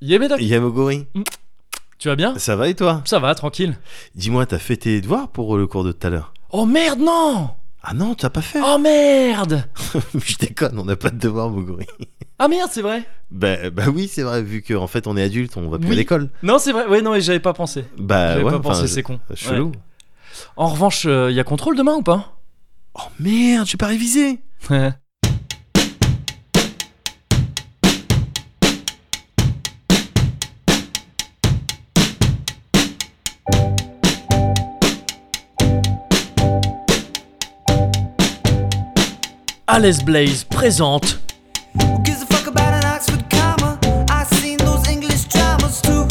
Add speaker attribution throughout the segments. Speaker 1: Yé Médoc,
Speaker 2: Yamogori,
Speaker 1: tu vas bien
Speaker 2: ça va et toi
Speaker 1: Ça va, tranquille.
Speaker 2: Dis-moi, t'as fait tes devoirs pour le cours de tout à l'heure
Speaker 1: Oh merde, non
Speaker 2: Ah non, t'as pas fait
Speaker 1: Oh merde
Speaker 2: Je déconne, on n'a pas de devoirs, Mogori.
Speaker 1: Ah merde, c'est vrai
Speaker 2: Bah, bah oui, c'est vrai, vu qu'en en fait on est adulte, on va plus
Speaker 1: Oui.
Speaker 2: à l'école.
Speaker 1: Non, c'est vrai, ouais, non, mais j'avais pas pensé.
Speaker 2: Bah
Speaker 1: J'avais
Speaker 2: ouais,
Speaker 1: pas
Speaker 2: enfin,
Speaker 1: pensé,
Speaker 2: je- euh,
Speaker 1: c'est con.
Speaker 2: Chelou.
Speaker 1: Ouais. En revanche, il y a contrôle demain ou pas
Speaker 2: Oh merde, j'ai pas révisé
Speaker 1: Ouais. Alice Blaze présente
Speaker 3: Who gives a fuck about an Oxford comma? I seen those English dramas too.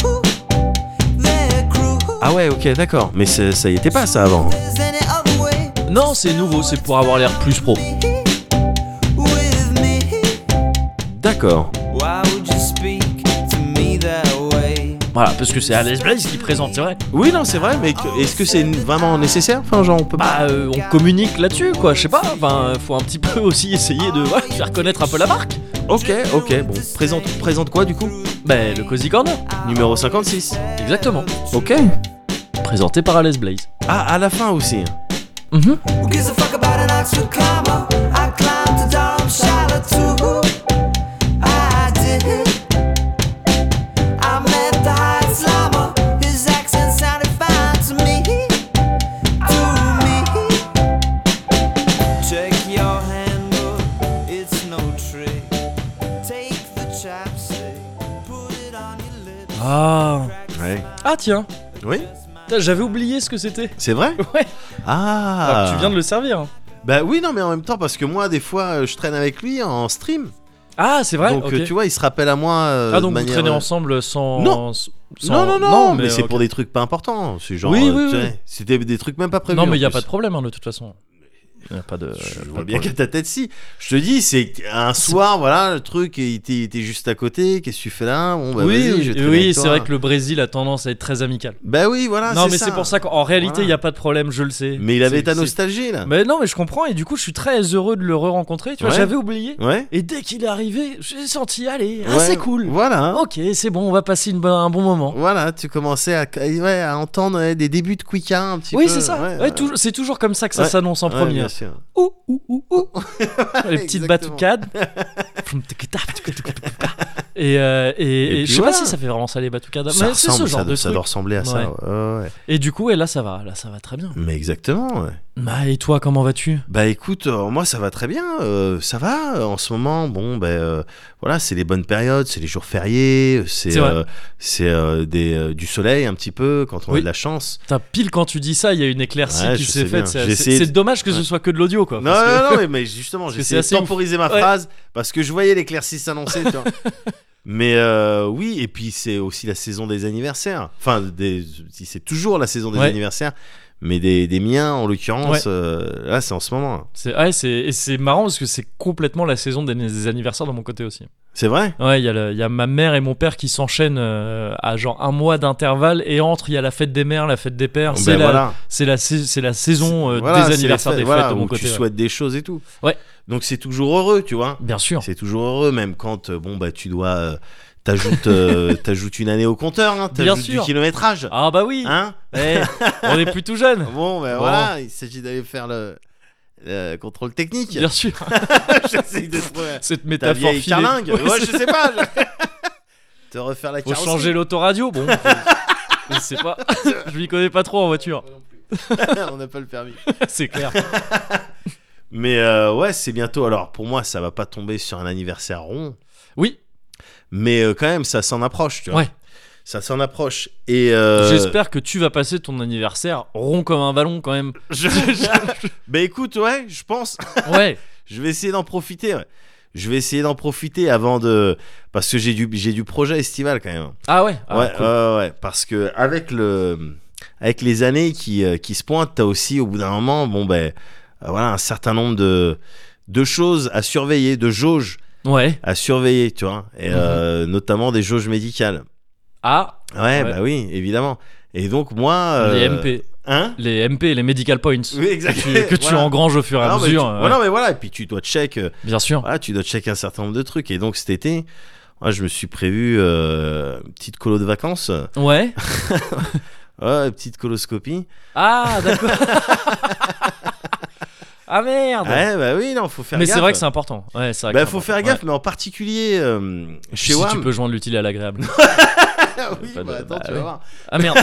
Speaker 3: They're cruel.
Speaker 2: Ah ouais, ok, d'accord. Mais c'est- ça y était pas ça avant.
Speaker 3: There's any other way
Speaker 1: Non, c'est nouveau, c'est pour avoir l'air plus pro.
Speaker 3: with me?
Speaker 2: D'accord.
Speaker 3: Why would you speak to me that way?
Speaker 1: Voilà, parce que c'est Alice Blaze qui présente, c'est vrai.
Speaker 2: Oui, non, c'est vrai, mais que- est-ce que c'est vraiment nécessaire Enfin, genre, on peut pas.
Speaker 1: Bah, euh, on communique là-dessus, quoi, je sais pas. Enfin, euh, faut un petit peu aussi essayer de voilà, faire connaître un peu la marque.
Speaker 2: Ok, ok, bon. Présente, présente quoi du coup
Speaker 1: Bah, le Cozy Corner,
Speaker 2: Numéro 56.
Speaker 1: exactement.
Speaker 2: Ok.
Speaker 1: Présenté par Alice Blaze.
Speaker 2: Ah, à la fin aussi. Mhm.
Speaker 3: Who gives a fuck about an Oxford comma? I climbed to Darmstadt too. I did. I met the highest llama. His accent sounded fine to me. To me. Check your handbook. It's no trick. Take the chapstick. Put it on your lips.
Speaker 1: Ah.
Speaker 2: Ouais.
Speaker 1: Ah, tiens.
Speaker 2: Oui
Speaker 1: Putain, J'avais oublié ce que c'était.
Speaker 2: C'est vrai
Speaker 1: Ouais.
Speaker 2: Ah
Speaker 1: Alors que tu viens de le servir. hein.
Speaker 2: Bah oui, non, mais en même temps, parce que moi, des fois, euh, je traîne avec lui en stream.
Speaker 1: Ah, c'est vrai.
Speaker 2: donc,
Speaker 1: ok.
Speaker 2: euh, tu vois, il se rappelle à moi. euh,
Speaker 1: ah, donc
Speaker 2: de
Speaker 1: vous
Speaker 2: manière...
Speaker 1: traînez ensemble sans.
Speaker 2: Non.
Speaker 1: sans-
Speaker 2: Non, non, non, mais, c'est
Speaker 1: ok.
Speaker 2: pour des trucs pas importants. C'est genre.
Speaker 1: Oui,
Speaker 2: euh,
Speaker 1: oui,
Speaker 2: tu
Speaker 1: oui.
Speaker 2: sais, C'était des trucs même pas prévus.
Speaker 1: Non, mais
Speaker 2: en
Speaker 1: il y a
Speaker 2: plus.
Speaker 1: pas de problème, hein, de toute façon. Y a pas de.
Speaker 2: Je
Speaker 1: pas de
Speaker 2: vois bien
Speaker 1: problème.
Speaker 2: qu'à ta tête, si. Je te dis, c'est un soir, voilà, le truc, il était, il était juste à côté. Qu'est-ce que tu fais là Bon, bah,
Speaker 1: oui,
Speaker 2: vas-y, je
Speaker 1: oui,
Speaker 2: traîne
Speaker 1: oui,
Speaker 2: avec
Speaker 1: c'est
Speaker 2: toi.
Speaker 1: vrai que le Brésil a tendance à être très amical.
Speaker 2: Bah oui, voilà.
Speaker 1: non, mais Ah, c'est pour ça qu'en réalité, il
Speaker 2: Voilà.
Speaker 1: n'y a pas de problème, je le sais.
Speaker 2: Mais il
Speaker 1: C'est-
Speaker 2: avait ta
Speaker 1: c'est-
Speaker 2: nostalgie, là.
Speaker 1: Mais non, mais je comprends, et du coup, je suis très heureux de le re-rencontrer. Tu vois,
Speaker 2: Ouais.
Speaker 1: j'avais oublié.
Speaker 2: Ouais.
Speaker 1: Et dès qu'il est arrivé, j'ai senti, allez, Bah, ah,
Speaker 2: Ouais,
Speaker 1: c'est cool. Oh.
Speaker 2: Voilà.
Speaker 1: Ok, c'est bon, on va passer une bo- un bon moment.
Speaker 2: Voilà, tu commençais à, ouais, à entendre euh, des débuts de Quicka un petit
Speaker 1: Oui,
Speaker 2: peu.
Speaker 1: c'est ça.
Speaker 2: Ouais,
Speaker 1: Ouais, tou- C'est toujours comme ça que ça
Speaker 2: Ouais.
Speaker 1: s'annonce en
Speaker 2: ouais,
Speaker 1: premier.
Speaker 2: bien sûr.
Speaker 1: Ouh, ouh, ouh, ouh. Les petites
Speaker 2: Exactement.
Speaker 1: batucades. et, euh, et, et
Speaker 2: puis
Speaker 1: je sais
Speaker 2: voilà.
Speaker 1: pas si ça fait vraiment ça les batucades.
Speaker 2: ça
Speaker 1: Bah, Mais c'est ce
Speaker 2: ressemble,
Speaker 1: genre
Speaker 2: ça,
Speaker 1: de
Speaker 2: ça
Speaker 1: truc.
Speaker 2: doit ressembler à ça.
Speaker 1: Ouais.
Speaker 2: ouais, ouais.
Speaker 1: Et du coup, et là, ça va, là, ça va très bien.
Speaker 2: Mais exactement. ouais.
Speaker 1: Bah, et toi, comment vas-tu
Speaker 2: Bah écoute, euh, moi ça va très bien, euh, ça va euh, en ce moment. Bon, ben voilà, c'est les bonnes périodes, c'est les jours fériés, euh, c'est
Speaker 1: C'est vrai.
Speaker 2: euh, c'est euh, des euh, du soleil un petit peu quand on
Speaker 1: Oui.
Speaker 2: a de la chance.
Speaker 1: Putain, pile quand tu dis ça, il y a une éclaircie
Speaker 2: Ouais,
Speaker 1: qui
Speaker 2: je
Speaker 1: s'est
Speaker 2: sais bien.
Speaker 1: faite. C'est
Speaker 2: J'ai
Speaker 1: c'est-
Speaker 2: essayé
Speaker 1: c'est
Speaker 2: de-
Speaker 1: dommage que ce soit que de l'audio, quoi.
Speaker 2: Non,
Speaker 1: parce que-
Speaker 2: non, non, mais, mais justement,
Speaker 1: parce que
Speaker 2: j'essayais de
Speaker 1: c'est assez
Speaker 2: temporiser ma
Speaker 1: Ouais.
Speaker 2: phrase parce que je voyais l'éclaircie s'annoncer. tu vois. mais euh, oui, et puis c'est aussi la saison des anniversaires. Enfin, des, si c'est toujours la saison des
Speaker 1: Ouais.
Speaker 2: anniversaires, mais des, des miens en l'occurrence.
Speaker 1: Ouais.
Speaker 2: euh, là, c'est en ce moment.
Speaker 1: C'est ouais, c'est et c'est marrant parce que c'est complètement la saison des, des anniversaires de mon côté aussi.
Speaker 2: C'est vrai.
Speaker 1: Ouais, il y, a le- il y a ma mère et mon père qui s'enchaînent euh, à genre un mois d'intervalle et entre il y a la fête des mères, la fête des pères. C'est
Speaker 2: Ben,
Speaker 1: la,
Speaker 2: voilà.
Speaker 1: c'est la, sais- c'est la saison euh,
Speaker 2: Voilà, c'est
Speaker 1: des
Speaker 2: les
Speaker 1: anniversaires
Speaker 2: fêtes,
Speaker 1: des fêtes
Speaker 2: voilà,
Speaker 1: de mon
Speaker 2: où
Speaker 1: côté.
Speaker 2: Tu
Speaker 1: ouais.
Speaker 2: souhaites des choses et tout.
Speaker 1: Ouais.
Speaker 2: Donc c'est toujours heureux, tu vois.
Speaker 1: Bien sûr.
Speaker 2: C'est toujours heureux, même quand euh, bon bah tu dois euh, t'ajoutes euh, t'ajoutes une année au compteur, hein,
Speaker 1: Bien
Speaker 2: t'ajoutes du
Speaker 1: sûr.
Speaker 2: kilométrage,
Speaker 1: Ah bah oui.
Speaker 2: hein.
Speaker 1: Eh, on est plus tout jeune.
Speaker 2: Bon, bah
Speaker 1: Bon.
Speaker 2: voilà, il s'agit d'aller faire le, le contrôle technique.
Speaker 1: Bien sûr.
Speaker 2: J'essaye de trouver
Speaker 1: Cette
Speaker 2: ta
Speaker 1: métaphore
Speaker 2: vieille
Speaker 1: filée.
Speaker 2: carlingue.
Speaker 1: Ouais,
Speaker 2: Ouais,
Speaker 1: c'est-
Speaker 2: je sais pas. je- Te refaire la
Speaker 1: Faut
Speaker 2: carrosserie.
Speaker 1: changer l'autoradio. Bon, je- je sais pas. Je m'y connais pas trop en voiture.
Speaker 2: On n'a pas le permis.
Speaker 1: C'est clair.
Speaker 2: Mais euh, ouais, c'est bientôt. Alors pour moi, ça va pas tomber sur un anniversaire rond,
Speaker 1: Oui.
Speaker 2: mais euh, quand même, ça s'en approche, tu vois.
Speaker 1: Ouais.
Speaker 2: Ça s'en approche. Et euh,
Speaker 1: J'espère que tu vas passer ton anniversaire rond comme un ballon quand même.
Speaker 2: Je- bah écoute, ouais, je pense.
Speaker 1: Ouais.
Speaker 2: Je vais essayer d'en profiter. ouais. Je vais essayer d'en profiter avant de. Parce que j'ai du, j'ai du projet estival quand même.
Speaker 1: Ah ouais. Ah,
Speaker 2: ouais, euh,
Speaker 1: cool.
Speaker 2: ouais, ouais. Parce que avec, le, avec les années qui, euh, qui se pointent, t'as aussi au bout d'un moment, bon, ben, euh, voilà, un certain nombre de, de choses à surveiller, de jauges
Speaker 1: Ouais.
Speaker 2: à surveiller, tu vois. Et,
Speaker 1: Mhm.
Speaker 2: euh, notamment des jauges médicales.
Speaker 1: Ah,
Speaker 2: Ouais,
Speaker 1: Ouais.
Speaker 2: bah oui, évidemment. Et donc, moi. euh,
Speaker 1: les MP.
Speaker 2: Hein
Speaker 1: Les MP, les Medical Points.
Speaker 2: Oui,
Speaker 1: Que,
Speaker 2: exactement.
Speaker 1: tu, que tu
Speaker 2: Voilà.
Speaker 1: engranges au fur et à
Speaker 2: Ah non, mais
Speaker 1: mesure.
Speaker 2: tu-
Speaker 1: euh,
Speaker 2: voilà, mais voilà. Et puis tu dois check. euh,
Speaker 1: Bien sûr.
Speaker 2: voilà, tu dois check un certain nombre de trucs. Et donc cet été, Moi, je me suis prévu euh, une petite colo de vacances, euh,
Speaker 1: Ouais.
Speaker 2: Ouais, une petite coloscopie.
Speaker 1: Ah, d'accord. ah merde.
Speaker 2: Ouais, bah oui, non, faut faire
Speaker 1: mais
Speaker 2: gaffe.
Speaker 1: c'est vrai que c'est important. Ouais, c'est vrai.
Speaker 2: Bah,
Speaker 1: que c'est
Speaker 2: faut
Speaker 1: important.
Speaker 2: faire
Speaker 1: Ouais.
Speaker 2: gaffe, mais en particulier euh,
Speaker 1: Puis
Speaker 2: chez
Speaker 1: si
Speaker 2: WAM.
Speaker 1: tu peux joindre l'utile à l'agréable.
Speaker 2: oui,
Speaker 1: Pas de-
Speaker 2: bah, attends,
Speaker 1: bah,
Speaker 2: tu
Speaker 1: ouais.
Speaker 2: vas voir.
Speaker 1: Ah merde.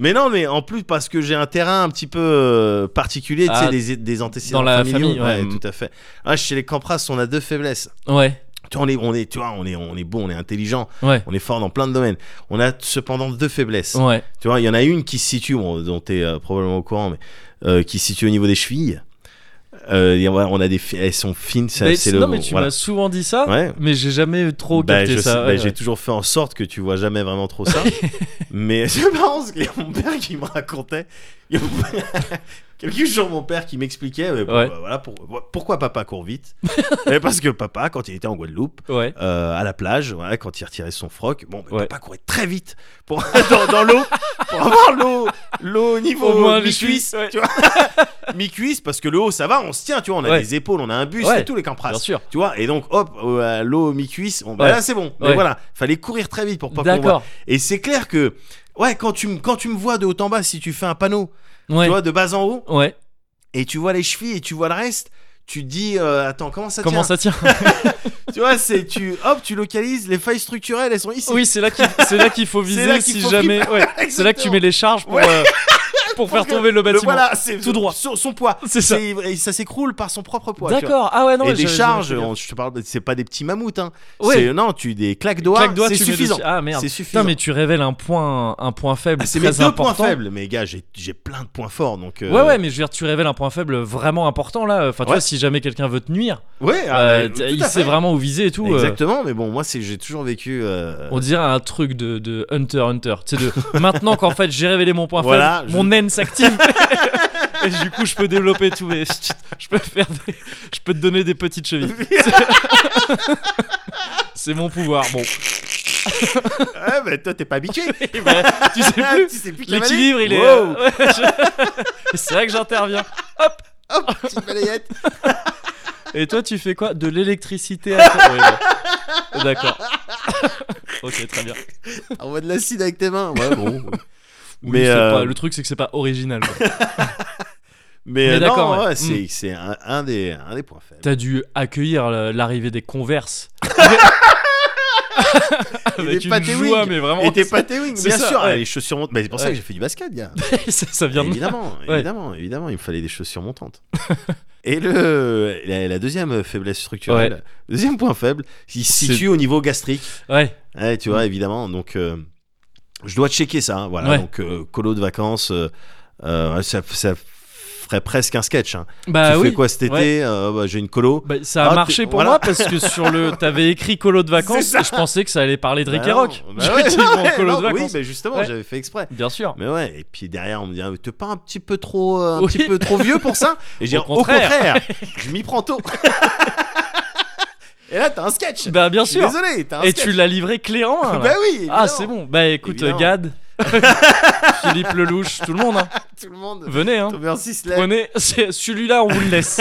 Speaker 2: Mais non, mais en plus parce que j'ai un terrain un petit peu euh, particulier, tu
Speaker 1: Ah,
Speaker 2: sais, des, des antécédents
Speaker 1: dans la
Speaker 2: familiaux.
Speaker 1: famille, ouais.
Speaker 2: tout à fait. Ah, chez les Campras, on a deux faiblesses.
Speaker 1: ouais.
Speaker 2: Tu vois, on est, on est, tu vois, on est, on est bon, on est intelligent,
Speaker 1: Ouais.
Speaker 2: on est fort dans plein de domaines. On a cependant deux faiblesses.
Speaker 1: Ouais.
Speaker 2: Tu vois, il y en a une qui se situe, bon, dont tu es probablement au courant, mais euh, qui se situe au niveau des chevilles. Euh, et voilà, on a des, fi- elles sont fines, ça,
Speaker 1: Mais-
Speaker 2: c'est le.
Speaker 1: non mais tu
Speaker 2: voilà.
Speaker 1: m'as souvent dit ça.
Speaker 2: Ouais.
Speaker 1: Mais j'ai jamais trop
Speaker 2: Bah,
Speaker 1: capté
Speaker 2: je sais-
Speaker 1: ça.
Speaker 2: bah,
Speaker 1: ouais,
Speaker 2: J'ai
Speaker 1: ouais.
Speaker 2: toujours fait en sorte que tu vois jamais vraiment trop ça. mais c'est marrant parce qu'il y a mon père qui me racontait. il y a mon père- Quelques jours, mon père qui m'expliquait mais bon,
Speaker 1: Ouais.
Speaker 2: bah, voilà, pour- pourquoi papa court vite. Mais parce que papa, quand il était en Guadeloupe,
Speaker 1: Ouais.
Speaker 2: euh, à la plage, voilà, quand il retirait son froc, bon, bah,
Speaker 1: Ouais.
Speaker 2: papa courait très vite pour, dans, dans l'eau pour avoir l'eau, l'eau au niveau
Speaker 1: Au moins les
Speaker 2: mi-cuisse,
Speaker 1: cuisses, ouais.
Speaker 2: tu vois. mi-cuisse, parce que le haut, ça va, on se tient, tu vois, on a
Speaker 1: Ouais.
Speaker 2: des épaules, on a un buste
Speaker 1: Ouais,
Speaker 2: et tout, les campras.
Speaker 1: Bien sûr.
Speaker 2: Tu vois, et donc hop, euh, à l'eau mi-cuisse, on- bah
Speaker 1: Ouais.
Speaker 2: là c'est bon. Mais
Speaker 1: Ouais.
Speaker 2: voilà, fallait courir très vite pour pas qu'on voit.
Speaker 1: D'accord.
Speaker 2: Et c'est clair que, ouais, quand tu, me- quand tu me vois de haut en bas, si tu fais un panneau,
Speaker 1: Ouais.
Speaker 2: tu vois, de bas en haut,
Speaker 1: Ouais.
Speaker 2: et tu vois les chevilles et tu vois le reste, tu te dis, euh, attends, comment ça
Speaker 1: Comment ça
Speaker 2: tient
Speaker 1: tient
Speaker 2: Tu vois, c'est, tu, hop, tu localises, les failles structurelles, elles sont ici.
Speaker 1: Oui, c'est là qu'il c'est là qu'il faut
Speaker 2: C'est là
Speaker 1: viser
Speaker 2: qu'il
Speaker 1: si
Speaker 2: faut
Speaker 1: jamais. Ouais. C'est là que tu mets les charges pour
Speaker 2: Ouais.
Speaker 1: euh, pour faire
Speaker 2: que
Speaker 1: tomber le
Speaker 2: Le
Speaker 1: bâtiment.
Speaker 2: voilà, c'est
Speaker 1: Tout droit.
Speaker 2: Son, son poids.
Speaker 1: C'est ça.
Speaker 2: C'est- et ça s'écroule par son propre poids. tu vois.
Speaker 1: D'accord. Ah ouais non.
Speaker 2: et
Speaker 1: mais
Speaker 2: des
Speaker 1: j'avais-
Speaker 2: charges,
Speaker 1: j'avais-
Speaker 2: on- je te parle, de- c'est pas des petits mammouths, hein.
Speaker 1: Ouais.
Speaker 2: C'est, non, tu des claques doigts,
Speaker 1: Claque doigt,
Speaker 2: c'est
Speaker 1: tu mets
Speaker 2: suffisant.
Speaker 1: dessus. Ah merde.
Speaker 2: C'est suffisant.
Speaker 1: Putain, mais tu révèles un point, un point faible.
Speaker 2: Ah, c'est
Speaker 1: très
Speaker 2: mes deux
Speaker 1: important.
Speaker 2: points faibles, mais gars, j'ai j'ai plein de points forts, donc. euh,
Speaker 1: Ouais, ouais, mais je veux dire, tu révèles un point faible vraiment important là. Enfin, tu
Speaker 2: Ouais.
Speaker 1: vois, si jamais quelqu'un veut te nuire,
Speaker 2: ouais, ah,
Speaker 1: euh,
Speaker 2: mais
Speaker 1: t-
Speaker 2: tout
Speaker 1: il
Speaker 2: à
Speaker 1: sait
Speaker 2: fait.
Speaker 1: vraiment où viser et tout. euh,
Speaker 2: Exactement, mais bon, moi, c'est j'ai toujours vécu. euh,
Speaker 1: on dirait un truc de, de Hunter Hunter. Tu sais, de maintenant qu'en fait j'ai révélé mon point
Speaker 2: Voilà,
Speaker 1: faible,
Speaker 2: je-
Speaker 1: mon haine s'active. et du coup, je peux développer tout. mes- je peux faire des- Je peux te donner des petites chevilles. C'est- C'est mon pouvoir. Bon,
Speaker 2: Ah, bah, toi, t'es pas habitué.
Speaker 1: Eh ben, tu sais
Speaker 2: Ah,
Speaker 1: plus.
Speaker 2: tu sais plus cavaler.
Speaker 1: L'équilibre, il est.
Speaker 2: Wow.
Speaker 1: euh, ouais, je- C'est vrai que j'interviens.
Speaker 2: Hop, petite balayette.
Speaker 1: Et toi, tu fais quoi De l'électricité à ton- Oui, bon. D'accord. ok, très bien.
Speaker 2: Envoie de l'acide avec tes mains. Ouais, bon.
Speaker 1: Oui,
Speaker 2: Mais,
Speaker 1: c'est
Speaker 2: euh,
Speaker 1: pas- le truc, c'est que c'est pas original. quoi.
Speaker 2: Mais,
Speaker 1: Mais
Speaker 2: euh,
Speaker 1: d'accord,
Speaker 2: non,
Speaker 1: ouais. Mm.
Speaker 2: ouais, c'est c'est un, un des, un des points faibles.
Speaker 1: T'as dû accueillir la- l'arrivée des Converse. Avec
Speaker 2: des
Speaker 1: une
Speaker 2: pâtés
Speaker 1: joie,
Speaker 2: wing.
Speaker 1: mais vraiment.
Speaker 2: Et t'es pas tes wings,
Speaker 1: c'est
Speaker 2: bien
Speaker 1: ça,
Speaker 2: sûr. Ah,
Speaker 1: ouais.
Speaker 2: Les chaussures montantes. Mais c'est pour ça
Speaker 1: Ouais.
Speaker 2: que j'ai fait du basket, gars.
Speaker 1: ça, ça vient de.
Speaker 2: Évidemment,
Speaker 1: Ouais.
Speaker 2: évidemment, évidemment, il me fallait des chaussures montantes. Et le, la, la deuxième faiblesse structurelle,
Speaker 1: Ouais.
Speaker 2: deuxième point faible, il se situe au niveau gastrique.
Speaker 1: Ouais,
Speaker 2: Ouais, tu vois, évidemment. Donc, euh, je dois checker ça. hein, voilà.
Speaker 1: Ouais.
Speaker 2: Donc, euh, colo de vacances, euh, euh, ça, ça ferait presque un sketch. hein.
Speaker 1: bah
Speaker 2: tu
Speaker 1: oui.
Speaker 2: fais quoi cet été
Speaker 1: ouais.
Speaker 2: Euh, bah, J'ai une colo.
Speaker 1: Bah, ça a
Speaker 2: Ah,
Speaker 1: marché
Speaker 2: t'es-
Speaker 1: pour
Speaker 2: voilà.
Speaker 1: moi parce que sur le. T'avais écrit Colo de vacances
Speaker 2: C'est ça.
Speaker 1: et je pensais que ça allait parler de Rick et
Speaker 2: Bah non,
Speaker 1: Rock.
Speaker 2: bah
Speaker 1: Je
Speaker 2: ouais,
Speaker 1: dis,
Speaker 2: non,
Speaker 1: bon,
Speaker 2: ouais,
Speaker 1: Colo
Speaker 2: non,
Speaker 1: de vacances.
Speaker 2: Oui, mais justement,
Speaker 1: Ouais.
Speaker 2: j'avais fait exprès.
Speaker 1: Bien sûr.
Speaker 2: Mais ouais, et puis derrière, on me dit, Ah, t'es pas un petit peu trop, euh, un
Speaker 1: Oui.
Speaker 2: petit peu trop vieux pour ça Et j'ai
Speaker 1: Au
Speaker 2: dit, au
Speaker 1: contraire.
Speaker 2: contraire, je m'y prends tôt. et là, t'as un sketch.
Speaker 1: Bah, bien
Speaker 2: Je suis
Speaker 1: sûr.
Speaker 2: Désolé, t'as un
Speaker 1: Et
Speaker 2: sketch.
Speaker 1: tu l'as livré clairement. hein, là.
Speaker 2: Bah oui.
Speaker 1: Ah,
Speaker 2: évidemment.
Speaker 1: c'est bon. Bah écoute,
Speaker 2: Évidemment.
Speaker 1: Gad, Philippe Lelouch, tout le monde, hein.
Speaker 2: Tout le monde.
Speaker 1: venez. Hein.
Speaker 2: Thomas Sisley.
Speaker 1: Prenez c'est- celui-là, on vous le laisse.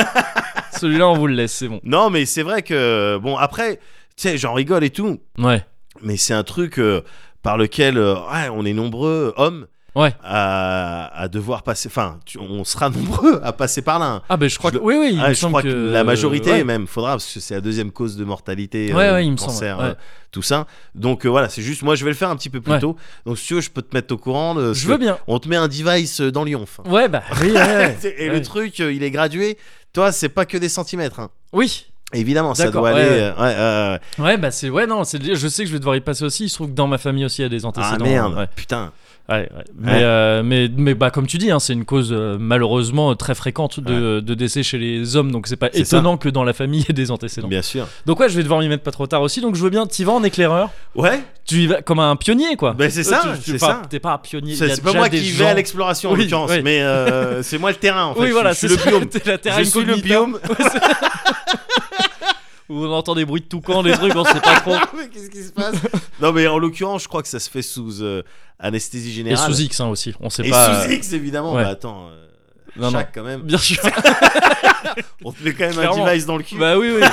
Speaker 1: celui-là, on vous le laisse, c'est bon.
Speaker 2: Non, mais c'est vrai que bon après, tu sais, j'en rigole et tout,
Speaker 1: Ouais,
Speaker 2: mais c'est un truc euh, par lequel euh, ouais, on est nombreux hommes
Speaker 1: ouais.
Speaker 2: à, à devoir passer. Enfin, tu- on sera nombreux à passer par là. hein.
Speaker 1: Ah, bah je crois
Speaker 2: Je
Speaker 1: que. Oui, oui, il
Speaker 2: Ah,
Speaker 1: me
Speaker 2: je
Speaker 1: semble
Speaker 2: crois que, la majorité
Speaker 1: ouais.
Speaker 2: même faudra parce que c'est la deuxième cause de mortalité,
Speaker 1: Ouais,
Speaker 2: euh,
Speaker 1: ouais, il me
Speaker 2: cancer,
Speaker 1: semble, ouais.
Speaker 2: euh, tout ça. Donc euh, voilà, c'est juste moi je vais le faire un petit peu plus
Speaker 1: Ouais.
Speaker 2: tôt. Donc si tu veux, je peux te mettre au courant. De ce
Speaker 1: Je
Speaker 2: que-
Speaker 1: veux bien.
Speaker 2: On te met un device euh, dans Lyon.
Speaker 1: Ouais, bah oui, ouais, ouais.
Speaker 2: Et
Speaker 1: Ouais.
Speaker 2: le truc, euh, il est gradué. Toi, c'est pas que des centimètres. hein.
Speaker 1: Oui.
Speaker 2: Évidemment, ça
Speaker 1: D'accord,
Speaker 2: doit
Speaker 1: ouais,
Speaker 2: aller.
Speaker 1: ouais.
Speaker 2: euh, ouais, ouais, ouais.
Speaker 1: Ouais, bah c'est. Ouais, non, c'est... je sais que je vais devoir y passer aussi. Il se trouve que dans ma famille aussi, il y a des antécédents.
Speaker 2: Ah merde,
Speaker 1: Ouais.
Speaker 2: putain.
Speaker 1: Ouais, ouais. Mais, euh, mais, mais bah, comme tu dis, hein, c'est une cause euh, malheureusement très fréquente de, de décès chez les hommes, donc c'est pas
Speaker 2: C'est
Speaker 1: étonnant que dans la famille il y ait des antécédents.
Speaker 2: Bien sûr.
Speaker 1: Donc ouais, je vais devoir m'y mettre pas trop tard aussi, donc je veux bien, t'y vas en éclaireur,
Speaker 2: Ouais,
Speaker 1: tu y vas comme un pionnier quoi.
Speaker 2: Ben, c'est
Speaker 1: Euh,
Speaker 2: ça,
Speaker 1: tu- tu-
Speaker 2: c'est
Speaker 1: pas-
Speaker 2: ça.
Speaker 1: T'es pas un pionnier, il y
Speaker 2: c'est
Speaker 1: a
Speaker 2: c'est pas
Speaker 1: déjà
Speaker 2: moi
Speaker 1: des
Speaker 2: qui
Speaker 1: gens-
Speaker 2: vais à l'exploration en
Speaker 1: Oui,
Speaker 2: l'occurrence,
Speaker 1: oui.
Speaker 2: mais euh, c'est moi le terrain en fait.
Speaker 1: oui,
Speaker 2: Je-
Speaker 1: voilà,
Speaker 2: je suis
Speaker 1: c'est
Speaker 2: le
Speaker 1: ça,
Speaker 2: biome.
Speaker 1: t'es la terra
Speaker 2: Je suis le
Speaker 1: incognita,
Speaker 2: biome.
Speaker 1: Où on entend des bruits de toucans, des trucs, on sait pas trop.
Speaker 2: Mais Qu'est-ce qui se passe Non, mais en l'occurrence, je crois que ça se fait sous euh, anesthésie
Speaker 1: Et
Speaker 2: générale.
Speaker 1: sous X hein, aussi, on sait
Speaker 2: Et
Speaker 1: pas.
Speaker 2: sous X, évidemment.
Speaker 1: ouais.
Speaker 2: Bah attends, euh,
Speaker 1: Non, non.
Speaker 2: chaque quand même.
Speaker 1: Bien sûr.
Speaker 2: On te met quand même
Speaker 1: Clairement.
Speaker 2: un device dans le cul.
Speaker 1: Bah oui, oui.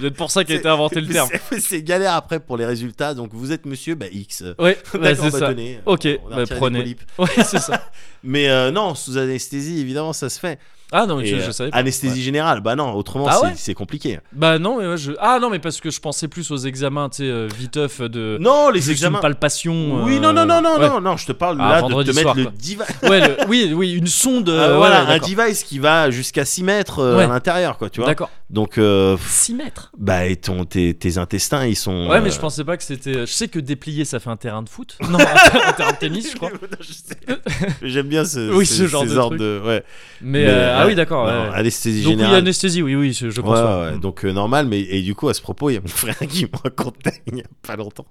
Speaker 1: peut-être pour ça qu'a
Speaker 2: C'est-
Speaker 1: été inventé le
Speaker 2: Mais
Speaker 1: terme.
Speaker 2: c'est- C'est galère après pour les résultats. Donc vous êtes monsieur, bah X.
Speaker 1: Ouais, bah,
Speaker 2: D'accord,
Speaker 1: c'est
Speaker 2: bah,
Speaker 1: ça.
Speaker 2: tenez,
Speaker 1: Ok,
Speaker 2: on a
Speaker 1: bah,
Speaker 2: retiré des
Speaker 1: prenez.
Speaker 2: polypes.
Speaker 1: Ouais, c'est ça.
Speaker 2: Mais euh, non, sous anesthésie, évidemment, ça se fait.
Speaker 1: Ah non, mais
Speaker 2: Et,
Speaker 1: je,
Speaker 2: euh,
Speaker 1: je savais pas.
Speaker 2: anesthésie générale, bah non, autrement,
Speaker 1: Ah
Speaker 2: c'est-
Speaker 1: ouais
Speaker 2: c'est compliqué.
Speaker 1: Bah non, mais ouais, je... Ah non, mais parce que je pensais plus aux examens, tu sais, euh, viteuf de...
Speaker 2: Non, les
Speaker 1: juste
Speaker 2: examens.
Speaker 1: Une palpation.
Speaker 2: Oui,
Speaker 1: euh,
Speaker 2: non, non, non, non,
Speaker 1: ouais.
Speaker 2: non, non, je te parle
Speaker 1: Ah,
Speaker 2: là de
Speaker 1: vendredi
Speaker 2: te mettre
Speaker 1: soir,
Speaker 2: le
Speaker 1: quoi.
Speaker 2: diva-
Speaker 1: Ouais, le- oui, oui, une sonde.
Speaker 2: Euh,
Speaker 1: euh,
Speaker 2: voilà,
Speaker 1: ouais,
Speaker 2: un
Speaker 1: d'accord.
Speaker 2: device qui va jusqu'à 6 mètres euh,
Speaker 1: Ouais.
Speaker 2: à l'intérieur, quoi, tu vois.
Speaker 1: D'accord.
Speaker 2: Donc, euh, pff,
Speaker 1: 6 mètres.
Speaker 2: bah, et ton, tes, tes intestins, ils sont.
Speaker 1: Ouais, mais
Speaker 2: euh,
Speaker 1: je pensais pas que c'était. Je sais que déplier ça fait un terrain de foot. Non, un terrain de tennis, je crois.
Speaker 2: Je sais. J'aime bien ce,
Speaker 1: Oui,
Speaker 2: ce-
Speaker 1: ce genre
Speaker 2: ces
Speaker 1: de
Speaker 2: ordres
Speaker 1: truc.
Speaker 2: de. Ouais.
Speaker 1: Mais,
Speaker 2: Mais,
Speaker 1: euh, ah
Speaker 2: ouais,
Speaker 1: oui, d'accord.
Speaker 2: non,
Speaker 1: ouais.
Speaker 2: Anesthésie
Speaker 1: Donc oui,
Speaker 2: générale.
Speaker 1: anesthésie, Mm. oui, oui, je, je
Speaker 2: Ouais,
Speaker 1: conçois.
Speaker 2: ouais, donc euh, normal, mais et du coup, à ce propos, il y a mon frère qui me racontait il y a pas longtemps.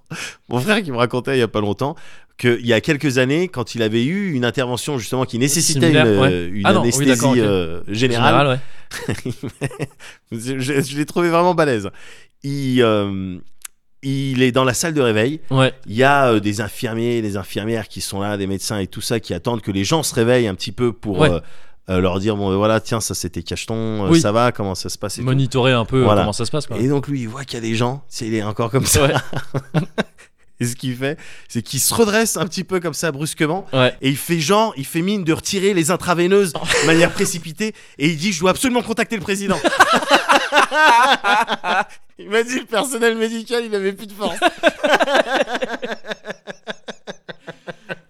Speaker 2: Mon frère qui me racontait il y a pas longtemps qu'il y a quelques années, quand il avait eu une intervention justement qui nécessitait
Speaker 1: Similaire,
Speaker 2: une,
Speaker 1: ouais.
Speaker 2: euh, une
Speaker 1: Ah non, oui,
Speaker 2: anesthésie
Speaker 1: d'accord, ok.
Speaker 2: euh, générale,
Speaker 1: Général, ouais.
Speaker 2: je, je l'ai trouvé vraiment balèze. Il, euh, il est dans la salle de réveil.
Speaker 1: Ouais.
Speaker 2: Il y a euh, des infirmiers, des infirmières qui sont là, des médecins et tout ça qui attendent que les gens se réveillent un petit peu pour
Speaker 1: Ouais.
Speaker 2: euh, euh, leur dire bon, voilà, tiens, ça c'était cacheton, euh,
Speaker 1: Oui.
Speaker 2: ça va, comment ça se passe et tout.
Speaker 1: Monitorer un peu euh,
Speaker 2: Voilà.
Speaker 1: comment ça se passe, quoi.
Speaker 2: Et donc lui, il voit qu'il y a des gens, tu sais, il est encore comme ça.
Speaker 1: Ouais.
Speaker 2: Et ce qu'il fait, c'est qu'il se redresse un petit peu comme ça brusquement.
Speaker 1: Ouais.
Speaker 2: Et il fait genre, il fait mine de retirer les intraveineuses de manière précipitée. Et il dit, je dois absolument contacter le président. il m'a dit, le personnel médical, il avait plus de force.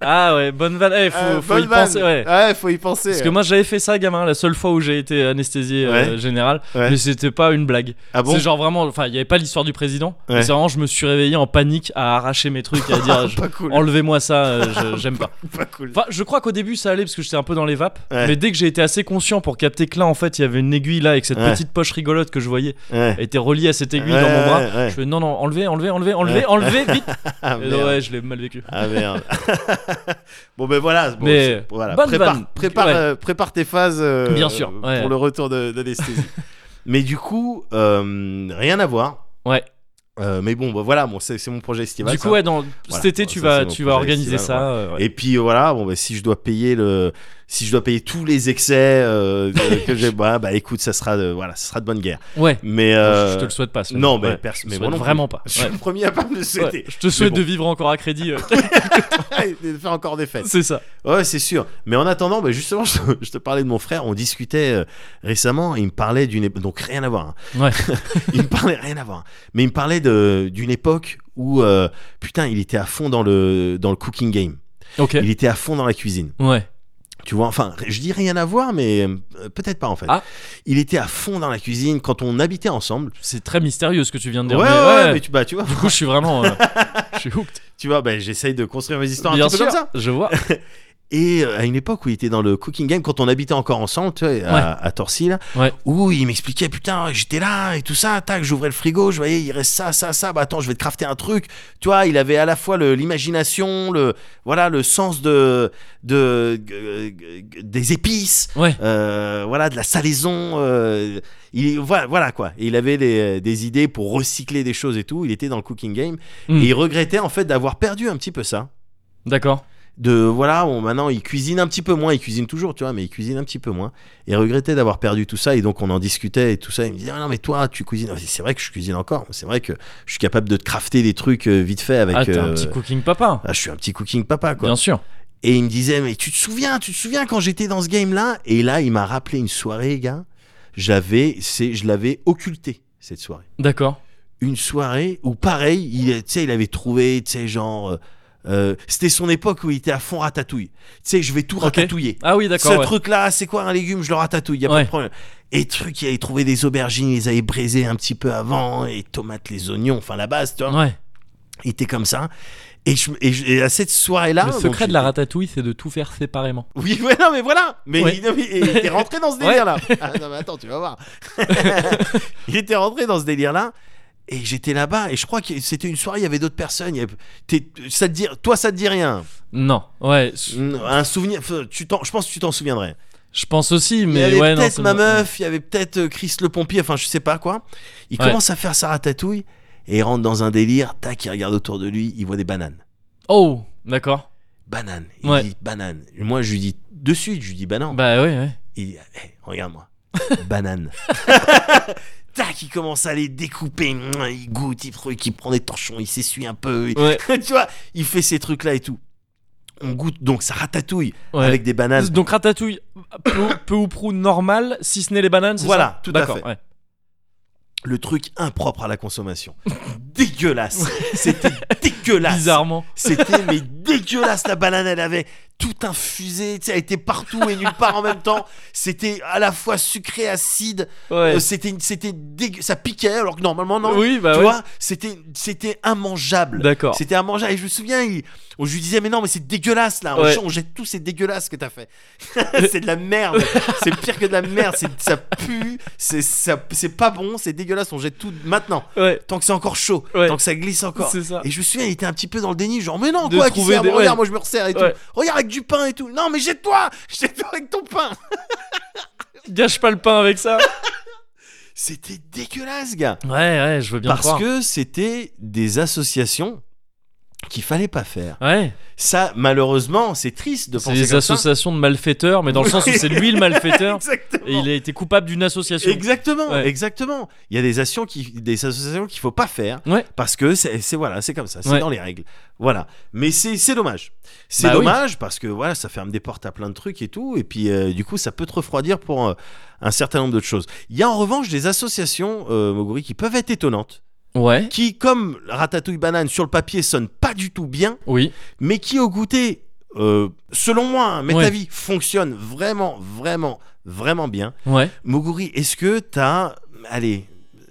Speaker 1: Ah ouais, bonne vanne. Eh, faut,
Speaker 2: Euh,
Speaker 1: faut
Speaker 2: bonne
Speaker 1: y
Speaker 2: vanne.
Speaker 1: penser, ouais.
Speaker 2: faut y penser.
Speaker 1: Parce que moi j'avais fait ça, gamin, la seule fois où j'ai été anesthésié euh,
Speaker 2: Ouais.
Speaker 1: général,
Speaker 2: Ouais.
Speaker 1: mais c'était pas une blague.
Speaker 2: ah bon
Speaker 1: c'est genre vraiment, enfin, il y avait pas l'histoire du président.
Speaker 2: Ouais. Ah,
Speaker 1: mais C'est vraiment, je me suis réveillé en panique à arracher mes trucs et à dire, je-
Speaker 2: Pas cool.
Speaker 1: enlevez-moi ça, euh, je- j'aime pas.
Speaker 2: Pas cool.
Speaker 1: Enfin, je crois qu'au début ça allait parce que j'étais un peu dans les vapes,
Speaker 2: Ouais.
Speaker 1: mais dès que j'ai été assez conscient pour capter que là en fait il y avait une aiguille là et que cette
Speaker 2: Ouais.
Speaker 1: petite poche rigolote que je voyais
Speaker 2: Ouais.
Speaker 1: était reliée à cette aiguille
Speaker 2: Ouais,
Speaker 1: dans mon bras,
Speaker 2: ouais, ouais.
Speaker 1: je fais non, non, enlevez, enlevez, enlevez, enlevez,
Speaker 2: Ouais.
Speaker 1: enlevez vite.
Speaker 2: Ah,
Speaker 1: Et
Speaker 2: merde.
Speaker 1: ouais, je l'ai mal vécu.
Speaker 2: Ah merde. bon ben voilà. Bon,
Speaker 1: Mais,
Speaker 2: c'est- voilà.
Speaker 1: bonne
Speaker 2: Prépare,
Speaker 1: vanne.
Speaker 2: prépare,
Speaker 1: Ouais.
Speaker 2: euh, prépare tes phases. euh,
Speaker 1: Bien sûr,
Speaker 2: euh,
Speaker 1: ouais.
Speaker 2: Pour le retour de, d'anesthésie. mais du coup, euh, rien à voir.
Speaker 1: Ouais.
Speaker 2: Euh, mais bon, bah, voilà, bon, c'est, c'est mon projet estival.
Speaker 1: Du coup,
Speaker 2: ça.
Speaker 1: ouais, dans cet
Speaker 2: Voilà,
Speaker 1: été
Speaker 2: ça,
Speaker 1: tu
Speaker 2: c'est
Speaker 1: vas,
Speaker 2: mon
Speaker 1: tu vas
Speaker 2: projet
Speaker 1: organiser
Speaker 2: estival,
Speaker 1: ça. euh, ouais.
Speaker 2: Et puis euh, voilà, bon, bah, si je dois payer le, si je dois payer tous les excès euh, de- que j'ai, bah, bah écoute, ça sera, de, voilà, ça sera de bonne guerre.
Speaker 1: Ouais.
Speaker 2: Mais
Speaker 1: Je
Speaker 2: euh,
Speaker 1: te le souhaite pas. celui-là.
Speaker 2: non, mais,
Speaker 1: Ouais.
Speaker 2: perso-
Speaker 1: Je te
Speaker 2: mais moi
Speaker 1: souhaite
Speaker 2: non plus.
Speaker 1: vraiment pas.
Speaker 2: Je suis
Speaker 1: Ouais.
Speaker 2: le premier à pas me le souhaiter.
Speaker 1: Ouais. Je te souhaite
Speaker 2: bon.
Speaker 1: de vivre encore à crédit. euh,
Speaker 2: Et de faire encore des fêtes.
Speaker 1: c'est ça.
Speaker 2: Ouais, c'est sûr. Mais en attendant, bah, justement, je, je te parlais de mon frère. On discutait euh, récemment. Il me parlait d'une épo- donc rien à voir. hein.
Speaker 1: Ouais.
Speaker 2: il me parlait rien à voir. hein. Mais il me parlait de- d'une époque où euh, putain, il était à fond dans le dans le cooking game.
Speaker 1: Ok.
Speaker 2: Il était à fond dans la cuisine.
Speaker 1: Ouais.
Speaker 2: Tu vois, enfin, je dis rien à voir, mais euh, peut-être pas en fait.
Speaker 1: Ah.
Speaker 2: Il était à fond dans la cuisine quand on habitait ensemble.
Speaker 1: C'est très mystérieux ce que tu viens de
Speaker 2: Ouais,
Speaker 1: dire.
Speaker 2: ouais,
Speaker 1: mais
Speaker 2: ouais, mais tu, bah, tu vois,
Speaker 1: Du coup, je suis vraiment. euh, je suis hooked.
Speaker 2: tu vois, bah, j'essaye de construire mes histoires
Speaker 1: Bien
Speaker 2: un petit
Speaker 1: sûr.
Speaker 2: peu comme ça.
Speaker 1: Je vois.
Speaker 2: Et euh, à une époque où il était dans le cooking game, quand on habitait encore ensemble, tu vois, à, à Torcy, là,
Speaker 1: Ouais.
Speaker 2: où il m'expliquait, putain, j'étais là et tout ça, tac, j'ouvrais le frigo, je voyais, il reste ça, ça, ça, bah attends, je vais te crafter un truc. Tu vois, il avait à la fois le- l'imagination, le, voilà, le sens de, de, g- g- g- des épices,
Speaker 1: Ouais.
Speaker 2: euh, voilà, de la salaison, euh, il, voilà, voilà quoi. Et il avait des, des idées pour recycler des choses et tout, il était dans le cooking game,
Speaker 1: Mm.
Speaker 2: et il regrettait en fait d'avoir perdu un petit peu ça
Speaker 1: D'accord.
Speaker 2: de voilà bon, maintenant il cuisine un petit peu moins il cuisine toujours tu vois mais il cuisine un petit peu moins et regrettait d'avoir perdu tout ça et donc on en discutait et tout ça il me disait ah non mais toi tu cuisines c'est vrai que je cuisine encore c'est vrai que je suis capable de te crafter des trucs euh, vite fait avec
Speaker 1: Ah, t'es un
Speaker 2: euh,
Speaker 1: petit cooking papa.
Speaker 2: ah, je suis un petit cooking papa quoi
Speaker 1: Bien sûr.
Speaker 2: et il me disait mais tu te souviens tu te souviens quand j'étais dans ce game là et là il m'a rappelé une soirée gars j'avais c'est je l'avais occulté cette soirée
Speaker 1: D'accord.
Speaker 2: une soirée où pareil, il, tu sais, il avait trouvé, tu sais, genre, euh, euh, c'était son époque où il était à fond ratatouille. Tu sais, je vais tout ratatouiller.
Speaker 1: Ah oui,
Speaker 2: Ce
Speaker 1: d'accord. ouais.
Speaker 2: truc-là, c'est quoi un légume Je le ratatouille, y a
Speaker 1: Ouais.
Speaker 2: pas de problème. Et truc, il avait trouvé des aubergines, il les avait braisées un petit peu avant, et tomates, les oignons, enfin la base, tu vois.
Speaker 1: Ouais.
Speaker 2: Il était comme ça. Et, je- et je- et à cette soirée-là,
Speaker 1: Le
Speaker 2: donc,
Speaker 1: secret de la
Speaker 2: j'étais-
Speaker 1: ratatouille, c'est de tout faire séparément.
Speaker 2: oui, ouais, non, mais voilà. Mais
Speaker 1: Ouais.
Speaker 2: il, non, mais- et il était rentré dans ce
Speaker 1: Ouais.
Speaker 2: délire-là. Ah, non, mais attends, tu vas voir. il était rentré dans ce délire-là. Et j'étais là-bas. Et je crois que c'était une soirée. Il y avait d'autres personnes. il y avait- t'es- ça te dit, toi, ça te dit rien. Mm,
Speaker 1: Non. Ouais. Je
Speaker 2: Un souvenir. enfin, Tu t'en- je pense que tu t'en souviendrais.
Speaker 1: je pense aussi,
Speaker 2: il y
Speaker 1: mais
Speaker 2: avait
Speaker 1: ouais, non.
Speaker 2: peut-être
Speaker 1: c'est-
Speaker 2: ma meuf. Il y avait peut-être euh, Chris le pompier. Enfin, je sais pas quoi. Il
Speaker 1: Ouais.
Speaker 2: commence à faire sa ratatouille. Et il rentre dans un délire. Tac, il regarde autour de lui. Il voit des bananes.
Speaker 1: Oh, d'accord.
Speaker 2: Bananes. Il
Speaker 1: Ouais.
Speaker 2: dit banane. Moi, je lui dis de suite. Je lui dis bah non.
Speaker 1: Bah ouais, ouais.
Speaker 2: Il dit, Hey, Eh, regarde-moi. Banane. Tac, il commence à les découper. Mouah, Il goûte, il truc, il prend des torchons, il s'essuie un peu. il-
Speaker 1: Ouais.
Speaker 2: tu vois, il fait ces trucs-là et tout. On goûte donc sa ratatouille
Speaker 1: Ouais.
Speaker 2: avec des bananes.
Speaker 1: Donc ratatouille peu, peu ou prou normal, si ce n'est les bananes. c'est
Speaker 2: Voilà,
Speaker 1: ça
Speaker 2: tout à
Speaker 1: D'accord,
Speaker 2: fait.
Speaker 1: ouais.
Speaker 2: Le truc impropre à la consommation. dégueulasse. C'était dégueulasse.
Speaker 1: Bizarrement.
Speaker 2: C'était mais dégueulasse la banane, elle avait tout infusé, tu sais, elle était partout et nulle part en même temps. C'était à la fois sucré, acide,
Speaker 1: Ouais.
Speaker 2: euh, c'était c'était dégueu, ça piquait alors que normalement non.
Speaker 1: oui, bah
Speaker 2: tu
Speaker 1: ouais.
Speaker 2: vois, c'était c'était immangeable.
Speaker 1: D'accord.
Speaker 2: C'était immangeable et je me souviens, il- on je lui disais mais non mais c'est dégueulasse là, on,
Speaker 1: Ouais. Euh.
Speaker 2: on jette tout, c'est dégueulasse ce que t'as fait. c'est de la merde, c'est pire que de la merde, c'est ça pue, c'est ça- c'est pas bon, c'est dégueulasse, on jette tout maintenant.
Speaker 1: Ouais.
Speaker 2: Tant que c'est encore chaud,
Speaker 1: Ouais.
Speaker 2: tant que ça glisse encore.
Speaker 1: C'est ça.
Speaker 2: Et je me souviens, il était un petit peu dans le déni, genre, mais non,
Speaker 1: De
Speaker 2: quoi, qui
Speaker 1: trouver
Speaker 2: sert
Speaker 1: des-
Speaker 2: Bon, Regarde,
Speaker 1: ouais.
Speaker 2: moi je me resserre et
Speaker 1: Ouais.
Speaker 2: tout. Regarde avec du pain et tout. Non, mais jette-toi Jette-toi avec ton pain
Speaker 1: Gâche pas le pain avec ça.
Speaker 2: C'était dégueulasse, gars
Speaker 1: ouais, ouais, je veux bien
Speaker 2: Parce
Speaker 1: croire.
Speaker 2: que c'était des associations qu'il fallait pas faire.
Speaker 1: Ouais,
Speaker 2: Ça, malheureusement, c'est triste de
Speaker 1: c'est
Speaker 2: penser
Speaker 1: des
Speaker 2: comme
Speaker 1: associations de malfaiteurs, mais dans le sens où c'est lui le
Speaker 2: ça.
Speaker 1: malfaiteur
Speaker 2: Exactement.
Speaker 1: et il a été coupable d'une association.
Speaker 2: Exactement,
Speaker 1: Ouais.
Speaker 2: exactement. Il y a des actions qui, des associations qu'il faut pas faire
Speaker 1: Ouais.
Speaker 2: parce que c'est c'est- voilà, c'est comme ça, c'est
Speaker 1: Ouais.
Speaker 2: dans les règles. Voilà. Mais c'est c'est dommage. C'est
Speaker 1: Bah oui.
Speaker 2: dommage parce que voilà, ça ferme des portes à plein de trucs et tout, et puis euh, du coup, ça peut te refroidir pour euh, un certain nombre d'autres choses. Il y a en revanche des associations euh, Moguri qui peuvent être étonnantes,
Speaker 1: Ouais,
Speaker 2: qui comme Ratatouille Banane sur le papier sonnent pas du tout bien,
Speaker 1: oui,
Speaker 2: mais qui au goûter, euh, selon moi, hein, mais
Speaker 1: Ouais.
Speaker 2: ta vie fonctionne vraiment, vraiment, vraiment bien.
Speaker 1: ouais.
Speaker 2: Moguri, est-ce que t'as, allez,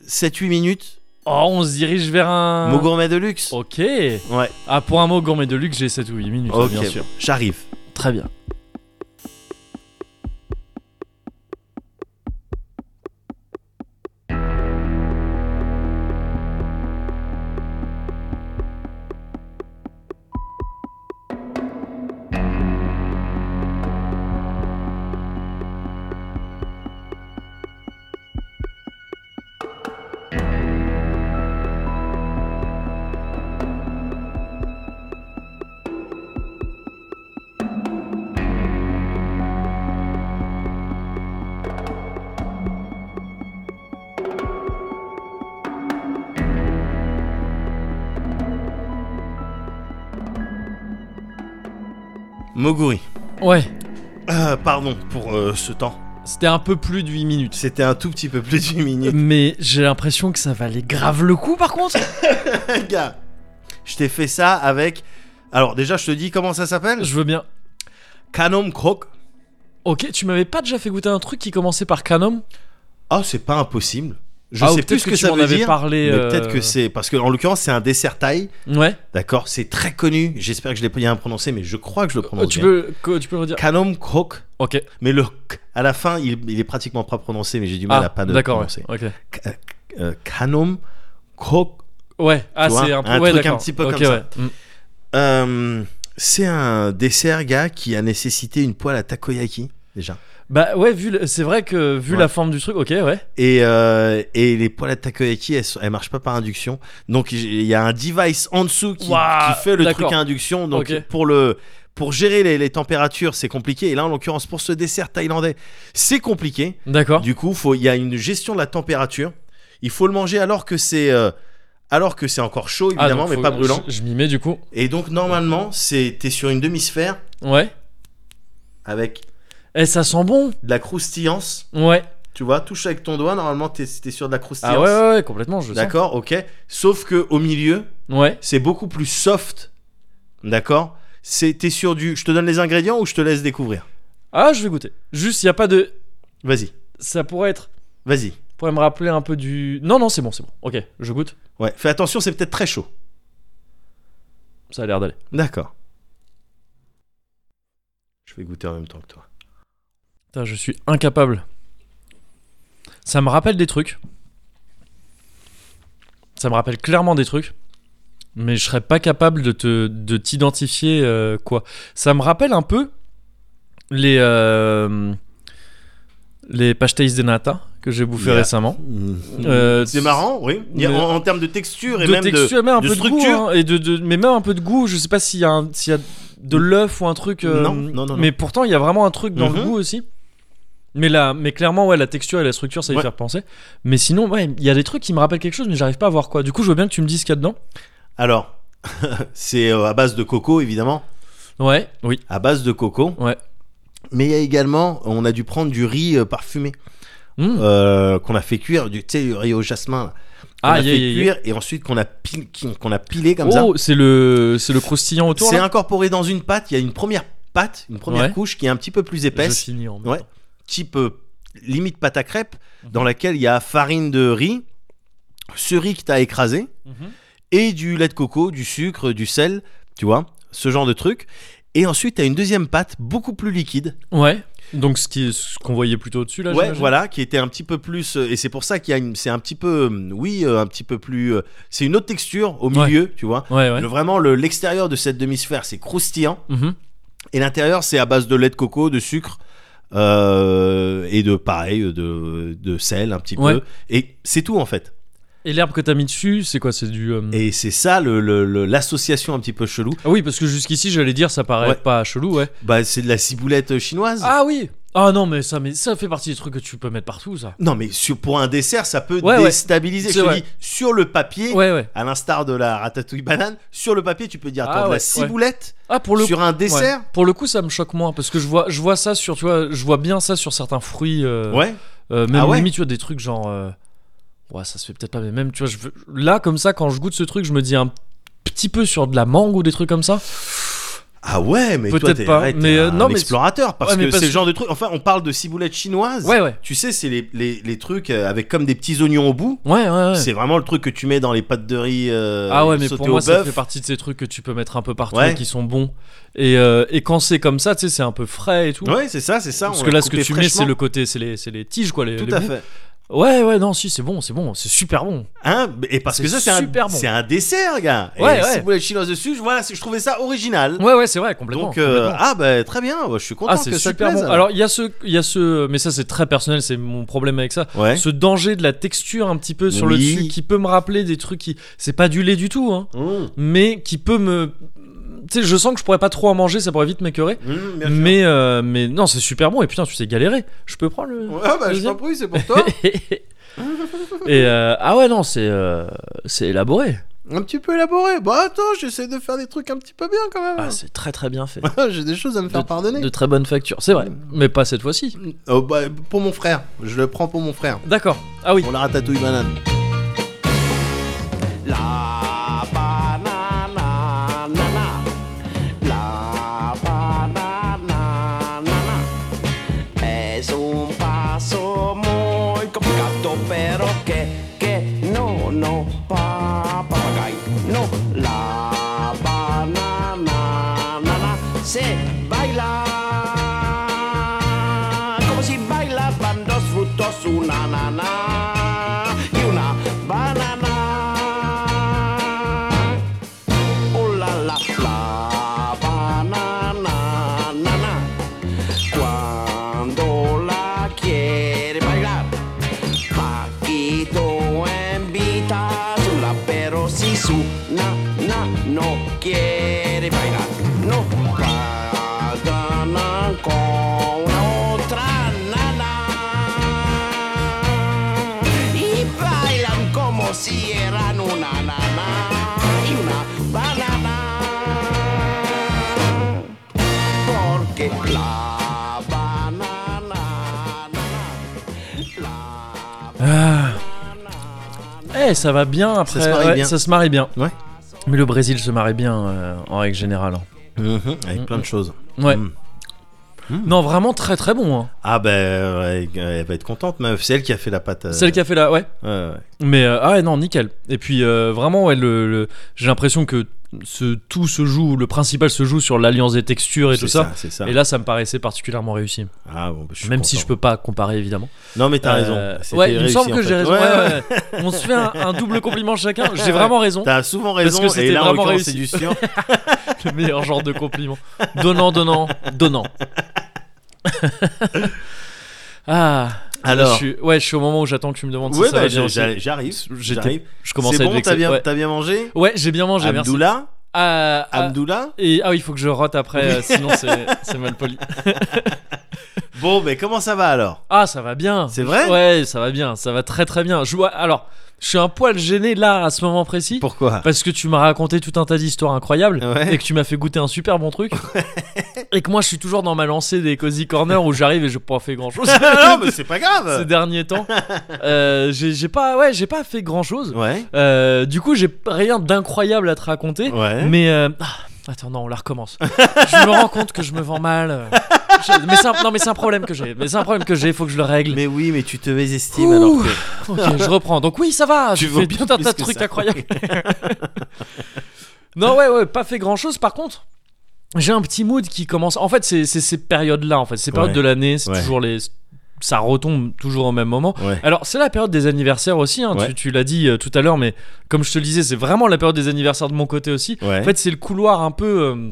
Speaker 2: 7-8 minutes
Speaker 1: Oh, on se dirige vers un.
Speaker 2: Mon gourmet de luxe
Speaker 1: Ok.
Speaker 2: Ouais,
Speaker 1: Ah, pour un mot gourmet de luxe, j'ai 7 ou 8 minutes, hein,
Speaker 2: ok,
Speaker 1: Oh. bien sûr.
Speaker 2: j'arrive.
Speaker 1: Très bien.
Speaker 2: Moguri,
Speaker 1: Ouais,
Speaker 2: Euh, pardon pour euh, ce temps.
Speaker 1: c'était un peu plus de 8 minutes.
Speaker 2: C'était un tout petit peu plus d'une minute.
Speaker 1: Euh, Mais j'ai l'impression que ça valait grave le coup par contre.
Speaker 2: Gars, je t'ai fait ça avec. Alors, déjà, je te dis comment ça s'appelle
Speaker 1: Je veux bien.
Speaker 2: Canom Croc.
Speaker 1: Ok, tu m'avais pas déjà fait goûter un truc qui commençait par Canom
Speaker 2: Ah, c'est pas impossible. Je
Speaker 1: Ah, ou
Speaker 2: sais
Speaker 1: peut-être
Speaker 2: plus ce que,
Speaker 1: que tu
Speaker 2: ça
Speaker 1: m'en
Speaker 2: veut
Speaker 1: avais
Speaker 2: dire.
Speaker 1: parlé,
Speaker 2: mais
Speaker 1: euh,
Speaker 2: peut-être que c'est. Parce que, en l'occurrence, c'est un dessert thaï.
Speaker 1: Ouais.
Speaker 2: D'accord C'est très connu. J'espère que je l'ai bien prononcé, mais je crois que je le
Speaker 1: Euh,
Speaker 2: prononce.
Speaker 1: tu,
Speaker 2: bien.
Speaker 1: peux, co- tu peux le redire
Speaker 2: Canom Croc.
Speaker 1: Ok.
Speaker 2: Mais le k à la fin, il, il est pratiquement pas prononcé, mais j'ai du mal à
Speaker 1: Ah,
Speaker 2: pas le
Speaker 1: d'accord, ouais.
Speaker 2: prononcer.
Speaker 1: Ok.
Speaker 2: K- euh, Kanom Krok.
Speaker 1: Ouais, ah,
Speaker 2: Tu vois,
Speaker 1: c'est un, peu,
Speaker 2: un
Speaker 1: ouais,
Speaker 2: truc un
Speaker 1: d'accord.
Speaker 2: petit peu
Speaker 1: Ok,
Speaker 2: comme ça.
Speaker 1: ouais. Mm.
Speaker 2: Euh, c'est un dessert, gars, qui a nécessité une poêle à takoyaki, déjà.
Speaker 1: Bah ouais, vu le- c'est vrai que vu
Speaker 2: Ouais.
Speaker 1: la forme du truc, ok, ouais.
Speaker 2: Et, euh, et les poêles à takoyaki, elles, sont- elles marchent pas par induction. Donc il y a un device en dessous qui,
Speaker 1: Ouah,
Speaker 2: qui fait le
Speaker 1: d'accord.
Speaker 2: truc à induction. Donc
Speaker 1: Ok.
Speaker 2: pour le. Pour gérer les, les températures, c'est compliqué. Et là, en l'occurrence, pour ce dessert thaïlandais, c'est compliqué.
Speaker 1: D'accord.
Speaker 2: Du coup, faut- il y a une gestion de la température. Il faut le manger alors que c'est euh, alors que c'est encore chaud
Speaker 1: Ah,
Speaker 2: évidemment,
Speaker 1: donc
Speaker 2: mais
Speaker 1: faut-
Speaker 2: pas brûlant.
Speaker 1: Je, je m'y mets du coup.
Speaker 2: Et donc normalement, c'est t'es sur une demi-sphère
Speaker 1: Ouais.
Speaker 2: avec
Speaker 1: Eh, ça sent bon.
Speaker 2: de la croustillance.
Speaker 1: Ouais.
Speaker 2: Tu vois, touche avec ton doigt. Normalement, t'es t'es sur de la croustillance.
Speaker 1: Ah ouais, ouais, ouais, complètement, je le sens.
Speaker 2: D'accord, ok. Sauf que au milieu,
Speaker 1: Ouais.
Speaker 2: c'est beaucoup plus soft. D'accord. C'est t'es sur du. Je te donne les ingrédients ou je te laisse découvrir.
Speaker 1: Ah, je vais goûter. Juste, il y a pas de.
Speaker 2: Vas-y,
Speaker 1: Ça pourrait être.
Speaker 2: vas-y.
Speaker 1: Pourrait me rappeler un peu du. Non, non, c'est bon, c'est bon. Ok, je goûte.
Speaker 2: Ouais. Fais attention, c'est peut-être très chaud.
Speaker 1: Ça a l'air d'aller.
Speaker 2: D'accord. Je vais goûter en même temps que toi.
Speaker 1: Putain, je suis incapable. Ça me rappelle des trucs. Ça me rappelle clairement des trucs. Mais je serais pas capable de te de t'identifier euh, quoi. Ça me rappelle un peu les euh, les pastéis de nata que j'ai bouffé
Speaker 2: Yeah.
Speaker 1: récemment. Euh,
Speaker 2: Euh, c'est marrant, oui. Il y a-
Speaker 1: mais-
Speaker 2: en, en termes de texture et
Speaker 1: de
Speaker 2: même
Speaker 1: texture, mais un
Speaker 2: de
Speaker 1: peu de goût,
Speaker 2: structure.
Speaker 1: hein, et de, de- mais même un peu de goût. Je sais pas s'il y a un- s'il y a de l'œuf ou un truc. euh,
Speaker 2: Non, non, non, non.
Speaker 1: Mais pourtant, il y a vraiment un truc dans le
Speaker 2: Mhm.
Speaker 1: goût aussi. Mais, la, mais clairement, ouais, la texture et la structure, ça y
Speaker 2: Ouais.
Speaker 1: faire penser. Mais sinon, ouais, il y a des trucs qui me rappellent quelque chose, mais j'arrive pas à voir quoi. Du coup, je veux bien que tu me dises ce qu'il y a dedans.
Speaker 2: Alors, c'est euh, à base de coco, évidemment.
Speaker 1: Ouais, oui,
Speaker 2: À base de coco.
Speaker 1: ouais.
Speaker 2: Mais il y a également, on a dû prendre du riz euh, parfumé
Speaker 1: Hmm.
Speaker 2: euh, qu'on a fait cuire, du, tu sais, du riz au jasmin. là. Qu'on
Speaker 1: Ah,
Speaker 2: a
Speaker 1: yeah,
Speaker 2: fait
Speaker 1: yeah, yeah.
Speaker 2: cuire et ensuite qu'on a, pil- qui- qu'on a pilé comme ça.
Speaker 1: oh, c'est le, c'est le croustillant autour.
Speaker 2: C'est
Speaker 1: là
Speaker 2: incorporé dans une pâte. Il y a une première pâte, une première
Speaker 1: Ouais.
Speaker 2: couche qui est un petit peu plus
Speaker 1: Je
Speaker 2: épaisse,
Speaker 1: finis en même
Speaker 2: Ouais.
Speaker 1: temps.
Speaker 2: type euh, limite pâte à crêpes, dans laquelle il y a farine de riz, ce riz que t'as écrasé,
Speaker 1: Mhm.
Speaker 2: et du lait de coco, du sucre, du sel, tu vois, ce genre de truc. Et ensuite, t'as une deuxième pâte beaucoup plus liquide,
Speaker 1: Ouais. Donc, ce qui- ce qu'on voyait plutôt au-dessus, là,
Speaker 2: ouais,
Speaker 1: j'imagine.
Speaker 2: voilà, qui était un petit peu plus. euh, Et c'est pour ça qu'il y a une. C'est un petit peu. euh, Oui, euh, un petit peu plus. euh, C'est une autre texture au
Speaker 1: Ouais.
Speaker 2: milieu, tu vois.
Speaker 1: Ouais, ouais.
Speaker 2: Le- vraiment, le- l'extérieur de cette demi-sphère, c'est croustillant.
Speaker 1: Mhm.
Speaker 2: Et l'intérieur, c'est à base de lait de coco, de sucre. euh, et de pareil, de, de sel un petit
Speaker 1: Ouais.
Speaker 2: peu. Et c'est tout en fait.
Speaker 1: Et l'herbe que t'as mis dessus, c'est quoi C'est du. euh,
Speaker 2: Et c'est ça le- le- le- l'association un petit peu chelou.
Speaker 1: Ah oui, parce que jusqu'ici, j'allais dire, ça paraît
Speaker 2: Ouais.
Speaker 1: pas chelou, ouais.
Speaker 2: Bah, c'est de la ciboulette chinoise.
Speaker 1: Ah oui Ah non, mais ça, mais ça fait partie des trucs que tu peux mettre partout, ça.
Speaker 2: Non, mais sur, pour un dessert, ça peut
Speaker 1: Ouais, ouais.
Speaker 2: déstabiliser.
Speaker 1: C'est
Speaker 2: Je te
Speaker 1: vrai.
Speaker 2: dis, sur le papier,
Speaker 1: Ouais, ouais.
Speaker 2: à l'instar de la ratatouille banane, sur le papier, tu peux dire attends,
Speaker 1: Ah
Speaker 2: de
Speaker 1: ouais,
Speaker 2: la ciboulette
Speaker 1: Ah, pour le
Speaker 2: sur un
Speaker 1: Ouais.
Speaker 2: dessert
Speaker 1: Pour le coup, ça me choque moins parce que je vois, je vois ça sur, tu vois, je vois bien ça sur certains fruits. euh,
Speaker 2: Ouais.
Speaker 1: euh, même
Speaker 2: Ah ouais
Speaker 1: limite, tu vois, des trucs genre. euh, ouais, ça se fait peut-être pas, mais même, tu vois, je veux- là, comme ça, quand je goûte ce truc, je me dis un petit peu sur de la mangue ou des trucs comme ça.
Speaker 2: Ah ouais, mais toi,
Speaker 1: Peut-être
Speaker 2: t'es
Speaker 1: pas,
Speaker 2: ouais, t'es
Speaker 1: mais, euh,
Speaker 2: un
Speaker 1: non, mais-
Speaker 2: explorateur parce
Speaker 1: Ouais, mais
Speaker 2: que
Speaker 1: parce-
Speaker 2: c'est le genre de truc. Enfin, on parle de ciboulette chinoise.
Speaker 1: Ouais, ouais.
Speaker 2: Tu sais, c'est les, les, les trucs euh, avec comme des petits oignons au bout.
Speaker 1: Ouais, ouais, ouais.
Speaker 2: C'est vraiment le truc que tu mets dans les pâtes de riz euh,
Speaker 1: ah ouais, mais
Speaker 2: sautées
Speaker 1: pour
Speaker 2: au
Speaker 1: moi, ça
Speaker 2: bœuf.
Speaker 1: fait partie de ces trucs que tu peux mettre un peu partout
Speaker 2: Ouais.
Speaker 1: et qui sont bons. Et, euh, et quand c'est comme ça, tu sais, c'est un peu frais et tout.
Speaker 2: Ouais, c'est ça, c'est ça.
Speaker 1: Parce
Speaker 2: on
Speaker 1: que
Speaker 2: l'a
Speaker 1: là, ce que
Speaker 2: coupé
Speaker 1: tu mets, c'est
Speaker 2: fraîchement.
Speaker 1: le côté, c'est les, c'est les tiges, quoi. Les, les
Speaker 2: Tout à
Speaker 1: bouts.
Speaker 2: fait.
Speaker 1: Ouais, ouais, non, si, c'est bon, c'est bon, c'est super bon.
Speaker 2: Hein Et parce
Speaker 1: C'est
Speaker 2: que ça, c'est un,
Speaker 1: super bon.
Speaker 2: c'est un dessert, gars. Et
Speaker 1: Ouais, ouais.
Speaker 2: ciboulette chinoise dessus, je- voilà, c'est- je trouvais ça original.
Speaker 1: Ouais, ouais, c'est vrai, complètement.
Speaker 2: Donc, euh,
Speaker 1: complètement.
Speaker 2: ah bah très bien, moi, je suis content
Speaker 1: Ah,
Speaker 2: que
Speaker 1: c'est
Speaker 2: ça te
Speaker 1: super
Speaker 2: plaise,
Speaker 1: bon. Alors, il y a ce, il y a ce, mais ça c'est très personnel, c'est mon problème avec ça.
Speaker 2: ouais.
Speaker 1: Ce danger de la texture un petit peu sur le
Speaker 2: Oui.
Speaker 1: dessus qui peut me rappeler des trucs qui, c'est pas du lait du tout, hein,
Speaker 2: Mmh,
Speaker 1: mais qui peut me, tu sais, je sens que je pourrais pas trop en manger, ça pourrait vite m'écœurer.
Speaker 2: mmh, bien sûr.
Speaker 1: Mais, euh, mais non, c'est super bon. Et putain, tu t'es galéré. Je peux prendre le.
Speaker 2: Ouais, bah, je
Speaker 1: Mmh. Deuxième
Speaker 2: t'en prie, c'est pour toi.
Speaker 1: Et euh, ah ouais, non, c'est, euh, c'est élaboré.
Speaker 2: un petit peu élaboré. Bah attends, j'essaie de faire des trucs un petit peu bien quand
Speaker 1: Ah,
Speaker 2: même.
Speaker 1: c'est très très bien fait.
Speaker 2: J'ai des choses à me faire pardonner.
Speaker 1: De très bonne facture, c'est vrai. Mais pas cette fois-ci.
Speaker 2: Oh, bah, pour mon frère, je le prends pour mon frère.
Speaker 1: D'accord. Ah oui.
Speaker 2: Pour la ratatouille banane.
Speaker 3: La banana, nana. La banana, nana. Es un paso muy complicado, pero que, que no, no, pa, papagay, no. La banana, nana, se baila como si bailaban dos frutos, una nana y una banana. Oh la la la banana nana cuando la quiere bailar Paquito invita a Zula pero si su nana no quiere bailar no banana con la otra nana y bailan como si eran una nana y una banana. Porque la banana, la
Speaker 1: Ah. Eh, ça va bien après.
Speaker 2: Ça se marie
Speaker 1: ouais,
Speaker 2: bien.
Speaker 1: Ça se marie bien.
Speaker 2: Ouais.
Speaker 1: Mais le Brésil se marie bien euh, en règle générale. hein.
Speaker 2: Mmh. Avec plein de choses.
Speaker 1: Ouais.
Speaker 2: Mm.
Speaker 1: Non, vraiment très très bon. hein.
Speaker 2: Ah bah ouais, elle va être contente, meuf. C'est elle qui a fait la pâte. euh,
Speaker 1: Celle qui a fait la. Ouais.
Speaker 2: ouais, ouais.
Speaker 1: Mais euh, ah ouais, non, nickel. Et puis euh, vraiment, ouais, le, le- j'ai l'impression que ce, tout se joue, le principal se joue sur l'alliance des textures et
Speaker 2: C'est
Speaker 1: tout ça.
Speaker 2: C'est ça.
Speaker 1: Et là, ça me paraissait particulièrement réussi.
Speaker 2: Ah, bon, bah, je suis
Speaker 1: Même si je
Speaker 2: content.
Speaker 1: peux pas comparer évidemment.
Speaker 2: Non mais t'as
Speaker 1: Euh,
Speaker 2: raison. C'était
Speaker 1: ouais, il me
Speaker 2: réussi,
Speaker 1: semble
Speaker 2: en
Speaker 1: que
Speaker 2: fait.
Speaker 1: j'ai raison.
Speaker 2: Ouais, ouais.
Speaker 1: ouais, ouais. On se fait un, un double compliment chacun. J'ai vraiment raison.
Speaker 2: T'as souvent
Speaker 1: Parce
Speaker 2: raison.
Speaker 1: que c'était
Speaker 2: et là, en
Speaker 1: vraiment
Speaker 2: l'occurrence,
Speaker 1: réussi.
Speaker 2: c'est du sien.
Speaker 1: Le meilleur genre de compliment. Donnant, donnant, donnant. ah. Je
Speaker 2: Alors.
Speaker 1: suis, ouais, je suis au moment où j'attends que tu me demandes
Speaker 2: Ouais,
Speaker 1: si ça
Speaker 2: bah,
Speaker 1: va bien.
Speaker 2: j'ai-
Speaker 1: aussi.
Speaker 2: j'arrive.
Speaker 1: J'étais-
Speaker 2: J'arrive.
Speaker 1: Je commence à
Speaker 2: C'est
Speaker 1: être
Speaker 2: bon,
Speaker 1: vexé.
Speaker 2: t'as bien,
Speaker 1: ouais,
Speaker 2: t'as bien mangé
Speaker 1: Ouais, j'ai bien mangé, merci.
Speaker 2: Abdoula
Speaker 1: Ah, ah,
Speaker 2: Amdoula
Speaker 1: et, ah oui, il faut que je rote après, euh, sinon c'est c'est mal poli.
Speaker 2: Bon, mais comment ça va alors
Speaker 1: Ah, ça va bien.
Speaker 2: C'est vrai
Speaker 1: Ouais, ça va bien, ça va très très bien. Je vois- alors, je suis un poil gêné là à ce moment précis.
Speaker 2: Pourquoi
Speaker 1: Parce que tu m'as raconté tout un tas d'histoires incroyables
Speaker 2: Ouais.
Speaker 1: et que tu m'as fait goûter un super bon truc et que moi je suis toujours dans ma lancée des cozy corners où j'arrive et je n'ai pas fait grand chose
Speaker 2: Non, mais c'est pas
Speaker 1: ces
Speaker 2: grave
Speaker 1: derniers temps. Euh, j'ai j'ai pas, ouais, j'ai pas fait grand chose.
Speaker 2: Ouais,
Speaker 1: du coup, j'ai rien d'incroyable à te raconter.
Speaker 2: ouais.
Speaker 1: Mais euh, ah, attends, non, on la recommence. je me rends compte que je me vends mal. euh, je- mais c'est un, non, mais c'est un problème que j'ai. Mais c'est un problème que j'ai. Faut que je le règle.
Speaker 2: Mais oui, mais tu te mésestimes
Speaker 1: Ouh.
Speaker 2: alors que.
Speaker 1: Ok, je reprends. Donc oui, ça va.
Speaker 2: Tu
Speaker 1: Tu
Speaker 2: vaux
Speaker 1: fais
Speaker 2: bien
Speaker 1: tout un
Speaker 2: plus
Speaker 1: tas de
Speaker 2: que
Speaker 1: trucs
Speaker 2: ça.
Speaker 1: incroyables. non, ouais, ouais, pas fait grand chose. Par contre. J'ai un petit mood qui commence. En fait, c'est c'est ces périodes-là, en fait, ces périodes
Speaker 2: Ouais.
Speaker 1: de l'année, c'est
Speaker 2: Ouais.
Speaker 1: toujours les, ça retombe toujours au même moment.
Speaker 2: Ouais.
Speaker 1: Alors, c'est la période des anniversaires aussi, hein,
Speaker 2: Ouais.
Speaker 1: tu, tu l'as dit euh, tout à l'heure, mais comme je te le disais, c'est vraiment la période des anniversaires de mon côté aussi.
Speaker 2: Ouais.
Speaker 1: En fait, c'est le couloir un peu. euh,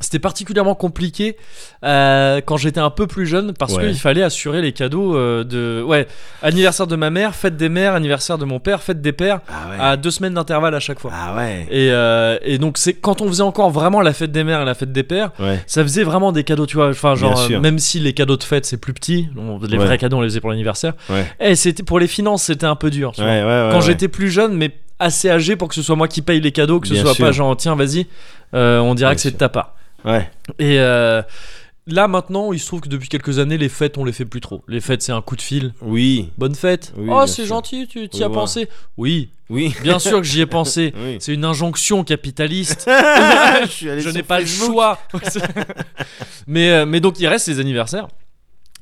Speaker 1: c'était particulièrement compliqué euh, quand j'étais un peu plus jeune parce
Speaker 2: Ouais.
Speaker 1: qu'il fallait assurer les cadeaux euh, de. Ouais, anniversaire de ma mère, fête des mères, anniversaire de mon père, fête des pères,
Speaker 2: Ah ouais.
Speaker 1: à deux semaines d'intervalle à chaque fois.
Speaker 2: Ah ouais.
Speaker 1: Et, euh, et donc, c'est quand on faisait encore vraiment la fête des mères et la fête des pères,
Speaker 2: Ouais.
Speaker 1: ça faisait vraiment des cadeaux, tu vois. Enfin, genre,
Speaker 2: Bien sûr.
Speaker 1: euh, même si les cadeaux de fête c'est plus petit, on- les
Speaker 2: Ouais.
Speaker 1: vrais cadeaux on les faisait pour l'anniversaire.
Speaker 2: Ouais.
Speaker 1: Et c'était pour les finances, c'était un peu dur. tu
Speaker 2: Ouais,
Speaker 1: vois.
Speaker 2: ouais, ouais.
Speaker 1: Quand
Speaker 2: ouais.
Speaker 1: j'étais plus jeune, mais assez âgé pour que ce soit moi qui paye les cadeaux, que ce
Speaker 2: Bien
Speaker 1: soit
Speaker 2: sûr.
Speaker 1: pas genre tiens vas-y, euh, on dirait
Speaker 2: Bien
Speaker 1: que c'est de
Speaker 2: sûr.
Speaker 1: ta part.
Speaker 2: Ouais.
Speaker 1: Et euh, là maintenant, il se trouve que depuis quelques années, les fêtes on les fait plus trop. Les fêtes c'est un coup de fil.
Speaker 2: Oui.
Speaker 1: Bonne fête.
Speaker 2: Oui,
Speaker 1: oh
Speaker 2: bien
Speaker 1: c'est
Speaker 2: sûr.
Speaker 1: gentil, tu t'y
Speaker 2: Oui,
Speaker 1: as
Speaker 2: voilà.
Speaker 1: pensé. Oui,
Speaker 2: Oui.
Speaker 1: bien sûr que j'y ai pensé.
Speaker 2: Oui.
Speaker 1: C'est une injonction capitaliste.
Speaker 2: je suis allé
Speaker 1: je
Speaker 2: sur
Speaker 1: n'ai pas
Speaker 2: Facebook.
Speaker 1: le choix. mais, euh, mais donc il reste les anniversaires.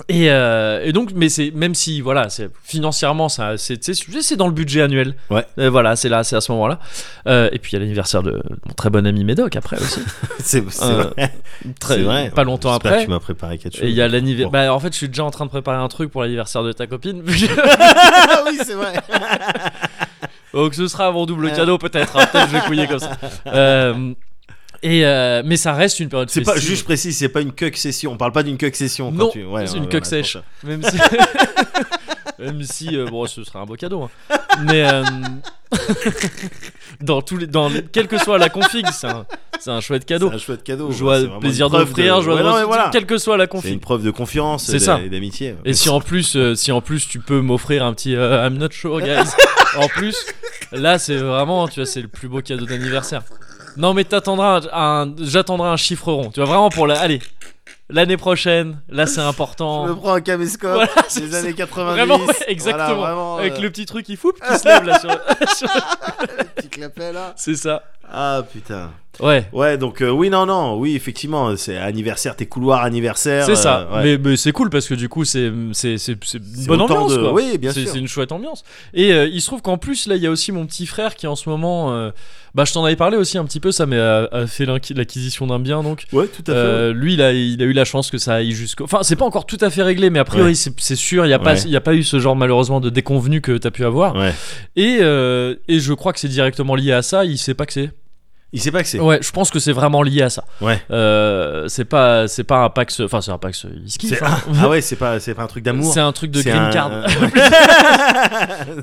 Speaker 1: Et, euh, et donc, mais c'est même si voilà, c'est financièrement ça, c'est tu sais, c'est dans le budget annuel.
Speaker 2: Ouais.
Speaker 1: Euh, voilà, c'est là, c'est à ce moment-là. Euh, et puis il y a l'anniversaire de mon très bon ami Médoc après aussi.
Speaker 2: C'est c'est
Speaker 1: Euh,
Speaker 2: vrai.
Speaker 1: Très-
Speaker 2: C'est vrai.
Speaker 1: Pas longtemps
Speaker 2: J'espère que
Speaker 1: après.
Speaker 2: tu m'as préparé quelque chose.
Speaker 1: Et il y a l'anniversaire.
Speaker 2: Bon.
Speaker 1: en fait, je suis déjà en train de préparer un truc pour l'anniversaire de ta copine.
Speaker 2: Ah oui, c'est vrai.
Speaker 1: Donc ce sera mon double
Speaker 2: Ouais.
Speaker 1: cadeau peut-être. hein. Peut-être je vais couiller comme ça. Euh, et euh, mais ça reste une période.
Speaker 2: C'est pas
Speaker 1: festive.
Speaker 2: juste précis, c'est pas une cuck session. On parle pas d'une cuck session. quand
Speaker 1: Non,
Speaker 2: tu- ouais,
Speaker 1: c'est
Speaker 2: ouais,
Speaker 1: une
Speaker 2: ouais,
Speaker 1: cuck
Speaker 2: ouais,
Speaker 1: sèche.
Speaker 2: c'est pour ça.
Speaker 1: Même si. Même si, euh, bon, ce serait un beau cadeau. hein. Mais. euh, dans tous les, dans les- quelle que soit la config, c'est un, c'est un chouette cadeau.
Speaker 2: C'est un chouette cadeau.
Speaker 1: Joie,
Speaker 2: ouais, c'est vraiment
Speaker 1: plaisir
Speaker 2: une preuve
Speaker 1: d'offrir, joie
Speaker 2: ouais,
Speaker 1: de
Speaker 2: non, mais
Speaker 1: recevoir,
Speaker 2: voilà.
Speaker 1: quelle que soit la
Speaker 2: C'est une
Speaker 1: config.
Speaker 2: preuve de confiance
Speaker 1: C'est
Speaker 2: et
Speaker 1: ça.
Speaker 2: d'a- et d'amitié.
Speaker 1: Et si en plus, euh, si en plus tu peux m'offrir un petit euh, I'm not sure, guys. en plus, là, c'est vraiment, tu vois, c'est le plus beau cadeau d'anniversaire. Non, mais t'attendras, un- un- j'attendrai un chiffre rond. Tu vois vraiment pour la, allez, l'année prochaine. Là, c'est important.
Speaker 2: Je me prends un caméscope
Speaker 1: Voilà, c'est
Speaker 2: des
Speaker 1: ça.
Speaker 2: années 90.
Speaker 1: Vraiment, ouais,
Speaker 2: Voilà,
Speaker 1: exactement.
Speaker 2: vraiment,
Speaker 1: Avec
Speaker 2: euh,
Speaker 1: le petit truc qui foupe qui se lève là sur. sur-
Speaker 2: petit clapet là.
Speaker 1: C'est ça.
Speaker 2: Ah putain.
Speaker 1: Ouais.
Speaker 2: Ouais, donc euh, oui, non, non, oui, effectivement, c'est anniversaire, tes couloirs anniversaire.
Speaker 1: C'est ça.
Speaker 2: euh, ouais.
Speaker 1: Mais, mais c'est cool parce que du coup, c'est c'est- c'est- c'est une
Speaker 2: C'est
Speaker 1: bonne
Speaker 2: autant
Speaker 1: ambiance.
Speaker 2: de-
Speaker 1: quoi.
Speaker 2: Oui, bien
Speaker 1: C'est-
Speaker 2: sûr.
Speaker 1: C'est une chouette ambiance. Et euh, il se trouve qu'en plus, là, il y a aussi mon petit frère qui en ce moment. euh, bah, je t'en avais parlé aussi un petit peu, ça mais a, a fait l'inqui- l'acquisition d'un bien donc.
Speaker 2: Ouais, tout à fait.
Speaker 1: Euh, lui, il a, il a eu la chance que ça aille jusqu'au. Enfin, c'est pas encore tout à fait réglé, mais a priori,
Speaker 2: Ouais.
Speaker 1: c'est c'est sûr, il n'y a, pas
Speaker 2: Ouais.
Speaker 1: il y a pas eu ce genre, malheureusement, de déconvenu que t'as pu avoir.
Speaker 2: Ouais.
Speaker 1: Et, euh, et je crois que c'est directement lié à ça, il sait pas que c'est.
Speaker 2: Il sait pas que c'est.
Speaker 1: Ouais, je pense que c'est vraiment lié à ça.
Speaker 2: Ouais.
Speaker 1: Euh, c'est pas, c'est pas un pax, enfin c'est un pax whisky.
Speaker 2: C'est-
Speaker 1: ça.
Speaker 2: Ah ouais, c'est pas, c'est pas un truc d'amour.
Speaker 1: C'est un truc de
Speaker 2: C'est
Speaker 1: green
Speaker 2: un-
Speaker 1: card.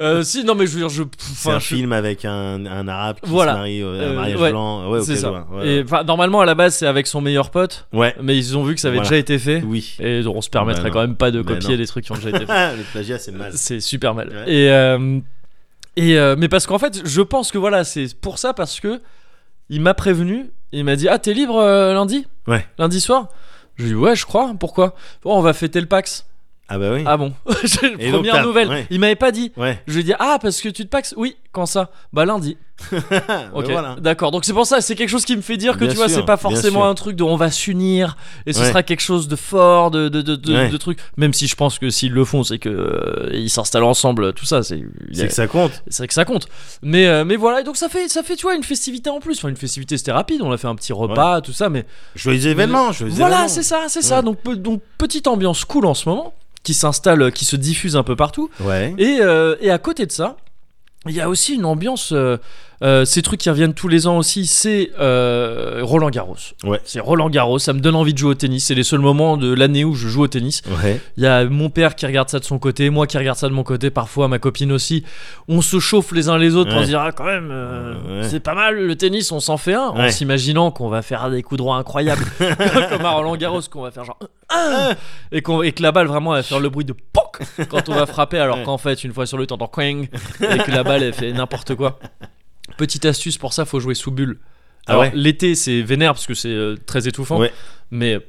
Speaker 1: Euh, si, non mais je veux dire, je,
Speaker 2: C'est
Speaker 1: enfin,
Speaker 2: un
Speaker 1: je-
Speaker 2: film avec un, un arabe qui
Speaker 1: Voilà.
Speaker 2: se marie, euh,
Speaker 1: Euh,
Speaker 2: un mariage
Speaker 1: ouais.
Speaker 2: blanc. Ouais, ok,
Speaker 1: c'est
Speaker 2: je
Speaker 1: ça.
Speaker 2: vois,
Speaker 1: Et
Speaker 2: ouais.
Speaker 1: enfin, normalement à la base c'est avec son meilleur pote,
Speaker 2: Ouais,
Speaker 1: mais ils ont vu que ça avait
Speaker 2: Voilà.
Speaker 1: déjà été fait.
Speaker 2: oui.
Speaker 1: Et on se permettrait
Speaker 2: Bah non.
Speaker 1: quand même pas de
Speaker 2: Bah
Speaker 1: copier
Speaker 2: non.
Speaker 1: des trucs qui ont déjà été faits.
Speaker 2: Ah, le plagiat, c'est mal.
Speaker 1: C'est super mal.
Speaker 2: Ouais.
Speaker 1: Et, euh, et euh, mais parce qu'en fait, je pense que voilà, c'est pour ça parce que il m'a prévenu, il m'a dit ah t'es libre euh, lundi,
Speaker 2: Ouais.
Speaker 1: lundi soir. Je lui ai dit, ouais je crois. Pourquoi Bon on va fêter le Pax.
Speaker 2: Ah bah oui.
Speaker 1: Ah bon J'ai-
Speaker 2: Et donc,
Speaker 1: Première
Speaker 2: t'as-
Speaker 1: nouvelle.
Speaker 2: ouais.
Speaker 1: Il m'avait pas dit.
Speaker 2: Ouais.
Speaker 1: Je lui ai dit ah parce que tu te Pax Oui quand ça Bah lundi.
Speaker 2: Ah,
Speaker 1: Ok.
Speaker 2: bah voilà.
Speaker 1: D'accord. Donc c'est pour ça c'est quelque chose qui me fait dire que
Speaker 2: Bien
Speaker 1: tu vois
Speaker 2: sûr,
Speaker 1: c'est pas
Speaker 2: bien
Speaker 1: forcément
Speaker 2: sûr.
Speaker 1: un truc de on va s'unir et ce
Speaker 2: Ouais.
Speaker 1: sera quelque chose de fort de de de, de,
Speaker 2: Ouais.
Speaker 1: de truc. Même si je pense que s'ils le font c'est que euh, ils s'installent ensemble tout ça c'est il y a-
Speaker 2: C'est que ça compte.
Speaker 1: c'est vrai que ça compte. Mais, euh, mais voilà, et donc ça fait, ça fait, tu vois, une festivité en plus. Enfin, une festivité, c'était rapide, on a fait un petit repas, tout ça, mais
Speaker 2: Joyeux événements. joyeux
Speaker 1: voilà,
Speaker 2: événements.
Speaker 1: c'est ça, c'est ça.
Speaker 2: Ouais.
Speaker 1: Donc, pe- donc, petite ambiance cool en ce moment, qui s'installe, euh, qui se diffuse un peu partout.
Speaker 2: Ouais.
Speaker 1: Et, euh, et à côté de ça, Il y a aussi une ambiance, euh, euh, ces trucs qui reviennent tous les ans aussi, c'est euh, Roland Garros.
Speaker 2: Ouais.
Speaker 1: C'est Roland Garros, ça me donne envie de jouer au tennis. C'est les seuls moments de l'année où je joue au tennis.
Speaker 2: Ouais.
Speaker 1: Il y a mon père qui regarde ça de son côté, moi qui regarde ça de mon côté, parfois ma copine aussi. On se chauffe les uns les autres pour
Speaker 2: Ouais.
Speaker 1: se dire, ah, quand même, euh,
Speaker 2: Ouais.
Speaker 1: c'est pas mal le tennis, on s'en fait un, en
Speaker 2: Ouais.
Speaker 1: s'imaginant qu'on va faire des coups droits incroyables, comme à Roland Garros, qu'on va faire genre, Ah et, qu'on- et que la balle vraiment elle va faire le bruit de POC quand on va frapper, alors
Speaker 2: Ouais.
Speaker 1: qu'en fait, une fois sur le temps, t'entends quing, et que la balle elle fait n'importe quoi. Petite astuce pour ça, faut jouer sous bulle.
Speaker 2: Ah
Speaker 1: Alors
Speaker 2: ouais
Speaker 1: l'été c'est vénère parce que c'est euh, très étouffant,
Speaker 2: Ouais.
Speaker 1: mais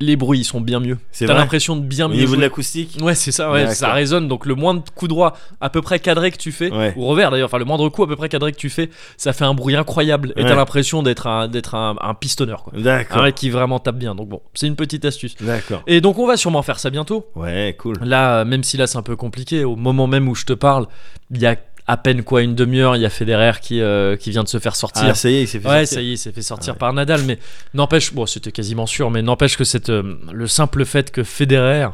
Speaker 1: les bruits ils sont bien mieux.
Speaker 2: C'est
Speaker 1: T'as
Speaker 2: vrai.
Speaker 1: l'impression de bien
Speaker 2: Au
Speaker 1: mieux
Speaker 2: niveau de
Speaker 1: jouer.
Speaker 2: l'acoustique
Speaker 1: Ouais, c'est ça, ouais,
Speaker 2: D'accord.
Speaker 1: ça résonne. Donc le moindre coup droit à peu près cadré que tu fais,
Speaker 2: Ouais.
Speaker 1: ou revers d'ailleurs, enfin le moindre coup à peu près cadré que tu fais, ça fait un bruit incroyable. Et t'as
Speaker 2: Ouais.
Speaker 1: l'impression d'être un, d'être un, un pistonneur, quoi. Un
Speaker 2: D'accord.
Speaker 1: mec qui vraiment tape bien. Donc bon, c'est une petite astuce.
Speaker 2: D'accord.
Speaker 1: Et donc on va sûrement faire ça bientôt.
Speaker 2: Ouais, cool.
Speaker 1: Là, euh, même si là c'est un peu compliqué, au moment même où je te parle, il y a à peine quoi une demi-heure, il y a Federer qui, euh, qui vient de se faire sortir.
Speaker 2: Ah, ça y est, il s'est fait
Speaker 1: Ouais,
Speaker 2: sortir.
Speaker 1: ça y est, il s'est fait sortir par Nadal, mais n'empêche, bon, c'était quasiment sûr, mais n'empêche que cette, euh, le simple fait que Federer.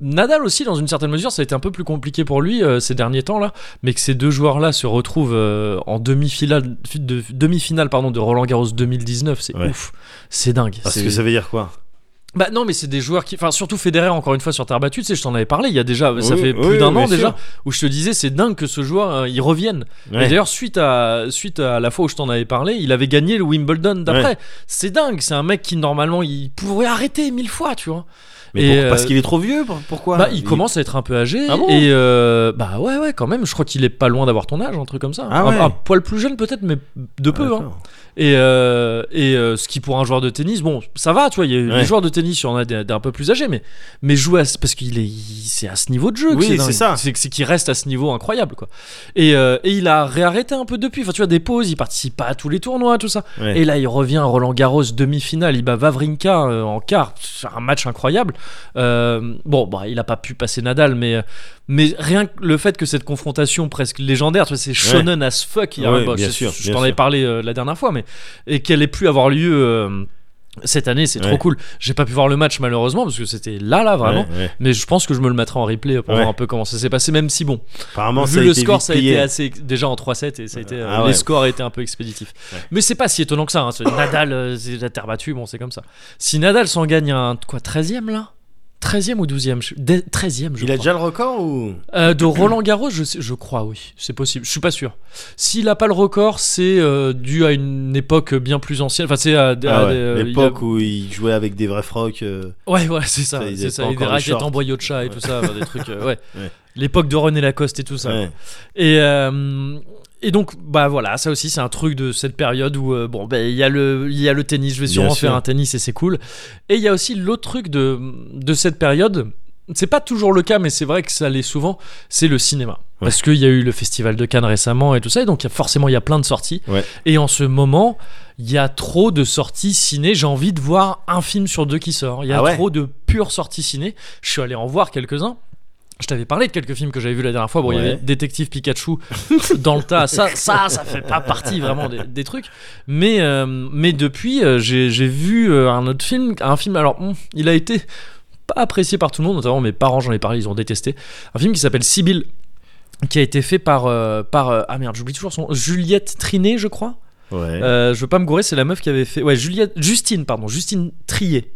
Speaker 1: Nadal aussi, dans une certaine mesure, ça a été un peu plus compliqué pour lui euh, ces derniers temps-là, mais que ces deux joueurs-là se retrouvent euh, en demi-finale fi- de, demi-finale, pardon, de Roland Garros 2019, c'est
Speaker 2: Ouais.
Speaker 1: ouf, c'est dingue.
Speaker 2: Parce
Speaker 1: c'est-
Speaker 2: que ça veut dire quoi
Speaker 1: Bah non, mais c'est des joueurs qui, enfin surtout Federer encore une fois sur terre battue, tu sais, je t'en avais parlé, il y a déjà, ça
Speaker 2: Oui,
Speaker 1: fait
Speaker 2: oui,
Speaker 1: plus d'un
Speaker 2: bien
Speaker 1: an déjà,
Speaker 2: sûr.
Speaker 1: où je te disais c'est dingue que ce joueur, euh, il revienne. Et
Speaker 2: Ouais.
Speaker 1: d'ailleurs, suite à, suite à la fois où je t'en avais parlé, il avait gagné le Wimbledon d'après. C'est dingue, c'est un mec qui normalement il pourrait arrêter mille fois, tu vois.
Speaker 2: Mais
Speaker 1: Et,
Speaker 2: pour- parce
Speaker 1: euh,
Speaker 2: qu'il est trop vieux pour- Pourquoi
Speaker 1: bah, il commence à être un peu âgé
Speaker 2: Ah bon
Speaker 1: et euh, bah ouais ouais quand même. Je crois qu'il est pas loin d'avoir ton âge, un truc comme ça.
Speaker 2: Ah
Speaker 1: un,
Speaker 2: ouais.
Speaker 1: un poil plus jeune peut-être, mais de peu. hein.
Speaker 2: D'accord.
Speaker 1: Et euh, et euh, ce qui pour un joueur de tennis, bon, ça va, tu vois. il y a-
Speaker 2: Ouais.
Speaker 1: Les joueurs de tennis, il y en a des, des un peu plus âgés, mais mais jouer à ce- parce qu'il est il- c'est à ce niveau de jeu. que
Speaker 2: Oui,
Speaker 1: dingue.
Speaker 2: c'est ça.
Speaker 1: C'est c'est qu'il reste à ce niveau incroyable, quoi. Et euh, et il a réarrêté un peu depuis. Enfin, tu vois, des pauses, il participe pas à tous les tournois, tout ça.
Speaker 2: Ouais.
Speaker 1: Et là, il revient à Roland Garros demi-finale. Il bat Vavrinka euh, en quart. C'est un match incroyable. Euh, bon, bah, il a pas pu passer Nadal, mais, mais rien que le fait que cette confrontation presque légendaire, tu vois, c'est shonen as fuck. il y a
Speaker 2: Ouais,
Speaker 1: un boss.
Speaker 2: bien
Speaker 1: Je-
Speaker 2: sûr,
Speaker 1: je
Speaker 2: bien
Speaker 1: t'en avais
Speaker 2: sûr.
Speaker 1: parlé euh, la dernière fois, mais et qu'elle ait pu avoir lieu. euh, cette année, c'est trop
Speaker 2: Ouais.
Speaker 1: cool. J'ai pas pu voir le match malheureusement parce que c'était là, là vraiment.
Speaker 2: Ouais, ouais.
Speaker 1: Mais je pense que je me le mettrai en replay pour
Speaker 2: Ouais.
Speaker 1: voir un peu comment ça s'est passé. Même si bon,
Speaker 2: Apparemment,
Speaker 1: vu
Speaker 2: ça a
Speaker 1: le
Speaker 2: été
Speaker 1: score,
Speaker 2: vite
Speaker 1: ça a été
Speaker 2: plié.
Speaker 1: assez déjà en 3-7 et ça a été, euh,
Speaker 2: Ah ouais.
Speaker 1: les scores étaient un peu expéditifs.
Speaker 2: Ouais.
Speaker 1: Mais c'est pas si étonnant que ça. hein. C'est- Nadal, euh, c'est la terre battue, bon, c'est comme ça. Si Nadal s'en gagne un quoi, 13e là 13e ou 12e je- dé- 13e, je
Speaker 2: Il a
Speaker 1: crois.
Speaker 2: déjà le record ou
Speaker 1: Euh, de Roland Garros, je, sais- je crois, oui. C'est possible. Je suis pas sûr. S'il a pas le record, c'est euh, dû à une époque bien plus ancienne. Enfin, c'est à, à-
Speaker 2: Ah ouais,
Speaker 1: euh, il y a-
Speaker 2: L'époque où il jouait avec des vrais frocs. euh,
Speaker 1: Ouais, ouais, c'est ça.
Speaker 2: Ça, ils
Speaker 1: C'est
Speaker 2: avaient
Speaker 1: ça.
Speaker 2: pas
Speaker 1: Et des
Speaker 2: encore de
Speaker 1: raquettes
Speaker 2: short.
Speaker 1: en boyau de chat et tout ça. enfin, des trucs. euh, ouais.
Speaker 2: Ouais.
Speaker 1: L'époque de René Lacoste et tout ça.
Speaker 2: ouais.
Speaker 1: Et, euh, et donc, bah voilà, ça aussi, c'est un truc de cette période où, euh, bon, bah, il y, a le- il y a le tennis, je vais
Speaker 2: Bien
Speaker 1: sûrement
Speaker 2: sûr.
Speaker 1: faire un tennis et c'est cool. Et il y a aussi l'autre truc de, de cette période, c'est pas toujours le cas, mais c'est vrai que ça l'est souvent, c'est le cinéma. Parce qu'il y a eu le festival de Cannes récemment et tout ça, et donc il y a- forcément, il y a plein de sorties.
Speaker 2: Ouais.
Speaker 1: Et en ce moment, il y a trop de sorties ciné, j'ai envie de voir un film sur deux qui sort. Il y a
Speaker 2: Ah ouais
Speaker 1: trop de pures sorties ciné, je suis allé en voir quelques-uns. Je t'avais parlé de quelques films que j'avais vus la dernière fois. Bon, il y
Speaker 2: Ouais.
Speaker 1: avait Détective Pikachu dans le tas. Ça, ça, ça fait pas partie vraiment des, des trucs. Mais, euh, mais depuis, euh, j'ai j'ai vu euh, un autre film. Un film, alors, hum, il a été pas apprécié par tout le monde, notamment mes parents, j'en ai parlé, ils ont détesté. Un film qui s'appelle Sibyl, qui a été fait par. euh, par euh, ah merde, j'oublie toujours son. Juliette Trinet, je crois.
Speaker 2: Ouais.
Speaker 1: Euh, je veux pas me gourer, c'est la meuf qui avait fait. Ouais, Juliette, Justine, pardon, Justine Trier.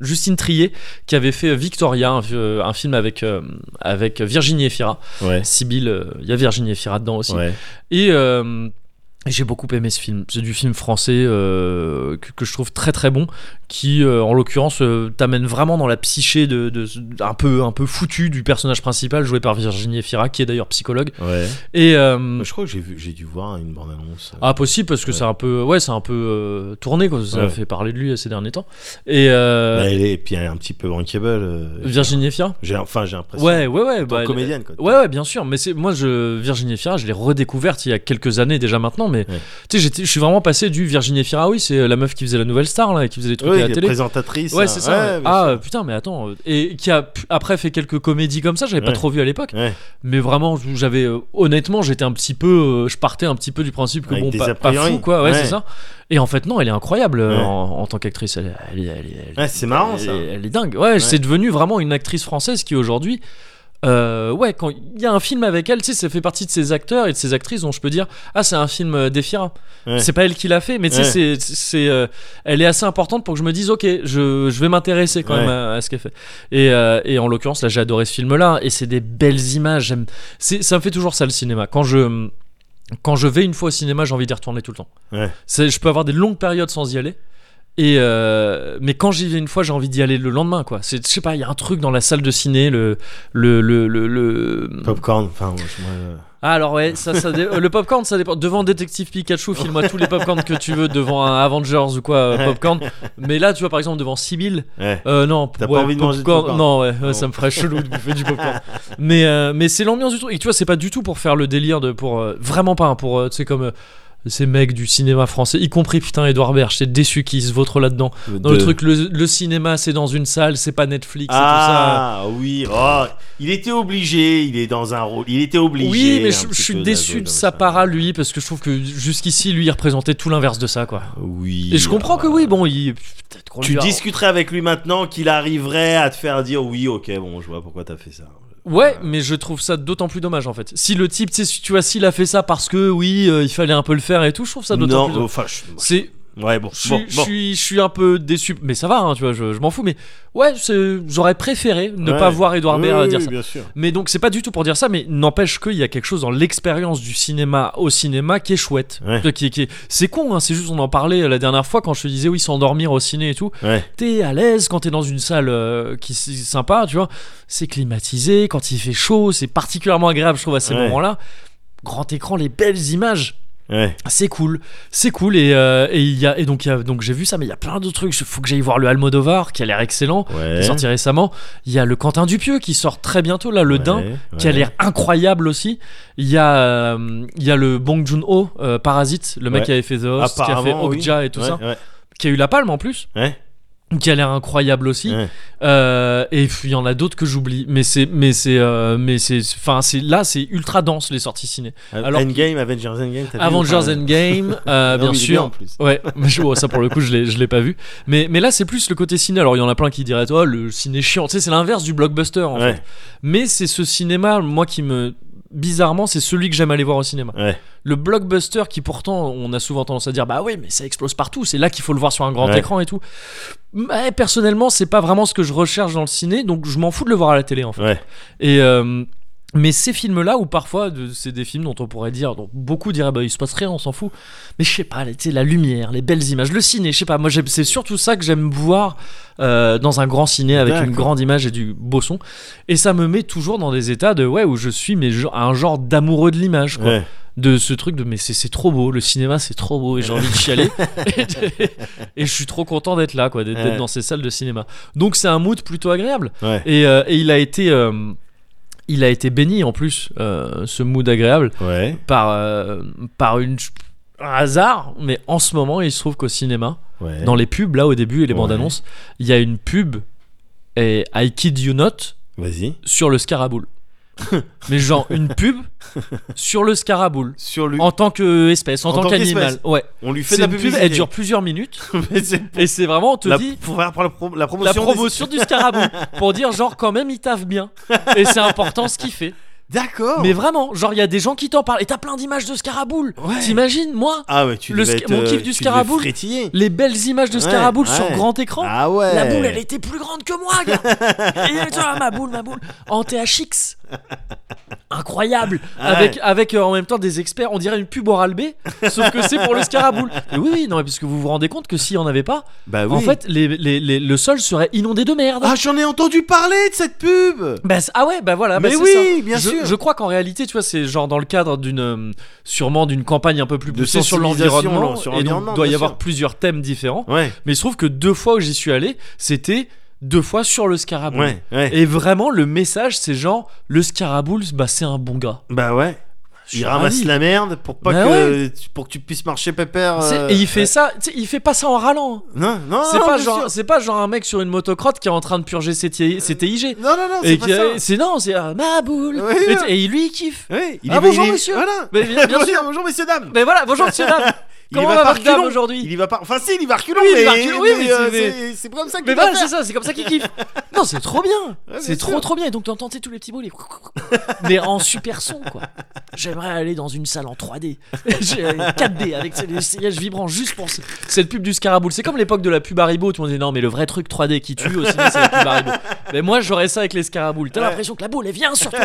Speaker 1: Justine Trier, qui avait fait Victoria, un, euh, un film avec, euh, avec Virginie Efira.
Speaker 2: ouais.
Speaker 1: Sibyl, euh, il y a Virginie Efira dedans aussi.
Speaker 2: Ouais.
Speaker 1: Et euh, j'ai beaucoup aimé ce film. C'est du film français euh, que, que je trouve très très bon, qui euh, en l'occurrence euh, t'amène vraiment dans la psyché de, de- un peu un peu foutu du personnage principal joué par Virginie Efira, qui est d'ailleurs psychologue.
Speaker 2: ouais.
Speaker 1: Et euh,
Speaker 2: Je crois que j'ai vu, j'ai dû voir une bande annonce.
Speaker 1: ah possible parce que
Speaker 2: Ouais.
Speaker 1: c'est un peu ouais c'est un peu euh, tourné quoi. Ça
Speaker 2: Ouais.
Speaker 1: fait parler de lui euh, ces derniers temps. Et euh,
Speaker 2: Bah, elle est, et puis elle est un petit peu bankable. euh,
Speaker 1: Virginie Efira.
Speaker 2: J'ai enfin j'ai l'impression.
Speaker 1: Ouais ouais ouais.
Speaker 2: En
Speaker 1: bah, elle-
Speaker 2: comédienne quoi.
Speaker 1: Ouais, ouais, bien sûr. Mais c'est moi, je Virginie Fira, je l'ai redécouverte il y a quelques années déjà maintenant. Mais
Speaker 2: Ouais.
Speaker 1: tu sais, j'étais- je suis vraiment passé du Virginie Fira, oui, c'est euh, la meuf qui faisait la nouvelle star là, et qui faisait des trucs
Speaker 2: Ouais,
Speaker 1: à
Speaker 2: elle
Speaker 1: la
Speaker 2: est
Speaker 1: télé.
Speaker 2: présentatrice.
Speaker 1: Ouais,
Speaker 2: hein.
Speaker 1: c'est ça.
Speaker 2: Ouais, bien
Speaker 1: ah
Speaker 2: sûr.
Speaker 1: euh, putain, mais attends. euh, Et qui a p- après fait quelques comédies comme ça, j'avais pas
Speaker 2: Ouais.
Speaker 1: trop vu à l'époque.
Speaker 2: Ouais.
Speaker 1: Mais vraiment, j'avais euh, honnêtement, j'étais un petit peu, euh, je partais un petit peu du principe que
Speaker 2: Avec
Speaker 1: bon,
Speaker 2: des
Speaker 1: pas,
Speaker 2: a
Speaker 1: pas
Speaker 2: priori.
Speaker 1: fou quoi. Ouais,
Speaker 2: Ouais.
Speaker 1: c'est ça. Et en fait, non, elle est incroyable euh,
Speaker 2: Ouais.
Speaker 1: en, en tant qu'actrice. Elle, est- elle, est- elle, est- elle est-
Speaker 2: Ouais, c'est marrant
Speaker 1: elle,
Speaker 2: ça.
Speaker 1: est- elle est dingue. Ouais, c'est devenu vraiment une actrice française qui aujourd'hui euh, ouais, quand il y a un film avec elle, tu sais, ça fait partie de ces acteurs et de ces actrices dont je peux dire Ah, c'est un film euh, d'Efira.
Speaker 2: Ouais.
Speaker 1: C'est pas elle qui l'a fait, mais tu sais,
Speaker 2: Ouais.
Speaker 1: c'est- c'est, euh, elle est assez importante pour que je me dise Ok, je, je vais m'intéresser quand
Speaker 2: Ouais.
Speaker 1: même à, à ce qu'elle fait. Et, euh, et en l'occurrence, là, j'ai adoré ce film-là et c'est des belles images. J'aime- c'est- Ça me fait toujours ça le cinéma. Quand je, quand je vais une fois au cinéma, j'ai envie d'y retourner tout le temps.
Speaker 2: Ouais.
Speaker 1: C'est- Je peux avoir des longues périodes sans y aller. Et euh, mais quand j'y vais une fois, j'ai envie d'y aller le lendemain, quoi. C'est, je sais pas, il y a un truc dans la salle de ciné, le, le, le, le, le-
Speaker 2: Popcorn, enfin, moi, je- moi, euh,
Speaker 1: Ah, alors ouais, ça, ça dé- euh, le popcorn, ça dépend. Devant Détective Pikachu, filme-moi tous les popcorns que tu veux. Devant un Avengers ou quoi, euh, popcorn. Mais là, tu vois, par exemple, devant Sibyl,
Speaker 2: ouais.
Speaker 1: euh, non, p-
Speaker 2: T'as pas
Speaker 1: ouais,
Speaker 2: envie de manger de
Speaker 1: popcorn-
Speaker 2: popcorn Oh.
Speaker 1: Non, ouais, ouais,
Speaker 2: Non.
Speaker 1: ça me ferait chelou de bouffer du popcorn. Mais, euh, mais c'est l'ambiance du truc. Et tu vois, c'est pas du tout pour faire le délire de. pour euh, Vraiment pas. hein, Pour, euh, tu sais, comme euh, ces mecs du cinéma français, y compris, putain, Edouard Berge, c'est déçu qu'il se vautre là-dedans. Dans le
Speaker 2: De-
Speaker 1: truc, le, le cinéma, c'est dans une salle, c'est pas Netflix, c'est
Speaker 2: Ah oui, oh, il était obligé, il est dans un rôle, il était
Speaker 1: tout ça.
Speaker 2: obligé.
Speaker 1: Oui, mais
Speaker 2: un
Speaker 1: je, je
Speaker 2: petit peu
Speaker 1: suis déçu de
Speaker 2: d'ado-
Speaker 1: sa part à lui, parce que je trouve que jusqu'ici, lui, il représentait tout l'inverse de ça, quoi.
Speaker 2: Oui.
Speaker 1: Et je comprends que
Speaker 2: euh,
Speaker 1: oui, bon, il. peut-être qu'on
Speaker 2: Tu
Speaker 1: lui a-
Speaker 2: discuterais avec lui maintenant qu'il arriverait à te faire dire oui, ok, bon, je vois pourquoi t'as fait ça. Euh,
Speaker 1: Ouais, mais je trouve ça d'autant plus dommage en fait. Si le type, tu sais, si- tu vois, s'il a fait ça parce que oui, euh, il fallait un peu le faire et tout, je trouve ça d'autant
Speaker 2: non,
Speaker 1: plus dommage.
Speaker 2: enfin, je,
Speaker 1: C'est,
Speaker 2: ouais, bon,
Speaker 1: je suis,
Speaker 2: bon,
Speaker 1: je
Speaker 2: bon.
Speaker 1: suis, je suis un peu déçu, mais ça va, hein, tu vois, je, je m'en fous. Mais ouais, c'est- j'aurais préféré ne
Speaker 2: Ouais.
Speaker 1: pas voir Edouard
Speaker 2: Oui,
Speaker 1: Baird
Speaker 2: oui,
Speaker 1: dire
Speaker 2: oui,
Speaker 1: ça.
Speaker 2: bien sûr.
Speaker 1: Mais donc c'est pas du tout pour dire ça, mais n'empêche qu'il y a quelque chose dans l'expérience du cinéma au cinéma qui est chouette.
Speaker 2: Ouais.
Speaker 1: Qui, qui- c'est con, hein, c'est juste on en parlait la dernière fois quand je te disais oui s'endormir au ciné et tout
Speaker 2: Ouais.
Speaker 1: t'es à l'aise quand t'es dans une salle euh, qui c'est sympa, tu vois. C'est climatisé, quand il fait chaud, c'est particulièrement agréable, je trouve, à ces
Speaker 2: Ouais.
Speaker 1: moments-là. Grand écran, les belles images,
Speaker 2: Ouais.
Speaker 1: c'est cool, c'est cool. Et, euh, et il y a, et donc, il y a- donc j'ai vu ça, mais il y a plein de trucs. Il faut que j'aille voir le Almodovar qui a l'air excellent, qui est
Speaker 2: Ouais.
Speaker 1: sorti récemment. Il y a le Quentin Dupieux qui sort très bientôt, là, le Dain, qui a l'air incroyable aussi. Il y a, euh, il y a le Bong Joon-ho, euh, Parasite, le mec
Speaker 2: Ouais.
Speaker 1: qui avait fait The Host, qui a fait
Speaker 2: Apparemment, oui.
Speaker 1: Okja et tout
Speaker 2: Ouais,
Speaker 1: ça,
Speaker 2: Ouais.
Speaker 1: qui a eu la palme en plus
Speaker 2: Ouais.
Speaker 1: qui a l'air incroyable aussi
Speaker 2: Ouais.
Speaker 1: Euh, et puis, il y en a d'autres que j'oublie mais c'est mais c'est euh, mais c'est enfin c'est là c'est ultra dense les sorties ciné Alors-
Speaker 2: Endgame, Avengers Endgame, t'as vu Ah,
Speaker 1: Avengers
Speaker 2: ou pas
Speaker 1: Endgame euh, bien
Speaker 2: Non, mais Ah il est en
Speaker 1: sûr
Speaker 2: plus.
Speaker 1: Ouais, mais je- oh, ça pour le coup, je l'ai, je l'ai pas vu. Mais, mais là, c'est plus le côté ciné. Alors, il y en a plein qui diraient, oh, le ciné chiant. Tu sais, c'est l'inverse du blockbuster, en
Speaker 2: Ouais.
Speaker 1: fait. Mais c'est ce cinéma, moi, qui me. Bizarrement, c'est celui que j'aime aller voir au cinéma.
Speaker 2: Ouais.
Speaker 1: Le blockbuster qui, pourtant, on a souvent tendance à dire, bah oui, mais ça explose partout. C'est là qu'il faut le voir sur un grand
Speaker 2: Ouais.
Speaker 1: écran et tout. Mais personnellement, c'est pas vraiment ce que je recherche dans le ciné. Donc, je m'en fous de le voir à la télé, en fait.
Speaker 2: Ouais.
Speaker 1: Et. euh, mais ces films-là, où parfois de- c'est des films dont on pourrait dire, dont beaucoup diraient, bah, il se passe rien, on s'en fout. Mais je sais pas, tu sais, la lumière, les belles images, le ciné, je sais pas. Moi, j'aime- c'est surtout ça que j'aime voir euh, dans un grand ciné avec une
Speaker 2: D'accord.
Speaker 1: grande image et du beau son. Et ça me met toujours dans des états de ouais où je suis mais genre- un genre d'amoureux de l'image, quoi.
Speaker 2: Ouais.
Speaker 1: de ce truc de mais c'est- c'est trop beau, le cinéma c'est trop beau et j'ai envie de chialer. et, et je suis trop content d'être là, quoi, d'être d'être
Speaker 2: Ouais.
Speaker 1: dans ces salles de cinéma. Donc c'est un mood plutôt agréable.
Speaker 2: Ouais.
Speaker 1: Et, euh, et il a été euh, il a été béni en plus euh, ce mood agréable
Speaker 2: Ouais.
Speaker 1: par, euh, par une, un hasard, mais en ce moment, il se trouve qu'au cinéma,
Speaker 2: Ouais.
Speaker 1: dans les pubs, là au début et les
Speaker 2: Ouais.
Speaker 1: bandes annonces, il y a une pub et I Kid You Not
Speaker 2: Vas-y.
Speaker 1: sur le Scaraboule. mais genre une pub sur le Scaraboule.
Speaker 2: Sur lui.
Speaker 1: En tant qu'espèce, en,
Speaker 2: En
Speaker 1: tant,
Speaker 2: tant
Speaker 1: qu'animal.
Speaker 2: qu'espèce.
Speaker 1: Ouais.
Speaker 2: On lui
Speaker 1: C'est
Speaker 2: fait de la
Speaker 1: une pub,
Speaker 2: publicité.
Speaker 1: elle dure plusieurs minutes.
Speaker 2: Mais c'est
Speaker 1: et c'est vraiment, on te
Speaker 2: la,
Speaker 1: dit,
Speaker 2: pour faire la, pro- la
Speaker 1: la
Speaker 2: promotion. des-
Speaker 1: promotion du Scaraboule. Pour dire, genre, quand même, il taffe bien. Et c'est important ce qu'il fait.
Speaker 2: D'accord.
Speaker 1: Mais vraiment, genre, il y a des gens qui t'en parlent. Et t'as plein d'images de Scaraboule.
Speaker 2: Ouais.
Speaker 1: T'imagines, moi,
Speaker 2: Ah ouais, tu
Speaker 1: Le
Speaker 2: devais
Speaker 1: sca-
Speaker 2: être,
Speaker 1: mon kiff
Speaker 2: euh,
Speaker 1: du
Speaker 2: tu devais
Speaker 1: Scaraboule.
Speaker 2: frétiller.
Speaker 1: les belles images de
Speaker 2: Ouais,
Speaker 1: Scaraboule sur
Speaker 2: ouais.
Speaker 1: grand écran.
Speaker 2: Ah ouais.
Speaker 1: La boule, elle était plus grande que moi, gars. Et tu vois, ma boule, ma boule, en THX. Incroyable. Avec, avec euh, en même temps des experts, on dirait une pub Oral B, sauf que c'est pour le Scaraboule. Et oui, oui, non, mais parce que vous vous rendez compte que s'il n'y en avait pas,
Speaker 2: Bah oui.
Speaker 1: en fait, les- les- les- le sol serait inondé de merde.
Speaker 2: Ah, j'en ai entendu parler de cette pub.
Speaker 1: Bah, c- ah ouais, bah voilà. bah
Speaker 2: Mais
Speaker 1: c'est
Speaker 2: oui,
Speaker 1: ça.
Speaker 2: bien
Speaker 1: Je-
Speaker 2: sûr.
Speaker 1: Je crois qu'en réalité, tu vois, c'est genre dans le cadre d'une, euh, sûrement d'une campagne un peu plus
Speaker 2: De
Speaker 1: poussée sur
Speaker 2: sensibilisation,
Speaker 1: l'environnement.
Speaker 2: là, sur
Speaker 1: et donc,
Speaker 2: l'environnement,
Speaker 1: doit y
Speaker 2: bien
Speaker 1: avoir
Speaker 2: sûr.
Speaker 1: plusieurs thèmes différents.
Speaker 2: Ouais.
Speaker 1: Mais il se trouve que deux fois où j'y suis allé, c'était deux fois sur le Scaraboule.
Speaker 2: Ouais. Ouais.
Speaker 1: Ah Et vraiment, le message, c'est genre, le Scaraboule, bah, c'est un bon gars.
Speaker 2: Bah ouais.
Speaker 1: Je suis
Speaker 2: Il ramasse
Speaker 1: ravi.
Speaker 2: la merde pour pas
Speaker 1: Bah
Speaker 2: que tu- pour que tu puisses marcher pépère.
Speaker 1: C'est-
Speaker 2: euh,
Speaker 1: Et il fait
Speaker 2: ouais.
Speaker 1: ça, tu sais, il fait pas ça en râlant.
Speaker 2: Non, non,
Speaker 1: C'est
Speaker 2: non,
Speaker 1: pas,
Speaker 2: bien
Speaker 1: genre-
Speaker 2: sûr. Euh,
Speaker 1: c'est pas genre un mec sur une motocrotte qui est en train de purger ses, TI ses TIG.
Speaker 2: Non, non, non,
Speaker 1: Et
Speaker 2: c'est
Speaker 1: qui a-
Speaker 2: pas ça.
Speaker 1: c'est non, c'est un ma boule.
Speaker 2: Ouais,
Speaker 1: et,
Speaker 2: ouais.
Speaker 1: et il lui il kiffe.
Speaker 2: Oui, il
Speaker 1: Ah,
Speaker 2: est
Speaker 1: bonjour,
Speaker 2: il est-
Speaker 1: monsieur. Bah,
Speaker 2: Voilà.
Speaker 1: Mais bien- bien
Speaker 2: bonjour,
Speaker 1: sûr.
Speaker 2: bonjour, messieurs dames.
Speaker 1: Mais voilà, bonjour monsieur dame.
Speaker 2: Il y
Speaker 1: Comment
Speaker 2: va
Speaker 1: va
Speaker 2: pas
Speaker 1: votre dame
Speaker 2: reculons.
Speaker 1: aujourd'hui
Speaker 2: Il y va pas. Enfin, si, il y va reculons,
Speaker 1: Oui, il
Speaker 2: mais,
Speaker 1: va reculons, oui, mais
Speaker 2: euh,
Speaker 1: c'est-
Speaker 2: c'est- c'est comme ça qu'il
Speaker 1: Mais
Speaker 2: va
Speaker 1: voilà,
Speaker 2: faire.
Speaker 1: c'est ça, c'est comme ça qu'il kiffe. Non, c'est trop bien.
Speaker 2: Ouais, bien
Speaker 1: c'est trop
Speaker 2: sûr.
Speaker 1: trop bien. Et donc t'entends tu sais, tous les petits bruits, les mais en super son quoi. J'aimerais aller dans une salle en 3D, J'ai- 4D avec les sièges vibrants juste pour ce- cette pub du Scaraboule. C'est comme l'époque de la pub Haribo. Tout le monde dit non, mais le vrai truc 3D qui tue aussi, c'est la pub Haribo. Mais moi j'aurais ça avec les Scaraboules. T'as
Speaker 2: Ouais.
Speaker 1: l'impression que la boule elle vient sur toi.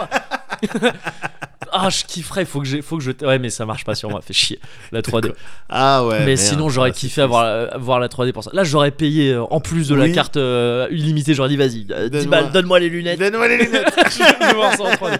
Speaker 1: Ah, je kifferais, faut que, j'ai- faut que je. Ouais, mais ça marche pas sur moi, fait chier la 3D.
Speaker 2: Ah ouais.
Speaker 1: Mais
Speaker 2: merde.
Speaker 1: sinon, j'aurais
Speaker 2: Ah, c'est
Speaker 1: kiffé
Speaker 2: triste.
Speaker 1: avoir, la- avoir la 3D pour ça. Là, j'aurais payé euh, en plus de la
Speaker 2: Oui.
Speaker 1: carte euh, illimitée. J'aurais dit, vas-y, euh, 10
Speaker 2: Donne-moi.
Speaker 1: balles, donne-moi les lunettes.
Speaker 2: Donne-moi les lunettes.
Speaker 1: Je vais voir ça en 3D.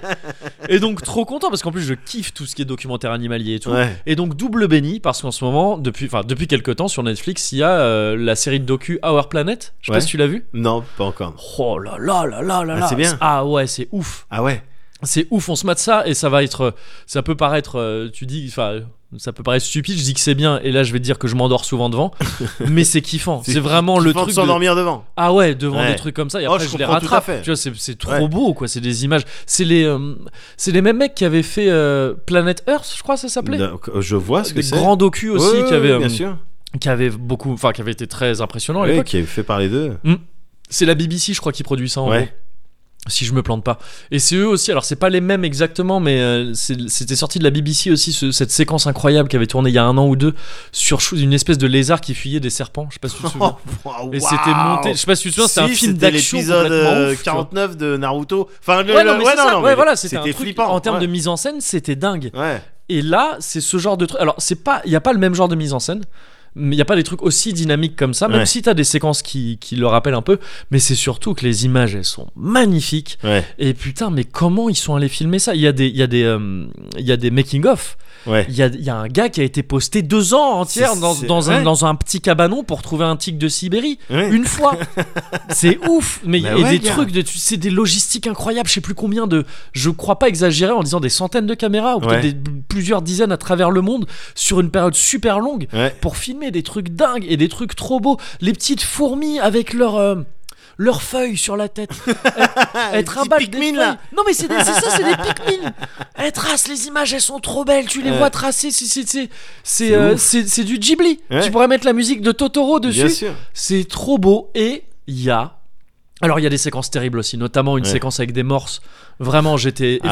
Speaker 1: Et donc, trop content parce qu'en plus, je kiffe tout ce qui est documentaire animalier et tout.
Speaker 2: Ouais.
Speaker 1: Et donc, double béni parce qu'en ce moment, depuis, enfin, depuis quelques temps sur Netflix, il y a euh, la série de docu Our Planet. Je sais
Speaker 2: Ouais.
Speaker 1: pas si tu l'as vu.
Speaker 2: Non, pas encore.
Speaker 1: Oh là là là là là
Speaker 2: Ah,
Speaker 1: là.
Speaker 2: c'est bien.
Speaker 1: Ah ouais, c'est ouf.
Speaker 2: Ah ouais.
Speaker 1: C'est ouf, on se mate ça et ça va être. euh, Ça peut paraître. euh, Tu dis. Enfin. Ça peut paraître stupide, je dis que c'est bien, et là je vais te dire que je m'endors souvent devant, mais c'est kiffant.
Speaker 2: C'est
Speaker 1: C'est vraiment le
Speaker 2: Faut
Speaker 1: truc. de-
Speaker 2: s'endormir devant.
Speaker 1: Ah ouais, devant
Speaker 2: Ouais.
Speaker 1: des trucs comme ça, et
Speaker 2: Oh,
Speaker 1: après
Speaker 2: je
Speaker 1: je, les
Speaker 2: comprends tout à
Speaker 1: rattrape.
Speaker 2: fait.
Speaker 1: Tu vois, c'est, c'est trop
Speaker 2: Ouais.
Speaker 1: beau, quoi. C'est des images. C'est les, euh, c'est les mêmes mecs qui avaient fait euh, Planet Earth, je crois que ça s'appelait.
Speaker 2: Donc, euh, Je vois ce que
Speaker 1: Des
Speaker 2: c'est.
Speaker 1: grands docu aussi
Speaker 2: Ouais,
Speaker 1: qui avaient,
Speaker 2: bien
Speaker 1: euh,
Speaker 2: sûr.
Speaker 1: qui avaient beaucoup, enfin qui avaient été très impressionnants à
Speaker 2: Ouais,
Speaker 1: l'époque.
Speaker 2: qui est fait par les deux.
Speaker 1: C'est la BBC, je crois, qui produit ça en
Speaker 2: Ouais.
Speaker 1: gros. Si je me plante pas. Et c'est eux aussi, alors c'est pas les mêmes exactement, mais euh, c'est- c'était sorti de la BBC aussi, ce- cette séquence incroyable qui avait tourné il y a un an ou deux sur chou- une espèce de lézard qui fuyait des serpents, je sais pas si tu te souviens.
Speaker 2: Waouh.
Speaker 1: Et c'était monté, je sais pas si tu te souviens, c'était
Speaker 2: Si,
Speaker 1: un film
Speaker 2: c'était
Speaker 1: d'action.
Speaker 2: l'épisode
Speaker 1: complètement
Speaker 2: euh,
Speaker 1: ouf, tu vois.
Speaker 2: 49 de Naruto. Enfin, le,
Speaker 1: Ouais,
Speaker 2: le-
Speaker 1: non, mais
Speaker 2: ouais,
Speaker 1: c'est ça.
Speaker 2: non,
Speaker 1: Ouais,
Speaker 2: mais
Speaker 1: voilà, c'était un truc.
Speaker 2: flippant.
Speaker 1: En termes
Speaker 2: ouais.
Speaker 1: de mise en scène, c'était dingue.
Speaker 2: Ouais.
Speaker 1: Et là, c'est ce genre de truc. Alors, c'est pas, il y a pas le même genre de mise en scène. Mais il y a pas des trucs aussi dynamiques comme ça, même
Speaker 2: Ouais.
Speaker 1: si t'as des séquences qui, qui le rappellent un peu. Mais c'est surtout que les images, elles sont magnifiques.
Speaker 2: Ouais.
Speaker 1: Et putain, mais comment ils sont allés filmer ça Il y a des, il y a des, euh, il y a des making of.
Speaker 2: Ouais.
Speaker 1: Il y a, il y a un gars qui a été posté deux ans entiers
Speaker 2: C'est-
Speaker 1: dans,
Speaker 2: c'est-
Speaker 1: dans
Speaker 2: ouais.
Speaker 1: un, dans un petit cabanon pour trouver un tic de Sibérie
Speaker 2: Ouais.
Speaker 1: une fois. c'est ouf. Mais il y a
Speaker 2: Bah ouais,
Speaker 1: des
Speaker 2: gars.
Speaker 1: trucs, de, tu- c'est des logistiques incroyables. Je sais plus combien de. Je crois pas exagérer en disant des centaines de caméras ou peut-être
Speaker 2: Ouais.
Speaker 1: des- plusieurs dizaines à travers le monde sur une période super longue
Speaker 2: Ouais.
Speaker 1: pour filmer des trucs dingues et des trucs trop beaux. Les petites fourmis avec leur. euh, leurs feuilles sur la tête.
Speaker 2: Les
Speaker 1: Elles te
Speaker 2: petits
Speaker 1: raballent des
Speaker 2: Pikmin,
Speaker 1: feuilles.
Speaker 2: là.
Speaker 1: Non mais c'est des- c'est ça, c'est des Pikmin. Elles tracent les images, elles sont trop belles. Tu les
Speaker 2: Ouais.
Speaker 1: vois tracer. C'est c'est- c'est- c'est,
Speaker 2: C'est
Speaker 1: euh,
Speaker 2: ouf.
Speaker 1: c'est- c'est du Ghibli.
Speaker 2: Ouais.
Speaker 1: Tu pourrais mettre la musique de Totoro dessus.
Speaker 2: Bien sûr.
Speaker 1: C'est trop beau et il y a. Alors il y a des séquences terribles aussi, notamment une
Speaker 2: Ouais.
Speaker 1: séquence avec des morses. Vraiment, j'étais effondré.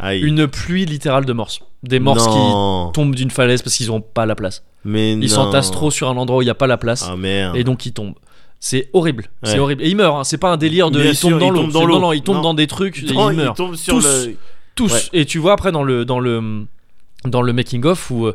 Speaker 2: Ah ouais. Aïe.
Speaker 1: Une pluie littérale de morses. Des morses
Speaker 2: Non.
Speaker 1: qui tombent d'une falaise parce qu'ils ont pas la place.
Speaker 2: Mais
Speaker 1: Ils s'entassent trop sur un endroit où il y a pas la place
Speaker 2: Ah merde.
Speaker 1: et donc ils tombent. C'est horrible,
Speaker 2: Ouais.
Speaker 1: c'est horrible. Et ils meurent, hein. c'est pas un délire de
Speaker 2: Bien
Speaker 1: ils
Speaker 2: sûr,
Speaker 1: tombent dans
Speaker 2: ils
Speaker 1: l'eau.
Speaker 2: tombent dans
Speaker 1: C'est-
Speaker 2: l'eau.
Speaker 1: Non, non, ils tombent
Speaker 2: Non.
Speaker 1: dans des trucs, et
Speaker 2: Oh,
Speaker 1: ils meurent
Speaker 2: tombent sur
Speaker 1: Tous.
Speaker 2: le.
Speaker 1: tous.
Speaker 2: Ouais.
Speaker 1: Et tu vois après dans le dans le dans le making of où euh,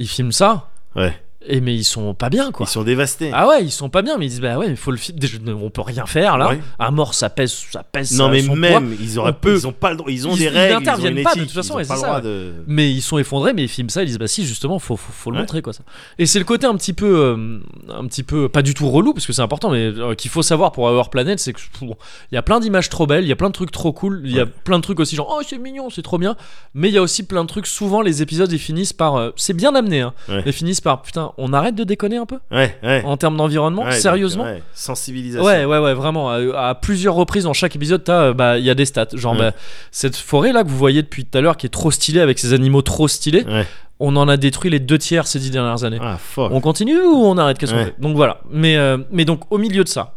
Speaker 1: ils filment ça
Speaker 2: Ouais.
Speaker 1: et mais ils sont pas bien quoi.
Speaker 2: Ils sont dévastés.
Speaker 1: Ah ouais, ils sont pas bien, mais ils disent bah ouais, il faut le film. Déjà, on peut rien faire là.
Speaker 2: Ouais.
Speaker 1: Un mort, ça pèse, ça pèse.
Speaker 2: Non
Speaker 1: ça-
Speaker 2: mais
Speaker 1: son
Speaker 2: même
Speaker 1: poids.
Speaker 2: ils auraient
Speaker 1: on peut-
Speaker 2: ils ont pas le droit, ils ont
Speaker 1: Ils-
Speaker 2: des
Speaker 1: ils
Speaker 2: règles, ils ont une
Speaker 1: n'interviennent
Speaker 2: éthique,
Speaker 1: pas, de toute façon, et
Speaker 2: ils ont
Speaker 1: c'est
Speaker 2: pas le
Speaker 1: ça,
Speaker 2: droit
Speaker 1: ouais.
Speaker 2: de
Speaker 1: Mais ils sont effondrés, mais ils filment ça, ils disent bah si justement, faut faut, faut le
Speaker 2: Ouais.
Speaker 1: montrer quoi ça. Et c'est le côté un petit peu, euh, un petit peu pas du tout relou parce que c'est important, mais euh, qu'il faut savoir pour Our Planet, c'est que pff, bon, il y a plein d'images trop belles, il y a plein de trucs trop cool, il y a
Speaker 2: Ouais.
Speaker 1: plein de trucs aussi genre oh c'est mignon, c'est trop bien, mais il y a aussi plein de trucs. Souvent les épisodes ils finissent par euh, c'est bien amené, hein,
Speaker 2: Ouais.
Speaker 1: mais finissent par putain on arrête de déconner un peu
Speaker 2: Ouais, ouais.
Speaker 1: en termes d'environnement,
Speaker 2: Ouais, donc,
Speaker 1: sérieusement.
Speaker 2: ouais. Sensibilisation.
Speaker 1: Ouais, ouais, ouais, vraiment. À, à plusieurs reprises dans chaque épisode, t'as, euh, bah, il y a des stats. Genre,
Speaker 2: Ouais.
Speaker 1: bah, cette forêt là que vous voyez depuis tout à l'heure, qui est trop stylée avec ces animaux trop stylés,
Speaker 2: Ouais.
Speaker 1: on en a détruit les deux tiers ces dix dernières années.
Speaker 2: Mm. Ah fuck.
Speaker 1: On continue ou on arrête Qu'est-ce qu'on
Speaker 2: Ouais.
Speaker 1: fait Donc voilà. Mais, euh, mais donc au milieu de ça,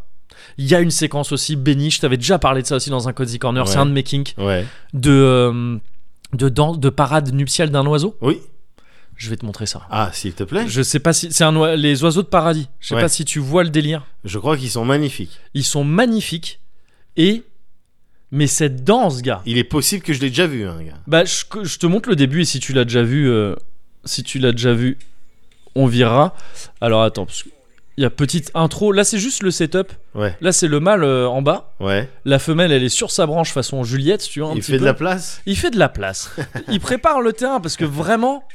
Speaker 1: il y a une séquence aussi béniche. Je t'avais déjà parlé de ça aussi dans un Cozy Corner.
Speaker 2: Ouais.
Speaker 1: C'est un de mes kinks
Speaker 2: Ouais.
Speaker 1: de euh, de danse, de parade nuptiale d'un oiseau.
Speaker 2: Oui.
Speaker 1: Je vais te montrer ça.
Speaker 2: Ah s'il te plaît.
Speaker 1: Je sais pas si c'est un oi- les oiseaux de paradis. Je sais
Speaker 2: Ouais.
Speaker 1: pas si tu vois le délire.
Speaker 2: Je crois qu'ils sont magnifiques.
Speaker 1: Ils sont magnifiques. Et. Mais cette danse, gars.
Speaker 2: Il est possible que je l'ai déjà vu hein, gars.
Speaker 1: Bah, je, que- je te montre le début et si tu l'as déjà vu. euh, si tu l'as déjà vu, on verra. Alors attends, parce que. Il y a petite intro. Là, c'est juste le setup.
Speaker 2: Ouais.
Speaker 1: Là, c'est le mâle euh, en bas.
Speaker 2: Ouais.
Speaker 1: La femelle, elle est sur sa branche façon Juliette, tu vois. Un
Speaker 2: Il
Speaker 1: petit
Speaker 2: fait de
Speaker 1: peu.
Speaker 2: la place.
Speaker 1: Il fait de la place. il prépare le terrain parce que vraiment,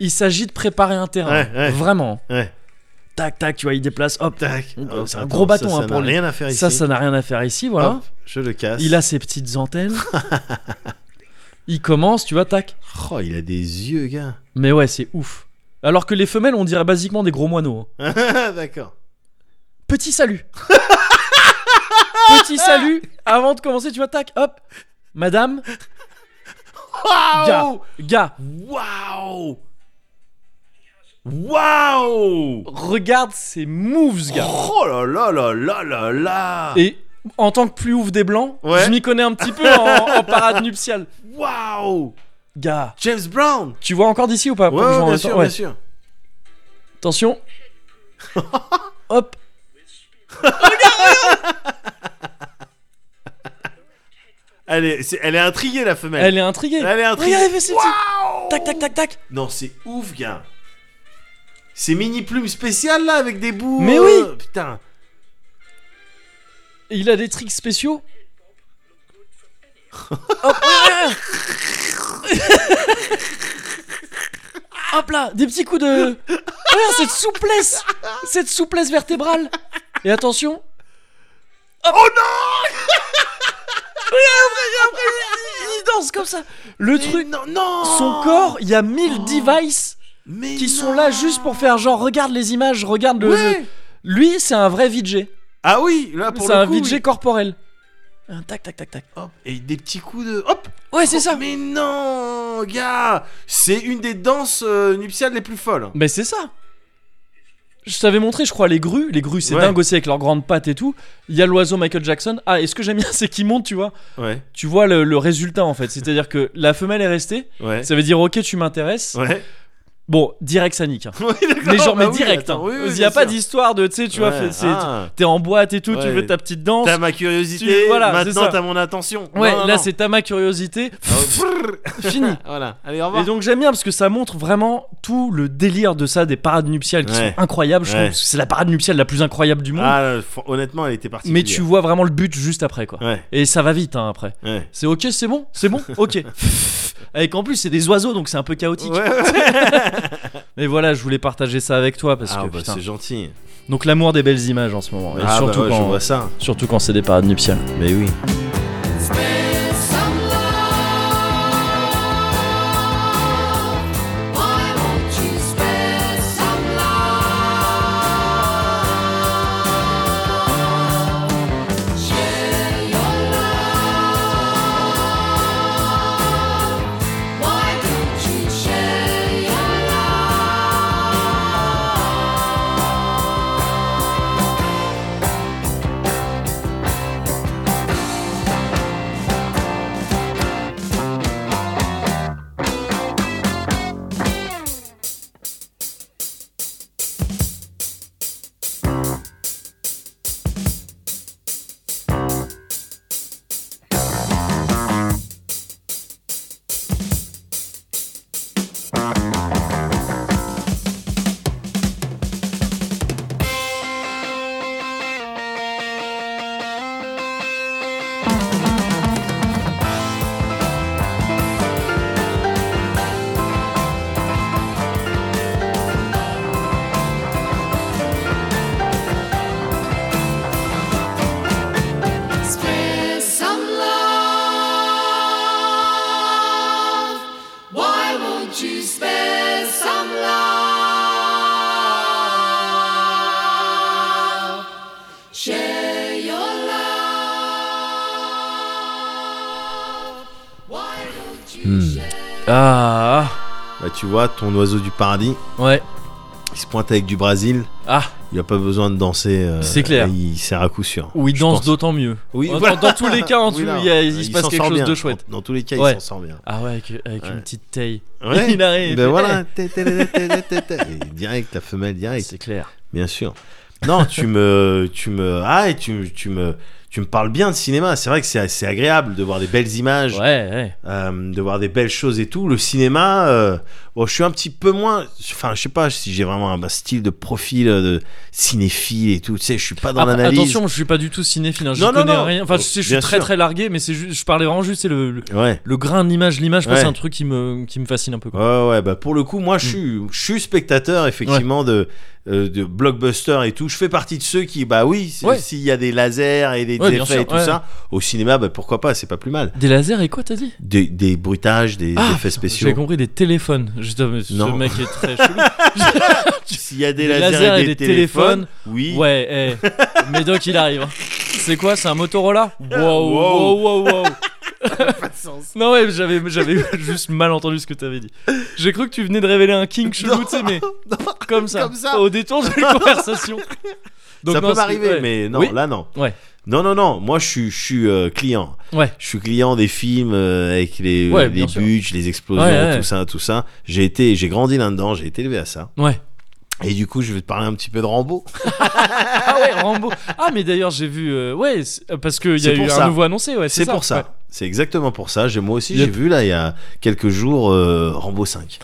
Speaker 1: il s'agit de préparer un terrain.
Speaker 2: Ouais, ouais.
Speaker 1: Vraiment.
Speaker 2: Ouais.
Speaker 1: Tac, tac, tu vois, il déplace. Hop,
Speaker 2: Tac.
Speaker 1: Oh, c'est un
Speaker 2: attends,
Speaker 1: gros bâton,
Speaker 2: ça,
Speaker 1: hein,
Speaker 2: ça
Speaker 1: pour
Speaker 2: n'a
Speaker 1: lui.
Speaker 2: rien à faire ici.
Speaker 1: Ça, ça n'a rien à faire ici, voilà.
Speaker 2: Hop, je le casse.
Speaker 1: Il a ses petites antennes. il commence, tu vois, tac.
Speaker 2: Oh, il a des yeux, gars.
Speaker 1: Mais ouais, c'est ouf. Alors que les femelles, on dirait basiquement des gros moineaux. hein.
Speaker 2: D'accord.
Speaker 1: Petit salut. Petit salut. Avant de commencer, tu vois, tac, hop. Madame, gars,
Speaker 2: Waouh
Speaker 1: gars,
Speaker 2: Waouh Waouh
Speaker 1: Regarde ces moves, gars.
Speaker 2: Oh là là là là là là
Speaker 1: Et en tant que plus ouf des blancs,
Speaker 2: Oh. Ouais.
Speaker 1: je m'y connais un petit peu en, en parade nuptiale.
Speaker 2: Waouh
Speaker 1: Gars,
Speaker 2: James Brown
Speaker 1: tu vois encore d'ici ou pas
Speaker 2: Ouais,
Speaker 1: Pour que je
Speaker 2: ouais,
Speaker 1: m'en
Speaker 2: bien
Speaker 1: ressors-
Speaker 2: sûr,
Speaker 1: ouais.
Speaker 2: bien sûr.
Speaker 1: Attention. Hop.
Speaker 2: Elle est, c'est- elle est intriguée, la femelle.
Speaker 1: Elle est intriguée.
Speaker 2: Elle est intriguée.
Speaker 1: Regarde, elle fait ses petits-
Speaker 2: Waouh
Speaker 1: Tac, tac, tac, tac.
Speaker 2: Non, c'est ouf, gars. Ces mini plumes spéciales là avec des bouts.
Speaker 1: Mais
Speaker 2: euh, Putain.
Speaker 1: Et il a des tricks spéciaux. Hop. Hop là, des petits coups de. Regarde cette souplesse, cette souplesse vertébrale. Et attention.
Speaker 2: Oh non
Speaker 1: Il danse comme ça. Le
Speaker 2: Mais
Speaker 1: truc,
Speaker 2: Non, non
Speaker 1: son corps, il y a 1000 devices
Speaker 2: Mais
Speaker 1: qui sont
Speaker 2: non
Speaker 1: là juste pour faire genre regarde les images, regarde le.
Speaker 2: Ouais.
Speaker 1: le- Lui, c'est un vrai VJ.
Speaker 2: Ah oui, là pour
Speaker 1: C'est
Speaker 2: le
Speaker 1: un
Speaker 2: coup.
Speaker 1: VJ
Speaker 2: il-
Speaker 1: corporel. Un Ah, tac tac tac tac.
Speaker 2: Hop, et des petits coups de. Hop
Speaker 1: Ouais, c'est ça.
Speaker 2: Mais non, gars C'est une des danses euh, nuptiales les plus folles.
Speaker 1: Mais c'est ça. Je t'avais montré, je crois, les grues. Les grues, c'est
Speaker 2: Ouais.
Speaker 1: dingue aussi avec leurs grandes pattes et tout. Il y a l'oiseau Michael Jackson. Ah, et ce que j'aime bien, c'est qu'il monte, tu vois.
Speaker 2: Ouais,
Speaker 1: Tu vois le, le résultat en fait. C'est-à-dire que la femelle est restée.
Speaker 2: ouais.
Speaker 1: Ça veut dire, ok, tu m'intéresses.
Speaker 2: Ouais.
Speaker 1: Bon, direct, ça nique. hein.
Speaker 2: Oui, d'accord,
Speaker 1: Mais genre,
Speaker 2: bah
Speaker 1: mais
Speaker 2: oui,
Speaker 1: direct.
Speaker 2: attends,
Speaker 1: hein.
Speaker 2: oui, oui,
Speaker 1: Il n'y
Speaker 2: bien
Speaker 1: a pas
Speaker 2: sûr.
Speaker 1: d'histoire de, tu sais, tu vois,
Speaker 2: Ouais,
Speaker 1: fait- c'est-
Speaker 2: ah.
Speaker 1: t'es en boîte et tout, tu
Speaker 2: Ouais.
Speaker 1: veux ta petite danse.
Speaker 2: T'as ma curiosité,
Speaker 1: Tu- voilà, c'est
Speaker 2: maintenant
Speaker 1: ça.
Speaker 2: t'as mon attention.
Speaker 1: Ouais,
Speaker 2: Non, non,
Speaker 1: là
Speaker 2: non.
Speaker 1: c'est t'as ma curiosité. Fini.
Speaker 2: voilà, allez,
Speaker 1: Et
Speaker 2: au revoir.
Speaker 1: donc j'aime bien parce que ça montre vraiment tout le délire de ça, des parades nuptiales qui
Speaker 2: Ouais.
Speaker 1: sont incroyables. Je
Speaker 2: Ouais.
Speaker 1: trouve que c'est la parade nuptiale la plus incroyable du monde.
Speaker 2: Ah, là, fr- honnêtement, elle était particulière.
Speaker 1: mais tu vois vraiment le but juste après quoi.
Speaker 2: Ouais,
Speaker 1: Et ça va vite hein, après.
Speaker 2: ouais.
Speaker 1: C'est ok, c'est bon, c'est bon, ok. Avec en plus c'est des oiseaux donc c'est un peu chaotique.
Speaker 2: Ouais, ouais.
Speaker 1: Mais voilà, je voulais partager ça avec toi parce
Speaker 2: Ah,
Speaker 1: que
Speaker 2: bah,
Speaker 1: putain.
Speaker 2: c'est gentil.
Speaker 1: Donc l'amour des belles images en ce moment. Et
Speaker 2: Ah,
Speaker 1: surtout,
Speaker 2: bah, ouais, je
Speaker 1: quand,
Speaker 2: vois ça.
Speaker 1: surtout quand c'est des parades nuptiales.
Speaker 2: Mais oui.
Speaker 3: Spread some love. Why won't you spread some love? Share your love. Why don't you share your love? Spread some love. Why won't you spread some love? Share your love. Why don't you share?
Speaker 1: Ah,
Speaker 2: Bah, tu vois, ton oiseau du paradis,
Speaker 1: ah, ouais.
Speaker 2: il se pointe avec du Brésil.
Speaker 1: Ah,
Speaker 2: Il a pas besoin de danser. euh,
Speaker 1: C'est clair.
Speaker 2: Il sert à coup sûr.
Speaker 1: où il
Speaker 2: je
Speaker 1: danse
Speaker 2: pense.
Speaker 1: d'autant mieux.
Speaker 2: Oui,
Speaker 1: Dans-
Speaker 2: voilà.
Speaker 1: dans, tous les cas, en tout,
Speaker 2: Oui, là,
Speaker 1: il, y a- il se
Speaker 2: il
Speaker 1: passe
Speaker 2: s'en
Speaker 1: quelque
Speaker 2: sort
Speaker 1: chose
Speaker 2: bien.
Speaker 1: de chouette.
Speaker 2: Dans, dans tous les cas,
Speaker 1: Ouais.
Speaker 2: il s'en sort bien.
Speaker 1: Ah ouais, avec, avec
Speaker 2: Ouais.
Speaker 1: une petite taille.
Speaker 2: Ouais.
Speaker 1: Il arrive.
Speaker 2: Ben voilà. Té, té, té, té, té, té, té. Et direct, la femelle, direct.
Speaker 1: C'est clair.
Speaker 2: Bien sûr. Non, tu me, tu me, ah, et tu, me- tu me, tu me parles bien de cinéma. C'est vrai que c'est, c'est agréable de voir des belles images,
Speaker 1: Ouais, ouais.
Speaker 2: euh, de voir des belles choses et tout. Le cinéma, euh, bon, je suis un petit peu moins, enfin, je sais pas si j'ai vraiment un, un style de profil euh, de cinéphile et tout. Tu sais, je suis pas dans
Speaker 1: Ah,
Speaker 2: l'analyse.
Speaker 1: attention, je suis pas du tout cinéphile. Hein. J'y
Speaker 2: Non, non,
Speaker 1: connais
Speaker 2: non. Oh,
Speaker 1: rien. Enfin, je, sais, je suis
Speaker 2: Bien
Speaker 1: très
Speaker 2: sûr.
Speaker 1: très largué, mais c'est juste, je parlais vraiment juste, c'est le, le,
Speaker 2: Ouais.
Speaker 1: le grain de l'image. L'image, moi,
Speaker 2: Ouais.
Speaker 1: c'est un truc qui me, qui me fascine un peu. Quoi.
Speaker 2: Ouais, ouais, bah pour le coup, moi je suis, je suis spectateur effectivement de, euh, de blockbusters et tout. Je fais partie de ceux qui, bah oui, c'est- s'il
Speaker 1: Ouais.
Speaker 2: y a des lasers et des
Speaker 1: Ouais, bien
Speaker 2: effets
Speaker 1: sûr,
Speaker 2: et tout
Speaker 1: ouais.
Speaker 2: ça, au cinéma, bah pourquoi pas, c'est pas plus mal.
Speaker 1: Des lasers et quoi, t'as dit
Speaker 2: Des, des bruitages, des
Speaker 1: Ah,
Speaker 2: effets
Speaker 1: J'avais
Speaker 2: spéciaux.
Speaker 1: compris des téléphones. Je dis, ah, mais
Speaker 2: Non.
Speaker 1: ce mec est très chelou.
Speaker 2: S'il y a des,
Speaker 1: Des
Speaker 2: lasers, et des, téléphones, oui.
Speaker 1: Ouais, eh. Médoc, il arrive. hein. C'est quoi C'est un Motorola Wow,
Speaker 2: Wow.
Speaker 1: wow, wow, wow.
Speaker 2: sens.
Speaker 1: Non ouais, j'avais j'avais juste mal entendu ce que t'avais dit. J'ai cru que tu venais de révéler un king chelou, tu sais, mais
Speaker 2: Non,
Speaker 1: comme ça,
Speaker 2: Comme ça.
Speaker 1: au détour de la conversation. Donc,
Speaker 2: ça
Speaker 1: non,
Speaker 2: peut
Speaker 1: c'est-
Speaker 2: m'arriver,
Speaker 1: ouais.
Speaker 2: mais non,
Speaker 1: Oui.
Speaker 2: là non.
Speaker 1: Ouais.
Speaker 2: Non, non, non, moi je suis, je suis euh, client.
Speaker 1: Ouais.
Speaker 2: Je suis client des films euh, avec les,
Speaker 1: Ouais,
Speaker 2: les
Speaker 1: bien sûr.
Speaker 2: budgets, les explosions,
Speaker 1: Ouais, ouais, ouais.
Speaker 2: tout ça, tout ça. J'ai été, j'ai grandi là-dedans, j'ai été élevé à ça.
Speaker 1: Ouais.
Speaker 2: Et du coup, je vais te parler un petit peu de Rambo.
Speaker 1: Ah ouais, Rambo. Ah mais d'ailleurs j'ai vu, euh, ouais, c'est- euh, parce qu'il y a
Speaker 2: C'est pour
Speaker 1: eu
Speaker 2: ça.
Speaker 1: un nouveau annoncé, ouais.
Speaker 2: C'est
Speaker 1: ça.
Speaker 2: pour ça.
Speaker 1: Ouais.
Speaker 2: C'est exactement pour ça. J'ai moi aussi, j'ai
Speaker 1: Yep.
Speaker 2: vu là il y a quelques jours euh, Rambo 5.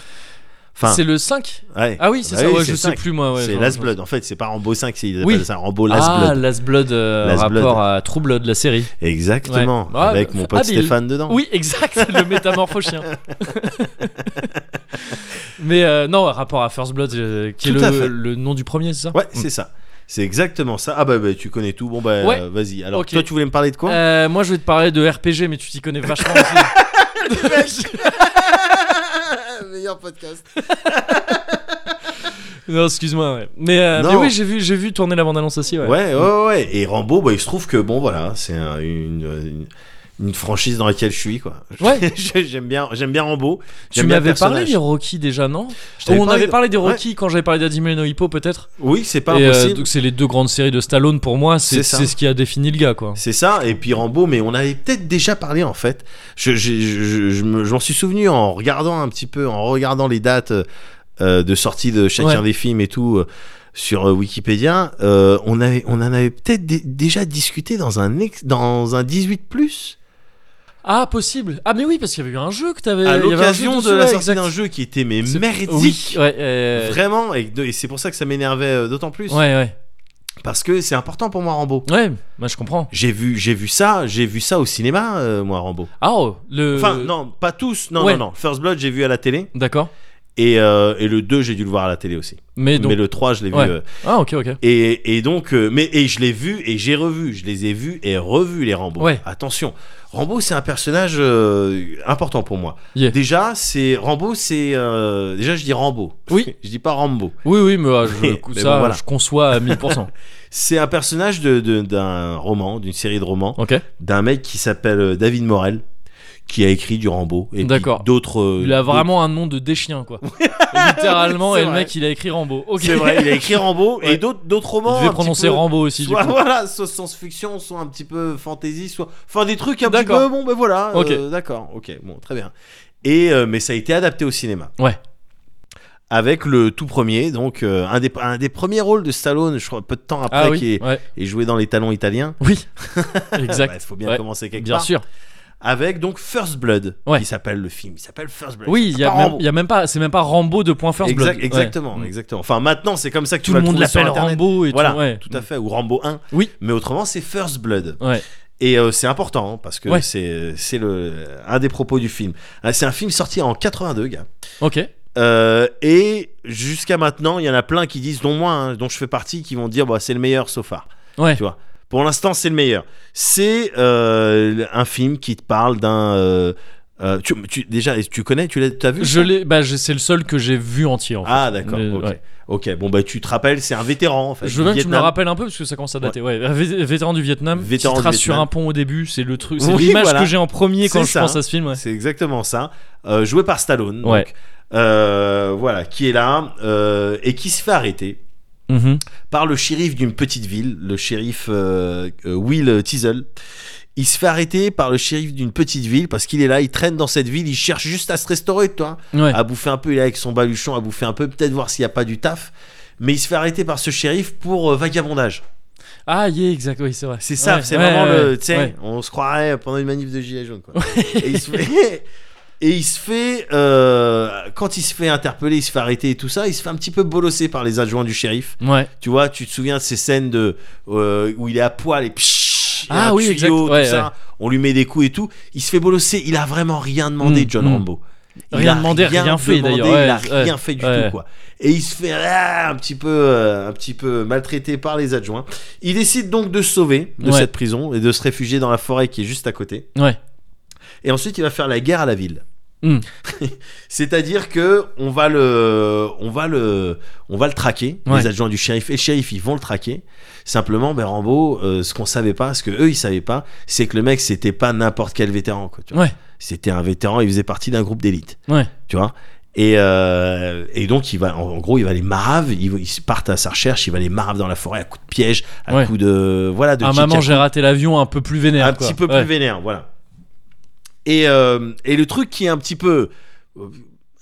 Speaker 2: Enfin,
Speaker 1: C'est le 5
Speaker 2: ouais.
Speaker 1: Ah oui, c'est
Speaker 2: Ah
Speaker 1: ça.
Speaker 2: oui,
Speaker 1: ouais,
Speaker 2: c'est
Speaker 1: je sais
Speaker 2: 5.
Speaker 1: plus moi. Ouais,
Speaker 2: c'est
Speaker 1: genre,
Speaker 2: Last
Speaker 1: je-
Speaker 2: Blood. En fait, c'est pas Rambo 5, c'est ils
Speaker 1: Oui.
Speaker 2: appellent ça Rambo Last
Speaker 1: ah,
Speaker 2: Blood.
Speaker 1: Last Blood, euh,
Speaker 2: Last
Speaker 1: rapport
Speaker 2: Blood.
Speaker 1: à True Blood, la série.
Speaker 2: Exactement.
Speaker 1: Ouais. Ah,
Speaker 2: Avec mon pote
Speaker 1: habile.
Speaker 2: Stéphane dedans.
Speaker 1: Oui, exact, le métamorphochien. Mais euh, non, rapport à First Blood, euh, qui
Speaker 2: Tout
Speaker 1: est
Speaker 2: à
Speaker 1: le,
Speaker 2: fait.
Speaker 1: le nom du premier, c'est ça
Speaker 2: Ouais, c'est ça. C'est exactement ça. Ah bah, bah, tu connais tout. Bon bah
Speaker 1: Ouais.
Speaker 2: euh, vas-y. Alors
Speaker 1: Ok.
Speaker 2: toi tu voulais me parler de quoi
Speaker 1: Euh, Moi, je vais te parler de RPG, mais tu t'y connais vachement aussi.
Speaker 2: Meilleur podcast.
Speaker 1: non, excuse-moi. ouais. Mais, euh,
Speaker 2: Non.
Speaker 1: mais oui, j'ai vu, j'ai vu tourner la bande-annonce aussi. Ouais.
Speaker 2: Ouais, ouais, ouais, ouais. Et Rambo, bah, il se trouve que bon voilà, c'est un- une, une une franchise dans laquelle je suis quoi.
Speaker 1: Ouais.
Speaker 2: Je- j'aime bien, j'aime bien Rambo.
Speaker 1: Tu
Speaker 2: J'aime bien le
Speaker 1: m'avais parlé
Speaker 2: personnage.
Speaker 1: des Rocky déjà, non
Speaker 2: Je
Speaker 1: Ou
Speaker 2: t'avais
Speaker 1: on avait
Speaker 2: de-
Speaker 1: parlé des
Speaker 2: Ouais.
Speaker 1: Rocky quand j'avais parlé d'Adime no Hippo, peut-être
Speaker 2: Oui, c'est pas
Speaker 1: Et, euh,
Speaker 2: impossible.
Speaker 1: donc, c'est les deux grandes séries de Stallone pour moi,
Speaker 2: C'est
Speaker 1: c'est
Speaker 2: ça.
Speaker 1: c'est ce qui a défini le gars, quoi.
Speaker 2: C'est ça, et puis Rambo, mais on avait peut-être déjà parlé en fait. Je, je, je, je, je me- je m'en suis souvenu en regardant un petit peu, en regardant les dates euh, de sortie de chacun
Speaker 1: Ouais.
Speaker 2: des films et tout euh, sur euh, Wikipédia. euh, on, avait, on en avait peut-être dé- déjà discuté dans un, ex- dans un 18 plus
Speaker 1: Ah, possible. Ah, mais oui, parce qu'il y avait eu un jeu que t'avais.
Speaker 2: à
Speaker 1: Euh, il y avait un jeu
Speaker 2: l'occasion
Speaker 1: dessus,
Speaker 2: de la
Speaker 1: ouais,
Speaker 2: sortie
Speaker 1: exact.
Speaker 2: d'un jeu qui était mais
Speaker 1: C'est-
Speaker 2: merdique.
Speaker 1: Oui, ouais, euh,
Speaker 2: Vraiment, et, de- et c'est pour ça que ça m'énervait euh, d'autant plus.
Speaker 1: ouais, ouais.
Speaker 2: Parce que c'est important pour moi, Rambo.
Speaker 1: Ouais, bah, je comprends.
Speaker 2: J'ai vu, j'ai vu ça, j'ai vu ça au cinéma, euh, moi, Rambo.
Speaker 1: Ah, oh, le.
Speaker 2: Enfin, non, pas tous. Non,
Speaker 1: ouais.
Speaker 2: non, non. First Blood, j'ai vu à la télé.
Speaker 1: D'accord.
Speaker 2: Et, euh, et le 2, j'ai dû le voir à la télé aussi.
Speaker 1: Mais donc.
Speaker 2: mais le 3, je l'ai
Speaker 1: Ouais.
Speaker 2: vu. euh,
Speaker 1: Ah, ok, ok.
Speaker 2: et, et donc, euh, mais et je l'ai vu et j'ai revu. Je les ai vus et revus, les Rambo.
Speaker 1: Ouais.
Speaker 2: Attention. Rambo, c'est un personnage euh, important pour moi.
Speaker 1: Yeah.
Speaker 2: Déjà, c'est. Rambo, c'est. euh, déjà, je dis Rambo.
Speaker 1: Oui.
Speaker 2: je dis pas Rambo.
Speaker 1: Oui, oui, mais ah, je,
Speaker 2: Mais-
Speaker 1: coup,
Speaker 2: mais
Speaker 1: ça,
Speaker 2: bon, voilà.
Speaker 1: je conçois à 1000%.
Speaker 2: C'est un personnage de- de- d'un roman, d'une série de romans,
Speaker 1: ok.
Speaker 2: d'un mec qui s'appelle euh, David Morel, qui a écrit du Rambo. Et puis
Speaker 1: D'accord.
Speaker 2: D'autres. euh,
Speaker 1: Il a
Speaker 2: d'autres-
Speaker 1: vraiment un nom de déchien, quoi. Littéralement,
Speaker 2: C'est
Speaker 1: et le
Speaker 2: vrai.
Speaker 1: mec, il a écrit Rambo. Ok.
Speaker 2: C'est vrai, il a écrit Rambo
Speaker 1: Ouais.
Speaker 2: et d'autres d'autres
Speaker 1: Il
Speaker 2: romans. un
Speaker 1: devait
Speaker 2: petit
Speaker 1: prononcer
Speaker 2: peu,
Speaker 1: Rambo aussi, du
Speaker 2: Soit,
Speaker 1: coup.
Speaker 2: voilà, soit science-fiction, soit un petit peu fantasy, soit. Enfin, des trucs un petit
Speaker 1: D'accord.
Speaker 2: peu. Bon, ben voilà.
Speaker 1: Ok.
Speaker 2: euh, D'accord, ok, bon, très bien. Et, euh, mais ça a été adapté au cinéma.
Speaker 1: Ouais.
Speaker 2: Avec le tout premier, donc euh, un, des, un des premiers rôles de Stallone, je crois, peu de temps après,
Speaker 1: Ah oui.
Speaker 2: qui est,
Speaker 1: ouais.
Speaker 2: est joué dans Les Talons Italiens.
Speaker 1: Oui.
Speaker 2: Il
Speaker 1: exact.
Speaker 2: faut bien
Speaker 1: Ouais.
Speaker 2: commencer quelque
Speaker 1: Bien
Speaker 2: part.
Speaker 1: sûr.
Speaker 2: Avec donc First Blood,
Speaker 1: Ouais.
Speaker 2: qui s'appelle le film. Il s'appelle First Blood.
Speaker 1: Oui, il y, a
Speaker 2: pas
Speaker 1: même-
Speaker 2: Rambo.
Speaker 1: il y a même pas. C'est même pas Rambo de point first
Speaker 2: Exact- Bah,
Speaker 1: blood. Ouais. Mm.
Speaker 2: exactement, exactement. Enfin, maintenant, c'est comme ça que tu
Speaker 1: Tout
Speaker 2: vas
Speaker 1: le monde
Speaker 2: trouver sur
Speaker 1: l'appelle
Speaker 2: Internet.
Speaker 1: Rambo et
Speaker 2: Voilà,
Speaker 1: tout. Ouais.
Speaker 2: tout à fait, ou Rambo 1.
Speaker 1: Mm. Oui.
Speaker 2: Mais autrement, c'est First Blood.
Speaker 1: Ouais.
Speaker 2: Et euh, c'est important, hein, parce que
Speaker 1: Ouais.
Speaker 2: c'est c'est le un des propos du film. Ah, C'est un film sorti en 82, gars.
Speaker 1: Ok.
Speaker 2: Euh, et jusqu'à maintenant, il y en a plein qui disent, dont moi, hein, dont je fais partie, qui vont dire, bah, c'est le meilleur so far.
Speaker 1: Ouais.
Speaker 2: Tu vois. Pour l'instant, c'est le meilleur. C'est euh, un film qui te parle d'un... euh, euh, tu, tu- déjà, tu connais, tu l'as t'as vu
Speaker 1: Je l'ai. Bah, je- c'est le seul que j'ai vu entier. En fait.
Speaker 2: Ah, d'accord.
Speaker 1: Mais-
Speaker 2: ok.
Speaker 1: ouais.
Speaker 2: ok, bon, bah, tu te rappelles, c'est un vétéran, en fait.
Speaker 1: Je
Speaker 2: du
Speaker 1: veux bien que tu me le
Speaker 2: Vietnam.
Speaker 1: rappelles un peu parce que ça commence à dater. Ouais. Vé- Vétéran du Vietnam.
Speaker 2: Vétéran
Speaker 1: qui
Speaker 2: du
Speaker 1: trace sur
Speaker 2: Vietnam.
Speaker 1: un pont au début. C'est le truc. C'est
Speaker 2: Oui,
Speaker 1: l'image
Speaker 2: voilà.
Speaker 1: que j'ai en premier quand
Speaker 2: C'est
Speaker 1: je
Speaker 2: ça.
Speaker 1: pense à ce film. ouais.
Speaker 2: C'est exactement ça. Euh, joué par Stallone. donc.
Speaker 1: Ouais.
Speaker 2: Euh, voilà, qui est là euh, et qui se fait arrêter
Speaker 1: Mhm.
Speaker 2: par le shérif d'une petite ville, le shérif euh, euh, Will Teasel. Il se fait arrêter par le shérif d'une petite ville parce qu'il est là, il traîne dans cette ville, il cherche juste à se restaurer, toi,
Speaker 1: Ouais.
Speaker 2: à bouffer un peu, il est avec son baluchon, à bouffer un peu, peut-être voir s'il n'y a pas du taf. Mais il se fait arrêter par ce shérif pour euh, vagabondage.
Speaker 1: Ah, yeah, exact. Oui, c'est vrai.
Speaker 2: C'est ça,
Speaker 1: Ouais,
Speaker 2: c'est
Speaker 1: ouais,
Speaker 2: vraiment
Speaker 1: ouais,
Speaker 2: le. Tu sais,
Speaker 1: ouais.
Speaker 2: on se croirait pendant une manif de gilet jaune. Quoi. et il se fait. et il se fait, euh, quand il se fait interpeller, il se fait arrêter et tout ça, il se fait un petit peu bolosser par les adjoints du shérif.
Speaker 1: Ouais.
Speaker 2: Tu vois, tu te souviens de ces scènes de, euh, où il est à poil et pshhh, il y a
Speaker 1: Ah
Speaker 2: un
Speaker 1: oui,
Speaker 2: tuyau,
Speaker 1: exact.
Speaker 2: tout
Speaker 1: Ouais,
Speaker 2: ça.
Speaker 1: ouais.
Speaker 2: On lui met des coups et tout. Il se fait bolosser. Il a vraiment rien demandé,
Speaker 1: Mm,
Speaker 2: John
Speaker 1: mm.
Speaker 2: Rambo. Il
Speaker 1: Rien
Speaker 2: a
Speaker 1: demandé, rien fait,
Speaker 2: demandé,
Speaker 1: d'ailleurs. Ouais,
Speaker 2: il a
Speaker 1: ouais,
Speaker 2: rien fait du
Speaker 1: ouais.
Speaker 2: tout, quoi. Et il se fait ah, un petit peu, euh, un petit peu maltraité par les adjoints. Il décide donc de se sauver de
Speaker 1: Ouais.
Speaker 2: cette prison et de se réfugier dans la forêt qui est juste à côté.
Speaker 1: Ouais.
Speaker 2: Et ensuite, il va faire la guerre à la ville.
Speaker 1: Hmm.
Speaker 2: C'est-à-dire que on va le, on va le, on va le traquer.
Speaker 1: Ouais.
Speaker 2: Les adjoints du shérif et le shérif, ils vont le traquer. Simplement, ben Rambo, euh, ce qu'on savait pas, ce que eux ils savaient pas, c'est que le mec c'était pas n'importe quel vétéran. Quoi, tu vois.
Speaker 1: Ouais.
Speaker 2: C'était un vétéran. Il faisait partie d'un groupe d'élite.
Speaker 1: Ouais.
Speaker 2: Tu vois. Et, euh, et donc il va, en, en gros, il va les marave. Ils, ils partent à sa recherche. Il va les marave dans la forêt à coups de piège, à
Speaker 1: Ouais.
Speaker 2: coups de, voilà, de
Speaker 1: Un
Speaker 2: tic-tac
Speaker 1: maman, j'ai raté l'avion un peu plus vénère.
Speaker 2: un
Speaker 1: quoi.
Speaker 2: petit peu
Speaker 1: Ouais.
Speaker 2: plus vénère, voilà. Et, euh, et le truc qui est un petit peu euh,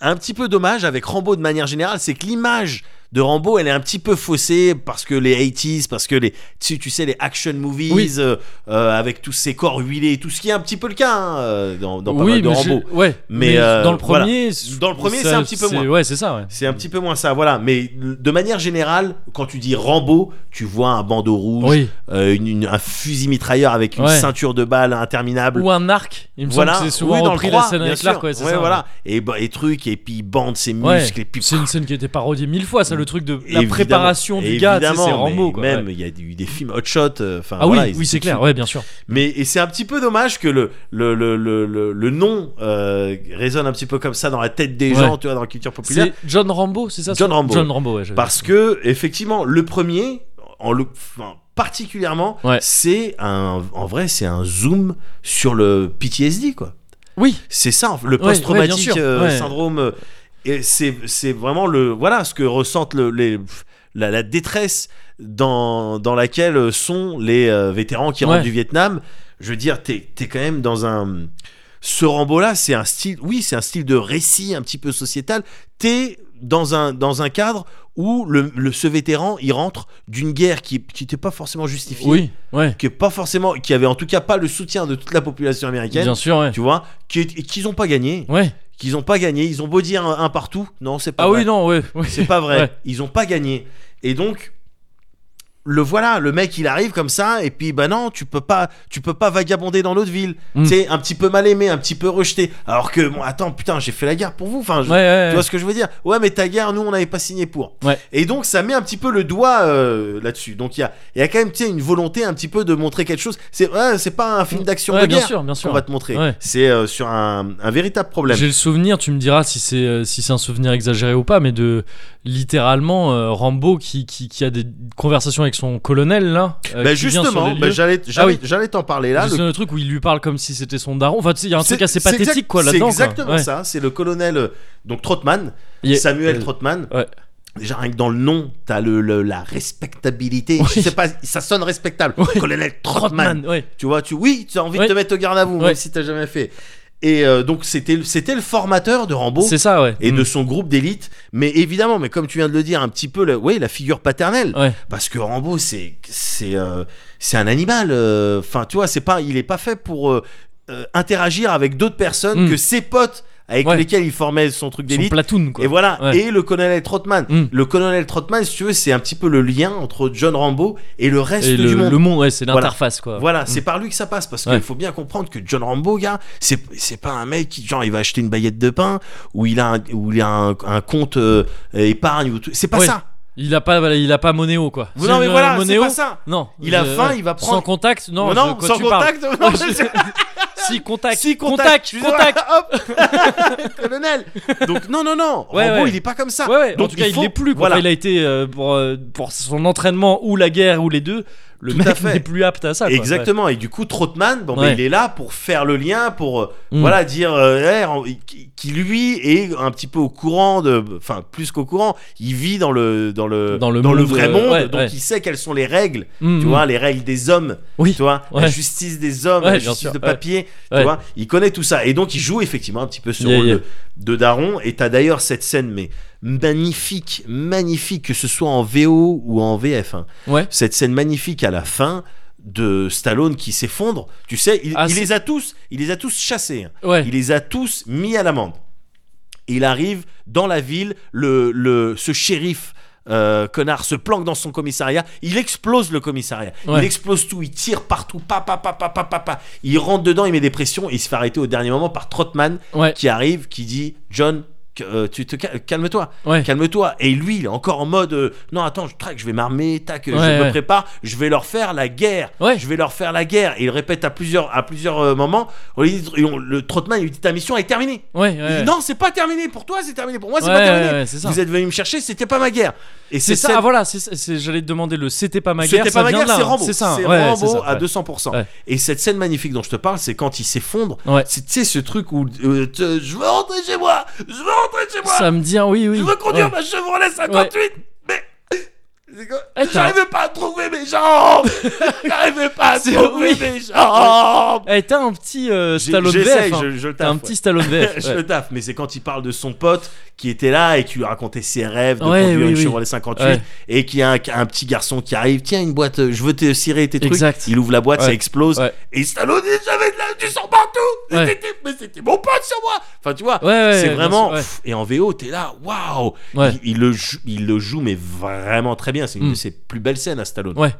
Speaker 2: un petit peu dommage avec Rambo de manière générale, c'est que l'image de Rambo, elle est un petit peu faussée parce que les 80s, parce que les tu, tu sais les action movies
Speaker 1: Oui.
Speaker 2: euh, euh, avec tous ces corps huilés, et tout ce qui est un petit peu le cas hein, euh, dans, dans pas
Speaker 1: oui,
Speaker 2: mal de
Speaker 1: mais
Speaker 2: Rambo.
Speaker 1: je- ouais.
Speaker 2: Mais,
Speaker 1: Mais
Speaker 2: euh,
Speaker 1: dans le
Speaker 2: voilà.
Speaker 1: premier,
Speaker 2: Dans le premier, c'est un petit peu
Speaker 1: c'est-
Speaker 2: moins.
Speaker 1: Ouais, c'est ça. Ouais.
Speaker 2: C'est un petit peu moins ça, voilà. Mais de manière générale, quand tu dis Rambo, tu vois un bandeau rouge,
Speaker 1: Oui.
Speaker 2: euh, une- une- un fusil mitrailleur avec une
Speaker 1: Ouais.
Speaker 2: ceinture de balles interminable.
Speaker 1: Ou un arc. Il me semble que c'est souvent
Speaker 2: oui, dans
Speaker 1: repris
Speaker 2: le 3,
Speaker 1: la scène
Speaker 2: bien
Speaker 1: avec
Speaker 2: sûr.
Speaker 1: l'arc. Ouais, c'est
Speaker 2: Ouais,
Speaker 1: ça. hein.
Speaker 2: voilà. Et, bah, et trucs, et puis il bande ses muscles,
Speaker 1: Ouais.
Speaker 2: et puis.
Speaker 1: C'est une scène qui a été parodiée mille fois, ça, le truc de la
Speaker 2: Évidemment,
Speaker 1: préparation du gars, tu sais,
Speaker 2: évidemment,
Speaker 1: c'est
Speaker 2: mais
Speaker 1: Rambo. Quoi,
Speaker 2: Même,
Speaker 1: ouais.
Speaker 2: il y a eu des films hot shot. euh, enfin,
Speaker 1: Ah
Speaker 2: voilà,
Speaker 1: oui,
Speaker 2: ils
Speaker 1: oui, c'est
Speaker 2: étaient
Speaker 1: clair,
Speaker 2: dessus.
Speaker 1: ouais, bien sûr.
Speaker 2: Mais et c'est un petit peu dommage que le, le, le, le, le- le nom euh, résonne un petit peu comme ça dans la tête des
Speaker 1: Ouais.
Speaker 2: gens, tu vois, dans la culture populaire.
Speaker 1: C'est euh, John Rambo, c'est ça
Speaker 2: John
Speaker 1: son-
Speaker 2: Rambo.
Speaker 1: John Rambo, ouais. j'avais-
Speaker 2: Parce que, effectivement, le premier, en le, enfin, particulièrement,
Speaker 1: Ouais.
Speaker 2: c'est un, en vrai, c'est un zoom sur le PTSD, quoi.
Speaker 1: Oui,
Speaker 2: C'est ça, le
Speaker 1: Ouais, ouais, bien
Speaker 2: post-traumatique
Speaker 1: sûr,
Speaker 2: euh,
Speaker 1: ouais.
Speaker 2: syndrome. euh, Et c'est, c'est vraiment le, voilà, ce que ressentent le- les, la, la détresse dans, dans laquelle sont les euh, vétérans qui
Speaker 1: Ouais.
Speaker 2: rentrent du Vietnam. Je veux dire, t'es, t'es quand même dans un. Ce Rambo-là, c'est un style, oui, c'est un style de récit un petit peu sociétal. T'es dans un, dans un cadre où le, le- ce vétéran, il rentre d'une guerre qui n'était pas forcément justifiée.
Speaker 1: oui, ouais.
Speaker 2: Qui est pas forcément, qui avait en tout cas pas le soutien de toute la population américaine
Speaker 1: Bien sûr, ouais.
Speaker 2: tu vois, qui- qu'ils ont pas gagné,
Speaker 1: Ouais.
Speaker 2: qu'ils ont pas gagné, ils ont beau dire un, un partout, non, c'est pas
Speaker 1: Ah
Speaker 2: vrai.
Speaker 1: oui, non, ouais. ouais.
Speaker 2: C'est pas vrai,
Speaker 1: Ouais.
Speaker 2: ils ont pas gagné. Et donc le voilà, le mec il arrive comme ça et puis bah non, tu peux pas tu peux pas vagabonder dans l'autre ville.
Speaker 1: Mm.
Speaker 2: Tu sais, un petit peu mal aimé, un petit peu rejeté alors que bon attends, putain, j'ai fait la guerre pour vous, enfin je-
Speaker 1: Ouais, ouais,
Speaker 2: Tu
Speaker 1: ouais.
Speaker 2: vois ce que je veux dire Ouais, mais ta guerre, nous, on n'avait pas signé pour.
Speaker 1: Ouais.
Speaker 2: Et donc, ça met un petit peu le doigt euh, là-dessus. Donc, il y a, il y a quand même tu sais, une volonté un petit peu de montrer quelque chose. C'est ouais, c'est pas un film d'action
Speaker 1: Mm. Ouais,
Speaker 2: de
Speaker 1: bien
Speaker 2: guerre
Speaker 1: sûr, bien
Speaker 2: qu'on
Speaker 1: sûr.
Speaker 2: va te montrer.
Speaker 1: Ouais.
Speaker 2: C'est euh, sur un, un véritable problème.
Speaker 1: J'ai le souvenir, tu me diras si c'est euh, si c'est un souvenir exagéré ou pas, mais de littéralement euh, Rambo qui, qui, qui a des conversations avec son colonel là. euh,
Speaker 2: Bah,
Speaker 1: qui vient sur des
Speaker 2: justement, bah,
Speaker 1: lieux. Ah
Speaker 2: j'allais j'allais-
Speaker 1: oui.
Speaker 2: j'allais t'en parler là.
Speaker 1: C'est
Speaker 2: Le-
Speaker 1: le truc où il lui parle comme si c'était son daron. Enfin, tu sais, il y a un truc assez
Speaker 2: c'est exact-
Speaker 1: pathétique quoi là-dedans.
Speaker 2: C'est
Speaker 1: quoi.
Speaker 2: exactement
Speaker 1: Ouais.
Speaker 2: ça. C'est le colonel euh, donc Trotman,
Speaker 1: Il y a-
Speaker 2: Samuel
Speaker 1: euh,
Speaker 2: Trotman.
Speaker 1: ouais.
Speaker 2: Déjà rien que dans le nom, t'as le, le- la respectabilité. Je sais pas, ça sonne respectable. Colonel Trotman.
Speaker 1: Trotman, ouais.
Speaker 2: Tu vois, tu oui, tu as envie
Speaker 1: Ouais.
Speaker 2: de te mettre au garde à vous,
Speaker 1: Ouais.
Speaker 2: même si t'as jamais fait. Et euh, donc c'était le- c'était le formateur de Rambo
Speaker 1: C'est ça, ouais.
Speaker 2: et de
Speaker 1: Mm.
Speaker 2: son groupe d'élite. Mais évidemment, mais comme tu viens de le dire, un petit peu, la, ouais, la figure paternelle.
Speaker 1: Ouais.
Speaker 2: Parce que Rambo, c'est c'est euh, c'est un animal. euh, Enfin, tu vois, c'est pas, il est pas fait pour euh, euh, interagir avec d'autres personnes
Speaker 1: Mm.
Speaker 2: que ses potes avec
Speaker 1: Ouais.
Speaker 2: lesquels il formait son truc
Speaker 1: Son
Speaker 2: d'élite.
Speaker 1: platoon quoi.
Speaker 2: Et voilà.
Speaker 1: Ouais.
Speaker 2: Et le colonel Trotman.
Speaker 1: Mm.
Speaker 2: Le colonel Trotman, si tu veux, c'est un petit peu le lien entre John Rambo et le reste
Speaker 1: Et
Speaker 2: du
Speaker 1: le,
Speaker 2: monde.
Speaker 1: le monde, ouais, c'est
Speaker 2: Voilà.
Speaker 1: l'interface quoi.
Speaker 2: Voilà, c'est par lui que ça passe parce qu'il
Speaker 1: Mm. Ouais.
Speaker 2: faut bien comprendre que John Rambo, gars, c'est c'est pas un mec qui genre il va acheter une baguette de pain ou il a un, ou il a un, un compte euh, épargne ou tout. C'est pas
Speaker 1: Ouais.
Speaker 2: ça.
Speaker 1: Il a pas, voilà, il a pas Monéo quoi.
Speaker 2: Non mais
Speaker 1: euh,
Speaker 2: voilà, c'est
Speaker 1: Monéo,
Speaker 2: pas ça.
Speaker 1: Non.
Speaker 2: Il a
Speaker 1: Euh,
Speaker 2: faim,
Speaker 1: ouais.
Speaker 2: il va prendre-
Speaker 1: Sans contact, non.
Speaker 2: Non,
Speaker 1: je-
Speaker 2: non,
Speaker 1: quoi
Speaker 2: sans
Speaker 1: tu parles.
Speaker 2: contact.
Speaker 1: Non, je- si contact.
Speaker 2: Si
Speaker 1: contact.
Speaker 2: contact,
Speaker 1: contact.
Speaker 2: colonel. Donc non non non,
Speaker 1: Ouais,
Speaker 2: Rambo
Speaker 1: ouais.
Speaker 2: il est pas comme ça.
Speaker 1: Ouais, ouais.
Speaker 2: Donc
Speaker 1: en tout cas, il
Speaker 2: faut-
Speaker 1: l'est plus. Quoi.
Speaker 2: Voilà.
Speaker 1: Il a été euh, pour, euh, pour son entraînement ou la guerre ou les deux. Le
Speaker 2: Tout à
Speaker 1: mec
Speaker 2: fait.
Speaker 1: n'est plus apte à ça. quoi.
Speaker 2: Exactement. Et du coup, Trotman, bon, ben,
Speaker 1: Ouais.
Speaker 2: il est là pour faire le lien, pour euh,
Speaker 1: Mm.
Speaker 2: voilà dire euh, eh, en- qui, qui, lui est un petit peu au courant de, enfin plus qu'au courant, il vit dans le dans le
Speaker 1: Dans le monde,
Speaker 2: vrai
Speaker 1: euh,
Speaker 2: monde,
Speaker 1: ouais,
Speaker 2: donc
Speaker 1: ouais.
Speaker 2: il sait quelles sont les règles,
Speaker 1: Ouais. Mm,
Speaker 2: tu
Speaker 1: mm.
Speaker 2: vois, les règles des hommes,
Speaker 1: Oui.
Speaker 2: tu vois, la
Speaker 1: Ouais.
Speaker 2: justice des hommes,
Speaker 1: Ouais,
Speaker 2: la
Speaker 1: bien
Speaker 2: justice
Speaker 1: sûr,
Speaker 2: de
Speaker 1: ouais.
Speaker 2: papier, tu
Speaker 1: Ouais.
Speaker 2: vois, il connaît tout ça et donc il joue effectivement un petit peu ce
Speaker 1: Yeah,
Speaker 2: rôle
Speaker 1: yeah.
Speaker 2: De, de daron. Et t'as d'ailleurs cette scène, mais magnifique, magnifique, que ce soit en VO ou en VF. hein
Speaker 1: mm. Ouais.
Speaker 2: cette scène magnifique à la fin de Stallone qui s'effondre. Tu sais, il,
Speaker 1: Ah,
Speaker 2: il
Speaker 1: c'est-
Speaker 2: les a tous, il les a tous chassés. hein.
Speaker 1: Ouais.
Speaker 2: Il les a tous mis à l'amende. Il arrive dans la ville, le, le- ce shérif euh, connard se planque dans son commissariat, il explose le commissariat, il
Speaker 1: Ouais.
Speaker 2: explose tout, il tire partout, pa pa pa pa pa pa pa. Il rentre dedans, il met des pressions, et il se fait arrêter au dernier moment par Trotman
Speaker 1: Ouais.
Speaker 2: qui arrive, qui dit John, que, euh, tu te cal- calme-toi,
Speaker 1: Ouais.
Speaker 2: calme-toi. Et lui, il est encore en mode euh, non, attends, je traque, je vais m'armer, tac, euh,
Speaker 1: Ouais,
Speaker 2: je
Speaker 1: ouais.
Speaker 2: me prépare, je vais leur faire la guerre,
Speaker 1: Ouais.
Speaker 2: je vais leur faire la guerre. Et il répète à plusieurs, à plusieurs euh, moments. On lui dit- et on- le Trotman, il lui dit ta mission est terminée.
Speaker 1: Ouais, ouais,
Speaker 2: Il dit,
Speaker 1: ouais.
Speaker 2: non, c'est pas terminé pour toi, c'est terminé pour moi, c'est
Speaker 1: Ouais,
Speaker 2: pas terminé.
Speaker 1: ouais, ouais, c'est ça.
Speaker 2: Vous êtes venu me chercher, c'était pas ma guerre. Et
Speaker 1: C'est
Speaker 2: c'est
Speaker 1: ça,
Speaker 2: cette-
Speaker 1: ah, voilà, c'est- c'est- j'allais te demander le c'était pas ma guerre.
Speaker 2: c'était
Speaker 1: ça
Speaker 2: pas ma
Speaker 1: vient
Speaker 2: guerre,
Speaker 1: de là,
Speaker 2: c'est
Speaker 1: hein.
Speaker 2: Rambo.
Speaker 1: C'est ça,
Speaker 2: C'est
Speaker 1: ouais,
Speaker 2: Rambo
Speaker 1: c'est ça,
Speaker 2: à
Speaker 1: ouais.
Speaker 2: 200%.
Speaker 1: Ouais.
Speaker 2: Et cette scène magnifique dont je te parle, c'est quand il s'effondre.
Speaker 1: Ouais.
Speaker 2: C'est tu sais, ce truc où euh, te- je veux rentrer chez moi, je veux rentrer chez moi,
Speaker 1: Ça me dit, ah oui, oui.
Speaker 2: je veux conduire
Speaker 1: Ouais.
Speaker 2: ma Chevrolet 58, mais. C'est quoi
Speaker 1: Eh, t'as-
Speaker 2: J'arrivais pas à trouver mes jambes! J'arrivais pas à
Speaker 1: C'est-
Speaker 2: trouver
Speaker 1: oui.
Speaker 2: mes jambes!
Speaker 1: Eh, t'as un petit euh,
Speaker 2: J'ai-
Speaker 1: Stallone
Speaker 2: J'essaye,
Speaker 1: VF. hein.
Speaker 2: je, je le
Speaker 1: T'as
Speaker 2: taffe,
Speaker 1: un petit Stallone VF.
Speaker 2: je
Speaker 1: ouais.
Speaker 2: le taffe, mais c'est quand il parle de son pote qui était là et qui lui racontait ses rêves de
Speaker 1: Ouais,
Speaker 2: conduire
Speaker 1: oui,
Speaker 2: une
Speaker 1: oui.
Speaker 2: Chevrolet 58
Speaker 1: Ouais.
Speaker 2: et qu'il y a un, un petit garçon qui arrive, tiens une boîte, euh, je veux te cirer tes trucs.
Speaker 1: Exact.
Speaker 2: Il ouvre la boîte,
Speaker 1: Ouais.
Speaker 2: ça explose
Speaker 1: Ouais.
Speaker 2: et Stallone dit j'avais de la- du sang partout, Et
Speaker 1: Ouais.
Speaker 2: c'était- mais c'était mon pote sur moi. Enfin tu vois,
Speaker 1: Ouais, ouais,
Speaker 2: c'est
Speaker 1: ouais,
Speaker 2: vraiment
Speaker 1: bien sûr,
Speaker 2: pff, et en VO t'es là, waouh,
Speaker 1: Ouais.
Speaker 2: il, il le joue, il le joue mais vraiment très bien. C'est une
Speaker 1: Mm.
Speaker 2: de ses plus belles scènes à Stallone.
Speaker 1: Ouais.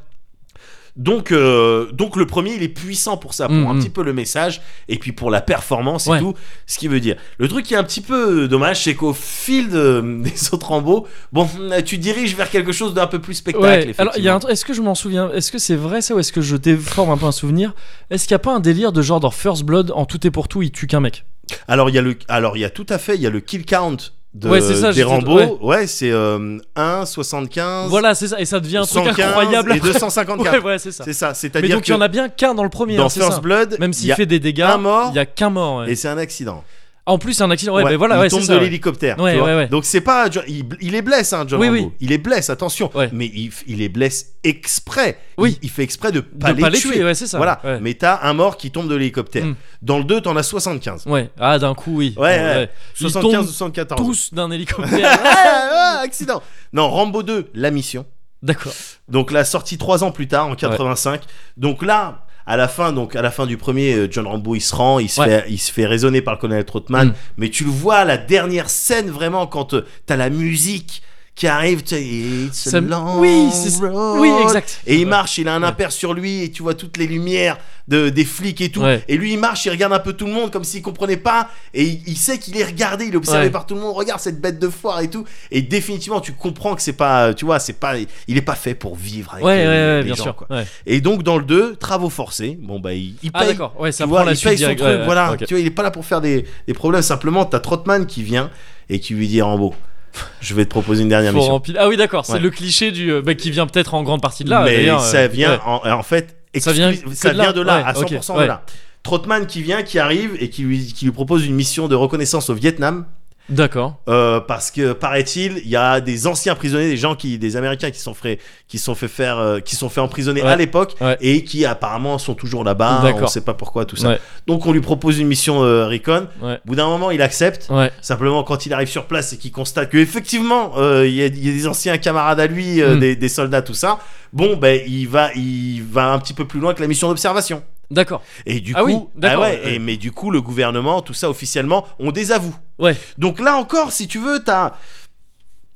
Speaker 2: Donc, euh, donc le premier, il est puissant pour ça, pour
Speaker 1: Mm,
Speaker 2: un
Speaker 1: mm.
Speaker 2: petit peu le message et puis pour la performance et
Speaker 1: Ouais.
Speaker 2: tout. Ce qui veut dire. Le truc qui est un petit peu euh, dommage, c'est qu'au fil de- des autres Rambo, bon, hmm, tu diriges vers quelque chose d'un peu plus spectacle.
Speaker 1: Ouais, alors il y a un truc- est-ce que je m'en souviens Est-ce que c'est vrai ça ou est-ce que je déforme un peu un souvenir Est-ce qu'il n'y a pas un délire de genre dans First Blood en tout et pour tout il tue qu'un mec
Speaker 2: effectivement. alors il y a le, alors il y a tout à fait, il y a le kill count de
Speaker 1: Ouais, c'est ça,
Speaker 2: des
Speaker 1: j'étais-
Speaker 2: Rambo.
Speaker 1: ouais.
Speaker 2: Ouais, c'est euh, 1, 75,
Speaker 1: Voilà, c'est ça et ça devient un truc
Speaker 2: 115
Speaker 1: incroyable.
Speaker 2: et
Speaker 1: après.
Speaker 2: 254.
Speaker 1: Ouais, ouais, c'est ça.
Speaker 2: C'est ça.
Speaker 1: Mais
Speaker 2: C'est-à-dire
Speaker 1: donc
Speaker 2: que
Speaker 1: il y en a bien qu'un dans le premier,
Speaker 2: dans
Speaker 1: hein, c'est
Speaker 2: First
Speaker 1: ça.
Speaker 2: Blood,
Speaker 1: Même
Speaker 2: il y
Speaker 1: s'il
Speaker 2: a-
Speaker 1: fait des dégâts,
Speaker 2: un mort.
Speaker 1: il y a qu'un mort. ouais.
Speaker 2: et c'est un accident.
Speaker 1: Ah, en plus c'est un accident. Ouais,
Speaker 2: Ouais,
Speaker 1: bah voilà,
Speaker 2: il
Speaker 1: ouais,
Speaker 2: tombe
Speaker 1: c'est
Speaker 2: de
Speaker 1: ça. ouais.
Speaker 2: l'hélicoptère. tu
Speaker 1: Ouais,
Speaker 2: vois.
Speaker 1: ouais, ouais.
Speaker 2: Donc c'est pas John- il, il les blesse hein, John
Speaker 1: Oui,
Speaker 2: Rambo.
Speaker 1: oui.
Speaker 2: Il les blesse, attention.
Speaker 1: Ouais.
Speaker 2: Mais il, f- il les blesse exprès.
Speaker 1: Oui.
Speaker 2: Il, il fait exprès de
Speaker 1: De
Speaker 2: pas, les, tuer.
Speaker 1: ouais, c'est ça.
Speaker 2: Voilà.
Speaker 1: Ouais.
Speaker 2: Mais t'as un mort qui tombe de l'hélicoptère.
Speaker 1: Mm.
Speaker 2: Dans le 2, t'en as 75.
Speaker 1: Ouais. Ah, d'un coup, oui.
Speaker 2: Ouais, ouais.
Speaker 1: Ils
Speaker 2: 75
Speaker 1: tombent
Speaker 2: 74.
Speaker 1: tous d'un hélicoptère.
Speaker 2: Ah, ah, accident. Non, Rambo 2, la mission.
Speaker 1: D'accord.
Speaker 2: Donc la sortie 3 ans plus tard en 85. Donc là à la fin donc à la fin du premier euh, John Rambo il se rend, il se
Speaker 1: Ouais.
Speaker 2: fait il se fait raisonner par le colonel Trotman,
Speaker 1: Mm.
Speaker 2: mais tu le vois la dernière scène vraiment quand euh, t'as la musique qui arrive, tu sais, It's a
Speaker 1: Ça-
Speaker 2: long
Speaker 1: Oui, c'est
Speaker 2: road.
Speaker 1: Oui, exact.
Speaker 2: Et il marche, il a un
Speaker 1: Ouais.
Speaker 2: impair sur lui et tu vois toutes les lumières de, des flics et tout.
Speaker 1: Ouais.
Speaker 2: Et lui il marche, il regarde un peu tout le monde comme s'il comprenait pas et il, il sait qu'il est regardé, il est observé
Speaker 1: Ouais.
Speaker 2: par tout le monde. Regarde cette bête de foire et tout. Et définitivement tu comprends que c'est pas, tu vois, c'est pas, il est pas fait pour vivre avec
Speaker 1: Ouais, ouais,
Speaker 2: euh,
Speaker 1: ouais,
Speaker 2: les
Speaker 1: bien
Speaker 2: gens,
Speaker 1: sûr.
Speaker 2: quoi.
Speaker 1: Ouais.
Speaker 2: Et donc dans le 2, travaux forcés. Bon bah il, il
Speaker 1: Ah
Speaker 2: paye.
Speaker 1: d'accord, ouais, ça
Speaker 2: Tu
Speaker 1: prend
Speaker 2: vois,
Speaker 1: la
Speaker 2: il
Speaker 1: suite
Speaker 2: paye son
Speaker 1: direct.
Speaker 2: truc,
Speaker 1: ouais, ouais,
Speaker 2: voilà.
Speaker 1: ok.
Speaker 2: Tu vois, il est pas là pour faire des, des problèmes. Simplement, t'as Trotman qui vient et qui lui dit Rambo, je vais te proposer une dernière
Speaker 1: Faut
Speaker 2: mission.
Speaker 1: remplir- Ah oui, d'accord, c'est
Speaker 2: Ouais.
Speaker 1: le cliché du euh, bah, qui vient peut-être en grande partie de là.
Speaker 2: mais
Speaker 1: d'ailleurs, euh,
Speaker 2: ça vient
Speaker 1: ouais.
Speaker 2: en, en fait
Speaker 1: Ça
Speaker 2: exclu-
Speaker 1: vient que
Speaker 2: ça
Speaker 1: de
Speaker 2: vient
Speaker 1: là
Speaker 2: de là
Speaker 1: Ouais,
Speaker 2: à 100%
Speaker 1: ok,
Speaker 2: de
Speaker 1: ouais.
Speaker 2: là Trotman qui vient qui arrive et qui lui, qui lui propose une mission de reconnaissance au Vietnam
Speaker 1: D'accord.
Speaker 2: euh, parce que paraît-il il y a des anciens prisonniers des gens qui des américains qui sont fait qui sont fait faire euh, qui sont fait emprisonner
Speaker 1: Ouais.
Speaker 2: à l'époque
Speaker 1: Ouais.
Speaker 2: et qui apparemment sont toujours là-bas on
Speaker 1: D'accord.
Speaker 2: sait pas pourquoi tout ça
Speaker 1: Ouais.
Speaker 2: donc on lui propose une mission euh, Recon
Speaker 1: Ouais.
Speaker 2: au bout d'un moment il accepte
Speaker 1: Ouais.
Speaker 2: Simplement, quand il arrive sur place et qu'il constate que effectivement, euh, il y, a- il y a des anciens camarades à lui, euh,
Speaker 1: Mm.
Speaker 2: des, des soldats, tout ça. Bon, ben il va, il va un petit peu plus loin que la mission d'observation.
Speaker 1: D'accord.
Speaker 2: Et du
Speaker 1: Ah
Speaker 2: coup,
Speaker 1: oui, d'accord,
Speaker 2: ouais,
Speaker 1: ouais.
Speaker 2: et- mais du coup, le gouvernement, tout ça officiellement, on désavoue.
Speaker 1: Ouais.
Speaker 2: Donc là encore, si tu veux, t'as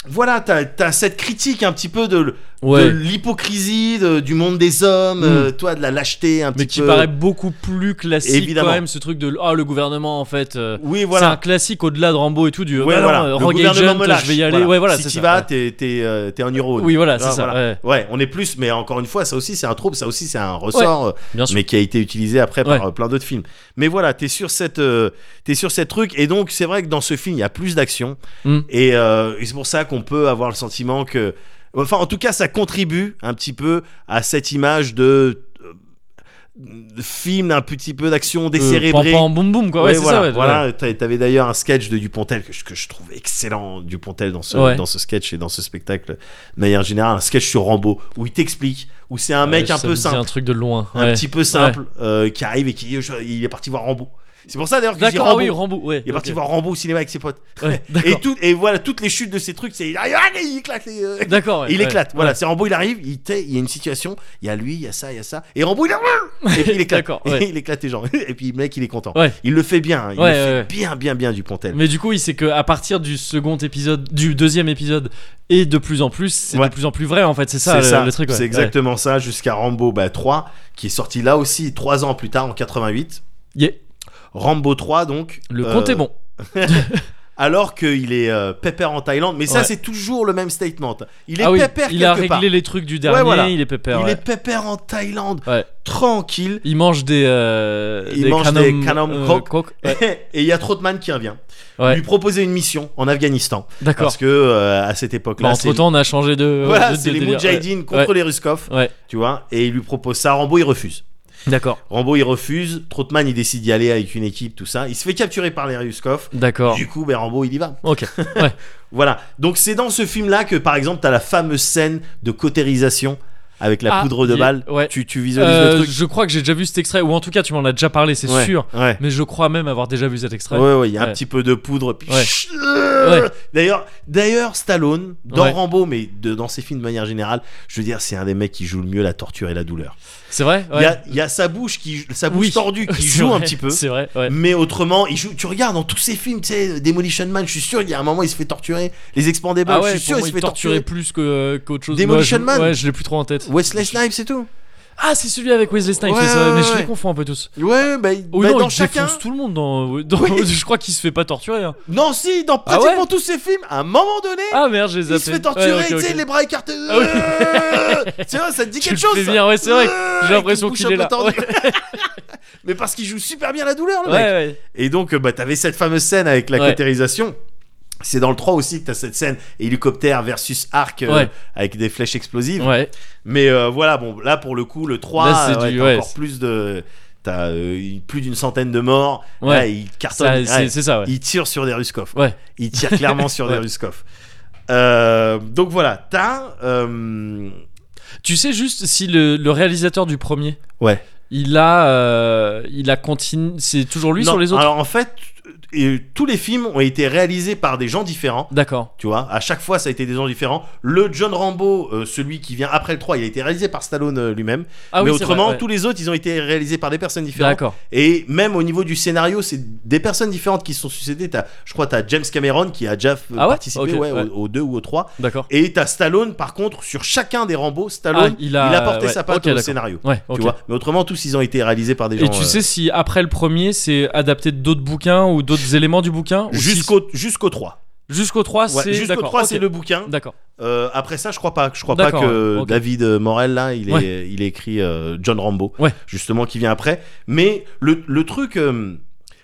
Speaker 2: voilà, t'as as cette critique un petit peu de, l-
Speaker 1: Ouais.
Speaker 2: de l'hypocrisie de- du monde des hommes,
Speaker 1: Mm.
Speaker 2: euh, toi de la lâcheté un
Speaker 1: Mais
Speaker 2: petit
Speaker 1: qui
Speaker 2: peu.
Speaker 1: paraît beaucoup plus classique
Speaker 2: Évidemment.
Speaker 1: quand même ce truc de ah le gouvernement en fait. euh,
Speaker 2: Oui,
Speaker 1: C'est un
Speaker 2: voilà.
Speaker 1: classique au-delà de Rambo et tout du.
Speaker 2: Ouais,
Speaker 1: bah non,
Speaker 2: voilà.
Speaker 1: euh,
Speaker 2: Le
Speaker 1: Rogue
Speaker 2: gouvernement
Speaker 1: Agent,
Speaker 2: me lâche.
Speaker 1: Je vais y aller. Ouais, voilà.
Speaker 2: si
Speaker 1: c'est
Speaker 2: tu
Speaker 1: ça,
Speaker 2: vas,
Speaker 1: ouais.
Speaker 2: t'es t'es, euh, t'es un euro.
Speaker 1: Oui, voilà,
Speaker 2: Ah,
Speaker 1: c'est ça.
Speaker 2: voilà.
Speaker 1: ouais,
Speaker 2: Ouais, on est plus, mais encore une fois, ça aussi, c'est un trouble, ça aussi, c'est un ressort, euh,
Speaker 1: Bien sûr.
Speaker 2: mais qui a été utilisé après par
Speaker 1: Ouais.
Speaker 2: euh, plein d'autres films. Mais voilà, t'es sur cette, euh, t'es sur cette truc, et donc c'est vrai que dans ce film, il y a plus d'action,
Speaker 1: Mm.
Speaker 2: et, euh, et c'est pour ça qu'on peut avoir le sentiment que, enfin, en tout cas, ça contribue un petit peu à cette image de euh, de film d'un petit peu d'action décérébré.
Speaker 1: Euh, pam, pam, boum boum quoi. Ouais, c'est
Speaker 2: voilà,
Speaker 1: ça. ouais,
Speaker 2: voilà. T'a- T'avais d'ailleurs un sketch de Dupontel que je, que je trouve excellent, Dupontel dans ce,
Speaker 1: Ouais.
Speaker 2: dans ce sketch et dans ce spectacle, de manière générale, un sketch sur Rambo, où il t'explique, où c'est un mec
Speaker 1: Ouais,
Speaker 2: un
Speaker 1: ça
Speaker 2: peu
Speaker 1: me dit
Speaker 2: simple,
Speaker 1: Un truc de loin.
Speaker 2: un
Speaker 1: ouais.
Speaker 2: petit peu simple, euh, qui arrive et qui je- il est parti voir Rambo. C'est pour ça d'ailleurs que je dis
Speaker 1: D'accord. ah
Speaker 2: Rambo.
Speaker 1: oui, Rambo. Ouais.
Speaker 2: il est parti
Speaker 1: ok.
Speaker 2: voir Rambo au cinéma avec ses potes.
Speaker 1: Ouais,
Speaker 2: Et,
Speaker 1: D'accord.
Speaker 2: tout, et voilà, toutes les chutes de ces trucs, c'est. ah, Il éclate les. euh,
Speaker 1: D'accord. ouais,
Speaker 2: il
Speaker 1: ouais.
Speaker 2: éclate, voilà, c'est Rambo, il arrive, il, t'est- il y a une situation, il y a lui, il y a ça, il y a ça, et Rambo, il, et puis il éclate,
Speaker 1: D'accord, ouais.
Speaker 2: Et il éclate les gens, et puis le mec, il est content.
Speaker 1: Ouais.
Speaker 2: Il le fait bien, hein, il
Speaker 1: Ouais,
Speaker 2: le fait
Speaker 1: ouais, ouais.
Speaker 2: bien, bien, bien du Pontel.
Speaker 1: Mais du coup, il sait que à partir du second épisode, du deuxième épisode, et de plus en plus, c'est
Speaker 2: Ouais.
Speaker 1: de plus en plus vrai en fait. C'est ça,
Speaker 2: c'est
Speaker 1: le,
Speaker 2: ça,
Speaker 1: le truc. ouais.
Speaker 2: c'est exactement ça, jusqu'à Rambo bah, 3, qui est sorti là aussi 3 ans plus tard, en 88.
Speaker 1: Ouais. Yeah.
Speaker 2: Rambo 3, donc.
Speaker 1: Le
Speaker 2: euh,
Speaker 1: compte est bon.
Speaker 2: alors qu'il est euh, pépère en Thaïlande. Mais ça,
Speaker 1: Ouais.
Speaker 2: c'est toujours le même statement. Il est
Speaker 1: ah oui,
Speaker 2: pépère
Speaker 1: il
Speaker 2: quelque
Speaker 1: a réglé
Speaker 2: part.
Speaker 1: les trucs du dernier,
Speaker 2: voilà.
Speaker 1: il est pépère.
Speaker 2: il
Speaker 1: ouais.
Speaker 2: est pépère en Thaïlande,
Speaker 1: Ouais.
Speaker 2: tranquille.
Speaker 1: Il mange des. euh,
Speaker 2: Il mange des Khanom
Speaker 1: euh,
Speaker 2: Krok.
Speaker 1: Krok, ouais.
Speaker 2: Et il y a Trotman qui revient.
Speaker 1: Ouais.
Speaker 2: Lui proposer une mission en Afghanistan.
Speaker 1: D'accord. Bah, euh,
Speaker 2: Parce que euh, à cette époque-là,
Speaker 1: entre temps, on a changé de.
Speaker 2: c'est, voilà,
Speaker 1: de- de
Speaker 2: c'est les
Speaker 1: délire.
Speaker 2: Moudjahidines contre les Ruskov,
Speaker 1: Ouais.
Speaker 2: tu vois. Et il lui propose ça. Rambo, il refuse.
Speaker 1: Ouais. D'accord.
Speaker 2: Rambo, il refuse. Trotman, il décide d'y aller avec une équipe, tout ça. Il se fait capturer par les Ruskov.
Speaker 1: D'accord.
Speaker 2: Du coup, ben, Rambo, il y va.
Speaker 1: Ok.
Speaker 2: Voilà. Donc c'est dans ce film-là que, par exemple, t'as la fameuse scène de cautérisation avec la
Speaker 1: Ah,
Speaker 2: poudre de
Speaker 1: il-
Speaker 2: balle.
Speaker 1: ouais.
Speaker 2: Tu, tu visualises
Speaker 1: Euh,
Speaker 2: le truc.
Speaker 1: je crois que j'ai déjà vu cet extrait, ou en tout cas, tu m'en as déjà parlé, c'est
Speaker 2: Ouais,
Speaker 1: sûr.
Speaker 2: Ouais.
Speaker 1: Mais je crois même avoir déjà vu cet extrait.
Speaker 2: Ouais, ouais, il y a un
Speaker 1: Ouais.
Speaker 2: petit peu de poudre. puis
Speaker 1: Ouais.
Speaker 2: chut, euh,
Speaker 1: Ouais.
Speaker 2: D'ailleurs, d'ailleurs, Stallone, dans
Speaker 1: Ouais.
Speaker 2: Rambo, mais de- dans ses films de manière générale, je veux dire, c'est un des mecs qui joue le mieux la torture et la douleur.
Speaker 1: C'est vrai
Speaker 2: Il
Speaker 1: ouais.
Speaker 2: y a- il y, a sa bouche, qui, sa bouche
Speaker 1: Oui.
Speaker 2: tordue qui
Speaker 1: C'est
Speaker 2: joue un
Speaker 1: vrai,
Speaker 2: petit peu.
Speaker 1: C'est vrai, ouais.
Speaker 2: Mais autrement, il joue. Tu regardes dans tous ses films, tu sais, Demolition Man, je suis sûr, il y a un moment, il se fait torturer. Les Expendables,
Speaker 1: Ah ouais,
Speaker 2: bah, je suis sûr,
Speaker 1: pour
Speaker 2: il
Speaker 1: moi,
Speaker 2: se
Speaker 1: il
Speaker 2: fait
Speaker 1: torturait
Speaker 2: torturer.
Speaker 1: plus que, euh, qu'autre chose.
Speaker 2: Demolition
Speaker 1: Moi, je-
Speaker 2: Man.
Speaker 1: Ouais, je l'ai plus trop en tête.
Speaker 2: Wesley Snipes, c'est tout.
Speaker 1: Ah, c'est celui avec Wesley Snipes,
Speaker 2: Ouais,
Speaker 1: c'est ça.
Speaker 2: ouais,
Speaker 1: mais je
Speaker 2: ouais.
Speaker 1: les confonds un peu tous.
Speaker 2: Ouais, bah, il-
Speaker 1: Ou
Speaker 2: bah,
Speaker 1: Oh non,
Speaker 2: dans
Speaker 1: il
Speaker 2: chacun.
Speaker 1: défonce tout le monde dans. euh, dans- je crois qu'il se fait pas torturer. hein.
Speaker 2: Non, si, dans
Speaker 1: Ah ouais
Speaker 2: pratiquement tous ses films, à un moment donné,
Speaker 1: Ah merde, j'ai zappé.
Speaker 2: il se fait torturer,
Speaker 1: Ouais, ok,
Speaker 2: tu sais,
Speaker 1: ok.
Speaker 2: les bras écartés.
Speaker 1: Ah oui.
Speaker 2: tu vois, ça te dit
Speaker 1: Tu
Speaker 2: quelque
Speaker 1: le
Speaker 2: chose.
Speaker 1: fais
Speaker 2: ça.
Speaker 1: bien, ouais, c'est vrai que
Speaker 2: Euh,
Speaker 1: j'ai
Speaker 2: avec
Speaker 1: l'impression
Speaker 2: une bouche
Speaker 1: qu'il
Speaker 2: un
Speaker 1: est
Speaker 2: peu
Speaker 1: là,
Speaker 2: tendue. Mais parce qu'il joue super bien la douleur, le
Speaker 1: Ouais,
Speaker 2: mec.
Speaker 1: ouais.
Speaker 2: Et donc, euh, bah, t'avais cette fameuse scène avec la
Speaker 1: Ouais.
Speaker 2: cautérisation. C'est dans le 3 aussi que t'as cette scène hélicoptère versus arc euh,
Speaker 1: Ouais.
Speaker 2: avec des flèches explosives.
Speaker 1: Ouais,
Speaker 2: Mais euh, voilà, bon, là pour le coup, le 3,
Speaker 1: Là, c'est
Speaker 2: euh, ouais,
Speaker 1: du-
Speaker 2: t'as
Speaker 1: ouais,
Speaker 2: encore
Speaker 1: c'est-
Speaker 2: plus de. T'as euh, plus d'une centaine de morts.
Speaker 1: Ouais.
Speaker 2: Là, il cartonne.
Speaker 1: Ça,
Speaker 2: Ouais.
Speaker 1: c'est c'est ça, ouais.
Speaker 2: Il tire sur des Ruskov.
Speaker 1: Ouais.
Speaker 2: Il tire clairement sur des
Speaker 1: Ouais.
Speaker 2: Ruskov. Euh, donc voilà, t'as. euh,
Speaker 1: Tu sais juste si le, le réalisateur du premier,
Speaker 2: Ouais.
Speaker 1: il a, euh, il a continué. C'est toujours lui
Speaker 2: Non,
Speaker 1: sur les autres.
Speaker 2: Alors en fait, euh, tous les films ont été réalisés par des gens différents.
Speaker 1: D'accord.
Speaker 2: Tu vois, à chaque fois, ça a été des gens différents. Le John Rambo, euh, celui qui vient après le 3, il a été réalisé par Stallone euh, lui-même.
Speaker 1: Ah
Speaker 2: Mais
Speaker 1: oui, c'est
Speaker 2: autrement,
Speaker 1: vrai, ouais.
Speaker 2: tous les autres, ils ont été réalisés par des personnes différentes.
Speaker 1: D'accord.
Speaker 2: Et même au niveau du scénario, c'est des personnes différentes qui se sont succédées. T'as- je crois que tu James Cameron qui a déjà f-
Speaker 1: Ah ouais
Speaker 2: participé
Speaker 1: Ok,
Speaker 2: ouais, au-
Speaker 1: ouais.
Speaker 2: Aux, deux ou aux trois.
Speaker 1: D'accord.
Speaker 2: Et t'as Stallone, par contre, sur chacun des Rambo, Stallone,
Speaker 1: Ah,
Speaker 2: il,
Speaker 1: il
Speaker 2: a,
Speaker 1: a-
Speaker 2: porté
Speaker 1: ouais,
Speaker 2: sa patte
Speaker 1: ok,
Speaker 2: au
Speaker 1: d'accord.
Speaker 2: scénario.
Speaker 1: Ouais,
Speaker 2: Tu
Speaker 1: ok.
Speaker 2: vois Mais autrement, tous, ils ont été réalisés par des gens.
Speaker 1: Et tu
Speaker 2: euh,
Speaker 1: sais si après le premier, c'est adapté d'autres bouquins ou d'autres éléments du bouquin ou si-
Speaker 2: jusqu'au jusqu'au 3.
Speaker 1: jusqu'au 3,
Speaker 2: Ouais,
Speaker 1: c'est.
Speaker 2: jusqu'au
Speaker 1: d'accord,
Speaker 2: 3, c'est
Speaker 1: ok.
Speaker 2: le bouquin.
Speaker 1: D'accord.
Speaker 2: Euh, après ça, je crois pas. Je crois pas
Speaker 1: D'accord,
Speaker 2: que
Speaker 1: ouais, ok.
Speaker 2: David Morel là, il est,
Speaker 1: Ouais.
Speaker 2: il est écrit euh, John Rambo,
Speaker 1: Ouais.
Speaker 2: justement qui vient après. Mais le, le truc euh,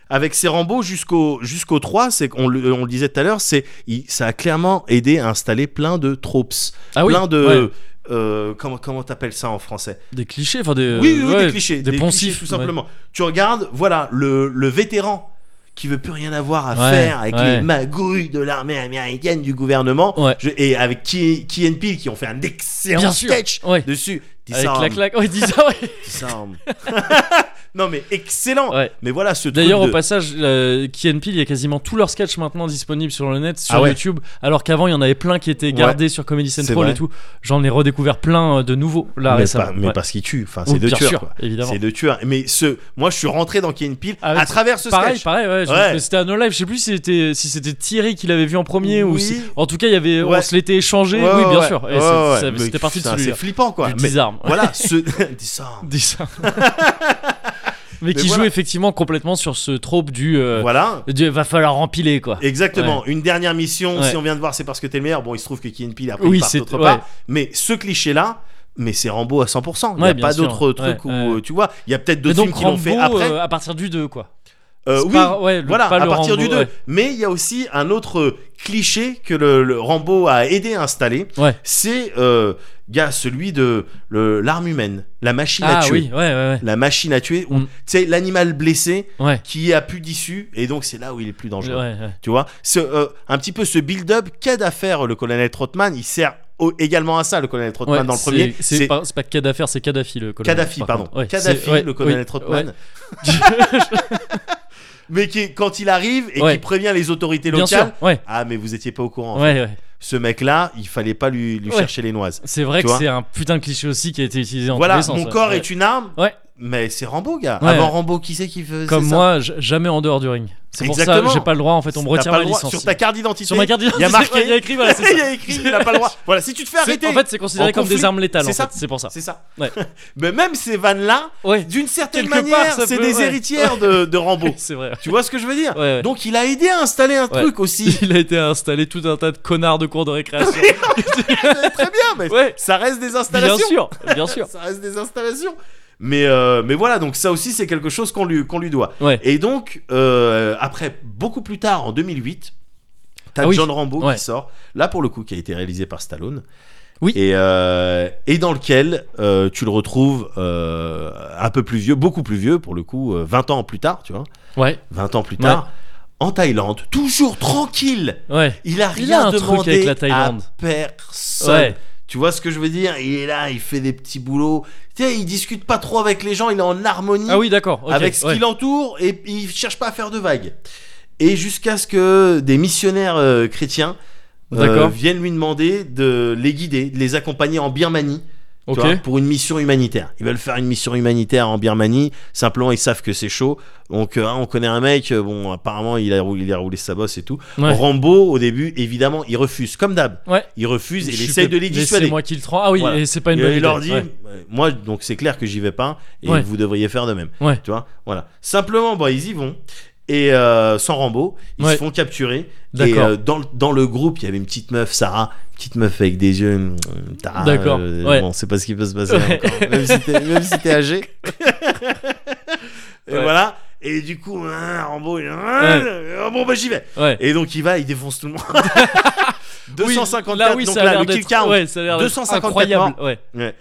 Speaker 2: avec ces Rambo jusqu'au jusqu'au 3, c'est qu'on le, on le disait tout à l'heure, c'est il- ça a clairement aidé à installer plein de tropes,
Speaker 1: Ah oui.
Speaker 2: plein de
Speaker 1: ouais,
Speaker 2: euh, comment comment t'appelles ça en français
Speaker 1: Des clichés, enfin des.
Speaker 2: oui, oui, oui,
Speaker 1: Euh, ouais,
Speaker 2: des clichés.
Speaker 1: Des, poncifs.
Speaker 2: clichés, tout
Speaker 1: ouais.
Speaker 2: simplement. Tu regardes, voilà, le, le vétéran qui veut plus rien avoir à
Speaker 1: Ouais,
Speaker 2: faire avec
Speaker 1: ouais.
Speaker 2: les magouilles de l'armée américaine, du gouvernement,
Speaker 1: Ouais.
Speaker 2: Je- et avec Key Key and Peele qui ont fait un excellent
Speaker 1: Bien sûr.
Speaker 2: sketch
Speaker 1: Ouais.
Speaker 2: dessus. euh,
Speaker 1: Avec
Speaker 2: Disarm,
Speaker 1: la claque. Ouais, dis ça, ouais.
Speaker 2: disarm. euh. non mais excellent.
Speaker 1: Ouais.
Speaker 2: Mais voilà ce truc
Speaker 1: D'ailleurs,
Speaker 2: de-
Speaker 1: au passage, euh, Key and Peele, il y a quasiment tous leurs sketchs maintenant disponibles sur le net, sur
Speaker 2: Ah ouais.
Speaker 1: YouTube, alors qu'avant, il y en avait plein qui étaient gardés sur Comedy
Speaker 2: C'est
Speaker 1: Central
Speaker 2: vrai.
Speaker 1: et tout. J'en ai redécouvert plein euh, de nouveaux là
Speaker 2: mais,
Speaker 1: récemment.
Speaker 2: pas- mais
Speaker 1: Ouais.
Speaker 2: parce qu'il tue. Enfin,
Speaker 1: Oui,
Speaker 2: c'est deux
Speaker 1: bien
Speaker 2: tueurs.
Speaker 1: sûr,
Speaker 2: quoi.
Speaker 1: évidemment.
Speaker 2: C'est deux tueurs. Mais ce, moi, je suis rentré dans Key and Peele
Speaker 1: Ah ouais,
Speaker 2: à
Speaker 1: c'est-
Speaker 2: travers ce
Speaker 1: Pareil,
Speaker 2: sketch.
Speaker 1: pareil, ouais. je-
Speaker 2: Ouais.
Speaker 1: C'était un no live, je sais plus si c'était, si c'était Thierry qui l'avait vu en premier ou
Speaker 2: Oui.
Speaker 1: si. En tout cas, il y avait,
Speaker 2: Ouais.
Speaker 1: on se l'était échangé.
Speaker 2: Ouais,
Speaker 1: oui,
Speaker 2: ouais,
Speaker 1: bien
Speaker 2: ouais.
Speaker 1: sûr. Et
Speaker 2: Ouais,
Speaker 1: c'est-
Speaker 2: ouais,
Speaker 1: ça-
Speaker 2: mais
Speaker 1: c'était parti de
Speaker 2: putain, C'est
Speaker 1: celui-là.
Speaker 2: flippant quoi.
Speaker 1: Du
Speaker 2: Mais
Speaker 1: Disarm.
Speaker 2: voilà, ce disarm.
Speaker 1: Dis ça.
Speaker 2: Mais
Speaker 1: Mais qui
Speaker 2: voilà.
Speaker 1: joue effectivement complètement sur ce trope du. euh,
Speaker 2: Voilà.
Speaker 1: du va falloir empiler, quoi.
Speaker 2: Exactement, une dernière mission,
Speaker 1: Ouais.
Speaker 2: si on vient de voir, c'est parce que t'es le meilleur. Bon, il se trouve que Key and Peele après
Speaker 1: Oui,
Speaker 2: il part
Speaker 1: c'est-
Speaker 2: autre
Speaker 1: ouais.
Speaker 2: part. Mais ce cliché-là, mais c'est Rambo à 100%. Il
Speaker 1: Ouais,
Speaker 2: n'y a
Speaker 1: bien
Speaker 2: pas
Speaker 1: sûr.
Speaker 2: d'autres trucs
Speaker 1: Ouais,
Speaker 2: où, euh,
Speaker 1: ouais.
Speaker 2: tu vois, il y a peut-être
Speaker 1: Mais
Speaker 2: d'autres films
Speaker 1: donc,
Speaker 2: qui l'ont fait
Speaker 1: Rambo,
Speaker 2: après.
Speaker 1: euh, à partir du 2, quoi.
Speaker 2: Euh,
Speaker 1: c'est
Speaker 2: oui,
Speaker 1: pas- ouais, le-
Speaker 2: voilà,
Speaker 1: pas
Speaker 2: à
Speaker 1: le
Speaker 2: partir
Speaker 1: Rambo,
Speaker 2: du 2.
Speaker 1: ouais.
Speaker 2: Mais il y a aussi un autre euh, cliché que le, le Rambo a aidé à installer.
Speaker 1: Ouais.
Speaker 2: C'est, euh, gars, celui de le- l'arme humaine, la machine à
Speaker 1: Ah
Speaker 2: tuer.
Speaker 1: oui, ouais, ouais,
Speaker 2: La machine à tuer, ou
Speaker 1: Mm.
Speaker 2: tu sais, l'animal blessé
Speaker 1: ouais. Ouais.
Speaker 2: qui a plus d'issue, et donc c'est là où il est plus dangereux.
Speaker 1: Ouais, ouais.
Speaker 2: Tu vois, ce, euh, un petit peu ce build-up qu'aide à faire le colonel Trotman, il sert au- également à ça, le colonel Trotman
Speaker 1: Ouais,
Speaker 2: dans le
Speaker 1: c'est-
Speaker 2: premier.
Speaker 1: C'est pas, c'est pas Kadhafi, c'est Kadhafi le colonel.
Speaker 2: Kadhafi,
Speaker 1: par
Speaker 2: pardon.
Speaker 1: contre. Ouais,
Speaker 2: Kadhafi,
Speaker 1: c'est- ouais,
Speaker 2: le colonel
Speaker 1: oui,
Speaker 2: Trotman.
Speaker 1: ouais.
Speaker 2: mais qui, est- quand il arrive et
Speaker 1: Ouais.
Speaker 2: qui prévient les autorités
Speaker 1: Bien sûr,
Speaker 2: locales,
Speaker 1: ouais.
Speaker 2: ah mais vous étiez pas au courant. en fait.
Speaker 1: Ouais, ouais.
Speaker 2: Ce mec-là, il fallait pas lui, lui
Speaker 1: Ouais.
Speaker 2: chercher les noises.
Speaker 1: C'est vrai
Speaker 2: Tu
Speaker 1: que
Speaker 2: vois
Speaker 1: c'est un putain de cliché aussi qui a été utilisé en
Speaker 2: Voilà,
Speaker 1: tous les sens.
Speaker 2: mon
Speaker 1: ouais.
Speaker 2: corps
Speaker 1: Ouais.
Speaker 2: est une arme,
Speaker 1: Ouais.
Speaker 2: mais c'est Rambo, gars.
Speaker 1: Ouais.
Speaker 2: Avant Rambo, qui c'est qui faisait
Speaker 1: Comme
Speaker 2: ça
Speaker 1: moi, j- jamais en dehors du ring. C'est pour ça
Speaker 2: Exactement.
Speaker 1: j'ai pas le droit en fait, on me
Speaker 2: T'as
Speaker 1: retire
Speaker 2: pas
Speaker 1: ma
Speaker 2: le droit-
Speaker 1: licence.
Speaker 2: Sur ta carte d'identité.
Speaker 1: Sur ma carte d'identité,
Speaker 2: Il y a marqué.
Speaker 1: il y a écrit voilà, c'est ça.
Speaker 2: il y a écrit, il a pas le droit. Voilà, si tu te fais
Speaker 1: C'est-
Speaker 2: arrêter.
Speaker 1: En fait, c'est considéré
Speaker 2: En
Speaker 1: comme
Speaker 2: conflit,
Speaker 1: des armes létales en
Speaker 2: c'est
Speaker 1: fait,
Speaker 2: ça.
Speaker 1: c'est pour ça.
Speaker 2: c'est ça.
Speaker 1: Ah. Ouais.
Speaker 2: Mais même ces vannes-là,
Speaker 1: Ouais.
Speaker 2: d'une certaine
Speaker 1: Quelque part,
Speaker 2: manière,
Speaker 1: ça
Speaker 2: c'est
Speaker 1: peut-
Speaker 2: des
Speaker 1: ouais.
Speaker 2: héritières de, de Rambo.
Speaker 1: C'est vrai.
Speaker 2: tu vois ce que je veux dire
Speaker 1: Ouais, ouais.
Speaker 2: Donc il a aidé à installer un
Speaker 1: Ouais.
Speaker 2: truc aussi.
Speaker 1: Il a été installé tout un tas de connards de cours de récréation.
Speaker 2: Très bien, mais
Speaker 1: ouais.
Speaker 2: ça reste des installations.
Speaker 1: Bien sûr, bien sûr.
Speaker 2: Ça reste des installations. Mais, euh, mais voilà, donc ça aussi, c'est quelque chose qu'on lui, qu'on lui doit.
Speaker 1: Ouais.
Speaker 2: Et donc, euh, après, beaucoup plus tard, en 2008, t'as
Speaker 1: Ah oui.
Speaker 2: John Rambo
Speaker 1: Ouais.
Speaker 2: qui sort, là pour le coup, qui a été réalisé par Stallone.
Speaker 1: Oui.
Speaker 2: Et, euh, et dans lequel euh, tu le retrouves euh, un peu plus vieux, beaucoup plus vieux pour le coup, euh, 20 ans plus tard, tu vois,
Speaker 1: Ouais,
Speaker 2: 20 ans plus
Speaker 1: Ouais.
Speaker 2: tard, en Thaïlande, toujours tranquille.
Speaker 1: ouais.
Speaker 2: Il a
Speaker 1: Il
Speaker 2: rien
Speaker 1: a un truc
Speaker 2: demandé
Speaker 1: avec la Thaïlande.
Speaker 2: à personne.
Speaker 1: Ouais,
Speaker 2: Tu vois ce que je veux dire Il est là, il fait des petits boulots. Tu sais, il discute pas trop avec les gens, il est en harmonie
Speaker 1: Ah oui, d'accord. ok,
Speaker 2: avec ce
Speaker 1: ouais.
Speaker 2: qui l'entoure et il cherche pas à faire de vagues. Et jusqu'à ce que des missionnaires euh, chrétiens euh,
Speaker 1: D'accord.
Speaker 2: viennent lui demander de les guider, de les accompagner en Birmanie tu
Speaker 1: Ok.
Speaker 2: vois, pour une mission humanitaire. Ils veulent faire une mission humanitaire en Birmanie. Simplement, ils savent que c'est chaud. Donc, euh, hein, on connaît un mec. euh, Bon, apparemment, il a, roulé, il a roulé sa bosse et tout.
Speaker 1: Ouais.
Speaker 2: Rambo, au début, évidemment, il refuse. Comme d'hab.
Speaker 1: Ouais.
Speaker 2: Il refuse et il
Speaker 1: Je suis
Speaker 2: essaye de
Speaker 1: que-
Speaker 2: les
Speaker 1: C'est
Speaker 2: dissuader.
Speaker 1: moi qui le prends. Ah oui,
Speaker 2: Voilà.
Speaker 1: et c'est pas une
Speaker 2: Et
Speaker 1: bonne
Speaker 2: il
Speaker 1: idée.
Speaker 2: leur dit,
Speaker 1: ouais.
Speaker 2: euh, moi, donc c'est clair que j'y vais pas, et
Speaker 1: Ouais.
Speaker 2: vous devriez faire de même.
Speaker 1: Ouais.
Speaker 2: Tu vois, voilà. Simplement, bah, ils y vont. Et euh, sans Rambo, ils
Speaker 1: Ouais.
Speaker 2: se font capturer. Et
Speaker 1: D'accord.
Speaker 2: euh, dans, le- dans le groupe, il y avait une petite meuf, Sarah, petite meuf avec des yeux. hum, hum, Tara,
Speaker 1: D'accord,
Speaker 2: euh,
Speaker 1: ouais.
Speaker 2: Bon, on sait pas ce qui peut se passer
Speaker 1: Ouais.
Speaker 2: encore, même si t'es, même si t'es âgé. et
Speaker 1: Ouais.
Speaker 2: voilà. Et du coup, hein, Rambo, il, Ah, bon, bah j'y vais.
Speaker 1: Ouais.
Speaker 2: Et donc il va, il défonce tout le monde. 254,
Speaker 1: Oui, là, oui,
Speaker 2: donc
Speaker 1: ça a
Speaker 2: là,
Speaker 1: l'air
Speaker 2: le
Speaker 1: d'être-
Speaker 2: kill count.
Speaker 1: Ouais, ça a l'air d'être
Speaker 2: 254
Speaker 1: incroyable.
Speaker 2: morts.
Speaker 1: Ouais.
Speaker 2: Ouais.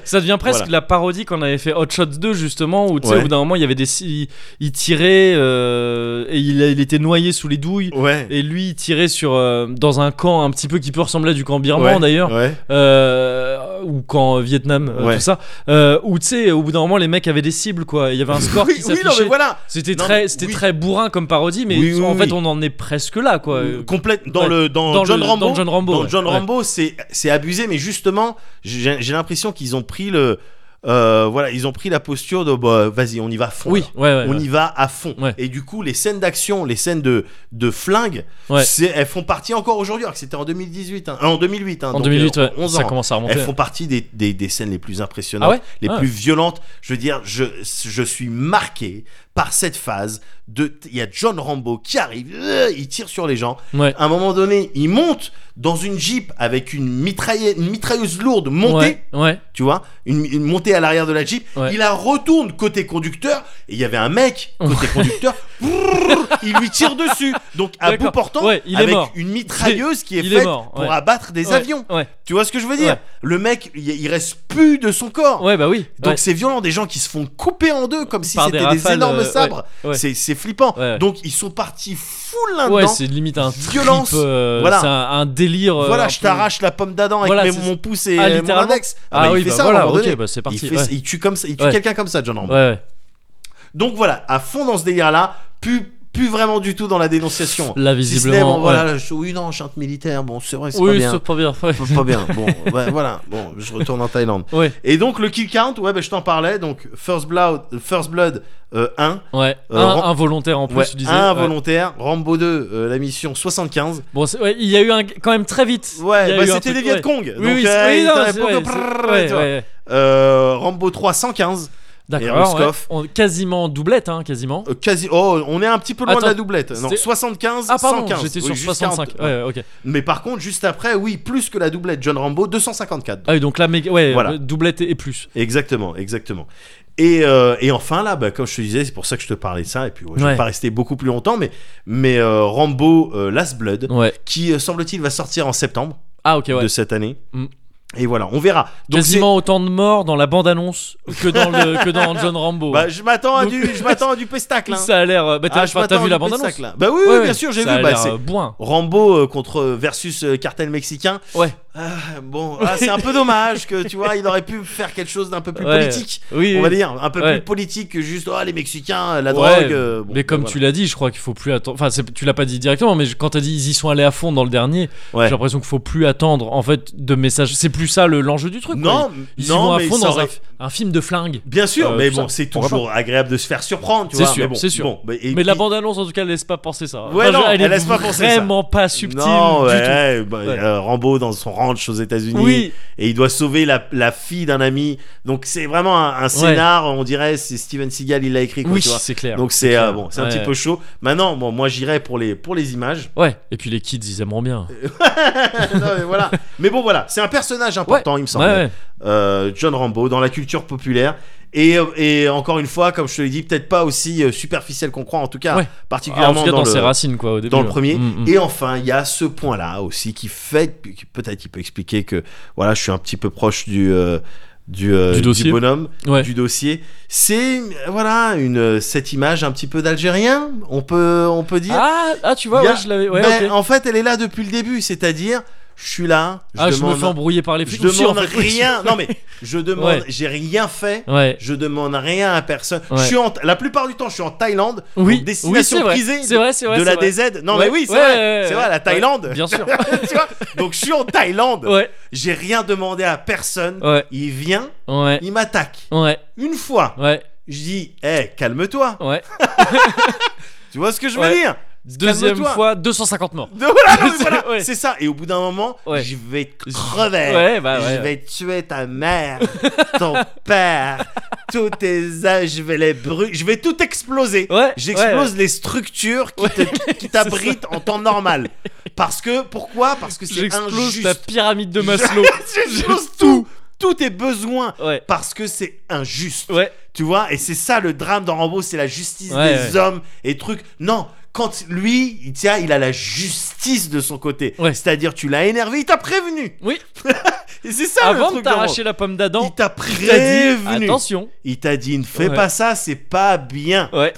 Speaker 1: ça devient presque
Speaker 2: Voilà.
Speaker 1: la parodie qu'on avait fait Hot Shots 2 justement où tu sais
Speaker 2: Ouais.
Speaker 1: au bout d'un moment il y avait des si- il, tirait euh, et il, il était noyé sous les douilles
Speaker 2: Ouais.
Speaker 1: et lui il tirait sur euh, dans un camp un petit peu qui peut ressembler à du camp birman
Speaker 2: Ouais,
Speaker 1: d'ailleurs
Speaker 2: Ouais.
Speaker 1: euh, ou camp Vietnam euh,
Speaker 2: Ouais.
Speaker 1: tout ça euh, où tu sais au bout d'un moment les mecs avaient des cibles quoi il y avait un score
Speaker 2: oui,
Speaker 1: qui
Speaker 2: oui, non,
Speaker 1: s'affichait
Speaker 2: mais voilà.
Speaker 1: c'était
Speaker 2: Non,
Speaker 1: très
Speaker 2: mais
Speaker 1: c'était
Speaker 2: oui.
Speaker 1: très bourrin comme parodie mais
Speaker 2: Oui, oui,
Speaker 1: en
Speaker 2: oui.
Speaker 1: fait on en est presque là quoi Euh,
Speaker 2: Complète dans
Speaker 1: ouais.
Speaker 2: le dans,
Speaker 1: Dans
Speaker 2: John
Speaker 1: le-
Speaker 2: Rambo.
Speaker 1: dans John Rambo,
Speaker 2: dans
Speaker 1: ouais,
Speaker 2: John
Speaker 1: ouais.
Speaker 2: Rambo, c'est c'est abusé, mais justement, j'ai j'ai l'impression qu'ils ont pris le euh, voilà, ils ont pris la posture de bah, vas-y, on y va à fond.
Speaker 1: oui
Speaker 2: alors.
Speaker 1: ouais ouais,
Speaker 2: On
Speaker 1: ouais.
Speaker 2: y va à fond.
Speaker 1: Ouais.
Speaker 2: Et du coup, les scènes d'action, les scènes de, de flingue,
Speaker 1: Ouais.
Speaker 2: c'est- elles font partie encore aujourd'hui, alors que c'était en 2018. hein. Euh, en 2008, hein,
Speaker 1: en
Speaker 2: donc,
Speaker 1: 2008
Speaker 2: euh,
Speaker 1: ouais,
Speaker 2: 11
Speaker 1: ça
Speaker 2: ans.
Speaker 1: commence à remonter
Speaker 2: Elles font partie des, des- des scènes les plus impressionnantes,
Speaker 1: Ah ouais
Speaker 2: les
Speaker 1: Ah
Speaker 2: plus violentes. Je veux dire, je, je suis marqué par cette phase de. Il y a John Rambo qui arrive, euh, il tire sur les gens.
Speaker 1: ouais
Speaker 2: À un moment donné, il monte dans une Jeep avec une, mitraille- une mitrailleuse lourde montée.
Speaker 1: ouais ouais
Speaker 2: Tu vois, une, une montée à l'arrière de la Jeep,
Speaker 1: Ouais.
Speaker 2: il la retourne côté conducteur, et il y avait un mec côté conducteur, brrr, il lui tire dessus. Donc à bout
Speaker 1: D'accord.
Speaker 2: portant,
Speaker 1: Ouais, il est
Speaker 2: avec
Speaker 1: mort.
Speaker 2: une mitrailleuse qui est
Speaker 1: il est
Speaker 2: faite
Speaker 1: mort,
Speaker 2: pour
Speaker 1: ouais.
Speaker 2: abattre des
Speaker 1: Ouais,
Speaker 2: avions.
Speaker 1: ouais
Speaker 2: Tu vois ce que je veux dire
Speaker 1: Ouais.
Speaker 2: Le mec, il il reste plus de son corps.
Speaker 1: ouais bah oui
Speaker 2: Donc
Speaker 1: ouais.
Speaker 2: c'est violent, des gens qui se font couper en deux comme si
Speaker 1: Par
Speaker 2: c'était
Speaker 1: des
Speaker 2: des,
Speaker 1: rafales,
Speaker 2: énormes
Speaker 1: euh,
Speaker 2: sabres.
Speaker 1: ouais, ouais.
Speaker 2: C'est, c'est flippant.
Speaker 1: Ouais, ouais.
Speaker 2: Donc ils sont partis full là-dedans.
Speaker 1: Ouais, c'est limite un
Speaker 2: Violence.
Speaker 1: trip, euh,
Speaker 2: Voilà.
Speaker 1: C'est un, un délire. euh,
Speaker 2: voilà,
Speaker 1: un
Speaker 2: je
Speaker 1: peu-
Speaker 2: t'arrache la pomme d'Adam avec
Speaker 1: Voilà,
Speaker 2: mes-
Speaker 1: c'est-
Speaker 2: mon pouce et
Speaker 1: Ah,
Speaker 2: euh, mon
Speaker 1: littéralement
Speaker 2: index.
Speaker 1: Ah,
Speaker 2: bah, il
Speaker 1: oui,
Speaker 2: fait
Speaker 1: bah
Speaker 2: ça, à un
Speaker 1: voilà,
Speaker 2: moment donné.
Speaker 1: ok, bah c'est parti.
Speaker 2: il, fait-
Speaker 1: ouais.
Speaker 2: il tue comme ça, il tue
Speaker 1: Ouais.
Speaker 2: quelqu'un comme ça, John Rambo.
Speaker 1: Ouais, ouais.
Speaker 2: Donc voilà, à fond dans ce délire-là, plus, plus vraiment du tout dans la dénonciation.
Speaker 1: Là,
Speaker 2: Si ce n'est, bon,
Speaker 1: visiblement.
Speaker 2: voilà, je- oui, non, chante militaire, bon, c'est vrai,
Speaker 1: ouais.
Speaker 2: c'est pas
Speaker 1: Oui,
Speaker 2: bien.
Speaker 1: c'est pas bien. Ouais.
Speaker 2: Pas bien, bon, ouais, voilà, bon, je retourne en Thaïlande.
Speaker 1: Ouais,
Speaker 2: Et donc le kill count, ouais, bah, je t'en parlais, donc First Blood, First Blood euh, 1,
Speaker 1: ouais.
Speaker 2: Euh,
Speaker 1: un,
Speaker 2: Ram-
Speaker 1: un volontaire en plus,
Speaker 2: ouais,
Speaker 1: tu disais.
Speaker 2: un
Speaker 1: ouais.
Speaker 2: volontaire, Rambo 2, euh, la mission 75.
Speaker 1: Bon, c'est- ouais, il y a eu un. Quand même très vite. Il y
Speaker 2: Ouais,
Speaker 1: a
Speaker 2: bah,
Speaker 1: eu un
Speaker 2: c'était des
Speaker 1: truc-
Speaker 2: Viet
Speaker 1: ouais.
Speaker 2: Cong.
Speaker 1: Oui,
Speaker 2: donc,
Speaker 1: oui,
Speaker 2: euh,
Speaker 1: c'est- oui,
Speaker 2: ils
Speaker 1: non,
Speaker 2: t'ont
Speaker 1: c'est-
Speaker 2: répondu,
Speaker 1: ouais,
Speaker 2: brrr,
Speaker 1: c'est- ouais,
Speaker 2: tu vois.
Speaker 1: ouais.
Speaker 2: Euh, Rambo 3, 115.
Speaker 1: D'accord, ouais.
Speaker 2: Roscoff.
Speaker 1: On- quasiment en doublette, hein, quasiment.
Speaker 2: euh, quasi... Oh, on est un petit peu loin
Speaker 1: Attends,
Speaker 2: de la doublette. Non,
Speaker 1: c'était-
Speaker 2: 75,
Speaker 1: Ah, pardon,
Speaker 2: 115.
Speaker 1: j'étais
Speaker 2: oui,
Speaker 1: sur
Speaker 2: jusqu'à
Speaker 1: 65.
Speaker 2: un-
Speaker 1: Ouais, ouais, ok.
Speaker 2: Mais par contre, juste après, oui, plus que la doublette, John Rambo, 254.
Speaker 1: Ah, oui, donc là, méga- ouais,
Speaker 2: Voilà.
Speaker 1: euh, doublette et et plus.
Speaker 2: Exactement, exactement. Et, euh, et enfin là, bah, comme je te disais, c'est pour ça que je te parlais de ça, et puis ouais, je
Speaker 1: Ouais.
Speaker 2: vais pas rester beaucoup plus longtemps, mais, mais euh, Rambo euh, Last Blood,
Speaker 1: Ouais.
Speaker 2: qui euh, semble-t-il va sortir en septembre
Speaker 1: Ah, ok, ouais.
Speaker 2: de cette année.
Speaker 1: Mm.
Speaker 2: Et voilà, on verra. Donc,
Speaker 1: Quasiment autant de morts dans la bande-annonce que dans le que dans John Rambo.
Speaker 2: c'est- bah, je m'attends à,
Speaker 1: Donc-
Speaker 2: du- je m'attends à du pestacle. hein.
Speaker 1: Ça a l'air. euh, Bah, t'as
Speaker 2: Ah, je
Speaker 1: enfin, t'as
Speaker 2: m'attends à
Speaker 1: vu
Speaker 2: du
Speaker 1: la bande-annonce
Speaker 2: pestacle, hein. Bah oui, oui,
Speaker 1: Ouais, ouais.
Speaker 2: bien sûr, j'ai vu.
Speaker 1: Ça a euh,
Speaker 2: bah,
Speaker 1: l'air,
Speaker 2: c'est
Speaker 1: euh, bourrin.
Speaker 2: Rambo euh, contre versus euh, cartel mexicain.
Speaker 1: Ouais.
Speaker 2: Ah, bon, ah, c'est un peu dommage que tu vois, il aurait pu faire quelque chose d'un peu plus
Speaker 1: Ouais.
Speaker 2: politique.
Speaker 1: Oui,
Speaker 2: On va
Speaker 1: oui.
Speaker 2: dire un peu
Speaker 1: Ouais.
Speaker 2: plus politique que juste oh, les Mexicains, la
Speaker 1: Ouais,
Speaker 2: drogue. euh, bon,
Speaker 1: mais
Speaker 2: bah,
Speaker 1: comme
Speaker 2: voilà.
Speaker 1: tu l'as dit, je crois qu'il faut plus attendre. Enfin, c'est- tu l'as pas dit directement, mais je- quand t'as dit ils y sont allés à fond dans le dernier,
Speaker 2: Ouais.
Speaker 1: j'ai l'impression qu'il faut plus attendre en fait de messages. C'est plus ça le- l'enjeu du truc. quoi.
Speaker 2: Non,
Speaker 1: ils, ils y vont
Speaker 2: non,
Speaker 1: à
Speaker 2: mais
Speaker 1: fond
Speaker 2: ça
Speaker 1: dans
Speaker 2: aurait-
Speaker 1: un, un film de flingue.
Speaker 2: Bien sûr,
Speaker 1: Euh,
Speaker 2: mais
Speaker 1: tout ça.
Speaker 2: bon, c'est
Speaker 1: Pourquoi
Speaker 2: toujours agréable de se faire surprendre, tu
Speaker 1: C'est
Speaker 2: vois.
Speaker 1: sûr,
Speaker 2: mais bon,
Speaker 1: c'est sûr.
Speaker 2: bon, bah, et-
Speaker 1: Mais la
Speaker 2: et-
Speaker 1: bande annonce en tout cas laisse pas penser ça.
Speaker 2: Ouais, non,
Speaker 1: elle,
Speaker 2: elle
Speaker 1: est
Speaker 2: laisse pas penser ça.
Speaker 1: vraiment pas subtile
Speaker 2: Non,
Speaker 1: du
Speaker 2: ouais, bah,
Speaker 1: Ouais.
Speaker 2: euh, Rambo dans son ranch aux
Speaker 1: tout.
Speaker 2: États-Unis.
Speaker 1: Oui,
Speaker 2: Et il doit sauver la, la fille d'un ami. Donc c'est vraiment un, un scénar, on dirait, c'est Steven Seagal, il l'a écrit, quoi,
Speaker 1: oui,
Speaker 2: tu vois.
Speaker 1: c'est clair.
Speaker 2: Donc c'est
Speaker 1: clair.
Speaker 2: euh, bon, c'est un
Speaker 1: Ouais.
Speaker 2: petit peu chaud. Maintenant, bon, moi j'irai pour les pour les images.
Speaker 1: Ouais. Et puis les kids, ils aimeront bien.
Speaker 2: Non, mais voilà. Mais bon voilà, c'est un personnage important, il me semble.
Speaker 1: Ouais, Ah, ouais.
Speaker 2: Euh, John Rambo dans la culture populaire. Et, euh, et encore une fois, comme je te l'ai dit, peut-être pas aussi euh, superficiel qu'on croit, en tout cas,
Speaker 1: Ouais. Ah,
Speaker 2: particulièrement
Speaker 1: En tout cas, dans,
Speaker 2: dans,
Speaker 1: ses
Speaker 2: le,
Speaker 1: racines, quoi, au début.
Speaker 2: dans le
Speaker 1: ouais.
Speaker 2: premier.
Speaker 1: Mm, mm.
Speaker 2: Et enfin, il y a ce point-là aussi qui fait, qui peut-être qui peut expliquer que voilà, je suis un petit peu proche du euh, du, euh,
Speaker 1: Du dossier.
Speaker 2: bonhomme,
Speaker 1: Ouais.
Speaker 2: du dossier. C'est euh, voilà une euh, cette image un petit peu d'Algérien, on peut on peut dire.
Speaker 1: Ah, ah, tu vois,
Speaker 2: Il y a-
Speaker 1: ouais, je l'avais. Ouais,
Speaker 2: Mais
Speaker 1: ok.
Speaker 2: en fait, elle est là depuis le début, c'est-à-dire, je suis là, je
Speaker 1: ah, je me
Speaker 2: demande,
Speaker 1: fais embrouiller par les
Speaker 2: je
Speaker 1: flics. Ou si, en
Speaker 2: demande
Speaker 1: fait, oui.
Speaker 2: rien. Non mais je demande,
Speaker 1: Ouais.
Speaker 2: j'ai rien fait.
Speaker 1: Ouais.
Speaker 2: Je demande rien à personne.
Speaker 1: Ouais.
Speaker 2: Je suis en, la plupart du temps, je suis en Thaïlande.
Speaker 1: Oui.
Speaker 2: donc
Speaker 1: oui,
Speaker 2: destination
Speaker 1: c'est vrai.
Speaker 2: prisée
Speaker 1: C'est vrai, c'est vrai.
Speaker 2: de
Speaker 1: c'est
Speaker 2: la
Speaker 1: vrai.
Speaker 2: DZ. Non,
Speaker 1: Ouais.
Speaker 2: mais oui, c'est
Speaker 1: Ouais,
Speaker 2: vrai.
Speaker 1: ouais,
Speaker 2: c'est
Speaker 1: ouais,
Speaker 2: vrai, la
Speaker 1: ouais.
Speaker 2: Thaïlande.
Speaker 1: Bien sûr.
Speaker 2: Tu vois Donc, je suis en Thaïlande.
Speaker 1: Ouais.
Speaker 2: J'ai rien demandé à personne.
Speaker 1: Ouais.
Speaker 2: Il vient,
Speaker 1: Ouais.
Speaker 2: il m'attaque.
Speaker 1: Ouais.
Speaker 2: Une fois,
Speaker 1: Ouais.
Speaker 2: je dis, hé, calme-toi.
Speaker 1: Ouais.
Speaker 2: Tu vois ce que je veux
Speaker 1: Ouais.
Speaker 2: dire
Speaker 1: Deuxième
Speaker 2: Calme-toi.
Speaker 1: fois, 250 morts.
Speaker 2: Donc, voilà, non, mais
Speaker 1: C'est-
Speaker 2: voilà,
Speaker 1: ouais.
Speaker 2: c'est ça. Et au bout d'un moment,
Speaker 1: Ouais.
Speaker 2: je vais te crever.
Speaker 1: Ouais, bah ouais.
Speaker 2: Je vais tuer ta mère, ton père, tous tes âges, je vais les brûler, je vais tout exploser.
Speaker 1: Ouais.
Speaker 2: J'explose
Speaker 1: ouais.
Speaker 2: les structures qui te- qui t'abritent en temps normal. Parce que, pourquoi Parce que c'est
Speaker 1: J'explose
Speaker 2: injuste.
Speaker 1: la pyramide de Maslow.
Speaker 2: J'explose tout, tous tes besoins.
Speaker 1: Ouais.
Speaker 2: Parce que c'est injuste.
Speaker 1: Ouais.
Speaker 2: Tu vois Et c'est ça le drame dans Rambo, c'est la justice
Speaker 1: Ouais,
Speaker 2: des
Speaker 1: ouais.
Speaker 2: hommes et trucs. Non quand lui, il tient, il a la justice de son côté.
Speaker 1: Ouais.
Speaker 2: C'est-à-dire, tu l'as énervé, il t'a prévenu.
Speaker 1: Oui.
Speaker 2: Et c'est ça le
Speaker 1: Avant de
Speaker 2: truc. dans Rambo.
Speaker 1: t'arracher la pomme d'Adam,
Speaker 2: Il t'a
Speaker 1: il t'a dit
Speaker 2: prévenu.
Speaker 1: attention.
Speaker 2: Il t'a dit ne fais
Speaker 1: Ouais.
Speaker 2: pas ça, c'est pas bien.
Speaker 1: Ouais.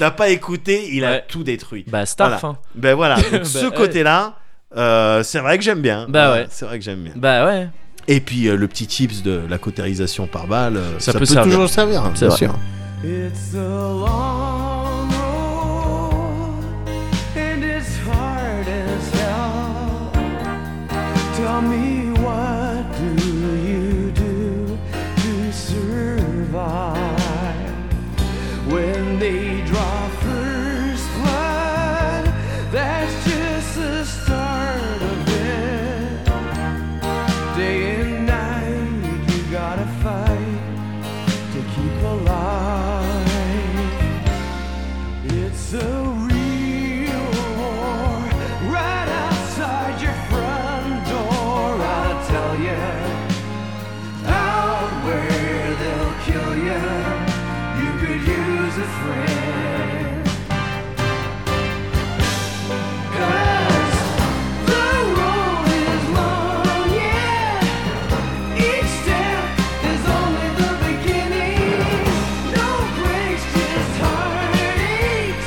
Speaker 2: T'as pas écouté, il a
Speaker 1: Ouais.
Speaker 2: tout détruit.
Speaker 1: Bah Starf.
Speaker 2: Voilà.
Speaker 1: hein.
Speaker 2: Ben voilà. Donc, ce
Speaker 1: ouais.
Speaker 2: côté-là, euh, c'est vrai que j'aime bien.
Speaker 1: Bah
Speaker 2: Euh,
Speaker 1: ouais.
Speaker 2: C'est vrai que j'aime bien.
Speaker 1: Bah ouais.
Speaker 2: Et puis euh, le petit tips de la cautérisation par balle, euh,
Speaker 1: Ça
Speaker 2: ça,
Speaker 1: peut
Speaker 2: peut,
Speaker 1: servir.
Speaker 2: toujours servir.
Speaker 1: C'est
Speaker 2: bien
Speaker 1: vrai.
Speaker 2: sûr.
Speaker 3: It's a long road and it's hard as hell. Tell me what do you do to survive when they draw first blood? That's just the start of it. Day and night you gotta fight to keep alive. It's a real war right outside your front door. I tell you, out where they'll kill you, you could use a friend. 'Cause the road is long, yeah. Each step is only the beginning. No breaks, just heartaches.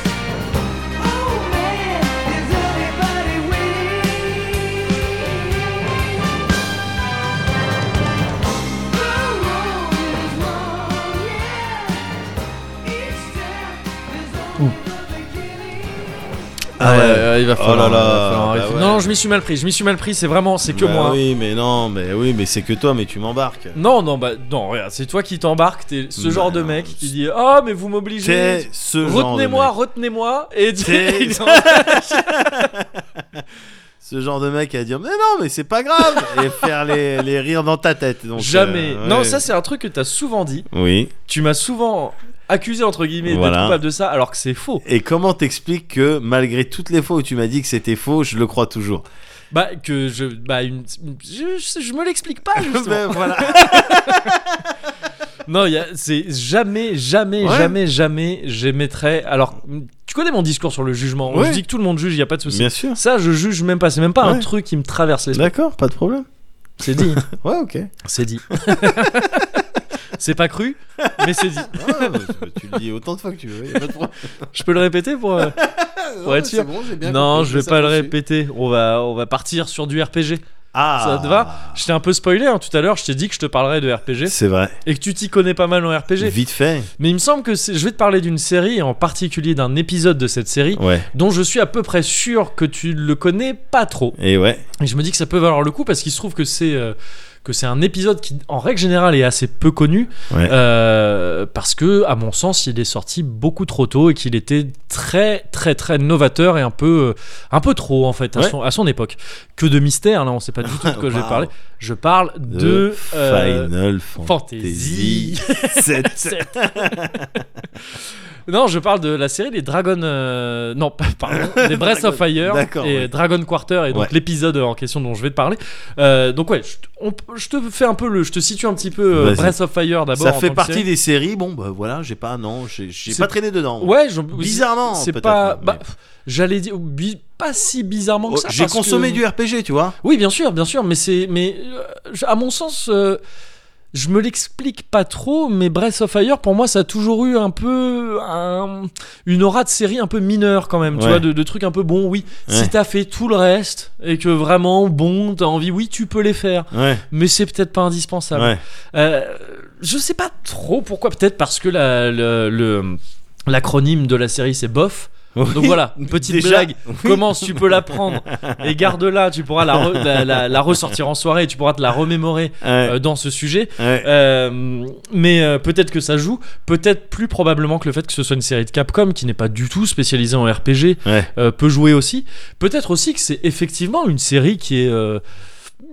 Speaker 3: Oh man, is anybody winning? The road is long, yeah. Each step is only the beginning.
Speaker 1: Ah ouais, ouais, il va falloir.
Speaker 2: Oh là
Speaker 1: il va
Speaker 2: là,
Speaker 1: falloir
Speaker 2: bah
Speaker 1: arrêter.
Speaker 2: ouais.
Speaker 1: Non, je m'y suis mal pris. Je m'y suis mal pris. C'est vraiment, c'est que
Speaker 2: Bah
Speaker 1: moi. hein.
Speaker 2: Oui, mais non, mais oui, mais c'est que toi, mais tu m'embarques.
Speaker 1: Non, non, bah non. Regarde, c'est toi qui t'embarques. T'es ce genre
Speaker 2: Bah
Speaker 1: de
Speaker 2: non,
Speaker 1: mec
Speaker 2: c'est-
Speaker 1: qui dit oh mais vous m'obligez.
Speaker 2: T'es ce genre de
Speaker 1: Retenez-moi,
Speaker 2: mec.
Speaker 1: retenez-moi et dis-
Speaker 2: T'es- Ce genre de mec à dire mais non, mais c'est pas grave et faire les, les rires dans ta tête. Donc,
Speaker 1: jamais.
Speaker 2: euh,
Speaker 1: Non,
Speaker 2: ouais.
Speaker 1: ça c'est un truc que t'as souvent dit.
Speaker 2: Oui.
Speaker 1: Tu m'as souvent accusé entre guillemets d'être
Speaker 2: Voilà.
Speaker 1: coupable de ça, alors que c'est faux.
Speaker 2: Et comment t'expliques que malgré toutes les fois où tu m'as dit que c'était faux, je le crois toujours.
Speaker 1: Bah que je, bah une, je, je- je me l'explique pas justement.
Speaker 2: Ben, voilà.
Speaker 1: Non, il y a- c'est jamais, jamais,
Speaker 2: Ouais.
Speaker 1: jamais, jamais j'émettrais. Alors, tu connais mon discours sur le jugement.
Speaker 2: Ouais.
Speaker 1: Je dis que tout le monde juge, il n'y a pas de souci.
Speaker 2: Bien sûr.
Speaker 1: Ça, je juge même pas. C'est même pas un
Speaker 2: Ouais.
Speaker 1: truc qui me traverse l'esprit.
Speaker 2: D'accord, pas de problème.
Speaker 1: C'est dit.
Speaker 2: Ouais, ok.
Speaker 1: C'est dit. c'est pas cru, mais c'est dit.
Speaker 2: Ah, bah, tu le dis autant de fois que tu veux. y a pas de problème.
Speaker 1: Je peux le répéter pour, euh, pour être
Speaker 2: c'est
Speaker 1: sûr
Speaker 2: bon, j'ai bien
Speaker 1: Non,
Speaker 2: compris,
Speaker 1: je vais
Speaker 2: ça
Speaker 1: pas le
Speaker 2: marche.
Speaker 1: répéter. On va, on va partir sur du RPG.
Speaker 2: Ah,
Speaker 1: Ça te va Je t'ai un peu spoilé hein, tout à l'heure, je t'ai dit que je te parlerais de RPG
Speaker 2: C'est vrai.
Speaker 1: et que tu t'y connais pas mal en RPG.
Speaker 2: Vite fait.
Speaker 1: Mais il me semble que c'est- je vais te parler d'une série, et en particulier d'un épisode de cette série,
Speaker 2: Ouais.
Speaker 1: dont je suis à peu près sûr que tu le connais pas trop.
Speaker 2: Et ouais.
Speaker 1: Et je me dis que ça peut valoir le coup parce qu'il se trouve que c'est euh, que c'est un épisode qui, en règle générale, est assez peu connu
Speaker 2: Ouais.
Speaker 1: euh, parce que, à mon sens, il est sorti beaucoup trop tôt et qu'il était très, très, très novateur et un peu, euh, un peu trop en fait à,
Speaker 2: Ouais.
Speaker 1: son, à son époque. Que de mystère, là, on sait pas du tout de quoi je vais
Speaker 2: Wow.
Speaker 1: parler. Je parle de,
Speaker 2: De
Speaker 1: euh,
Speaker 2: Final
Speaker 1: Fantasy.
Speaker 2: Fantasy 7.
Speaker 1: Sept. non, je parle de la série des Dragon. euh, non, pas- pardon. Des Breath of Fire
Speaker 2: D'accord,
Speaker 1: et
Speaker 2: ouais.
Speaker 1: Dragon Quarter et donc
Speaker 2: Ouais.
Speaker 1: l'épisode en question dont je vais te parler. Euh, donc, ouais, je, te- on peut- je te fais un peu le. Je te situe un petit peu euh,
Speaker 2: Vas-y.
Speaker 1: Breath of Fire d'abord.
Speaker 2: Ça
Speaker 1: en
Speaker 2: fait
Speaker 1: tant que
Speaker 2: partie
Speaker 1: série.
Speaker 2: des séries. Bon, bah voilà, j'ai pas, non, j'ai j'ai
Speaker 1: C'est-
Speaker 2: pas traîné dedans.
Speaker 1: Ouais, j'en-
Speaker 2: Bizarrement,
Speaker 1: C'est
Speaker 2: peut-être, hein,
Speaker 1: pas.
Speaker 2: mais-
Speaker 1: bah, pff, J'allais dire. bi- Pas si bizarrement que
Speaker 2: Oh,
Speaker 1: ça.
Speaker 2: j'ai
Speaker 1: parce
Speaker 2: consommé
Speaker 1: que-
Speaker 2: du RPG, tu vois.
Speaker 1: Oui, bien sûr, bien sûr, mais c'est, mais euh, je- à mon sens, euh, je me l'explique pas trop. Mais Breath of Fire, pour moi, ça a toujours eu un peu un- une aura de série un peu mineure quand même, tu
Speaker 2: Ouais.
Speaker 1: vois, de, de trucs un peu bon. Oui, si
Speaker 2: Ouais.
Speaker 1: t'as fait tout le reste et que vraiment bon, t'as envie, oui, tu peux les faire,
Speaker 2: Ouais.
Speaker 1: mais c'est peut-être pas indispensable.
Speaker 2: Ouais.
Speaker 1: Euh, je sais pas trop pourquoi, peut-être parce que la, le- le- l'acronyme de la série c'est bof. Donc voilà, une petite
Speaker 2: Déjà,
Speaker 1: blague.
Speaker 2: oui.
Speaker 1: Commence, tu peux la prendre et garde-la. Tu pourras la, re- la, la- la ressortir en soirée. Tu pourras te la remémorer
Speaker 2: Ouais.
Speaker 1: euh, dans ce sujet.
Speaker 2: Ouais.
Speaker 1: Euh, mais euh, peut-être que ça joue. Peut-être plus probablement que le fait que ce soit une série de Capcom qui n'est pas du tout spécialisée en RPG
Speaker 2: Ouais.
Speaker 1: euh, peut jouer aussi. Peut-être aussi que c'est effectivement une série qui est euh,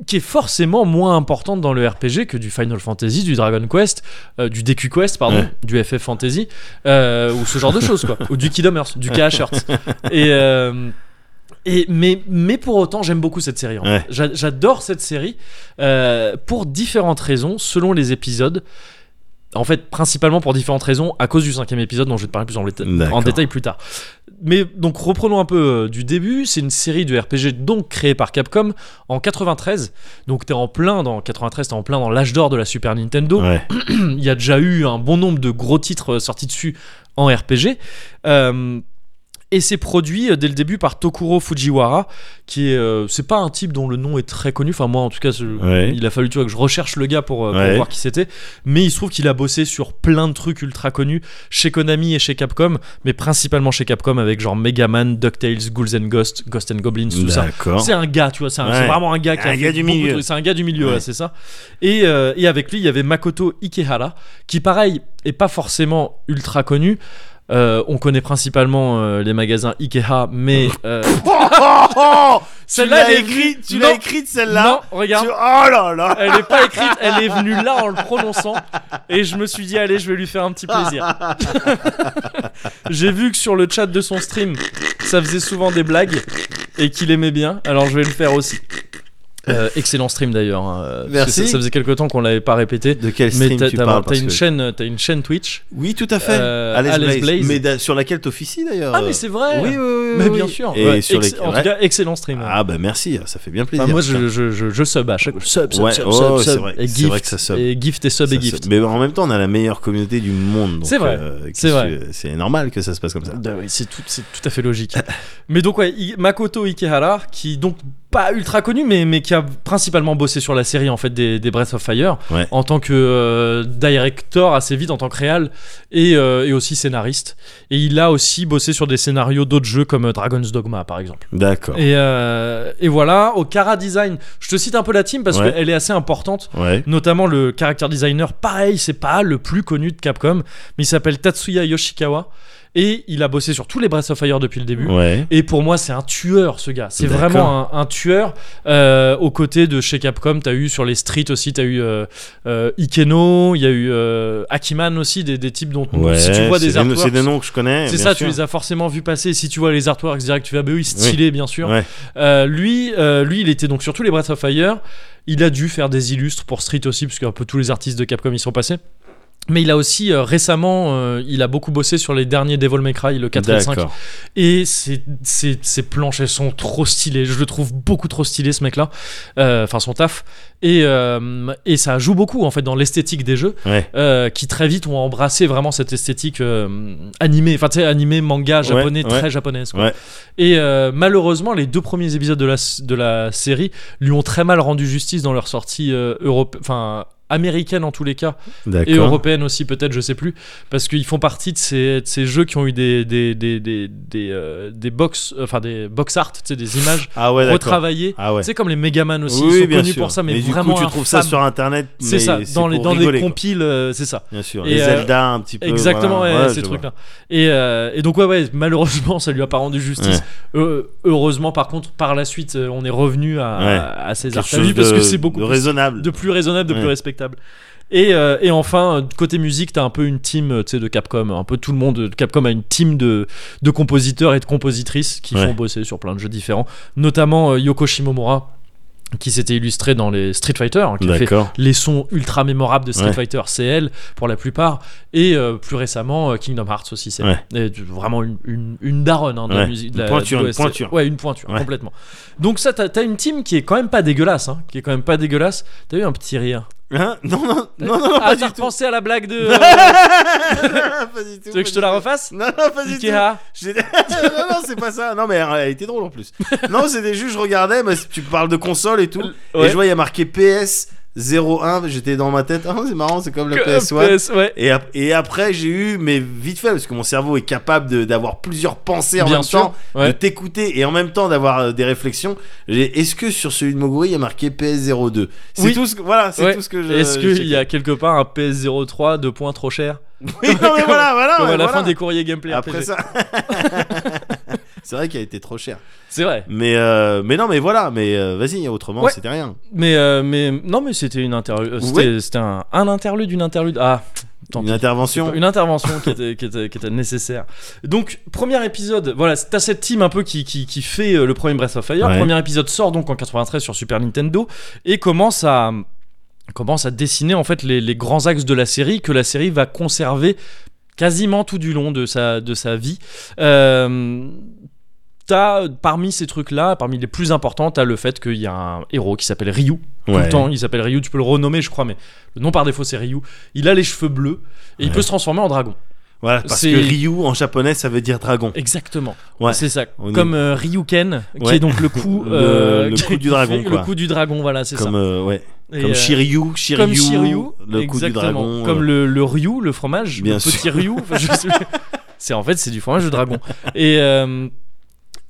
Speaker 1: qui est forcément moins importante dans le RPG que du Final Fantasy, du Dragon Quest, euh, du DQ Quest, pardon,
Speaker 2: Ouais.
Speaker 1: du FF Fantasy, euh, ou ce genre de choses, quoi. ou du Kingdom Hearts, du KH Hearts. Et, euh, et, mais, mais pour autant, j'aime beaucoup cette série. en fait.
Speaker 2: Ouais.
Speaker 1: J'a- J'adore cette série euh, pour différentes raisons, selon les épisodes. En fait, principalement pour différentes raisons, à cause du cinquième épisode dont je vais te parler plus en, déta-
Speaker 2: D'accord.
Speaker 1: en détail plus tard. Mais donc reprenons un peu euh, du début. C'est une série de RPG donc créée par Capcom en 93. Donc t'es en plein dans 93, t'es en plein dans l'âge d'or de la Super Nintendo.
Speaker 2: Ouais.
Speaker 1: Il y a déjà eu un bon nombre de gros titres euh, sortis dessus en RPG. Euh, et c'est produit euh, dès le début par Tokuro Fujiwara, qui est euh, c'est pas un type dont le nom est très connu. Enfin moi en tout cas, je-
Speaker 2: Ouais.
Speaker 1: il a fallu tu vois que je recherche le gars pour, euh, pour
Speaker 2: Ouais.
Speaker 1: voir qui c'était. Mais il se trouve qu'il a bossé sur plein de trucs ultra connus chez Konami et chez Capcom, mais principalement chez Capcom avec genre Mega Man, Ducktales, Ghouls and Ghosts, Ghost and Goblins, tout ça.
Speaker 2: D'accord.
Speaker 1: C'est un gars, tu vois, c'est un- c'est
Speaker 2: Hein Ouais.
Speaker 1: vraiment un gars qui a
Speaker 2: Un
Speaker 1: fait
Speaker 2: gars du
Speaker 1: beaucoup de
Speaker 2: milieu.
Speaker 1: trucs. C'est un gars du milieu, ouais,
Speaker 2: Ouais.
Speaker 1: c'est ça. Et, euh, et avec lui, il y avait Makoto Ikehara, qui pareil est pas forcément ultra connu. Euh, on connaît principalement euh, les magasins Ikea, mais euh,
Speaker 2: Oh, oh
Speaker 1: Celle-là,
Speaker 2: tu
Speaker 1: elle
Speaker 2: l'as
Speaker 1: est
Speaker 2: écrit-
Speaker 1: venue-
Speaker 2: tu
Speaker 1: Non.
Speaker 2: l'as écrite
Speaker 1: non,
Speaker 2: celle-là.
Speaker 1: regarde,
Speaker 2: Tu- Oh là là.
Speaker 1: elle est pas écrite, elle est venue là en le prononçant, et je me suis dit allez, je vais lui faire un petit plaisir. J'ai vu que sur le chat de son stream, ça faisait souvent des blagues et qu'il aimait bien, alors je vais le faire aussi. Euh, excellent stream d'ailleurs. hein, parce que
Speaker 2: Merci.
Speaker 1: Ça, ça faisait quelque temps qu'on l'avait pas répété.
Speaker 2: De quel
Speaker 1: Mais
Speaker 2: stream
Speaker 1: t'as
Speaker 2: tu
Speaker 1: t'as-
Speaker 2: parles
Speaker 1: t'as
Speaker 2: parce
Speaker 1: une
Speaker 2: que-
Speaker 1: chaîne, euh, t'as une chaîne Twitch.
Speaker 2: Oui, tout à fait.
Speaker 1: Euh,
Speaker 2: Alice,
Speaker 1: Alice
Speaker 2: Blaze.
Speaker 1: Blaze.
Speaker 2: Mais da- sur laquelle t'officies d'ailleurs.
Speaker 1: Ah mais c'est vrai.
Speaker 2: Euh, Oui, oui, oui.
Speaker 1: mais
Speaker 2: oui,
Speaker 1: bien
Speaker 2: oui.
Speaker 1: sûr.
Speaker 2: Et
Speaker 1: Ouais,
Speaker 2: sur les.
Speaker 1: ex- En tout
Speaker 2: ouais.
Speaker 1: cas, excellent stream.
Speaker 2: Ah bah merci, ça fait bien plaisir.
Speaker 1: Enfin, moi, je, je, je, je sub à chaque sub, sub,
Speaker 2: Ouais,
Speaker 1: sub,
Speaker 2: oh,
Speaker 1: sub,
Speaker 2: c'est
Speaker 1: sub.
Speaker 2: vrai,
Speaker 1: et
Speaker 2: c'est
Speaker 1: gift,
Speaker 2: vrai que ça sub.
Speaker 1: et gift et sub et
Speaker 2: Ça,
Speaker 1: gift.
Speaker 2: c'est- Mais en même temps, on a la meilleure communauté du monde. donc,
Speaker 1: C'est vrai.
Speaker 2: euh, qu'est-ce
Speaker 1: C'est vrai.
Speaker 2: que- C'est normal que ça se passe comme ça.
Speaker 1: Bah oui, c'est tout, c'est tout à fait logique. mais donc ouais, I- Makoto Ikehara, qui donc pas ultra connu, mais, mais qui a principalement bossé sur la série en fait des, des Breath of Fire,
Speaker 2: Ouais.
Speaker 1: en tant que euh, director assez vite, en tant que réal et, euh, et aussi scénariste. Et il a aussi bossé sur des scénarios d'autres jeux comme euh, Dragon's Dogma par exemple.
Speaker 2: D'accord.
Speaker 1: Et, euh, et voilà, au Kara Design, je te cite un peu la team parce
Speaker 2: Ouais.
Speaker 1: qu'elle est assez importante
Speaker 2: Ouais.
Speaker 1: notamment le character designer, pareil, c'est pas le plus connu de Capcom, mais il s'appelle Tatsuya Yoshikawa et il a bossé sur tous les Breath of Fire depuis le début.
Speaker 2: Ouais.
Speaker 1: Et pour moi, c'est un tueur, ce gars. C'est
Speaker 2: D'accord.
Speaker 1: vraiment un, un tueur. Euh, aux côtés de chez Capcom, t'as eu sur les streets aussi, t'as eu euh, euh, Ikeno, il y a eu euh, Akiman aussi, des, des types dont
Speaker 2: Ouais.
Speaker 1: si tu vois des
Speaker 2: c'est des, c'est
Speaker 1: artworks.
Speaker 2: des noms que je connais.
Speaker 1: C'est
Speaker 2: bien
Speaker 1: ça,
Speaker 2: sûr.
Speaker 1: tu les as forcément vus passer. Si tu vois les artworks direct, tu vas, bah oui, stylé, bien sûr.
Speaker 2: Ouais.
Speaker 1: Euh, lui, euh, lui, il était donc sur tous les Breath of Fire. Il a dû faire des illustres pour Street aussi, parce qu'un peu tous les artistes de Capcom y sont passés. Mais il a aussi euh, récemment, euh, il a beaucoup bossé sur les derniers Devil May Cry, le 4 et le 5.
Speaker 2: D'accord.
Speaker 1: Et ses, ses- ses planches, elles sont trop stylées. Je le trouve beaucoup trop stylé, ce mec-là. Euh, Enfin, son taf. Et, euh, et ça joue beaucoup, en fait, dans l'esthétique des jeux,
Speaker 2: Ouais.
Speaker 1: euh, qui très vite ont embrassé vraiment cette esthétique euh, animée. Enfin, tu sais, animé, manga japonais,
Speaker 2: ouais.
Speaker 1: très japonaise. quoi.
Speaker 2: Ouais.
Speaker 1: Et euh, malheureusement, les deux premiers épisodes de la, s- de la série lui ont très mal rendu justice dans leur sortie euh, europé- Enfin, américaine en tous les cas et
Speaker 2: D'accord.
Speaker 1: européenne aussi peut-être je sais plus parce qu'ils font partie de ces, de ces jeux qui ont eu des des des des des, euh, des box enfin des box art tu sais des images
Speaker 2: Ah ouais, d'accord.
Speaker 1: retravaillées
Speaker 2: Ah ouais.
Speaker 1: c'est comme les Megaman aussi
Speaker 2: oui,
Speaker 1: ils sont
Speaker 2: bien
Speaker 1: connus
Speaker 2: sûr.
Speaker 1: pour ça mais,
Speaker 2: du
Speaker 1: vraiment
Speaker 2: coup, tu trouves ça
Speaker 1: infâme.
Speaker 2: sur internet.
Speaker 1: c'est
Speaker 2: mais
Speaker 1: ça dans les
Speaker 2: pour
Speaker 1: dans
Speaker 2: rigoler,
Speaker 1: les
Speaker 2: quoi.
Speaker 1: compiles euh, c'est ça
Speaker 2: Bien sûr.
Speaker 1: Et,
Speaker 2: les
Speaker 1: euh,
Speaker 2: Zelda, un petit peu.
Speaker 1: Exactement,
Speaker 2: voilà.
Speaker 1: ouais,
Speaker 2: Ouais,
Speaker 1: ces
Speaker 2: je vois.
Speaker 1: trucs-là. Et, euh, et donc, ouais, ouais, malheureusement, ça lui a pas rendu justice. Euh, heureusement, par contre, par la suite, euh, on est revenu à,
Speaker 2: Ouais.
Speaker 1: à ces
Speaker 2: Quelque
Speaker 1: arts
Speaker 2: chose
Speaker 1: parce
Speaker 2: de-
Speaker 1: que c'est beaucoup
Speaker 2: de
Speaker 1: plus
Speaker 2: raisonnable.
Speaker 1: de plus raisonnable, de plus
Speaker 2: Ouais.
Speaker 1: respectable. Et, euh, et enfin, euh, côté musique, t'as un peu une team euh, tu sais, de Capcom. Un peu tout le monde. euh, Capcom a une team de, de compositeurs et de compositrices qui
Speaker 2: Ouais.
Speaker 1: font bosser sur plein de jeux différents. Notamment euh, Yoko Shimomura, qui s'était illustré dans les Street Fighter, hein, qui a fait
Speaker 2: D'accord.
Speaker 1: les sons ultra mémorables de Street
Speaker 2: Ouais.
Speaker 1: Fighter, c'est elle pour la plupart, et euh, plus récemment euh, Kingdom Hearts aussi, c'est
Speaker 2: Ouais.
Speaker 1: elle. Et tu- vraiment une, une, une daronne hein, de la
Speaker 2: Ouais.
Speaker 1: musique. de
Speaker 2: Une
Speaker 1: la-
Speaker 2: pointure,
Speaker 1: de
Speaker 2: une
Speaker 1: l'OST.
Speaker 2: pointure.
Speaker 1: Ouais, une pointure,
Speaker 2: Ouais.
Speaker 1: complètement. Donc ça, t'as t'as une team qui est quand même pas dégueulasse, hein, qui est quand même pas dégueulasse. T'as eu un petit rire.
Speaker 2: Hein non, non, non, non, non,
Speaker 1: ah,
Speaker 2: pas
Speaker 1: t'as
Speaker 2: du tout.
Speaker 1: repensé à la blague de. euh,
Speaker 2: Pas du tout,
Speaker 1: tu veux que
Speaker 2: pas
Speaker 1: je
Speaker 2: du
Speaker 1: te la
Speaker 2: tout.
Speaker 1: refasse
Speaker 2: Non, non, pas du tout.
Speaker 1: Ikea.
Speaker 2: J'ai- non, non, c'est pas ça. Non, mais elle était drôle en plus. Non, c'était juste, je regardais, mais tu parles de console et tout.
Speaker 1: Ouais.
Speaker 2: Et je vois, il y a marqué PS01. J'étais dans ma tête. Ah, c'est marrant, c'est comme la PS1.
Speaker 1: PS, ouais.
Speaker 2: Et, ap- et après, j'ai eu, mais vite fait, parce que mon cerveau est capable de- d'avoir plusieurs pensées en
Speaker 1: Bien
Speaker 2: même
Speaker 1: sûr,
Speaker 2: temps, de
Speaker 1: ouais.
Speaker 2: t'écouter et en même temps d'avoir euh, des réflexions. J'ai- Est-ce que sur celui de Moguri, il y a marqué PS02 C'est
Speaker 1: Oui.
Speaker 2: tout ce que, voilà, c'est
Speaker 1: Ouais.
Speaker 2: tout ce que euh, je.
Speaker 1: Est-ce
Speaker 2: j'ai
Speaker 1: qu'il y a quelque part un PS03 de points trop cher
Speaker 2: Oui, non, mais voilà, voilà.
Speaker 1: Comme
Speaker 2: Ah, ouais,
Speaker 1: à la
Speaker 2: voilà.
Speaker 1: fin des courriers gameplay
Speaker 2: Après
Speaker 1: RPG.
Speaker 2: ça. c'est vrai qu'il a été trop cher.
Speaker 1: C'est vrai.
Speaker 2: Mais, euh, mais non, mais voilà, mais euh, vas-y, autrement,
Speaker 1: Ouais.
Speaker 2: c'était rien.
Speaker 1: Mais, euh, mais non, mais c'était une interlude. euh, C'était c'était un, un interlude, une interlude. Ah, tant
Speaker 2: Une
Speaker 1: pis.
Speaker 2: intervention.
Speaker 1: Une intervention qui était, qui, était, qui était nécessaire. Donc, premier épisode, voilà, c'est- t'as cette team un peu qui, qui, qui fait euh, le premier Breath of Fire.
Speaker 2: Ouais.
Speaker 1: Premier épisode sort donc en 93 sur Super Nintendo et commence à, commence à dessiner en fait les, les grands axes de la série que la série va conserver quasiment tout du long de sa, de sa vie. Euh, t'as, parmi ces trucs-là, parmi les plus importants, t'as le fait qu'il y a un héros qui s'appelle Ryu tout le temps. Il s'appelle Ryu, tu peux le renommer, je crois, mais le nom par défaut c'est Ryu. Il a les cheveux bleus et il
Speaker 2: Ouais.
Speaker 1: peut se transformer en dragon.
Speaker 2: Voilà, parce
Speaker 1: C'est-
Speaker 2: que Ryu en japonais, ça veut dire dragon.
Speaker 1: Exactement.
Speaker 2: Ouais.
Speaker 1: C'est ça.
Speaker 2: On est-
Speaker 1: Comme euh, Ryuken, qui
Speaker 2: Ouais.
Speaker 1: est donc le coup,
Speaker 2: Le-
Speaker 1: euh,
Speaker 2: le
Speaker 1: qui-
Speaker 2: coup du
Speaker 1: qui
Speaker 2: dragon,
Speaker 1: fait
Speaker 2: quoi.
Speaker 1: Le coup du dragon, voilà, c'est ça.
Speaker 2: Comme, euh, ouais.
Speaker 1: Et,
Speaker 2: comme
Speaker 1: euh,
Speaker 2: Shiryu, Shiryu,
Speaker 1: comme Shiryu,
Speaker 2: le coup du
Speaker 1: exactement.
Speaker 2: dragon.
Speaker 1: Comme le,
Speaker 2: euh,
Speaker 1: le Ryu, le fromage,
Speaker 2: Bien
Speaker 1: le
Speaker 2: sûr.
Speaker 1: petit Ryu. enfin, je sais plus. c'est en fait c'est du fromage de dragon. Et euh,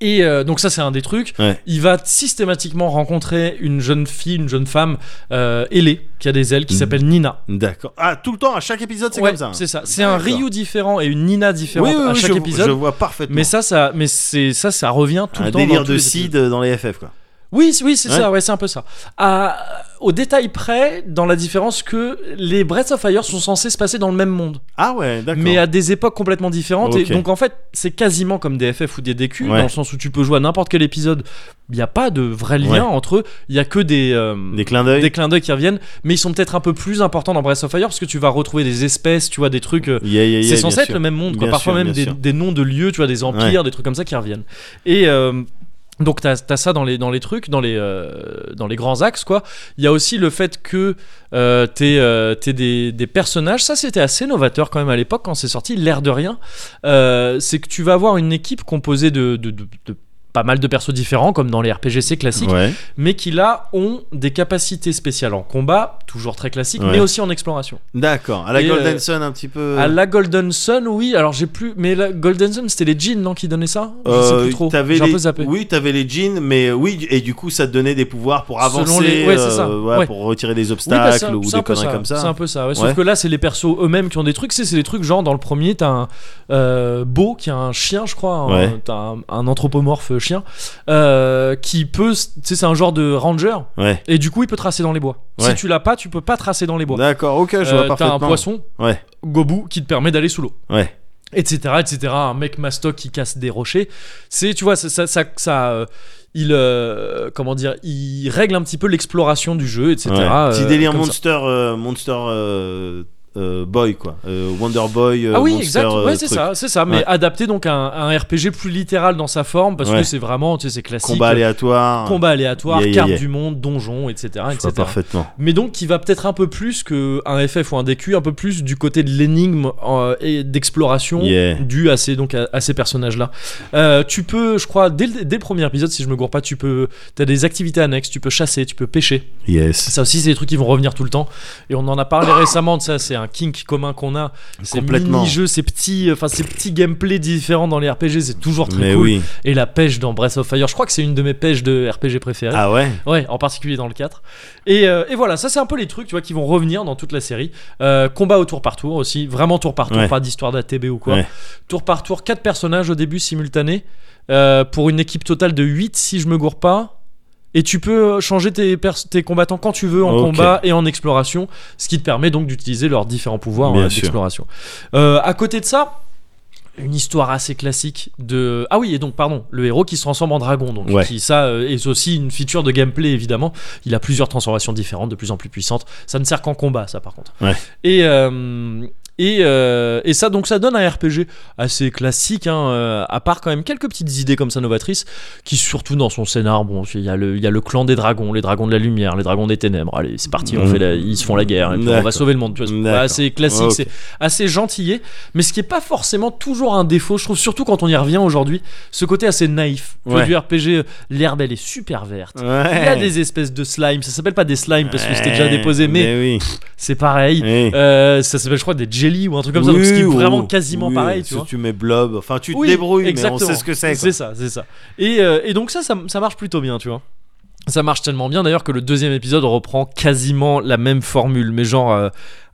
Speaker 1: et euh, donc ça c'est un des trucs.
Speaker 2: Ouais.
Speaker 1: Il va systématiquement rencontrer une jeune fille, une jeune femme euh, ailée qui a des ailes qui
Speaker 2: Mm.
Speaker 1: s'appelle Nina.
Speaker 2: D'accord. Ah, tout le temps, à chaque épisode, c'est
Speaker 1: Ouais,
Speaker 2: comme ça. hein.
Speaker 1: C'est ça. C'est un
Speaker 2: D'accord.
Speaker 1: Ryu différent et une Nina
Speaker 2: Oui,
Speaker 1: différente
Speaker 2: oui,
Speaker 1: à
Speaker 2: oui,
Speaker 1: chaque
Speaker 2: je,
Speaker 1: épisode.
Speaker 2: je vois parfaitement.
Speaker 1: Mais ça, ça, mais c'est ça, ça revient tout
Speaker 2: un
Speaker 1: le temps.
Speaker 2: délire
Speaker 1: dans tous
Speaker 2: de
Speaker 1: les
Speaker 2: Sid
Speaker 1: épisodes.
Speaker 2: euh, dans les FF, quoi.
Speaker 1: Oui, c- oui, c'est
Speaker 2: Ouais.
Speaker 1: ça. Ouais, c'est un peu ça. À- au détail près, dans la différence que les Breath of Fire sont censés se passer dans le même monde,
Speaker 2: Ah ouais, d'accord.
Speaker 1: mais à des époques complètement différentes.
Speaker 2: Ok.
Speaker 1: Et donc en fait, c'est quasiment comme des FF ou des DQ
Speaker 2: Ouais.
Speaker 1: dans le sens où tu peux jouer à n'importe quel épisode. Il n'y a pas de vrai lien
Speaker 2: Ouais.
Speaker 1: entre eux. Il y a que des euh,
Speaker 2: Des clins d'œil.
Speaker 1: des clins d'œil qui reviennent, mais ils sont peut-être un peu plus importants dans Breath of Fire parce que tu vas retrouver des espèces, tu vois, des trucs. euh,
Speaker 2: Yeah, yeah, yeah,
Speaker 1: c'est censé
Speaker 2: bien
Speaker 1: être
Speaker 2: sûr.
Speaker 1: le même monde, quoi.
Speaker 2: Bien
Speaker 1: parfois
Speaker 2: sûr,
Speaker 1: même des,
Speaker 2: bien sûr.
Speaker 1: des noms de lieux, tu vois, des empires, des trucs comme ça qui reviennent. Et euh, donc t'as as ça dans les, dans les trucs, dans les, euh, dans les grands axes, quoi. Il y a aussi le fait que euh, t'es euh, t'es des, des personnages, ça c'était assez novateur quand même à l'époque quand c'est sorti, l'air de rien, Euh, c'est que tu vas avoir une équipe composée de... de- de- de pas mal de persos différents comme dans les RPGC classiques
Speaker 2: Ouais.
Speaker 1: mais qui là ont des capacités spéciales en combat toujours très classique
Speaker 2: Ouais.
Speaker 1: mais aussi en exploration
Speaker 2: D'accord. À la
Speaker 1: Et,
Speaker 2: Golden
Speaker 1: euh,
Speaker 2: Sun, un petit peu.
Speaker 1: à la Golden Sun, oui. Alors j'ai plus, mais la Golden Sun, c'était les jeans, non, qui donnaient ça Je sais
Speaker 2: Euh,
Speaker 1: plus trop.
Speaker 2: t'avais
Speaker 1: J'ai un
Speaker 2: les-
Speaker 1: peu zappé.
Speaker 2: Oui, t'avais les jeans, mais oui, et du coup, ça te donnait des pouvoirs pour
Speaker 1: Selon
Speaker 2: avancer,
Speaker 1: les- ouais, c'est ça.
Speaker 2: euh, voilà,
Speaker 1: Ouais.
Speaker 2: pour retirer des
Speaker 1: Oui, bah, c'est
Speaker 2: obstacles
Speaker 1: un-
Speaker 2: ou
Speaker 1: c'est un
Speaker 2: des
Speaker 1: peu
Speaker 2: conneries
Speaker 1: ça.
Speaker 2: comme
Speaker 1: C'est
Speaker 2: ça.
Speaker 1: un peu ça. ouais.
Speaker 2: Ouais.
Speaker 1: Sauf que là, c'est les persos eux-mêmes qui ont des trucs. C'est c'est les trucs genre dans le premier, t'as un euh, Beau qui a un chien, je crois. un-
Speaker 2: Ouais.
Speaker 1: T'as un, un anthropomorphe chien euh, qui peut. s- Tu sais, c'est un genre de ranger
Speaker 2: Ouais.
Speaker 1: et du coup, il peut tracer dans les bois. Si
Speaker 2: Ouais.
Speaker 1: tu l'as pas, tu peux pas tracer dans les bois.
Speaker 2: D'accord. Ok, je
Speaker 1: Euh,
Speaker 2: vois
Speaker 1: t'as
Speaker 2: parfaitement.
Speaker 1: un poisson,
Speaker 2: Ouais.
Speaker 1: Gobu, qui te permet d'aller sous l'eau.
Speaker 2: Ouais.
Speaker 1: etc etc un mec mastoc qui casse des rochers c'est tu vois ça ça ça, ça, euh, il euh, comment dire il règle un petit peu l'exploration du jeu etc
Speaker 2: Ouais.
Speaker 1: euh,
Speaker 2: Petit délire
Speaker 1: comme ça.
Speaker 2: monster, euh, monster euh, euh, Boy, quoi. Euh, Wonder Boy. euh,
Speaker 1: ah oui,
Speaker 2: Monster,
Speaker 1: exact.
Speaker 2: euh,
Speaker 1: Ouais, c'est
Speaker 2: truc.
Speaker 1: ça, c'est ça. Mais
Speaker 2: Ouais.
Speaker 1: adapté donc à un, à un RPG plus littéral dans sa forme parce que
Speaker 2: Ouais.
Speaker 1: c'est vraiment, tu sais, c'est classique. euh,
Speaker 2: Combat aléatoire.
Speaker 1: combat aléatoire,
Speaker 2: Yeah, yeah,
Speaker 1: carte
Speaker 2: yeah.
Speaker 1: du monde, donjon, etc.,
Speaker 2: Je vois
Speaker 1: etc.
Speaker 2: parfaitement.
Speaker 1: Mais donc qui va peut-être un peu plus que un FF ou un DQ, un peu plus du côté de l'énigme euh, et d'exploration
Speaker 2: Yeah.
Speaker 1: dû à ces donc à, à ces personnages-là. Euh, tu peux, je crois, dès le, dès le premier épisode, si je me gourre pas, tu peux, t'as des activités annexes, tu peux chasser, tu peux pêcher.
Speaker 2: Yes.
Speaker 1: Ça aussi, c'est des trucs qui vont revenir tout le temps. Et on en a parlé récemment de ça. C'est un kink commun qu'on a. Ces
Speaker 2: Complètement.
Speaker 1: mini-jeux, ces petits, enfin ces petits gameplays différents dans les RPG, c'est toujours très
Speaker 2: Mais
Speaker 1: cool.
Speaker 2: oui.
Speaker 1: Et la pêche dans Breath of Fire, je crois que c'est une de mes pêches de RPG préférées.
Speaker 2: Ah ouais
Speaker 1: Ouais, en particulier dans le 4. Et, euh, et voilà, ça c'est un peu les trucs tu vois, qui vont revenir dans toute la série. Euh, combat au tour par tour aussi, vraiment tour par tour,
Speaker 2: Ouais.
Speaker 1: pas d'histoire d'ATB ou quoi.
Speaker 2: Ouais.
Speaker 1: Tour par tour, 4 personnages au début simultanés euh, pour une équipe totale de 8 si je me gourre pas. Et tu peux changer tes, pers- tes combattants quand tu veux en
Speaker 2: Ok.
Speaker 1: combat et en exploration, ce qui te permet donc d'utiliser leurs différents pouvoirs
Speaker 2: Bien
Speaker 1: euh,
Speaker 2: sûr.
Speaker 1: d'exploration. Euh, à côté de ça, une histoire assez classique de ah oui et donc pardon le héros qui se transforme en dragon donc
Speaker 2: Ouais.
Speaker 1: qui ça euh, est aussi une feature de gameplay évidemment il a plusieurs transformations différentes de plus en plus puissantes ça ne sert qu'en combat ça par contre
Speaker 2: Ouais.
Speaker 1: et euh, et, euh, et ça donc ça donne un RPG assez classique hein, euh, à part quand même quelques petites idées comme ça novatrices qui surtout dans son scénar bon il y a le il y a le clan des dragons les dragons de la lumière les dragons des ténèbres allez c'est parti on
Speaker 2: Mhm.
Speaker 1: fait la- ils se font la guerre et puis on va
Speaker 2: D'accord.
Speaker 1: sauver le monde tu vois, c'est
Speaker 2: D'accord.
Speaker 1: assez classique
Speaker 2: Ok.
Speaker 1: c'est assez gentillé mais ce qui est pas forcément toujours un défaut, je trouve, surtout quand on y revient aujourd'hui, ce côté assez naïf que
Speaker 2: Ouais.
Speaker 1: du RPG. euh, L'herbe, elle est super verte. Il y a
Speaker 2: Ouais.
Speaker 1: des espèces de slime, ça s'appelle pas des slimes parce que c'était déjà déposé, mais,
Speaker 2: oui.
Speaker 1: c'est pareil.
Speaker 2: Oui.
Speaker 1: Euh, ça s'appelle, je crois, des jelly ou un truc comme ça, donc ce qui est
Speaker 2: Oui,
Speaker 1: vraiment
Speaker 2: ou-
Speaker 1: quasiment
Speaker 2: oui,
Speaker 1: pareil, tu
Speaker 2: si
Speaker 1: vois.
Speaker 2: tu mets blob, enfin tu te
Speaker 1: Oui,
Speaker 2: débrouilles, mais on
Speaker 1: exactement.
Speaker 2: sait ce que c'est. quoi.
Speaker 1: C'est ça, c'est ça. Et, euh, et donc ça, ça, ça marche plutôt bien, tu vois. Ça marche tellement bien d'ailleurs que le deuxième épisode reprend quasiment la même formule, mais genre euh,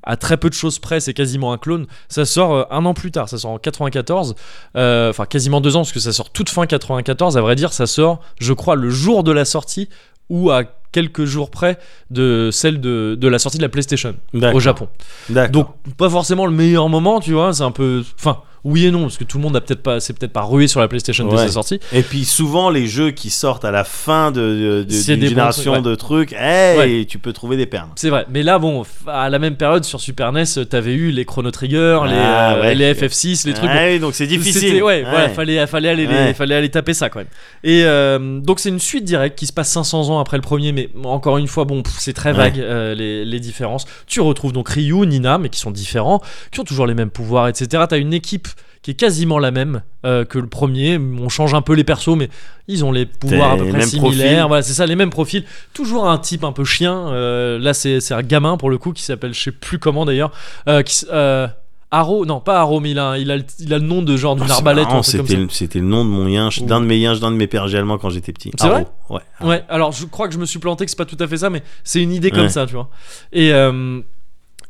Speaker 1: à très peu de choses près, c'est quasiment un clone. Ça sort euh, un an plus tard, ça sort en 94, euh, enfin quasiment deux ans, parce que ça sort toute fin 94. À vrai dire, ça sort, je crois, le jour de la sortie ou à quelques jours près de celle de, de la sortie de la PlayStation au
Speaker 2: D'accord.
Speaker 1: Japon.
Speaker 2: D'accord.
Speaker 1: Donc pas forcément le meilleur moment, tu vois, c'est un peu enfin oui et non parce que tout le monde a peut-être pas c'est peut-être pas rué sur la PlayStation dès
Speaker 2: Ouais.
Speaker 1: sa sortie.
Speaker 2: Et puis souvent les jeux qui sortent à la fin de, de- de-
Speaker 1: C'est
Speaker 2: d'une
Speaker 1: des bons
Speaker 2: génération
Speaker 1: trucs, ouais.
Speaker 2: de trucs, hey, tu peux trouver des perles.
Speaker 1: C'est vrai, mais là bon, f- à la même période sur Super NES, t'avais eu les Chrono Trigger, les,
Speaker 2: Ah,
Speaker 1: euh,
Speaker 2: ouais.
Speaker 1: les FF6, les trucs
Speaker 2: Ah oui, donc c'est difficile.
Speaker 1: C'était- Ouais, voilà,
Speaker 2: Ouais.
Speaker 1: fallait, fallait, aller les-
Speaker 2: Ouais.
Speaker 1: fallait aller taper ça quand même. Et euh, donc c'est une suite directe qui se passe 500 ans après le premier, mais encore une fois, bon, pff, c'est très vague euh, les, les différences. Tu retrouves donc Ryu, Nina, mais qui sont différents, qui ont toujours les mêmes pouvoirs, etc. T'as une équipe qui est quasiment la même euh, que le premier. On change un peu les persos, mais ils ont les pouvoirs à peu
Speaker 2: les
Speaker 1: près
Speaker 2: mêmes
Speaker 1: similaires.
Speaker 2: profils.
Speaker 1: Voilà, c'est ça, les mêmes profils. Toujours un type un peu chien. euh, là, c'est c'est un gamin pour le coup qui s'appelle, je sais plus comment d'ailleurs, euh, qui s- euh, Arrow, non pas Arrow, mais il a, il a, le- il a le nom de genre
Speaker 2: Ah,
Speaker 1: d'une
Speaker 2: c'est
Speaker 1: arbalète ou
Speaker 2: marrant,
Speaker 1: un truc comme
Speaker 2: C'était
Speaker 1: ça.
Speaker 2: le- c'était le nom de mon yinche, d'un de mes yinches, d'un de mes pergers allemands quand j'étais petit.
Speaker 1: C'est vrai
Speaker 2: Haro. Ouais.
Speaker 1: Ouais, alors je crois que je me suis planté, que c'est pas tout à fait ça, mais c'est une idée comme
Speaker 2: Ouais.
Speaker 1: ça, tu vois. Et, euh,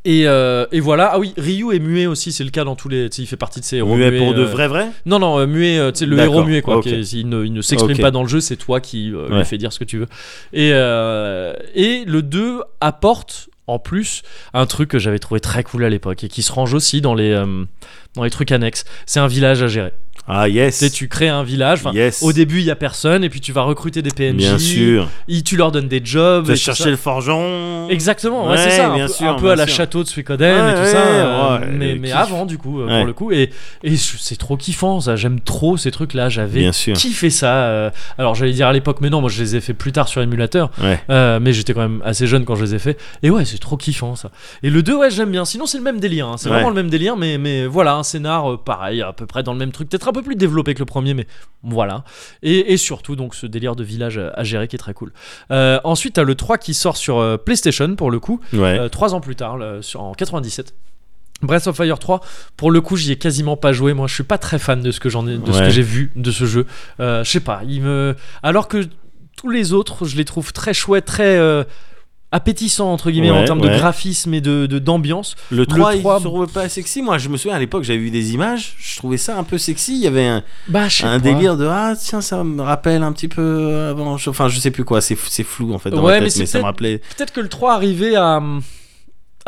Speaker 1: et, euh, et voilà. Ah oui, Ryu est muet aussi, c'est le cas dans tous les. tu sais, Il fait partie de ces héros.
Speaker 2: Muet pour de
Speaker 1: euh,
Speaker 2: vrai vrai
Speaker 1: Non, non, euh, muet, euh, tu sais, le
Speaker 2: D'accord,
Speaker 1: héros muet, quoi.
Speaker 2: ok.
Speaker 1: qui est- il ne, il ne s'exprime
Speaker 2: Ok.
Speaker 1: pas dans le jeu, c'est toi qui euh, lui
Speaker 2: Ouais.
Speaker 1: fais dire ce que tu veux. Et, euh, et le 2 apporte en plus un truc que j'avais trouvé très cool à l'époque et qui se range aussi dans les, euh, dans les trucs annexes. C'est un village à gérer.
Speaker 2: Ah yes.
Speaker 1: Tu sais, tu crées un village. enfin,
Speaker 2: Yes.
Speaker 1: Au début, il y a personne, et puis tu vas recruter des PNJ.
Speaker 2: Bien sûr.
Speaker 1: ils- tu leur donnes des jobs.
Speaker 2: Tu vas
Speaker 1: et tout ça.
Speaker 2: chercher le forgeon.
Speaker 1: Exactement, ouais,
Speaker 2: Ouais,
Speaker 1: c'est ça, un,
Speaker 2: bien
Speaker 1: peu,
Speaker 2: sûr,
Speaker 1: un peu
Speaker 2: bien
Speaker 1: à la
Speaker 2: sûr.
Speaker 1: château de Suikoden et tout
Speaker 2: Ouais,
Speaker 1: ça,
Speaker 2: ouais,
Speaker 1: euh,
Speaker 2: ouais,
Speaker 1: mais,
Speaker 2: le
Speaker 1: mais
Speaker 2: kiff.
Speaker 1: avant du coup, euh,
Speaker 2: Ouais.
Speaker 1: pour le coup, et, et je- c'est trop kiffant ça, j'aime trop ces trucs là, j'avais
Speaker 2: Bien sûr.
Speaker 1: kiffé ça, euh, alors j'allais dire à l'époque, mais non, moi je les ai fait plus tard sur émulateur,
Speaker 2: Ouais.
Speaker 1: euh, mais j'étais quand même assez jeune quand je les ai fait, et ouais, c'est trop kiffant ça. Et le 2, ouais, j'aime bien, sinon c'est le même délire, hein, c'est
Speaker 2: Ouais.
Speaker 1: vraiment le même délire, mais, mais voilà, un scénar euh, pareil, à peu près dans le même truc, peut-être un peu plus développé que le premier, mais voilà. Et, et surtout, donc, ce délire de village à, à gérer qui est très cool. Euh, ensuite, t'as le 3 qui sort sur euh, PlayStation pour le coup,
Speaker 2: Ouais.
Speaker 1: euh, trois ans plus tard, là, sur, en 97. Breath of Fire 3, pour le coup, j'y ai quasiment pas joué. Moi, je suis pas très fan de ce que j'en ai, de ce que
Speaker 2: Ouais.
Speaker 1: j'ai vu de ce jeu. Euh, je sais pas, il me. Alors que tous les autres, je les trouve très chouettes, très euh, appétissants entre guillemets en
Speaker 2: Ouais,
Speaker 1: termes de
Speaker 2: ouais.
Speaker 1: graphisme et de de- d'ambiance.
Speaker 2: Le 3,
Speaker 1: trois-
Speaker 2: il se trouvait pas sexy. Moi, je me souviens à l'époque, j'avais vu des images, je trouvais ça un peu sexy. Il y avait un,
Speaker 1: Bah, je sais
Speaker 2: un
Speaker 1: pas.
Speaker 2: délire de ah tiens, ça me rappelle un petit peu avant. Enfin, je sais plus quoi. C'est, c'est flou en fait dans
Speaker 1: Ouais,
Speaker 2: ma
Speaker 1: mais
Speaker 2: tête,
Speaker 1: c'est
Speaker 2: mais, ça me
Speaker 1: peut-être-
Speaker 2: rappelait.
Speaker 1: Peut-être que le 3 arrivait à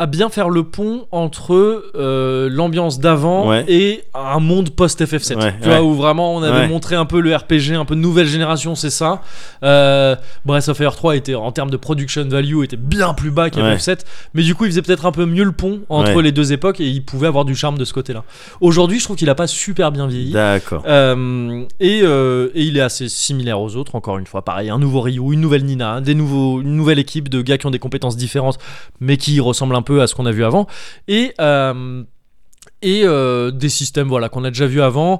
Speaker 1: à bien faire le pont entre euh, l'ambiance d'avant
Speaker 2: Ouais.
Speaker 1: et un monde post FF7
Speaker 2: Ouais,
Speaker 1: tu vois
Speaker 2: ouais.
Speaker 1: où vraiment on avait
Speaker 2: Ouais.
Speaker 1: montré un peu le RPG un peu nouvelle génération c'est ça euh, Breath of Fire 3 était en termes de production value était bien plus bas que
Speaker 2: Ouais.
Speaker 1: FF7 mais du coup il faisait peut-être un peu mieux le pont entre
Speaker 2: Ouais.
Speaker 1: les deux époques et il pouvait avoir du charme de ce côté là aujourd'hui je trouve qu'il a pas super bien vieilli
Speaker 2: D'accord.
Speaker 1: euh, et, euh, et il est assez similaire aux autres, encore une fois. Pareil, un nouveau Ryu, une nouvelle Nina, des nouveaux, une nouvelle équipe de gars qui ont des compétences différentes, mais qui ressemblent un peu à ce qu'on a vu avant. Et, euh, et euh, des systèmes voilà, qu'on a déjà vu avant.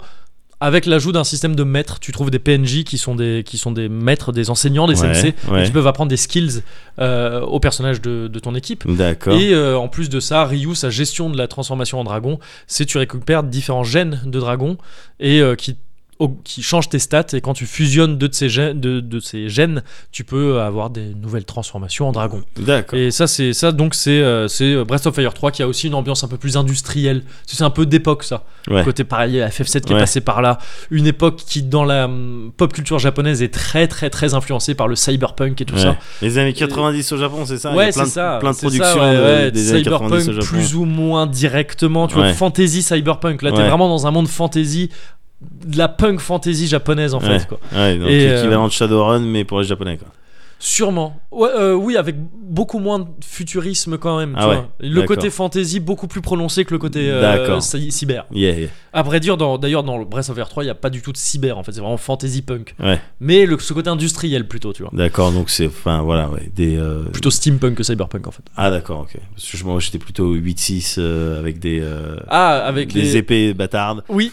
Speaker 1: Avec l'ajout d'un système de maîtres, tu trouves des PNJ qui sont des, qui sont des maîtres, des enseignants, des
Speaker 2: Ouais,
Speaker 1: CMC,
Speaker 2: ouais.
Speaker 1: et qui peuvent apprendre des skills euh, aux personnages de- de ton équipe.
Speaker 2: D'accord.
Speaker 1: Et euh, en plus de ça, Ryu, sa gestion de la transformation en dragon, c'est tu récupères différents gènes de dragon et euh, qui au- qui changent tes stats et quand tu fusionnes deux de ces gènes, de, de ces gènes tu peux avoir des nouvelles transformations en dragon
Speaker 2: D'accord.
Speaker 1: et ça c'est ça donc c'est euh, c'est euh, Breath of Fire 3 qui a aussi une ambiance un peu plus industrielle c'est un peu d'époque ça
Speaker 2: Ouais.
Speaker 1: côté pareil FF7 qui
Speaker 2: Ouais.
Speaker 1: est passé par là une époque qui dans la hum, pop culture japonaise est très très très influencée par le cyberpunk et tout
Speaker 2: Ouais.
Speaker 1: ça
Speaker 2: Les années 90 au Japon, c'est ça Il y a
Speaker 1: ouais,
Speaker 2: plein
Speaker 1: c'est
Speaker 2: de-
Speaker 1: ça.
Speaker 2: Plein de
Speaker 1: c'est ça,
Speaker 2: productions
Speaker 1: ouais,
Speaker 2: euh,
Speaker 1: ouais,
Speaker 2: des années 90 au
Speaker 1: cyberpunk
Speaker 2: Japon.
Speaker 1: plus ou moins directement. Tu vois,
Speaker 2: Ouais.
Speaker 1: fantasy cyberpunk. Là, t'es
Speaker 2: Ouais.
Speaker 1: vraiment dans un monde fantasy, de la punk fantasy japonaise en
Speaker 2: Ouais.
Speaker 1: fait. Quoi.
Speaker 2: Ouais, donc
Speaker 1: Et, euh,
Speaker 2: l'équivalent de Shadowrun, mais pour les Japonais. Quoi.
Speaker 1: Sûrement. Ouais, euh, oui, avec beaucoup moins de futurisme quand même. tu
Speaker 2: Ah ouais,
Speaker 1: vois. Le
Speaker 2: d'accord.
Speaker 1: côté fantasy beaucoup plus prononcé que le côté euh,
Speaker 2: D'accord.
Speaker 1: cy- cyber.
Speaker 2: Yeah, yeah.
Speaker 1: À vrai dire, dans- d'ailleurs, dans, le Breath of Fire 3, il n'y a pas du tout de cyber en fait. C'est vraiment fantasy punk.
Speaker 2: Ouais.
Speaker 1: Mais le, ce côté industriel plutôt, tu vois.
Speaker 2: D'accord, donc c'est. Enfin, voilà, ouais. Des, euh,
Speaker 1: Plutôt steampunk que cyberpunk en fait.
Speaker 2: Ah, d'accord, ok. Parce que je- moi, j'étais plutôt 8-6 euh, avec des. euh,
Speaker 1: Ah, avec
Speaker 2: des
Speaker 1: les.
Speaker 2: épées bâtardes.
Speaker 1: Oui,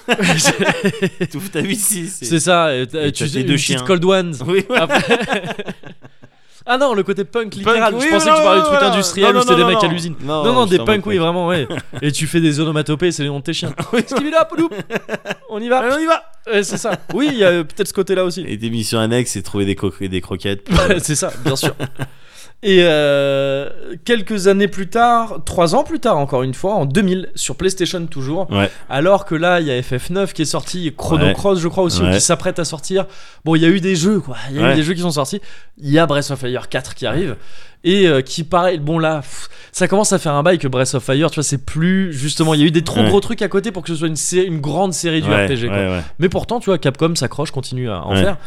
Speaker 2: Tout à 8-6.
Speaker 1: c'est ça. et t'as-
Speaker 2: Et
Speaker 1: tu
Speaker 2: t'as tes
Speaker 1: sais,
Speaker 2: deux
Speaker 1: deux petites
Speaker 2: chiens.
Speaker 1: Cold Ones.
Speaker 2: Oui, ouais.
Speaker 1: Après- ah non, le côté punk littéral.
Speaker 2: Punk,
Speaker 1: je
Speaker 2: oui,
Speaker 1: pensais que
Speaker 2: non,
Speaker 1: tu parlais de trucs
Speaker 2: voilà.
Speaker 1: industriels où
Speaker 2: Non, non,
Speaker 1: c'était des
Speaker 2: non,
Speaker 1: mecs à
Speaker 2: non.
Speaker 1: l'usines.
Speaker 2: Non,
Speaker 1: Non, non,
Speaker 2: je
Speaker 1: des
Speaker 2: t'en
Speaker 1: punks,
Speaker 2: veux
Speaker 1: oui,
Speaker 2: pas.
Speaker 1: vraiment, ouais. Et tu fais des onomatopées, c'est les noms de tes chiens. Skibidi, apodou. On y va.
Speaker 2: Allez, on y va
Speaker 1: Ouais, c'est ça. Oui, il y a euh, peut-être ce côté-là aussi.
Speaker 2: Et des missions annexes, et trouver des, croquettes des croquettes. pour-
Speaker 1: c'est ça, bien sûr. Et euh, quelques années plus tard, trois ans plus tard encore une fois, en 2000, sur PlayStation toujours,
Speaker 2: Ouais.
Speaker 1: alors que là il y a FF9 qui est sorti, et Chrono
Speaker 2: Ouais.
Speaker 1: Cross je crois aussi, ou
Speaker 2: Ouais.
Speaker 1: qui s'apprête à sortir. Bon, il y a eu des jeux quoi, il y a eu
Speaker 2: Ouais.
Speaker 1: des jeux qui sont sortis. Il y a Breath of Fire 4 qui arrive, et euh, qui paraît, bon là, pff, ça commence à faire un bail que Breath of Fire, tu vois, c'est plus justement, il y a eu des trop
Speaker 2: Ouais.
Speaker 1: gros trucs à côté pour que ce soit une, sé- une grande série du
Speaker 2: Ouais,
Speaker 1: RPG quoi.
Speaker 2: ouais, ouais.
Speaker 1: Mais pourtant, tu vois, Capcom s'accroche, continue à en
Speaker 2: Ouais.
Speaker 1: faire.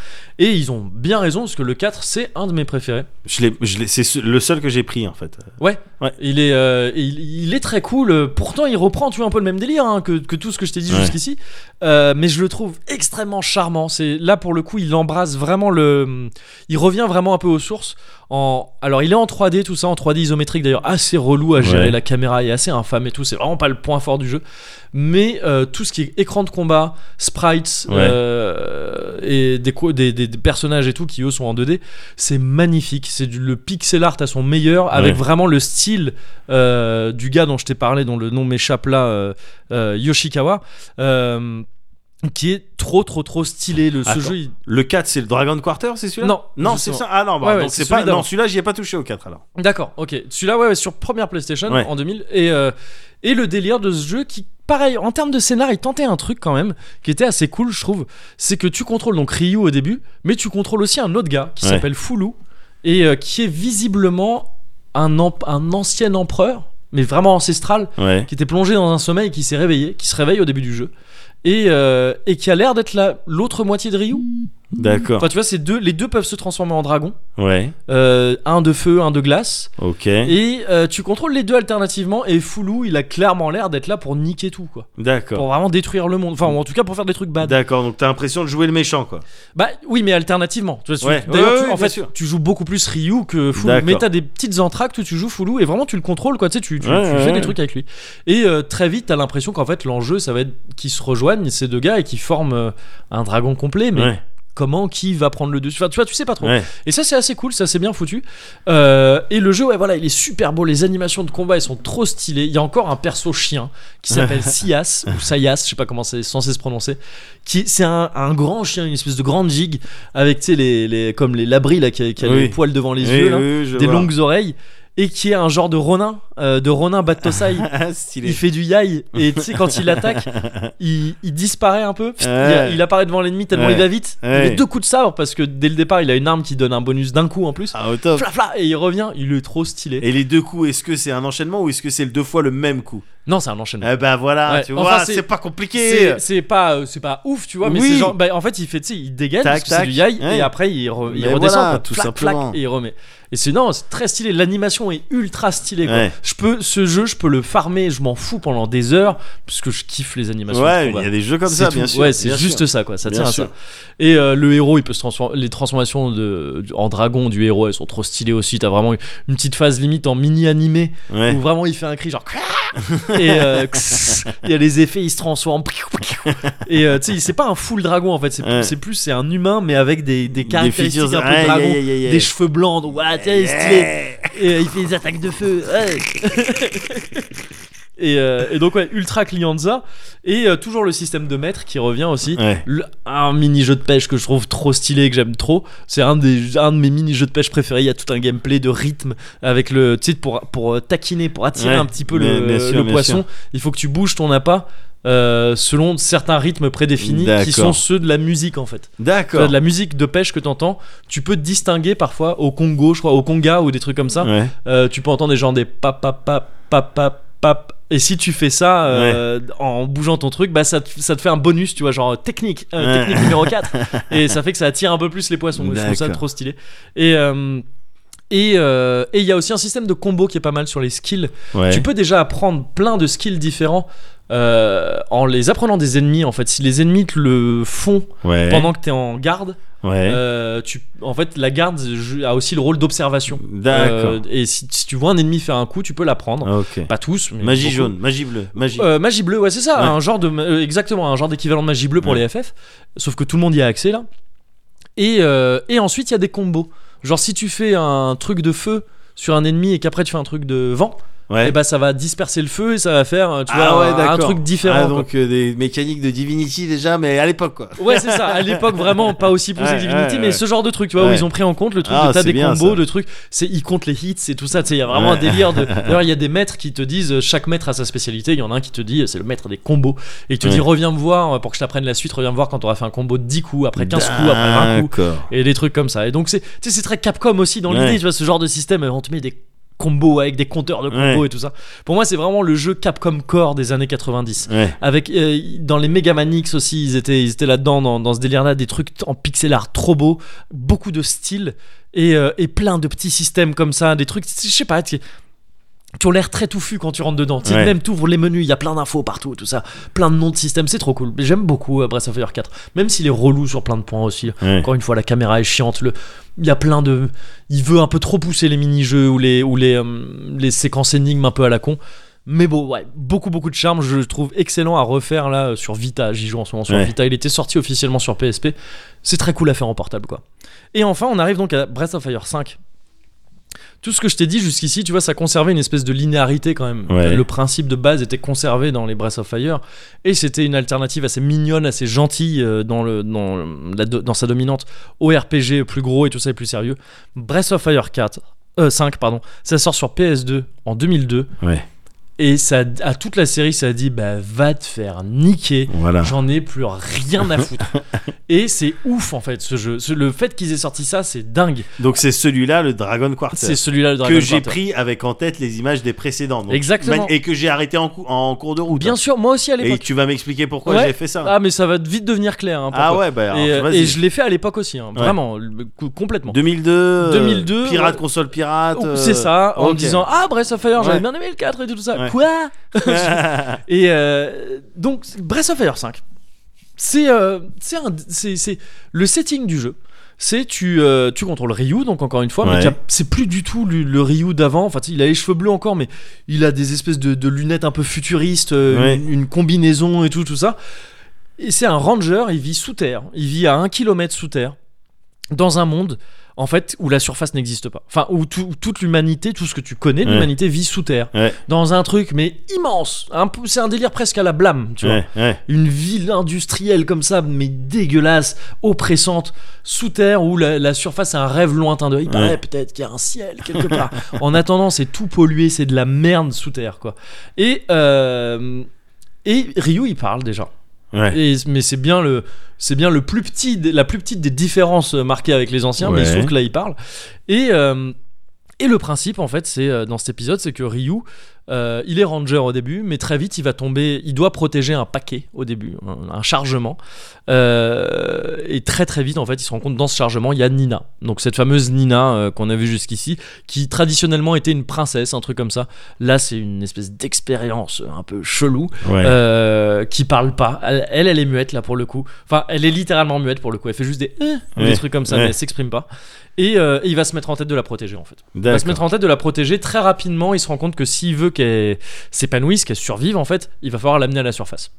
Speaker 1: Et ils ont bien raison, parce que le 4, c'est un de mes préférés.
Speaker 2: Je l'ai- je l'ai- c'est ce- le seul que j'ai pris en fait.
Speaker 1: Ouais.
Speaker 2: Ouais.
Speaker 1: Il, est, euh, il, il est très cool. Euh, Pourtant, il reprend, tu vois, un peu le même délire hein, que, que tout ce que je t'ai dit
Speaker 2: Ouais.
Speaker 1: jusqu'ici. Euh, mais je le trouve extrêmement charmant. C'est Là, pour le coup, il embrasse vraiment le. Il revient vraiment un peu aux sources. En... Alors, il est en 3D, tout ça, en 3D isométrique d'ailleurs, assez relou à gérer.
Speaker 2: Ouais.
Speaker 1: La caméra est assez infâme et tout. C'est vraiment pas le point fort du jeu. Mais euh, tout ce qui est écran de combat, sprites
Speaker 2: Ouais.
Speaker 1: euh, et des, co- des, des- des personnages et tout qui eux sont en 2D, c'est magnifique. C'est du- le pixel art à son meilleur avec
Speaker 2: Ouais.
Speaker 1: vraiment le style euh, du gars dont je t'ai parlé, dont le nom m'échappe là, euh, euh, Yoshikawa. euh, qui est trop trop trop stylé le, ce
Speaker 2: Attends.
Speaker 1: jeu il-
Speaker 2: Le 4, c'est le Dragon Quarter, c'est celui-là
Speaker 1: Non,
Speaker 2: Non, c'est
Speaker 1: justement.
Speaker 2: ça. Ah non, bah,
Speaker 1: Ouais, ouais,
Speaker 2: donc
Speaker 1: c'est
Speaker 2: c'est pas.
Speaker 1: celui d'avant.
Speaker 2: Non, celui-là, j'y ai pas touché au 4 alors.
Speaker 1: D'accord, ok. Celui-là, ouais, ouais, sur première PlayStation
Speaker 2: Ouais.
Speaker 1: en 2000. Et, euh, et le délire de ce jeu qui, pareil, en termes de scénar, il tentait un truc quand même qui était assez cool, je trouve. C'est que tu contrôles donc Ryu au début, mais tu contrôles aussi un autre gars qui
Speaker 2: Ouais.
Speaker 1: s'appelle Fulu et euh, qui est visiblement un, emp- un ancien empereur, mais vraiment ancestral,
Speaker 2: Ouais.
Speaker 1: qui était plongé dans un sommeil et qui s'est réveillé, qui se réveille au début du jeu. Et, euh, et qui a l'air d'être la- l'autre moitié de Ryu.
Speaker 2: D'accord.
Speaker 1: Enfin, tu vois, ces deux, les deux peuvent se transformer en dragon.
Speaker 2: Ouais.
Speaker 1: Euh, un de feu, un de glace.
Speaker 2: Ok.
Speaker 1: Et euh, tu contrôles les deux alternativement et Foulou il a clairement l'air d'être là pour niquer tout quoi. Pour
Speaker 2: D'accord.
Speaker 1: vraiment détruire le monde. Enfin ou en tout cas pour faire des trucs bad.
Speaker 2: D'accord, donc t'as l'impression de jouer le méchant quoi.
Speaker 1: Bah oui mais alternativement. Tu vois, tu-
Speaker 2: Ouais,
Speaker 1: D'ailleurs
Speaker 2: ouais,
Speaker 1: tu-
Speaker 2: ouais,
Speaker 1: en
Speaker 2: bien
Speaker 1: fait
Speaker 2: sûr.
Speaker 1: tu joues beaucoup plus Ryu que Foulou.
Speaker 2: D'accord.
Speaker 1: Mais t'as des petites entractes où tu joues Foulou et vraiment tu le contrôles quoi. Tu, sais, tu, tu,
Speaker 2: Ouais,
Speaker 1: tu
Speaker 2: ouais,
Speaker 1: fais des
Speaker 2: ouais.
Speaker 1: trucs avec lui. Et euh, très vite t'as l'impression qu'en fait l'enjeu ça va être qu'ils se rejoignent ces deux gars et qu'ils forment euh, un dragon complet. Mais
Speaker 2: ouais.
Speaker 1: comment qui va prendre le dessus Enfin tu vois tu sais pas trop.
Speaker 2: ouais.
Speaker 1: Et ça, c'est assez cool, ça c'est bien foutu. Euh, et le jeu, ouais, voilà, il est super beau. Les animations de combat, elles sont trop stylées. Il y a encore un perso chien qui s'appelle Sias ou Sayas, je sais pas comment c'est censé se prononcer. Qui, c'est un, un grand chien, une espèce de grande gigue avec, tu sais, les, les, comme les labris là, qui a, qui a
Speaker 2: Oui.
Speaker 1: les poils devant les
Speaker 2: Oui,
Speaker 1: yeux, là,
Speaker 2: oui, oui, je
Speaker 1: des
Speaker 2: vois.
Speaker 1: longues oreilles, et qui est un genre de ronin euh, de Ronin Batosai.
Speaker 2: Stylé.
Speaker 1: Il fait du yai et tu sais quand il attaque, il, il disparaît un peu. Il, a-
Speaker 2: Ouais.
Speaker 1: il apparaît devant l'ennemi tellement
Speaker 2: Ouais.
Speaker 1: il va vite. Il
Speaker 2: Ouais.
Speaker 1: met deux coups de sabre parce que dès le départ il a une arme qui donne un bonus d'un coup en plus.
Speaker 2: Ah, au top.
Speaker 1: Fla, fla, et il revient. Il est trop stylé.
Speaker 2: Et les deux coups, est-ce que c'est un enchaînement ou est-ce que c'est le deux fois le même coup
Speaker 1: Non, c'est un enchaînement.
Speaker 2: Eh ben voilà,
Speaker 1: Mm. Ouais.
Speaker 2: tu
Speaker 1: Enfin,
Speaker 2: vois,
Speaker 1: c'est-
Speaker 2: c'est pas compliqué.
Speaker 1: c'est c'est pas euh, c'est pas ouf tu vois mais
Speaker 2: Oui.
Speaker 1: c'est genre bah, en fait il fait tu sais il dégaine
Speaker 2: Tac,
Speaker 1: parce que c'est
Speaker 2: tac.
Speaker 1: du yai
Speaker 2: Ouais.
Speaker 1: et après il, re- il
Speaker 2: Mais
Speaker 1: redescend
Speaker 2: voilà,
Speaker 1: quoi.
Speaker 2: tout
Speaker 1: Flac, flac,
Speaker 2: simplement.
Speaker 1: et il remet et c'est non c'est très stylé l'animation est ultra stylée quoi.
Speaker 2: Ouais.
Speaker 1: je peux ce jeu je peux le farmer je m'en fous pendant des heures parce que je kiffe les animations de
Speaker 2: Ouais, il
Speaker 1: combat.
Speaker 2: y a des jeux comme
Speaker 1: C'est
Speaker 2: ça,
Speaker 1: tout.
Speaker 2: bien sûr.
Speaker 1: Ouais, c'est
Speaker 2: bien
Speaker 1: juste
Speaker 2: sûr.
Speaker 1: ça, quoi. Ça
Speaker 2: Bien
Speaker 1: tient à
Speaker 2: sûr.
Speaker 1: ça. Et euh, le héros, il peut se transformer. Les transformations de, du- en dragon du héros, elles sont trop stylées aussi. T'as vraiment une petite phase limite en mini animé
Speaker 2: Ouais.
Speaker 1: où vraiment il fait un cri genre et euh, il y a les effets il se transforme et euh, tu sais il- c'est pas un full dragon en fait c'est
Speaker 2: Ouais.
Speaker 1: plus c'est plus c'est un humain mais avec des, des
Speaker 2: Des
Speaker 1: caractéristiques
Speaker 2: features,
Speaker 1: un peu
Speaker 2: ouais,
Speaker 1: dragon
Speaker 2: yeah, yeah, yeah.
Speaker 1: des cheveux blancs donc voilà tiens, il est stylé et euh, il fait des attaques de feu ouais. et, euh, et donc ouais ultra clienza et euh, toujours le système de maître qui revient aussi
Speaker 2: Ouais.
Speaker 1: Le- un mini jeu de pêche que je trouve trop stylé et que j'aime trop c'est un des un de mes mini jeux de pêche préférés il y a tout un gameplay de rythme avec le tu sais pour pour euh, taquiner pour attirer
Speaker 2: Ouais,
Speaker 1: un petit peu
Speaker 2: bien-
Speaker 1: le,
Speaker 2: bien sûr,
Speaker 1: le
Speaker 2: bien
Speaker 1: poisson
Speaker 2: sûr.
Speaker 1: il faut que tu bouges ton appât euh, selon certains rythmes prédéfinis qui
Speaker 2: D'accord.
Speaker 1: sont ceux de la musique en fait Tu vois,
Speaker 2: D'accord.
Speaker 1: de la musique de pêche que t'entends tu peux te distinguer parfois au Congo je crois au Conga ou des trucs comme ça
Speaker 2: Ouais.
Speaker 1: euh, tu peux entendre des gens des pap pap pap pap pap pap. et si tu fais ça euh, en bougeant ton truc bah ça te, ça te fait un bonus tu vois genre technique euh,
Speaker 2: Ouais.
Speaker 1: technique numéro 4 et ça fait que ça attire un peu plus les poissons je trouve ça
Speaker 2: D'accord.
Speaker 1: trop stylé et euh, et euh, et il y a aussi un système de combo qui est pas mal sur les skills
Speaker 2: Ouais.
Speaker 1: tu peux déjà apprendre plein de skills différents euh, en les apprenant des ennemis en fait si les ennemis te le font
Speaker 2: Ouais.
Speaker 1: pendant que t'es en garde
Speaker 2: Ouais.
Speaker 1: euh, tu en fait la garde je- a aussi le rôle d'observation
Speaker 2: D'accord.
Speaker 1: euh, et si, si tu vois un ennemi faire un coup, tu peux la prendre.
Speaker 2: Ok.
Speaker 1: Pas tous, mais. euh,
Speaker 2: Magie
Speaker 1: beaucoup.
Speaker 2: jaune, magie bleue, magie.
Speaker 1: Euh, magie bleue, ouais, c'est ça,
Speaker 2: Ouais.
Speaker 1: un genre de. euh, exactement, un genre d'équivalent de magie bleue pour
Speaker 2: Ouais.
Speaker 1: les FF. Sauf que tout le monde y a accès là. Et, euh, et ensuite, il y a des combos. Genre, si tu fais un truc de feu sur un ennemi et qu'après tu fais un truc de vent,
Speaker 2: ouais.
Speaker 1: et bah ça va disperser le feu et ça va faire euh, tu
Speaker 2: ah
Speaker 1: vois,
Speaker 2: ouais,
Speaker 1: un-
Speaker 2: d'accord.
Speaker 1: un truc différent.
Speaker 2: Ah,
Speaker 1: quoi.
Speaker 2: donc euh, des mécaniques de Divinity déjà, mais à l'époque quoi.
Speaker 1: Ouais, c'est ça. À l'époque, vraiment, pas aussi poussé
Speaker 2: Ouais,
Speaker 1: que Divinity,
Speaker 2: ouais,
Speaker 1: mais
Speaker 2: ouais.
Speaker 1: ce genre de truc, tu vois, où
Speaker 2: Ouais.
Speaker 1: ils ont pris en compte le truc
Speaker 2: Ah,
Speaker 1: de t'as
Speaker 2: c'est
Speaker 1: des
Speaker 2: bien,
Speaker 1: combos,
Speaker 2: ça.
Speaker 1: le truc, c'est ils comptent les hits, c'est tout ça. Tu sais, il y a vraiment un
Speaker 2: Ouais.
Speaker 1: délire de. D'ailleurs, il y a des maîtres qui te disent, euh, chaque maître a sa spécialité. Il y en a un qui te dit, c'est le maître des combos. Et il te dit,
Speaker 2: Ouais.
Speaker 1: reviens me voir euh, pour que je t'apprenne la suite, reviens me voir quand t'auras fait un combo de 10 coups, après 15 coups, après 20 coups.
Speaker 2: D'accord.
Speaker 1: Et des trucs comme ça. Et donc, c'est tu sais, c'est très Capcom aussi dans
Speaker 2: Ouais.
Speaker 1: l'idée, tu vois, ce genre de système, euh, on te met des combos avec des compteurs de combos
Speaker 2: Ouais.
Speaker 1: et tout ça. Pour moi, c'est vraiment le jeu Capcom Core des années 90
Speaker 2: Ouais.
Speaker 1: avec euh, dans les Megaman X aussi ils étaient ils étaient là dedans dans, dans ce délire là des trucs en pixel art trop beaux beaucoup de style et, euh, et plein de petits systèmes comme ça des trucs je sais pas qui qui ont l'air très touffus quand tu rentres dedans. Tu sais,
Speaker 2: Ouais.
Speaker 1: même t'ouvres les menus, il y a plein d'infos partout, tout ça, plein de noms de systèmes, c'est trop cool. Mais J'aime beaucoup euh, Breath of Fire 4, même s'il est relou sur plein de points aussi.
Speaker 2: Ouais.
Speaker 1: Encore une fois, la caméra est chiante. Le... Il y a plein de. Il veut un peu trop pousser les mini-jeux ou les, ou les, euh, les séquences énigmes un peu à la con. Mais bon, ouais, beaucoup, beaucoup de charme. Je le trouve excellent à refaire là euh, sur Vita. J'y joue en ce moment sur
Speaker 2: Ouais.
Speaker 1: Vita. Il était sorti officiellement sur PSP. C'est très cool à faire en portable, quoi. Et enfin, on arrive donc à Breath of Fire 5. Tout ce que je t'ai dit jusqu'ici, tu vois, ça conservait une espèce de linéarité quand même.
Speaker 2: Ouais.
Speaker 1: Le principe de base était conservé dans les Breath of Fire. Et c'était une alternative assez mignonne, assez gentille euh, dans, le, dans, le- la do- dans sa dominante au RPG plus gros et tout ça et plus sérieux. Breath of Fire 4, euh, 5, pardon, ça sort sur PS2 en 2002.
Speaker 2: Ouais.
Speaker 1: Et ça, à toute la série, ça dit bah va te faire niquer.
Speaker 2: Voilà.
Speaker 1: J'en ai plus rien à foutre. et c'est ouf en fait ce jeu. Ce- Le fait qu'ils aient sorti ça, c'est dingue.
Speaker 2: Donc c'est celui-là, le Dragon Quarter.
Speaker 1: C'est celui-là le Dragon
Speaker 2: que j'ai
Speaker 1: Quarter.
Speaker 2: pris avec en tête les images des précédents. donc-
Speaker 1: Exactement.
Speaker 2: Et que j'ai arrêté en, cou- en cours de route.
Speaker 1: Bien sûr, moi aussi à
Speaker 2: Et
Speaker 1: l'époque.
Speaker 2: tu vas m'expliquer pourquoi
Speaker 1: Ouais.
Speaker 2: j'ai fait ça.
Speaker 1: Ah mais ça va vite devenir clair. hein,
Speaker 2: Ah
Speaker 1: pourquoi.
Speaker 2: ouais, bah alors,
Speaker 1: Et, euh,
Speaker 2: vas-y.
Speaker 1: et je l'ai fait à l'époque aussi, hein,
Speaker 2: Ouais.
Speaker 1: vraiment, le- complètement.
Speaker 2: 2002, euh,
Speaker 1: 2002,
Speaker 2: pirate,
Speaker 1: ouais.
Speaker 2: console pirate.
Speaker 1: Oh,
Speaker 2: euh,
Speaker 1: C'est ça, en
Speaker 2: ok.
Speaker 1: disant Ah, Breath of Fire, j'avais
Speaker 2: Ouais.
Speaker 1: bien aimé le 4 et tout ça.
Speaker 2: Ouais.
Speaker 1: Quoi Et euh, donc, Breath of Fire 5, c'est euh, c'est un- c'est- c'est le setting du jeu. C'est tu, euh, tu contrôles Ryu, donc encore une fois, mais
Speaker 2: Ouais.
Speaker 1: qui a- c'est plus du tout le, le Ryu d'avant. Enfin, tu sais, il a les cheveux bleus encore, mais il a des espèces de, de lunettes un peu futuristes, euh,
Speaker 2: Ouais.
Speaker 1: une, une combinaison et tout, tout ça. Et c'est un ranger, il vit sous terre, il vit à un kilomètre sous terre, dans un monde en fait, où la surface n'existe pas. Enfin, où, tout- où toute l'humanité, tout ce que tu connais, de
Speaker 2: Ouais.
Speaker 1: l'humanité vit sous terre.
Speaker 2: Ouais.
Speaker 1: Dans un truc, mais immense. Un peu- C'est un délire presque à la blâme, tu vois.
Speaker 2: ouais, ouais.
Speaker 1: Une ville industrielle comme ça, mais dégueulasse, oppressante, sous terre, où la, la surface est un rêve lointain de. Il paraît peut-être qu'il y a un ciel quelque part. en attendant, c'est tout pollué, c'est de la merde sous terre, quoi. Et, euh, et Ryu, il parle déjà.
Speaker 2: ouais.
Speaker 1: Et- mais c'est bien le c'est bien le plus petit des- la plus petite des différences euh, marquées avec les anciens mais
Speaker 2: Ouais.
Speaker 1: sauf que là il parle et euh, et le principe en fait c'est euh, dans cet épisode c'est que Ryu euh, il est ranger au début mais très vite il va tomber il doit protéger un paquet au début un, un chargement Euh, et très très vite en fait il se rend compte dans ce chargement il y a Nina donc cette fameuse Nina euh, qu'on a vue jusqu'ici qui traditionnellement était une princesse un truc comme ça là c'est une espèce d'expérience euh, un peu chelou
Speaker 2: ouais.
Speaker 1: euh, qui parle pas. Elle, elle, elle est muette là pour le coup. Enfin, elle est littéralement muette pour le coup. Elle fait juste des, euh ou des
Speaker 2: Ouais,
Speaker 1: trucs comme ça,
Speaker 2: ouais.
Speaker 1: mais elle s'exprime pas. Et, euh, et il va se mettre en tête de la protéger en fait. Il va se
Speaker 2: D'accord.
Speaker 1: mettre en tête de la protéger très rapidement. Il se rend compte que s'il veut qu'elle s'épanouisse, qu'elle survive en fait, il va falloir l'amener à la surface.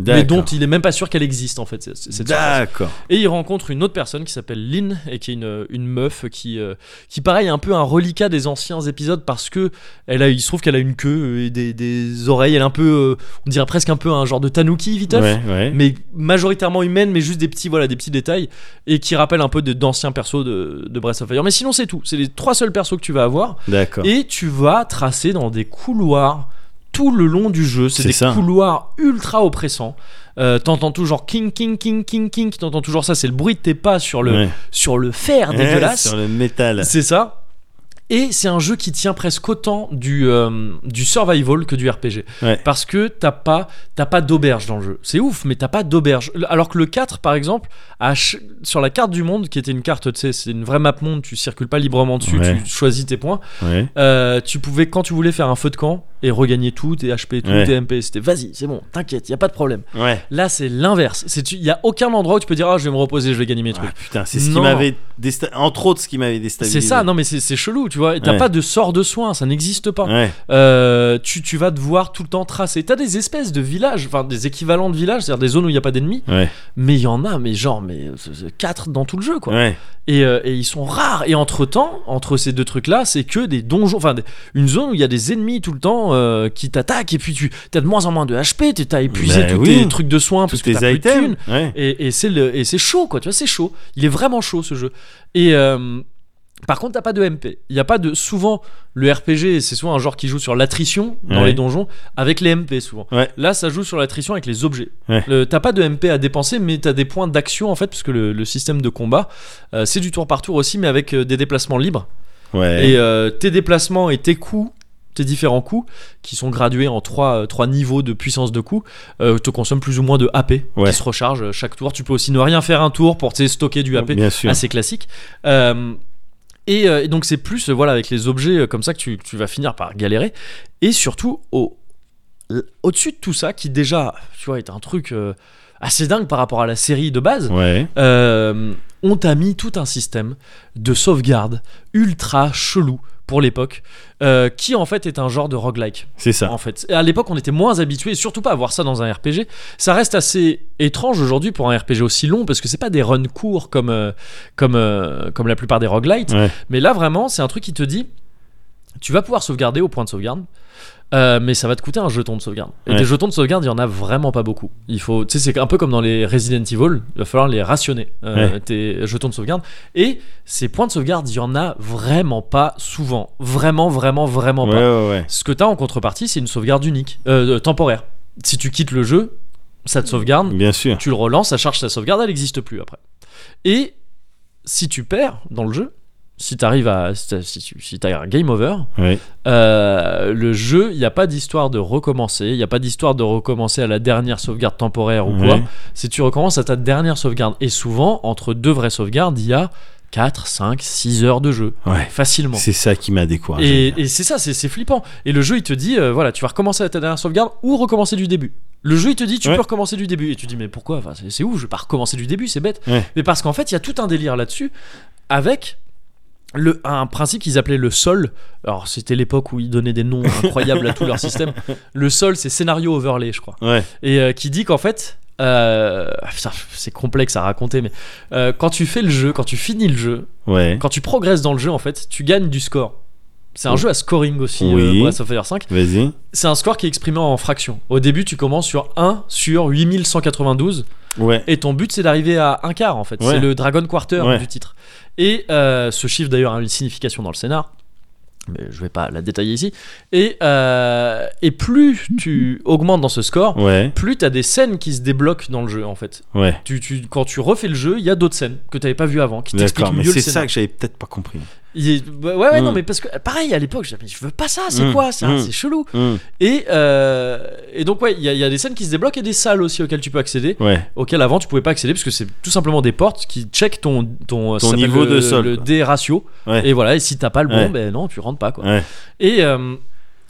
Speaker 1: Mais
Speaker 2: D'accord.
Speaker 1: dont il est même pas sûr qu'elle existe en fait. c- c- cette surface.
Speaker 2: D'accord.
Speaker 1: Et il rencontre une autre personne qui s'appelle Lynn et qui est une, une meuf qui, euh, qui pareil, est un peu un reliquat des anciens épisodes parce que elle a, il se trouve qu'elle a une queue et des, des oreilles. Elle est un peu, euh, on dirait presque un peu un genre de tanuki, viteuf.
Speaker 2: Ouais, ouais.
Speaker 1: Mais majoritairement humaine, mais juste des petits, voilà, des petits détails et qui rappellent un peu de- d'anciens persos de, de Breath of Fire. Mais sinon, c'est tout. C'est les trois seuls persos que tu vas avoir
Speaker 2: D'accord.
Speaker 1: et tu vas tracer dans des couloirs tout le long du jeu. C'est
Speaker 2: C'est
Speaker 1: des
Speaker 2: ça.
Speaker 1: couloirs ultra oppressants. Euh, t'entends toujours king king king king king. T'entends toujours ça. C'est le bruit de tes pas sur le
Speaker 2: Ouais.
Speaker 1: sur le fer
Speaker 2: Ouais,
Speaker 1: dégueulasse.
Speaker 2: Sur le métal.
Speaker 1: C'est ça. Et c'est un jeu qui tient presque autant du, euh, du survival que du RPG.
Speaker 2: Ouais.
Speaker 1: Parce que t'as pas, t'as pas d'auberge dans le jeu. C'est ouf, mais t'as pas d'auberge. Le- Alors que le 4, par exemple, à ch- sur la carte du monde, qui était une carte, tu sais, c'est une vraie map monde, tu circules pas librement dessus,
Speaker 2: Ouais.
Speaker 1: tu choisis tes points.
Speaker 2: Ouais.
Speaker 1: Euh, tu pouvais, quand tu voulais, faire un feu de camp et regagner tout, tes HP, tout,
Speaker 2: Ouais.
Speaker 1: tes MP. C'était vas-y, c'est bon, t'inquiète, y a pas de problème.
Speaker 2: Ouais.
Speaker 1: Là, c'est l'inverse. C'est tu- y a aucun endroit où tu peux dire, ah, je vais me reposer, je vais gagner mes trucs.
Speaker 2: Ah, putain, c'est ce qui
Speaker 1: Non.
Speaker 2: m'avait désta- entre autres ce qui m'avait déstabilisé.
Speaker 1: c'est ça, non, mais c'est c'est chelou, tu vois. Et T'as
Speaker 2: Ouais.
Speaker 1: pas de sort de soin, ça n'existe pas.
Speaker 2: Ouais.
Speaker 1: Euh, tu, tu vas devoir tout le temps tracer. T'as des espèces de villages, enfin des équivalents de villages, c'est-à-dire des zones où il n'y a pas d'ennemis,
Speaker 2: Ouais.
Speaker 1: mais il y en a, mais genre, mais euh, 4 dans tout le jeu, quoi.
Speaker 2: Ouais.
Speaker 1: Et, euh, et ils sont rares. Et entre temps, entre ces deux trucs-là, c'est que des donjons, enfin des- une zone où il y a des ennemis tout le temps euh, qui t'attaquent. Et puis tu as de moins en moins de HP. tu T'as épuisé
Speaker 2: Bah
Speaker 1: tous
Speaker 2: oui.
Speaker 1: tes trucs de soins parce
Speaker 2: Tous
Speaker 1: que
Speaker 2: tes
Speaker 1: t'as plus de thunes.
Speaker 2: items. Ouais.
Speaker 1: Et, et c'est le- et c'est chaud quoi. Tu vois, c'est chaud. Il est vraiment chaud ce jeu. Et euh, par contre, t'as pas de MP. Il y a pas de souvent le RPG. C'est souvent un genre qui joue sur l'attrition dans
Speaker 2: Ouais.
Speaker 1: les donjons avec les MP souvent.
Speaker 2: Ouais.
Speaker 1: Là, ça joue sur l'attrition avec les objets.
Speaker 2: Ouais.
Speaker 1: Le- T'as pas de MP à dépenser, mais t'as des points d'action en fait, parce que le, le système de combat, euh, c'est du tour par tour aussi, mais avec euh, des déplacements libres.
Speaker 2: Ouais.
Speaker 1: Et euh, tes déplacements et tes coups, tes différents coups, qui sont gradués en trois, euh, trois niveaux de puissance de coups, euh, te consomment plus ou moins de AP,
Speaker 2: Ouais.
Speaker 1: qui se rechargent euh, chaque tour. Tu peux aussi ne rien faire un tour pour tu sais, stocker du AP
Speaker 2: Bien sûr.
Speaker 1: assez classique. Euh, et, euh, et donc c'est plus euh, voilà avec les objets euh, comme ça que tu, tu vas finir par galérer. Et surtout au au-dessus de tout ça qui déjà tu vois est un truc euh, assez dingue par rapport à la série de base.
Speaker 2: Ouais.
Speaker 1: Euh, on t'a mis tout un système de sauvegarde ultra chelou pour l'époque, euh, qui en fait est un genre de roguelike.
Speaker 2: C'est ça.
Speaker 1: En fait, Et à l'époque, on était moins habitué, surtout pas à voir ça dans un RPG. Ça reste assez étrange aujourd'hui pour un RPG aussi long, parce que c'est pas des runs courts comme euh, comme euh, comme la plupart des roguelites.
Speaker 2: Ouais.
Speaker 1: Mais là, vraiment, c'est un truc qui te dit, tu vas pouvoir sauvegarder au point de sauvegarde. euh, mais ça va te coûter un jeton de sauvegarde. Et
Speaker 2: Ouais.
Speaker 1: des jetons de sauvegarde, il y en a vraiment pas beaucoup. Il faut, tu sais, c'est un peu comme dans les Resident Evil, il va falloir les rationner euh, tes jetons de sauvegarde. Et ces points de sauvegarde, il y en a vraiment pas souvent, vraiment, vraiment, vraiment
Speaker 2: Ouais,
Speaker 1: pas.
Speaker 2: ouais, ouais.
Speaker 1: Ce que t'as en contrepartie, c'est une sauvegarde unique, euh, euh, temporaire. Si tu quittes le jeu, ça te sauvegarde,
Speaker 2: Bien sûr.
Speaker 1: tu le relances, ça charge sa sauvegarde, elle n'existe plus après. Et si tu perds dans le jeu, si t'arrives à, si t'as- si tu- si t'as un game over,
Speaker 2: Ouais.
Speaker 1: euh, le jeu, il n'y a pas d'histoire de recommencer, il n'y a pas d'histoire de recommencer à la dernière sauvegarde temporaire ou quoi.
Speaker 2: Ouais.
Speaker 1: Si tu recommences à ta dernière sauvegarde, et souvent entre deux vraies sauvegardes, il y a 4, 5, 6 heures de jeu,
Speaker 2: Ouais.
Speaker 1: facilement.
Speaker 2: C'est ça qui m'a découragé.
Speaker 1: Et, et c'est ça, c'est c'est flippant. Et le jeu, il te dit, euh, voilà, tu vas recommencer à ta dernière sauvegarde ou recommencer du début. Le jeu, il te dit, tu
Speaker 2: Ouais.
Speaker 1: peux recommencer du début. Et tu dis, mais pourquoi enfin, C'est c'est où Je vais pas recommencer du début, c'est bête.
Speaker 2: Ouais.
Speaker 1: Mais parce qu'en fait, il y a tout un délire là-dessus avec. Le, un principe qu'ils appelaient le sol. Alors, c'était l'époque où ils donnaient des noms incroyables à tout leur système. Le sol, c'est scénario overlay, je crois
Speaker 2: Ouais.
Speaker 1: et euh, qui dit qu'en fait euh, ah, putain, c'est complexe à raconter, mais euh, quand tu fais le jeu, quand tu finis le jeu,
Speaker 2: Ouais.
Speaker 1: quand tu progresses dans le jeu, en fait, tu gagnes du score. C'est un
Speaker 2: Oui.
Speaker 1: jeu à scoring aussi, euh,
Speaker 2: Oui.
Speaker 1: Breath of Fire 5.
Speaker 2: Vas-y.
Speaker 1: C'est un score qui est exprimé en fractions. Au début, tu commences sur 1 sur 8192,
Speaker 2: Ouais.
Speaker 1: et ton but, c'est d'arriver à un quart, en fait.
Speaker 2: Ouais.
Speaker 1: C'est le Dragon Quarter
Speaker 2: Ouais.
Speaker 1: du titre. Et euh, ce chiffre, d'ailleurs, a une signification dans le scénar. Mais je vais pas la détailler ici. Et, euh, et plus tu augmentes dans ce score,
Speaker 2: Ouais.
Speaker 1: plus tu as des scènes qui se débloquent dans le jeu, en fait.
Speaker 2: Ouais.
Speaker 1: Tu, tu- quand tu refais le jeu, il y a d'autres scènes que tu n'avais pas vues avant, qui t'expliquent
Speaker 2: D'accord,
Speaker 1: mieux
Speaker 2: mais
Speaker 1: le
Speaker 2: c'est
Speaker 1: scénar.
Speaker 2: ça que j'avais peut-être pas compris.
Speaker 1: Il est- bah, ouais, ouais, non,
Speaker 2: Mm.
Speaker 1: mais parce que pareil, à l'époque, je disais, mais je veux pas ça, c'est
Speaker 2: Mm.
Speaker 1: quoi ça
Speaker 2: Mm.
Speaker 1: C'est chelou.
Speaker 2: Hmm.
Speaker 1: Et, euh, et donc, ouais, il y, a- il y a des scènes qui se débloquent et des salles aussi auxquelles tu peux accéder,
Speaker 2: Ouais.
Speaker 1: auxquelles avant tu pouvais pas accéder parce que c'est tout simplement des portes qui checkent ton, ton, euh, ça
Speaker 2: Ton
Speaker 1: s'appelle
Speaker 2: niveau
Speaker 1: le-
Speaker 2: de sol,
Speaker 1: le
Speaker 2: quoi.
Speaker 1: D ratio.
Speaker 2: Ouais.
Speaker 1: Et voilà, et si t'as pas le bon,
Speaker 2: Ouais.
Speaker 1: ben non, tu rentres pas quoi.
Speaker 2: Ouais.
Speaker 1: Et euh,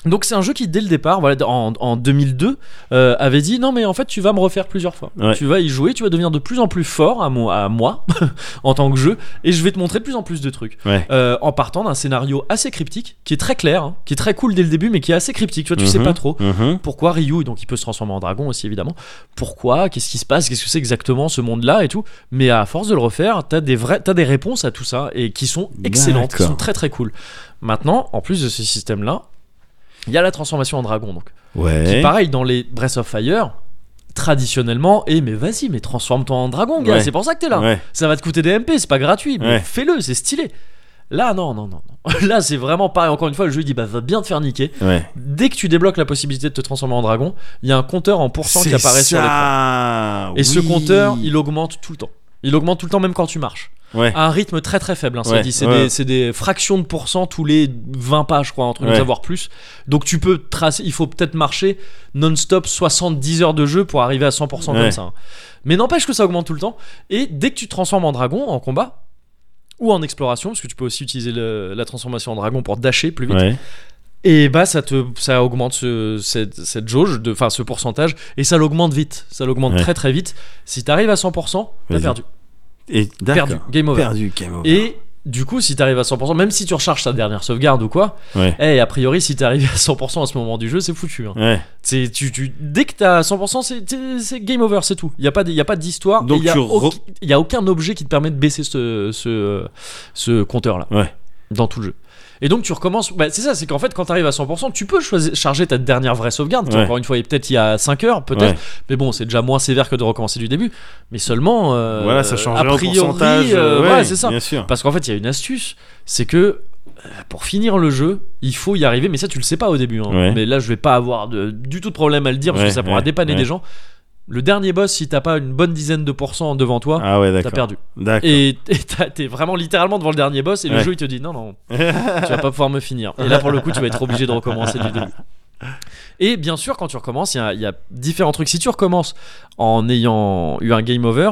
Speaker 1: donc c'est un jeu qui dès le départ, voilà, en, en 2002, euh, avait dit non mais en fait tu vas me refaire plusieurs fois.
Speaker 2: Ouais.
Speaker 1: Tu vas y jouer, tu vas devenir de plus en plus fort à, mon- à moi en tant que jeu, et je vais te montrer de plus en plus de trucs.
Speaker 2: Ouais.
Speaker 1: Euh, en partant d'un scénario assez cryptique, qui est très clair, hein, qui est très cool dès le début, mais qui est assez cryptique. Tu vois, tu sais
Speaker 2: Mhm.
Speaker 1: pas trop.
Speaker 2: Mhm.
Speaker 1: Pourquoi Ryu, donc il peut se transformer en dragon aussi évidemment. Pourquoi Qu'est-ce qui se passe Qu'est-ce que c'est exactement ce monde-là et tout. Mais à force de le refaire, t'as des vrais, t'as des réponses à tout ça et qui sont excellentes, qui
Speaker 2: D'accord.
Speaker 1: sont très très cool. Maintenant, en plus de ce système-là, il y a la transformation en dragon. Donc, qui
Speaker 2: Ouais.
Speaker 1: pareil dans les Breath of Fire, traditionnellement, et mais vas-y, mais transforme-toi en dragon, gars.
Speaker 2: Ouais.
Speaker 1: C'est pour ça que t'es là.
Speaker 2: Ouais.
Speaker 1: Ça va te coûter des MP, c'est pas gratuit, mais
Speaker 2: Ouais.
Speaker 1: fais-le, c'est stylé. Là, non, non, non. non. Là, c'est vraiment pareil. Encore une fois, le jeu il dit bah va bien te faire niquer
Speaker 2: Ouais.
Speaker 1: dès que tu débloques la possibilité de te transformer en dragon, il y a un compteur en pourcent qui
Speaker 2: C'est
Speaker 1: apparaît sur l'écran.
Speaker 2: ça.
Speaker 1: Et ce
Speaker 2: oui.
Speaker 1: compteur, il augmente tout le temps. Il augmente tout le temps, même quand tu marches.
Speaker 2: Ouais.
Speaker 1: À un rythme très très faible, hein, ça
Speaker 2: Ouais,
Speaker 1: dit. C'est
Speaker 2: ouais.
Speaker 1: des, c'est des fractions de pourcent tous les 20 pas, je crois, entre nous
Speaker 2: Ouais.
Speaker 1: avoir plus. Donc tu peux tracer, il faut peut-être marcher non-stop 70 heures de jeu pour arriver à 100% comme
Speaker 2: Ouais.
Speaker 1: ça. hein. Mais n'empêche que ça augmente tout le temps. Et dès que tu te transformes en dragon, en combat, ou en exploration, parce que tu peux aussi utiliser le- la transformation en dragon pour dasher plus vite.
Speaker 2: Ouais.
Speaker 1: Et bah ça te ça augmente ce, cette, cette jauge de enfin ce pourcentage et ça l'augmente vite, ça l'augmente
Speaker 2: Ouais.
Speaker 1: très très vite. Si t'arrives à 100%, t'as
Speaker 2: Vas-y.
Speaker 1: perdu,
Speaker 2: Et
Speaker 1: perdu,
Speaker 2: d'accord.
Speaker 1: game over.
Speaker 2: Perdu, game over.
Speaker 1: Et du coup, si t'arrives à 100%, même si tu recharges ta dernière sauvegarde ou quoi,
Speaker 2: Ouais.
Speaker 1: eh a priori si t'arrives à 100% à ce moment du jeu, c'est foutu. hein.
Speaker 2: Ouais.
Speaker 1: C'est tu, tu dès que t'as 100%, c'est- t'es- c'est game over, c'est tout. Il y a pas de- y a pas d'histoire.
Speaker 2: Donc
Speaker 1: et y a,
Speaker 2: tu
Speaker 1: auc-
Speaker 2: re-
Speaker 1: y a aucun objet qui te permet de baisser ce ce, ce compteur là
Speaker 2: Ouais.
Speaker 1: dans tout le jeu. Et donc tu recommences. Bah, c'est ça, c'est qu'en fait quand t'arrives à 100%, tu peux choisir, charger ta dernière vraie sauvegarde. qui,
Speaker 2: Ouais.
Speaker 1: Encore une fois, est peut-être il y a 5 heures, peut-être.
Speaker 2: Ouais.
Speaker 1: Mais bon, c'est déjà moins sévère que de recommencer du début. Mais seulement. euh,
Speaker 2: Voilà, ça change
Speaker 1: a
Speaker 2: au
Speaker 1: priori,
Speaker 2: pourcentage.
Speaker 1: euh,
Speaker 2: euh,
Speaker 1: voilà,
Speaker 2: ouais,
Speaker 1: c'est ça.
Speaker 2: Bien sûr.
Speaker 1: Parce qu'en fait, il y a une astuce, c'est que euh, pour finir le jeu, il faut y arriver, mais ça tu le sais pas au début. hein.
Speaker 2: Ouais.
Speaker 1: Mais là, je vais pas avoir de- du tout de problème à le dire parce
Speaker 2: Ouais,
Speaker 1: que ça pourra
Speaker 2: ouais,
Speaker 1: dépanner
Speaker 2: ouais.
Speaker 1: des gens. Le dernier boss, si t'as pas une bonne dizaine de pourcents devant toi,
Speaker 2: Ah ouais,
Speaker 1: t'as
Speaker 2: d'accord.
Speaker 1: perdu.
Speaker 2: D'accord.
Speaker 1: Et et t'as- t'es vraiment littéralement devant le dernier boss et le
Speaker 2: Ouais.
Speaker 1: jeu il te dit non, non, tu vas pas pouvoir me finir. Et là, pour le coup, tu vas être obligé de recommencer du début. Et bien sûr, quand tu recommences, il y, a- il y a différents trucs. Si tu recommences en ayant eu un game over,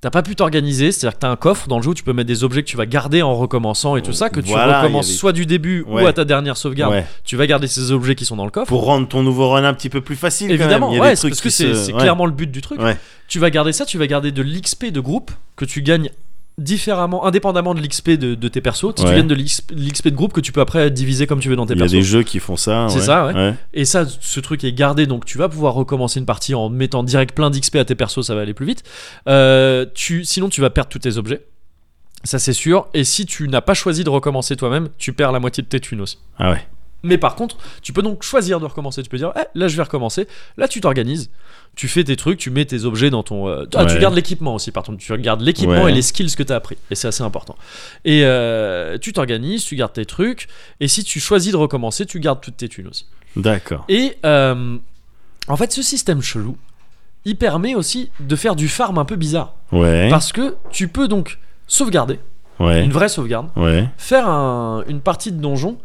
Speaker 1: t'as pas pu t'organiser. C'est-à-dire que t'as un coffre dans le jeu où tu peux mettre des objets que tu vas garder en recommençant et tout ça, que tu
Speaker 2: Voilà,
Speaker 1: recommences
Speaker 2: il y avait-
Speaker 1: soit du début ou
Speaker 2: Ouais.
Speaker 1: à ta dernière sauvegarde.
Speaker 2: Ouais.
Speaker 1: Tu vas garder ces objets qui sont dans le coffre.
Speaker 2: Pour rendre ton nouveau run un petit peu plus facile. quand même.
Speaker 1: Évidemment,
Speaker 2: Il y a
Speaker 1: ouais,
Speaker 2: des
Speaker 1: c'est
Speaker 2: trucs
Speaker 1: parce que
Speaker 2: qui
Speaker 1: c'est
Speaker 2: se-
Speaker 1: c'est
Speaker 2: ouais.
Speaker 1: clairement le but du truc.
Speaker 2: Ouais.
Speaker 1: Tu vas garder ça, tu vas garder de l'XP de groupe que tu gagnes différemment, indépendamment de l'XP de, de tes persos. Tu
Speaker 2: Ouais.
Speaker 1: gagnes de l'XP de groupe que tu peux après diviser comme tu veux dans tes
Speaker 2: Il y a
Speaker 1: persos.
Speaker 2: des jeux qui font ça.
Speaker 1: C'est
Speaker 2: ouais.
Speaker 1: ça, ouais.
Speaker 2: Ouais.
Speaker 1: Et ça, ce truc est gardé, donc tu vas pouvoir recommencer une partie en mettant direct plein d'XP à tes persos, ça va aller plus vite. Euh, tu, sinon, tu vas perdre tous tes objets. Ça, c'est sûr. Et si tu n'as pas choisi de recommencer toi-même, tu perds la moitié de tes thunes aussi.
Speaker 2: Ah ouais.
Speaker 1: Mais par contre, tu peux donc choisir de recommencer. Tu peux dire, Eh, là, je vais recommencer. Là, tu t'organises. Tu fais tes trucs, tu mets tes objets dans ton. euh, Ah, tu
Speaker 2: Ouais.
Speaker 1: gardes l'équipement aussi, par contre. Tu regardes l'équipement
Speaker 2: Ouais.
Speaker 1: et les skills que tu as appris. Et c'est assez important. Et euh, tu t'organises, tu gardes tes trucs. Et si tu choisis de recommencer, tu gardes toutes tes thunes aussi.
Speaker 2: D'accord.
Speaker 1: Et euh, en fait, ce système chelou, il permet aussi de faire du farm un peu bizarre.
Speaker 2: Ouais.
Speaker 1: Parce que tu peux donc sauvegarder,
Speaker 2: Ouais.
Speaker 1: une vraie sauvegarde
Speaker 2: Ouais.
Speaker 1: faire un- une partie de donjon,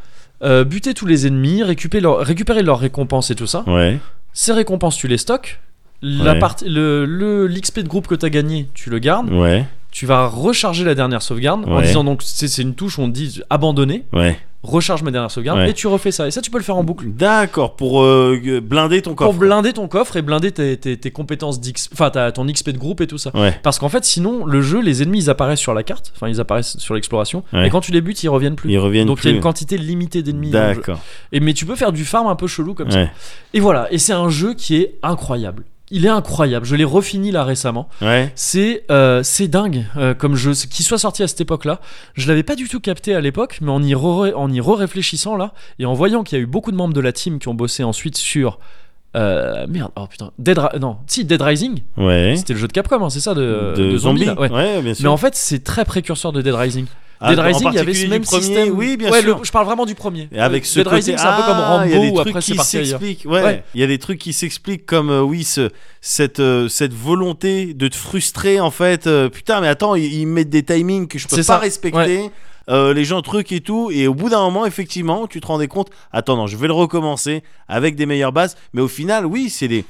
Speaker 1: euh, buter tous les ennemis, récupérer, leur- récupérer leurs récompenses et tout ça.
Speaker 2: Ouais.
Speaker 1: Ces récompenses, tu les stocks. La
Speaker 2: Ouais.
Speaker 1: partie- le, le- l'XP de groupe que t'as gagné, tu le gardes.
Speaker 2: Ouais.
Speaker 1: Tu vas recharger la dernière sauvegarde en
Speaker 2: Ouais.
Speaker 1: disant donc c'est, c'est une touche, on dit abandonner,
Speaker 2: Ouais.
Speaker 1: recharge ma dernière sauvegarde
Speaker 2: Ouais.
Speaker 1: et tu refais ça. Et ça, tu peux le faire en boucle.
Speaker 2: D'accord. Pour euh, blinder ton coffre.
Speaker 1: Pour blinder ton coffre et blinder tes, tes- tes compétences d'XP, enfin ta- ton XP de groupe et tout ça.
Speaker 2: Ouais.
Speaker 1: Parce qu'en fait, sinon, le jeu, les ennemis, ils apparaissent sur la carte, enfin, ils apparaissent sur l'exploration,
Speaker 2: Ouais.
Speaker 1: et quand tu les butes, ils reviennent plus.
Speaker 2: Ils reviennent
Speaker 1: Donc il
Speaker 2: plus.
Speaker 1: y a une quantité limitée d'ennemis. dans le jeu.
Speaker 2: D'accord.
Speaker 1: Et mais tu peux faire du farm un peu chelou comme ça.
Speaker 2: Ouais.
Speaker 1: Et voilà, et c'est un jeu qui est incroyable. il est incroyable. Je l'ai refini là récemment.
Speaker 2: Ouais.
Speaker 1: C'est euh, c'est dingue euh, comme jeu. C'est- Qu'il soit sorti à cette époque-là, je l'avais pas du tout capté à l'époque, mais en y re- en y réfléchissant là et en voyant qu'il y a eu beaucoup de membres de la team qui ont bossé ensuite sur euh, merde, oh putain, Dead Ri- non, si Dead Rising,
Speaker 2: Ouais.
Speaker 1: c'était le jeu de Capcom, hein, c'est ça de,
Speaker 2: de,
Speaker 1: de
Speaker 2: zombies.
Speaker 1: là, ouais.
Speaker 2: ouais, bien
Speaker 1: Mais
Speaker 2: sûr.
Speaker 1: en fait, c'est très précurseur de Dead Rising.
Speaker 2: Ah,
Speaker 1: Dead
Speaker 2: en
Speaker 1: Rising, il y avait
Speaker 2: particulier
Speaker 1: ce
Speaker 2: du
Speaker 1: même
Speaker 2: premier,
Speaker 1: système.
Speaker 2: Oui, bien
Speaker 1: ouais,
Speaker 2: sûr.
Speaker 1: le- je parle vraiment du premier.
Speaker 2: Et avec
Speaker 1: Euh,
Speaker 2: ce
Speaker 1: Dead
Speaker 2: côté,
Speaker 1: Rising, c'est un peu comme
Speaker 2: ah, il y a des
Speaker 1: Rambo où
Speaker 2: trucs
Speaker 1: après c'est
Speaker 2: qui
Speaker 1: parti ailleurs.
Speaker 2: s'expliquent. Ouais,
Speaker 1: Ouais.
Speaker 2: il y a des trucs qui s'expliquent comme euh, oui, ce- cette euh, cette volonté de te frustrer en fait. euh, putain, mais attends, ils, ils mettent des timings que je peux pas
Speaker 1: C'est ça.
Speaker 2: respecter. euh, les gens trucs et tout et au bout d'un moment effectivement tu te rendais compte attends non je vais le recommencer avec des meilleures bases mais au final oui c'est des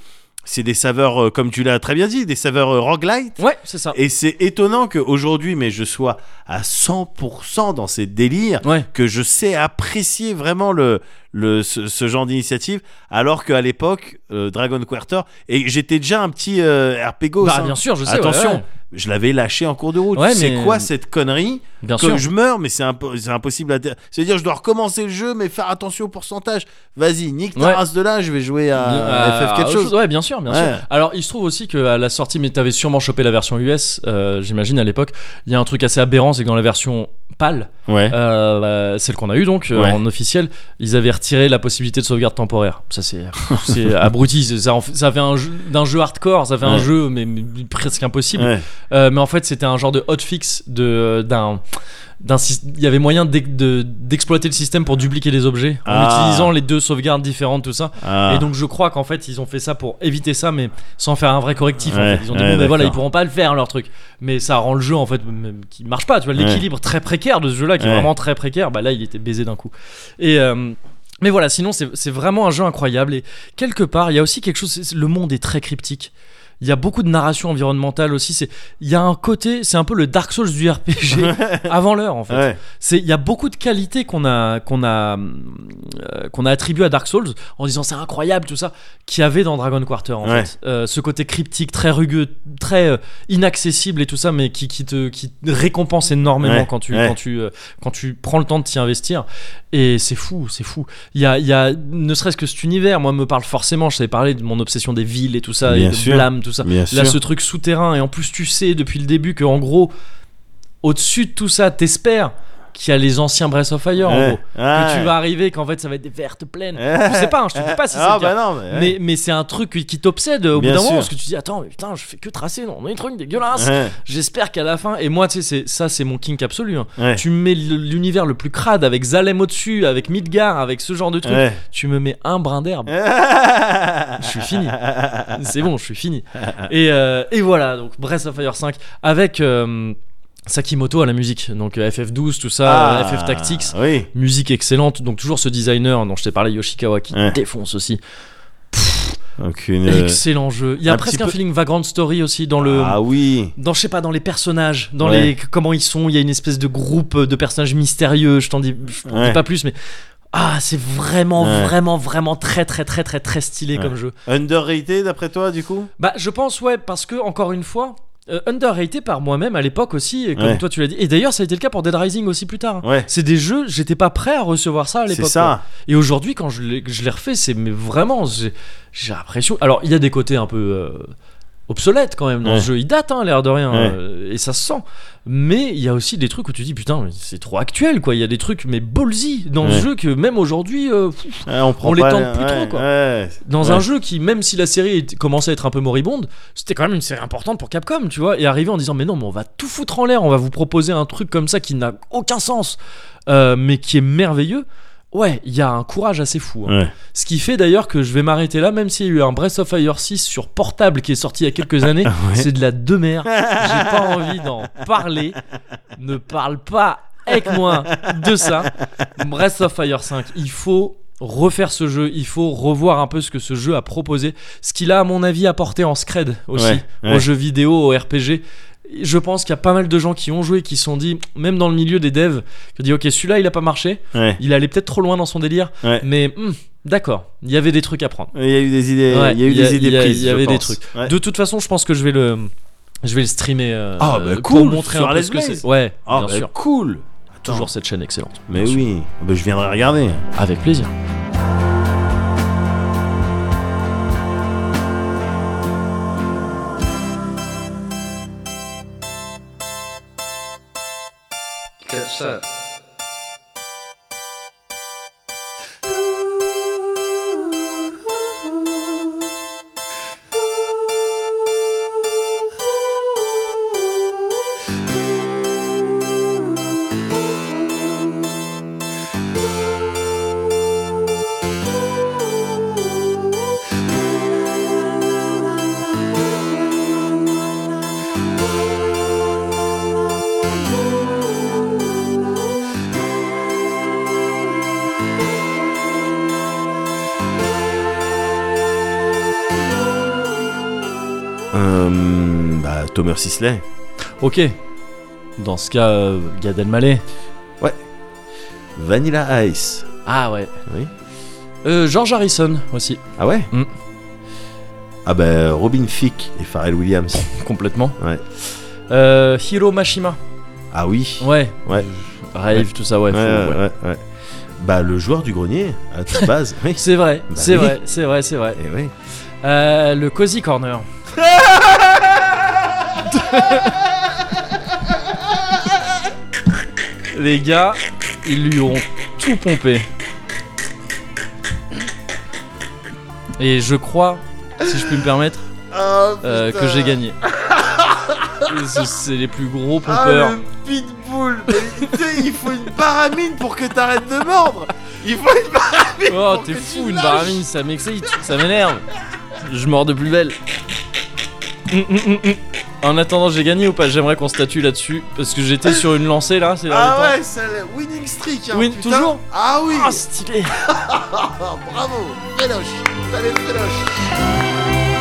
Speaker 2: c'est des saveurs euh, comme tu l'as très bien dit des saveurs euh, roguelite
Speaker 1: Ouais, c'est ça.
Speaker 2: et c'est étonnant qu'aujourd'hui, mais je sois à 100% dans ces délires,
Speaker 1: Ouais.
Speaker 2: que je sais apprécier vraiment le, le, ce, ce genre d'initiative, alors qu'à l'époque, euh, Dragon Quarter, et j'étais déjà un petit euh, RPGos,
Speaker 1: Bah
Speaker 2: hein.
Speaker 1: bien sûr, je sais. ouais,
Speaker 2: Attention,
Speaker 1: ouais.
Speaker 2: je l'avais lâché en cours de route.
Speaker 1: Ouais,
Speaker 2: c'est
Speaker 1: mais-
Speaker 2: quoi cette connerie
Speaker 1: Bien
Speaker 2: Que
Speaker 1: sûr.
Speaker 2: je meurs, mais c'est impo- c'est impossible à. C'est-à-dire, je dois recommencer le jeu, mais faire attention au pourcentage. Vas-y, nique ta
Speaker 1: Ouais.
Speaker 2: race de là, je vais jouer à,
Speaker 1: Euh,
Speaker 2: FF
Speaker 1: à
Speaker 2: quelque
Speaker 1: autre
Speaker 2: chose.
Speaker 1: Ouais, bien sûr, bien
Speaker 2: Ouais.
Speaker 1: sûr. Alors, il se trouve aussi qu'à la sortie, mais t'avais sûrement chopé la version US, euh, j'imagine, à l'époque. Il y a un truc assez aberrant, c'est que dans la version PAL,
Speaker 2: Ouais.
Speaker 1: euh, bah, celle qu'on a eue donc, euh,
Speaker 2: Ouais.
Speaker 1: en officiel, ils avaient retiré la possibilité de sauvegarde temporaire. Ça, c'est c'est abruti. c'est- Ça, en fait- ça fait un jeu- d'un jeu hardcore, ça fait un
Speaker 2: Ouais.
Speaker 1: jeu, mais, mais presque impossible.
Speaker 2: Ouais.
Speaker 1: Euh, mais en fait, c'était un genre de hotfix de euh, d'un d'un syst- il y avait moyen d'ex- de- d'exploiter le système pour dupliquer les objets en
Speaker 2: Ah.
Speaker 1: utilisant les deux sauvegardes différentes tout ça
Speaker 2: Ah.
Speaker 1: et donc je crois qu'en fait ils ont fait ça pour éviter ça mais sans faire un vrai correctif en
Speaker 2: Ouais,
Speaker 1: fait. ils ont dit
Speaker 2: ouais,
Speaker 1: bon ben voilà ils
Speaker 2: d'accord.
Speaker 1: pourront pas le faire leur truc mais ça rend le jeu en fait même qui marche pas tu vois
Speaker 2: Ouais.
Speaker 1: l'équilibre très précaire de ce jeu là qui est
Speaker 2: Ouais.
Speaker 1: vraiment très précaire bah là il était baisé d'un coup et euh, mais voilà, sinon c'est c'est vraiment un jeu incroyable et quelque part il y a aussi quelque chose. c'est- Le monde est très cryptique. Il y a beaucoup de narration environnementale aussi. C'est il y a un côté, c'est un peu le Dark Souls du RPG avant l'heure en fait.
Speaker 2: Ouais.
Speaker 1: C'est il y a beaucoup de qualités qu'on a qu'on a hum, euh, qu'on a attribué à Dark Souls en disant c'est incroyable tout ça qu'il y avait dans Dragon Quarter en
Speaker 2: Ouais.
Speaker 1: fait. Euh, ce côté cryptique très rugueux, très euh, inaccessible et tout ça mais qui, qui te qui te récompense énormément
Speaker 2: Ouais,
Speaker 1: quand tu
Speaker 2: ouais.
Speaker 1: quand tu euh, quand tu prends le temps de t'y investir et c'est fou, c'est fou. Il y a, il y a ne serait-ce que cet univers moi me parle forcément, je t'avais parlé de mon obsession des villes et tout ça
Speaker 2: Bien
Speaker 1: et
Speaker 2: sûr.
Speaker 1: de blâme tout ça.
Speaker 2: Bien
Speaker 1: Là,
Speaker 2: sûr.
Speaker 1: ce truc souterrain, et en plus, tu sais depuis le début que, en gros, au-dessus de tout ça, t'espères qu'il y a les anciens Breath of Fire, en
Speaker 2: Ouais.
Speaker 1: gros.
Speaker 2: Ah.
Speaker 1: Que tu vas arriver, qu'en fait, ça va être des vertes plaines.
Speaker 2: Ouais.
Speaker 1: Je sais pas, hein, je te dis pas si c'est
Speaker 2: ah,
Speaker 1: le cas.
Speaker 2: bah non, mais.
Speaker 1: Mais, mais c'est un truc qui- qui t'obsède au
Speaker 2: Bien
Speaker 1: bout d'un moment
Speaker 2: sûr.
Speaker 1: parce que tu te dis attends mais putain je fais que tracer non on a des trucs dégueulasses
Speaker 2: Ouais,
Speaker 1: j'espère qu'à la fin et moi tu sais c'est- ça c'est mon kink absolu hein.
Speaker 2: ouais,
Speaker 1: tu me mets le- l'univers le plus crade avec Zalem au dessus avec Midgar avec ce genre de truc
Speaker 2: ouais.
Speaker 1: tu me mets un brin d'herbe je suis fini. C'est bon, je suis fini. Et, euh, et voilà, donc Breath of Fire 5 avec euh, Sakimoto à la musique. Donc euh, FF12, tout ça,
Speaker 2: Ah,
Speaker 1: euh, FF Tactics,
Speaker 2: Oui.
Speaker 1: musique excellente. Donc toujours ce designer dont je t'ai parlé, Yoshikawa, qui
Speaker 2: Ouais.
Speaker 1: défonce aussi.
Speaker 2: Donc une. euh,
Speaker 1: Excellent jeu. Il y a
Speaker 2: un
Speaker 1: presque
Speaker 2: petit
Speaker 1: un
Speaker 2: peu-
Speaker 1: feeling Vagrant Story aussi dans le.
Speaker 2: Ah oui.
Speaker 1: Dans, je sais pas, dans les personnages, dans
Speaker 2: Ouais.
Speaker 1: les comment ils sont, il y a une espèce de groupe de personnages mystérieux, je t'en dis, je t'en dis
Speaker 2: Ouais.
Speaker 1: pas plus, mais ah, c'est vraiment,
Speaker 2: Ouais.
Speaker 1: vraiment, vraiment très, très, très, très, très stylé
Speaker 2: Ouais.
Speaker 1: comme jeu.
Speaker 2: Underrated d'après toi du coup
Speaker 1: Bah, je pense, ouais, parce que, encore une fois, euh, underrated par moi-même à l'époque aussi, et comme
Speaker 2: Ouais.
Speaker 1: toi tu l'as dit. Et d'ailleurs, ça a été le cas pour Dead Rising aussi plus tard. hein.
Speaker 2: Ouais.
Speaker 1: C'est des jeux, j'étais pas prêt à recevoir ça à
Speaker 2: C'est
Speaker 1: l'époque. quoi.
Speaker 2: ça.
Speaker 1: Et aujourd'hui, quand je l'ai je l'ai refait, c'est mais vraiment, j'ai j'ai l'impression. Alors, il y a des côtés un peu. euh, obsolètes quand même dans
Speaker 2: Ouais.
Speaker 1: ce jeu il date hein, l'air de rien
Speaker 2: Ouais.
Speaker 1: euh, et ça se sent mais il y a aussi des trucs où tu dis putain mais c'est trop actuel quoi il y a des trucs mais ballsy dans
Speaker 2: Ouais.
Speaker 1: ce jeu que même aujourd'hui euh, pff,
Speaker 2: Ouais, on prend
Speaker 1: On les
Speaker 2: pas-
Speaker 1: tente plus
Speaker 2: ouais,
Speaker 1: trop, quoi.
Speaker 2: ouais.
Speaker 1: dans
Speaker 2: Ouais.
Speaker 1: un jeu qui, même si la série était- commençait à être un peu moribonde, c'était quand même une série importante pour Capcom, tu vois, et arriver en disant mais non, mais on va tout foutre en l'air, on va vous proposer un truc comme ça qui n'a aucun sens, euh, mais qui est merveilleux. Ouais, il y a un courage assez fou. hein.
Speaker 2: Ouais.
Speaker 1: Ce qui fait d'ailleurs que je vais m'arrêter là, même s'il y a eu un Breath of Fire 6 sur portable qui est sorti il y a quelques années. C'est de la demeure. J'ai pas envie d'en parler. Ne parle pas avec moi de ça. Breath of Fire 5, il faut refaire ce jeu, il faut revoir un peu ce que ce jeu a proposé, ce qu'il a à mon avis apporté en scred aussi,
Speaker 2: Ouais, ouais.
Speaker 1: aux jeux vidéo, au RPG. Je pense qu'il y a pas mal de gens qui ont joué, qui se sont dit, même dans le milieu des devs, qui ont dit ok celui-là il a pas marché,
Speaker 2: Ouais.
Speaker 1: il allait peut-être trop loin dans son délire,
Speaker 2: Ouais.
Speaker 1: mais hmm, d'accord, il y avait des trucs à prendre.
Speaker 2: Il y a eu des idées.
Speaker 1: Ouais,
Speaker 2: il y a eu
Speaker 1: il y a-
Speaker 2: des idées
Speaker 1: il y a-
Speaker 2: prises.
Speaker 1: il y avait
Speaker 2: je
Speaker 1: des
Speaker 2: pense.
Speaker 1: trucs.
Speaker 2: Ouais.
Speaker 1: De toute façon, je pense que je vais le, je vais le streamer euh,
Speaker 2: Ah, bah,
Speaker 1: pour
Speaker 2: cool,
Speaker 1: montrer
Speaker 2: sur
Speaker 1: un peu
Speaker 2: Let's
Speaker 1: ce que
Speaker 2: Blaze.
Speaker 1: c'est. Ouais,
Speaker 2: Ah,
Speaker 1: bien
Speaker 2: bah,
Speaker 1: sûr.
Speaker 2: cool. Attends.
Speaker 1: Toujours cette chaîne excellente.
Speaker 2: Mais
Speaker 1: Bien sûr.
Speaker 2: oui. Bah, je viendrai regarder.
Speaker 1: Avec plaisir.
Speaker 3: I
Speaker 1: ça.
Speaker 2: Euh, bah, Thomas Sisley.
Speaker 1: Ok. Dans ce cas, euh, Gad Elmaleh.
Speaker 2: Vanilla Ice.
Speaker 1: Ah ouais.
Speaker 2: Oui.
Speaker 1: Euh, George Harrison aussi.
Speaker 2: Ah ouais
Speaker 1: Mm.
Speaker 2: Ah bah, Robin Thicke et Pharrell Williams.
Speaker 1: Complètement.
Speaker 2: Ouais.
Speaker 1: Euh, Hiro Mashima.
Speaker 2: Ah oui
Speaker 1: Ouais.
Speaker 2: Ouais.
Speaker 1: Rave, tout ça, ouais. faut-
Speaker 2: Ouais,
Speaker 1: ouais.
Speaker 2: ouais, ouais. Bah, le joueur du grenier, à toute base. oui.
Speaker 1: C'est vrai,
Speaker 2: Bah
Speaker 1: c'est
Speaker 2: oui.
Speaker 1: vrai, c'est vrai, c'est vrai.
Speaker 2: Eh oui.
Speaker 1: Euh, le Cozy Corner. Les gars, ils lui ont tout pompé. Et je crois, si je peux me permettre, euh, que j'ai gagné. C'est- C'est les plus gros pompeurs.
Speaker 2: pitbull Il faut une paramine pour que t'arrêtes de mordre Il faut une
Speaker 1: Oh,
Speaker 2: pour
Speaker 1: t'es
Speaker 2: que
Speaker 1: fou,
Speaker 2: tu
Speaker 1: une
Speaker 2: lâches.
Speaker 1: baramine, ça m'excite, ça m'énerve. Je mords de plus belle. Hum, hum, hum, hum. En attendant, j'ai gagné ou pas J'aimerais qu'on statue là-dessus. Parce que j'étais sur une lancée là, c'est
Speaker 2: Ah ouais, c'est le winning streak hein,
Speaker 1: Win-
Speaker 2: putain.
Speaker 1: toujours
Speaker 2: Ah oui
Speaker 1: Ah, stylé
Speaker 2: Ah, Bravo Féloche Allez, Féloche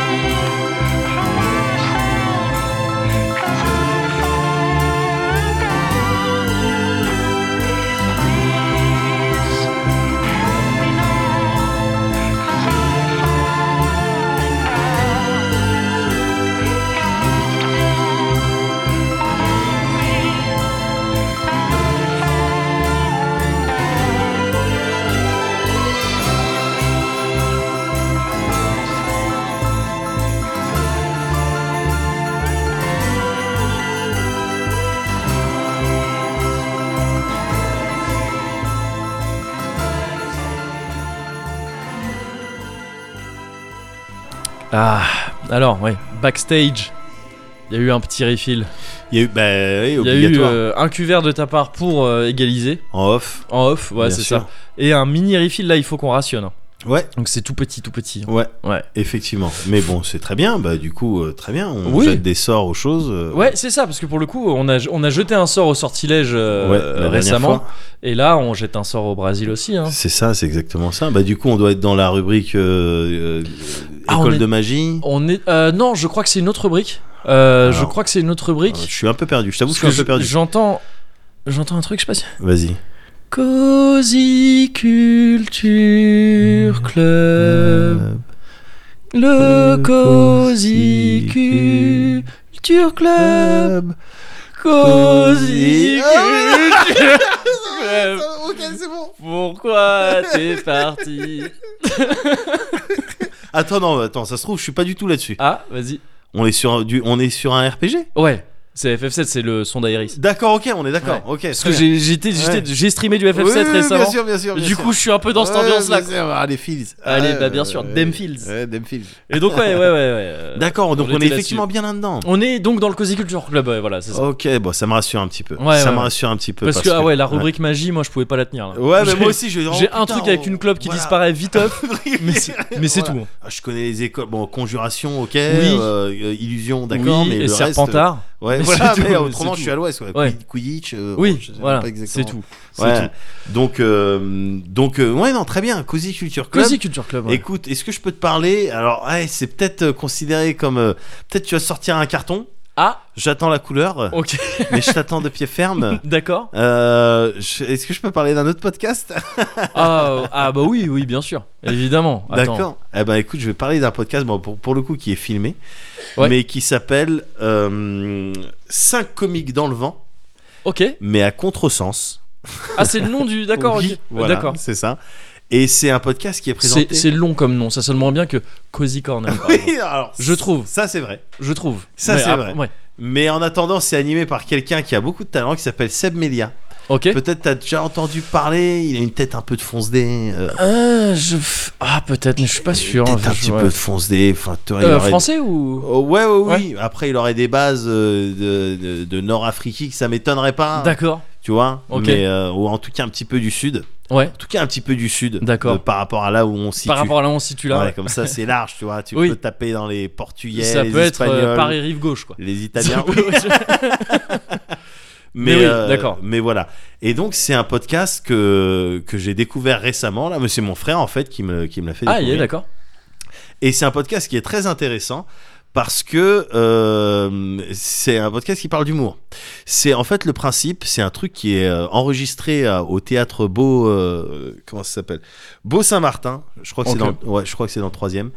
Speaker 1: Ah, alors, ouais, backstage. Il y a eu un petit refill.
Speaker 2: Il y a eu, bah, oui,
Speaker 1: Il y a eu
Speaker 2: obligatoire.
Speaker 1: euh, un cuvert de ta part pour euh, égaliser
Speaker 2: En off.
Speaker 1: en off, ouais,
Speaker 2: bien
Speaker 1: c'est
Speaker 2: sûr.
Speaker 1: ça. Et un mini refill là, il faut qu'on rationne. hein.
Speaker 2: Ouais,
Speaker 1: Donc c'est tout petit, tout petit. hein.
Speaker 2: ouais,
Speaker 1: Ouais.
Speaker 2: effectivement. Mais bon, c'est très bien. Bah, du coup, euh, très bien. On
Speaker 1: Oui.
Speaker 2: jette des sorts aux choses. euh,
Speaker 1: Ouais, c'est ça, parce que pour le coup, on a, on a jeté un sort au sortilège euh,
Speaker 2: ouais,
Speaker 1: euh,
Speaker 2: la dernière
Speaker 1: récemment.
Speaker 2: fois.
Speaker 1: Et là, on jette un sort au Brésil aussi. Hein.
Speaker 2: C'est ça, c'est exactement ça. Bah, du coup, on doit être dans la rubrique euh, euh,
Speaker 1: Ah, on
Speaker 2: école
Speaker 1: est-
Speaker 2: de magie.
Speaker 1: On est, euh, non, je crois que c'est une autre brique. Euh, je
Speaker 2: Alors.
Speaker 1: crois que c'est une autre
Speaker 2: Euh,
Speaker 1: brique.
Speaker 2: Je suis un peu perdu. Je t'avoue,
Speaker 1: Parce
Speaker 2: que je suis
Speaker 1: que
Speaker 2: un peu perdu.
Speaker 1: J'entends, j'entends un truc, je sais pas si.
Speaker 2: Vas-y.
Speaker 1: Cozy
Speaker 2: Mmh.
Speaker 1: Culture Club. Le
Speaker 2: Le
Speaker 1: Cozy
Speaker 2: Cozy
Speaker 1: Culture Club.
Speaker 2: Club.
Speaker 1: Cozy
Speaker 2: Cozy-
Speaker 1: Culture Club.
Speaker 2: Ok, c'est bon.
Speaker 1: Pourquoi t'es parti
Speaker 2: Attends, non, attends, ça se trouve, je suis pas du tout là-dessus.
Speaker 1: Ah, vas-y.
Speaker 2: On est sur un, du, on est sur un RPG.
Speaker 1: Ouais, c'est FF7, c'est le son d'Iris.
Speaker 2: D'accord, ok, on est d'accord. Ok.
Speaker 1: Parce que j'ai j'étais- j'étais-
Speaker 2: Ouais.
Speaker 1: j'ai streamé du FF7 récemment.
Speaker 2: Bien sûr, bien sûr.
Speaker 1: Du coup, je suis un peu dans cette ambiance-là. quoi.
Speaker 2: Ah, les Fields. euh,
Speaker 1: Allez, bah, bien sûr, Dem Fields.
Speaker 2: Ouais, Dem Fields.
Speaker 1: Et donc, ouais, ouais, ouais. ouais, euh,
Speaker 2: D'accord, donc
Speaker 1: on
Speaker 2: on,
Speaker 1: était
Speaker 2: est effectivement bien là-dedans.
Speaker 1: On est donc dans le Cozy Culture Club, ouais, voilà, c'est ça.
Speaker 2: Ok, bon, ça me rassure un petit peu.
Speaker 1: Ouais,
Speaker 2: ça
Speaker 1: ouais,
Speaker 2: me
Speaker 1: ouais.
Speaker 2: rassure un petit peu.
Speaker 1: parce, que, ah ouais, la rubrique magie, moi, je pouvais pas la tenir. là.
Speaker 2: Ouais, mais
Speaker 1: J'ai-
Speaker 2: moi aussi, je- oh,
Speaker 1: J'ai un
Speaker 2: putain,
Speaker 1: truc avec
Speaker 2: oh,
Speaker 1: une clope qui
Speaker 2: voilà.
Speaker 1: disparaît vite up, mais c'est mais c'est
Speaker 2: Voilà.
Speaker 1: tout. hein.
Speaker 2: Ah, Je connais les écoles. Bon, conjuration, ok.
Speaker 1: Oui.
Speaker 2: euh, euh, illusion, d'accord.
Speaker 1: oui,
Speaker 2: mais
Speaker 1: et
Speaker 2: le
Speaker 1: Serpentard.
Speaker 2: Reste, euh, ouais,
Speaker 1: Mais
Speaker 2: voilà,
Speaker 1: c'est
Speaker 2: mais
Speaker 1: tout,
Speaker 2: autrement,
Speaker 1: c'est
Speaker 2: je
Speaker 1: tout.
Speaker 2: suis à l'ouest. Ouais.
Speaker 1: Ouais.
Speaker 2: Quidditch. euh, bon,
Speaker 1: oui,
Speaker 2: je sais même
Speaker 1: voilà,
Speaker 2: pas
Speaker 1: c'est
Speaker 2: exactement.
Speaker 1: tout. c'est
Speaker 2: Ouais.
Speaker 1: tout.
Speaker 2: Donc, euh, donc, euh, ouais, non, très bien. Cozy Culture Club.
Speaker 1: Cozy Culture Club. ouais.
Speaker 2: Écoute, est-ce que je peux te parler Alors, ouais, c'est peut-être euh, considéré comme. euh, peut-être tu vas sortir un carton.
Speaker 1: Ah, Oh.
Speaker 2: J'attends la couleur, euh,
Speaker 1: ok,
Speaker 2: mais je t'attends de pied ferme.
Speaker 1: d'accord.
Speaker 2: Euh, je- est-ce que je peux parler d'un autre podcast
Speaker 1: Ah, euh, ah, bah oui, oui, bien sûr, évidemment. Attends.
Speaker 2: D'accord. Eh ben, écoute, je vais parler d'un podcast, bon, pour, pour le coup, qui est filmé,
Speaker 1: Ouais.
Speaker 2: mais qui s'appelle 5 comiques dans le vent,
Speaker 1: Ok.
Speaker 2: mais à contresens.
Speaker 1: Ah, c'est le nom du. D'accord, ok.
Speaker 2: Oui, voilà,
Speaker 1: D'accord.
Speaker 2: C'est ça. Et c'est un podcast qui est
Speaker 1: C'est
Speaker 2: présenté.
Speaker 1: c'est long comme nom, ça sonne moins bien que Cozy Corner. par exemple.
Speaker 2: Oui, alors,
Speaker 1: Je trouve.
Speaker 2: Ça, c'est vrai.
Speaker 1: Je trouve.
Speaker 2: Ça,
Speaker 1: Mais
Speaker 2: c'est
Speaker 1: après-
Speaker 2: vrai.
Speaker 1: ouais.
Speaker 2: Mais en attendant, c'est animé par quelqu'un qui a beaucoup de talent, qui s'appelle Seb Melia.
Speaker 1: Ok.
Speaker 2: Peut-être t'as déjà entendu parler, il a une tête un peu de fonce dé. euh,
Speaker 1: Ah, je... f- ah, peut-être, mais je suis pas sûr.
Speaker 2: Peut-être
Speaker 1: enfin,
Speaker 2: un
Speaker 1: je-
Speaker 2: petit
Speaker 1: ouais.
Speaker 2: peu de fonce dé. Enfin, tu vois, il
Speaker 1: Euh,
Speaker 2: aurait-
Speaker 1: Français ou
Speaker 2: Oh, ouais, ouais, oui. Après, il aurait des bases euh, de, de- de Nord-Afrique, ça m'étonnerait pas.
Speaker 1: D'accord.
Speaker 2: Tu vois
Speaker 1: Ok.
Speaker 2: Mais, euh, Ou en tout cas un petit peu du Sud.
Speaker 1: Ouais.
Speaker 2: En tout cas un petit peu du Sud.
Speaker 1: D'accord.
Speaker 2: de- Par rapport à là où on se situe.
Speaker 1: Par rapport à là où on se situe là.
Speaker 2: Ouais,
Speaker 1: ouais.
Speaker 2: comme ça, c'est large, tu vois. Tu
Speaker 1: Oui.
Speaker 2: peux taper dans les Portugais,
Speaker 1: ça
Speaker 2: les
Speaker 1: peut être euh,
Speaker 2: Espagnols,
Speaker 1: Paris rive gauche quoi.
Speaker 2: les
Speaker 1: Ça
Speaker 2: Italiens.
Speaker 1: peut-
Speaker 2: mais
Speaker 1: Mais oui,
Speaker 2: euh,
Speaker 1: d'accord.
Speaker 2: Mais voilà. Et donc, c'est un podcast que, que j'ai découvert récemment. Là, mais c'est mon frère, en fait, qui me, qui me l'a fait
Speaker 1: ah, il
Speaker 2: découvrir.
Speaker 1: est d'accord.
Speaker 2: Et c'est un podcast qui est très intéressant parce que euh, c'est un podcast qui parle d'humour. C'est en fait le principe, c'est un truc qui est euh, enregistré euh, au théâtre Beau, euh, comment ça s'appelle Beau Saint-Martin. Je crois que c'est
Speaker 1: Ok.
Speaker 2: dans, ouais, je crois que c'est dans le troisième.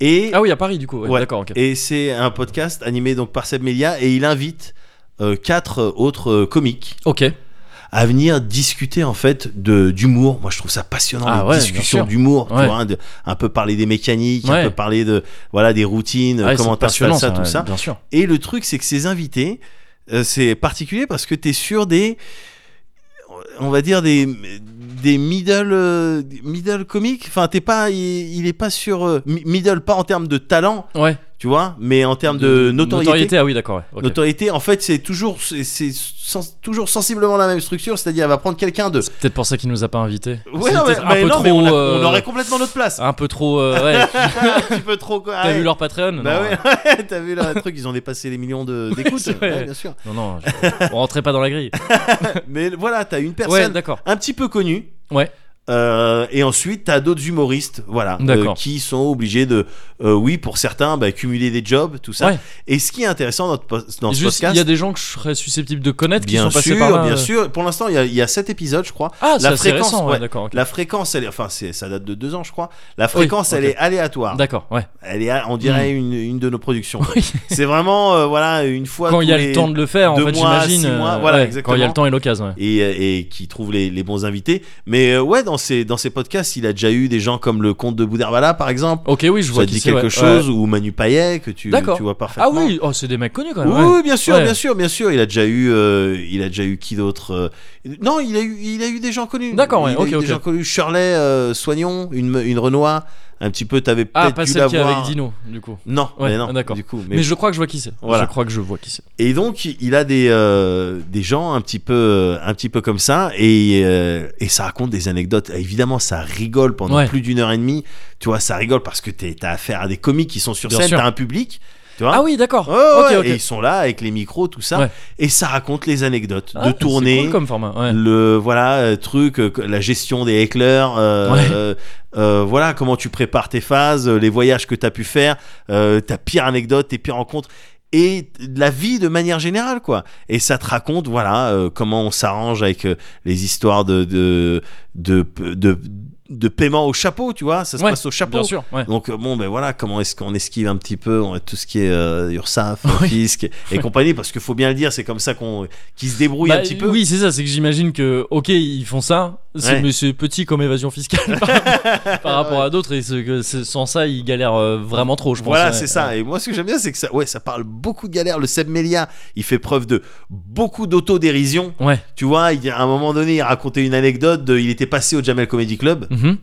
Speaker 2: Et
Speaker 1: Ah oui, à Paris du coup. ouais,
Speaker 2: Ouais.
Speaker 1: D'accord. ok.
Speaker 2: et c'est un podcast animé donc par Seb Melia et il invite euh, quatre autres euh, comiques
Speaker 1: Ok. Ah
Speaker 2: à venir discuter en fait de d'humour. Moi, je trouve ça passionnant
Speaker 1: Ah
Speaker 2: les
Speaker 1: ouais, bien
Speaker 2: discussions
Speaker 1: sûr.
Speaker 2: d'humour, tu
Speaker 1: Ouais.
Speaker 2: vois, hein, de- un peu parler des mécaniques, un
Speaker 1: Ouais.
Speaker 2: peu parler de voilà des routines,
Speaker 1: Ah,
Speaker 2: comment
Speaker 1: c'est
Speaker 2: t'installes
Speaker 1: passionnant
Speaker 2: ça, tout
Speaker 1: ouais,
Speaker 2: ça.
Speaker 1: Bien sûr.
Speaker 2: Et le truc, c'est que ces invités, euh, c'est particulier parce que t'es sur des, on va dire des des middle euh, middle comiques. Enfin, t'es pas, il, il est pas sur euh, mi- middle pas en termes de talent,
Speaker 1: Ouais.
Speaker 2: tu vois, mais en termes de notoriété.
Speaker 1: Ah oui, d'accord. ouais, ok.
Speaker 2: Notoriété, en fait, c'est toujours, c'est c'est sens- toujours sensiblement la même structure, c'est-à-dire elle va prendre quelqu'un de.
Speaker 1: C'est peut-être pour ça qu'il nous a pas invités.
Speaker 2: Ouais,
Speaker 1: C'est
Speaker 2: non, mais,
Speaker 1: peut-être
Speaker 2: mais
Speaker 1: un peu
Speaker 2: non,
Speaker 1: trop.
Speaker 2: mais on, a- on
Speaker 1: euh,
Speaker 2: aurait complètement notre place.
Speaker 1: Un peu trop. euh, ouais.
Speaker 2: un petit peu trop. quoi.
Speaker 1: T'as
Speaker 2: Ouais.
Speaker 1: vu leur Patreon
Speaker 2: Bah
Speaker 1: non,
Speaker 2: ouais,
Speaker 1: euh,
Speaker 2: ouais, t'as vu leur truc, ils ont dépassé les millions de- d'écoutes.
Speaker 1: c'est vrai.
Speaker 2: Ouais, bien sûr.
Speaker 1: Non, non. je- On rentrait pas dans la grille.
Speaker 2: Mais voilà, t'as une
Speaker 1: Ouais,
Speaker 2: personne
Speaker 1: d'accord.
Speaker 2: un petit peu connue.
Speaker 1: Ouais.
Speaker 2: Euh, et ensuite, t'as d'autres humoristes, voilà,
Speaker 1: D'accord.
Speaker 2: euh, qui sont obligés de, euh, oui, pour certains, bah, cumuler des jobs, tout ça.
Speaker 1: Ouais.
Speaker 2: Et ce qui est intéressant dans, notre po- dans ce
Speaker 1: Juste, il
Speaker 2: podcast,
Speaker 1: y a des gens que je serais susceptible de connaître qui
Speaker 2: bien
Speaker 1: sont passés
Speaker 2: sûr,
Speaker 1: par là. euh.
Speaker 2: bien sûr. Pour l'instant, il y a- il y a sept épisodes, je crois.
Speaker 1: Ah, c'est
Speaker 2: La
Speaker 1: assez
Speaker 2: fréquence,
Speaker 1: récent.
Speaker 2: ouais.
Speaker 1: Ouais, d'accord. ok.
Speaker 2: La fréquence, elle est, enfin, c'est, ça date de deux ans, je crois. La fréquence,
Speaker 1: ok.
Speaker 2: elle est aléatoire.
Speaker 1: Ah. D'accord. Ouais.
Speaker 2: Elle est, on dirait une, une de nos productions. quoi.
Speaker 1: Oui.
Speaker 2: c'est vraiment, euh, voilà, une fois.
Speaker 1: Quand
Speaker 2: tous
Speaker 1: il y a
Speaker 2: les-
Speaker 1: le temps de le faire, en
Speaker 2: deux
Speaker 1: fait,
Speaker 2: mois,
Speaker 1: j'imagine.
Speaker 2: six
Speaker 1: euh,
Speaker 2: mois, voilà,
Speaker 1: ouais,
Speaker 2: exactement.
Speaker 1: Quand il y a le temps et l'occasion. ouais.
Speaker 2: Et, et qui trouve les, les bons invités. Mais euh, ouais, dans ces, dans ces podcasts, il a déjà eu des gens comme le comte de Boudherbala, par exemple.
Speaker 1: Ok, oui, je
Speaker 2: ça
Speaker 1: vois
Speaker 2: te
Speaker 1: qui
Speaker 2: dit
Speaker 1: c'est,
Speaker 2: quelque
Speaker 1: ouais.
Speaker 2: chose. Ou Manu Payet, que tu,
Speaker 1: D'accord.
Speaker 2: tu vois
Speaker 1: Ah
Speaker 2: parfaitement.
Speaker 1: oui, oh, c'est des mecs connus quand
Speaker 2: Oui,
Speaker 1: même. ouais.
Speaker 2: oui, bien sûr,
Speaker 1: Ouais.
Speaker 2: bien sûr, bien sûr. Il a déjà eu, euh, il a déjà eu qui d'autre euh, Non, il a eu, il a eu des gens connus.
Speaker 1: D'accord, ouais,
Speaker 2: Il a
Speaker 1: ok,
Speaker 2: eu
Speaker 1: ok.
Speaker 2: Des gens connus. Shirley euh, Soignon, une, me- une Renoir, un petit peu. T'avais
Speaker 1: Ah,
Speaker 2: peut-être
Speaker 1: pas
Speaker 2: dû
Speaker 1: celle
Speaker 2: la
Speaker 1: qui est avec
Speaker 2: voir.
Speaker 1: Dino, du coup.
Speaker 2: Non,
Speaker 1: Ouais,
Speaker 2: mais non.
Speaker 1: ah, d'accord.
Speaker 2: Du coup, mais...
Speaker 1: Mais, je crois que je vois qui c'est.
Speaker 2: Voilà. Hein
Speaker 1: Je crois que je vois qui c'est.
Speaker 2: et donc il a des euh, des gens un petit peu, euh, un petit peu comme ça, et euh, et ça raconte des anecdotes. Et évidemment, ça rigole pendant
Speaker 1: Ouais.
Speaker 2: plus d'une heure et demie. Tu vois, ça rigole parce que t'es- t'as affaire à des comiques qui sont sur
Speaker 1: Bien
Speaker 2: scène,
Speaker 1: sûr.
Speaker 2: t'as un public. Tu vois
Speaker 1: Ah oui, d'accord.
Speaker 2: Ouais, ouais,
Speaker 1: ok,
Speaker 2: ouais.
Speaker 1: ok.
Speaker 2: Et ils sont là avec les micros, tout ça.
Speaker 1: Ouais.
Speaker 2: Et ça raconte les anecdotes
Speaker 1: Ah,
Speaker 2: de tournée.
Speaker 1: C'est cool comme format. ouais.
Speaker 2: Le voilà euh, truc, euh, la gestion des éclairs,
Speaker 1: Ouais.
Speaker 2: euh, voilà comment tu prépares tes phases, euh, les voyages que tu as pu faire, euh, ta pire anecdote, tes pires rencontres et t- la vie de manière générale quoi. Et ça te raconte voilà euh, comment on s'arrange avec euh, les histoires de de de, de de paiement au chapeau, tu vois, ça se
Speaker 1: Ouais,
Speaker 2: passe au chapeau.
Speaker 1: Bien sûr. Ouais.
Speaker 2: Donc euh, bon ben voilà comment est-ce qu'on esquive un petit peu on- tout ce qui est euh, URSAF, fisc et compagnie parce qu'il faut bien le dire c'est comme ça qu'on qu'ils se débrouillent
Speaker 1: Bah,
Speaker 2: un petit peu.
Speaker 1: Oui, c'est ça. C'est que j'imagine que, ok, ils font ça, c'est-
Speaker 2: Ouais.
Speaker 1: mais c'est petit comme évasion fiscale par, par rapport à d'autres, et c'est que c'est- sans ça, ils galèrent euh, vraiment trop, je pense.
Speaker 2: Voilà,
Speaker 1: ouais.
Speaker 2: c'est ça. Et moi, ce que j'aime bien, c'est que ça, ouais, ça parle beaucoup de galères. Le Seb Melia, il fait preuve de beaucoup d'autodérision.
Speaker 1: Ouais.
Speaker 2: Tu vois, il, à un moment donné, il racontait une anecdote. de- il était passé au Jamel Comedy Club.
Speaker 1: Mhm.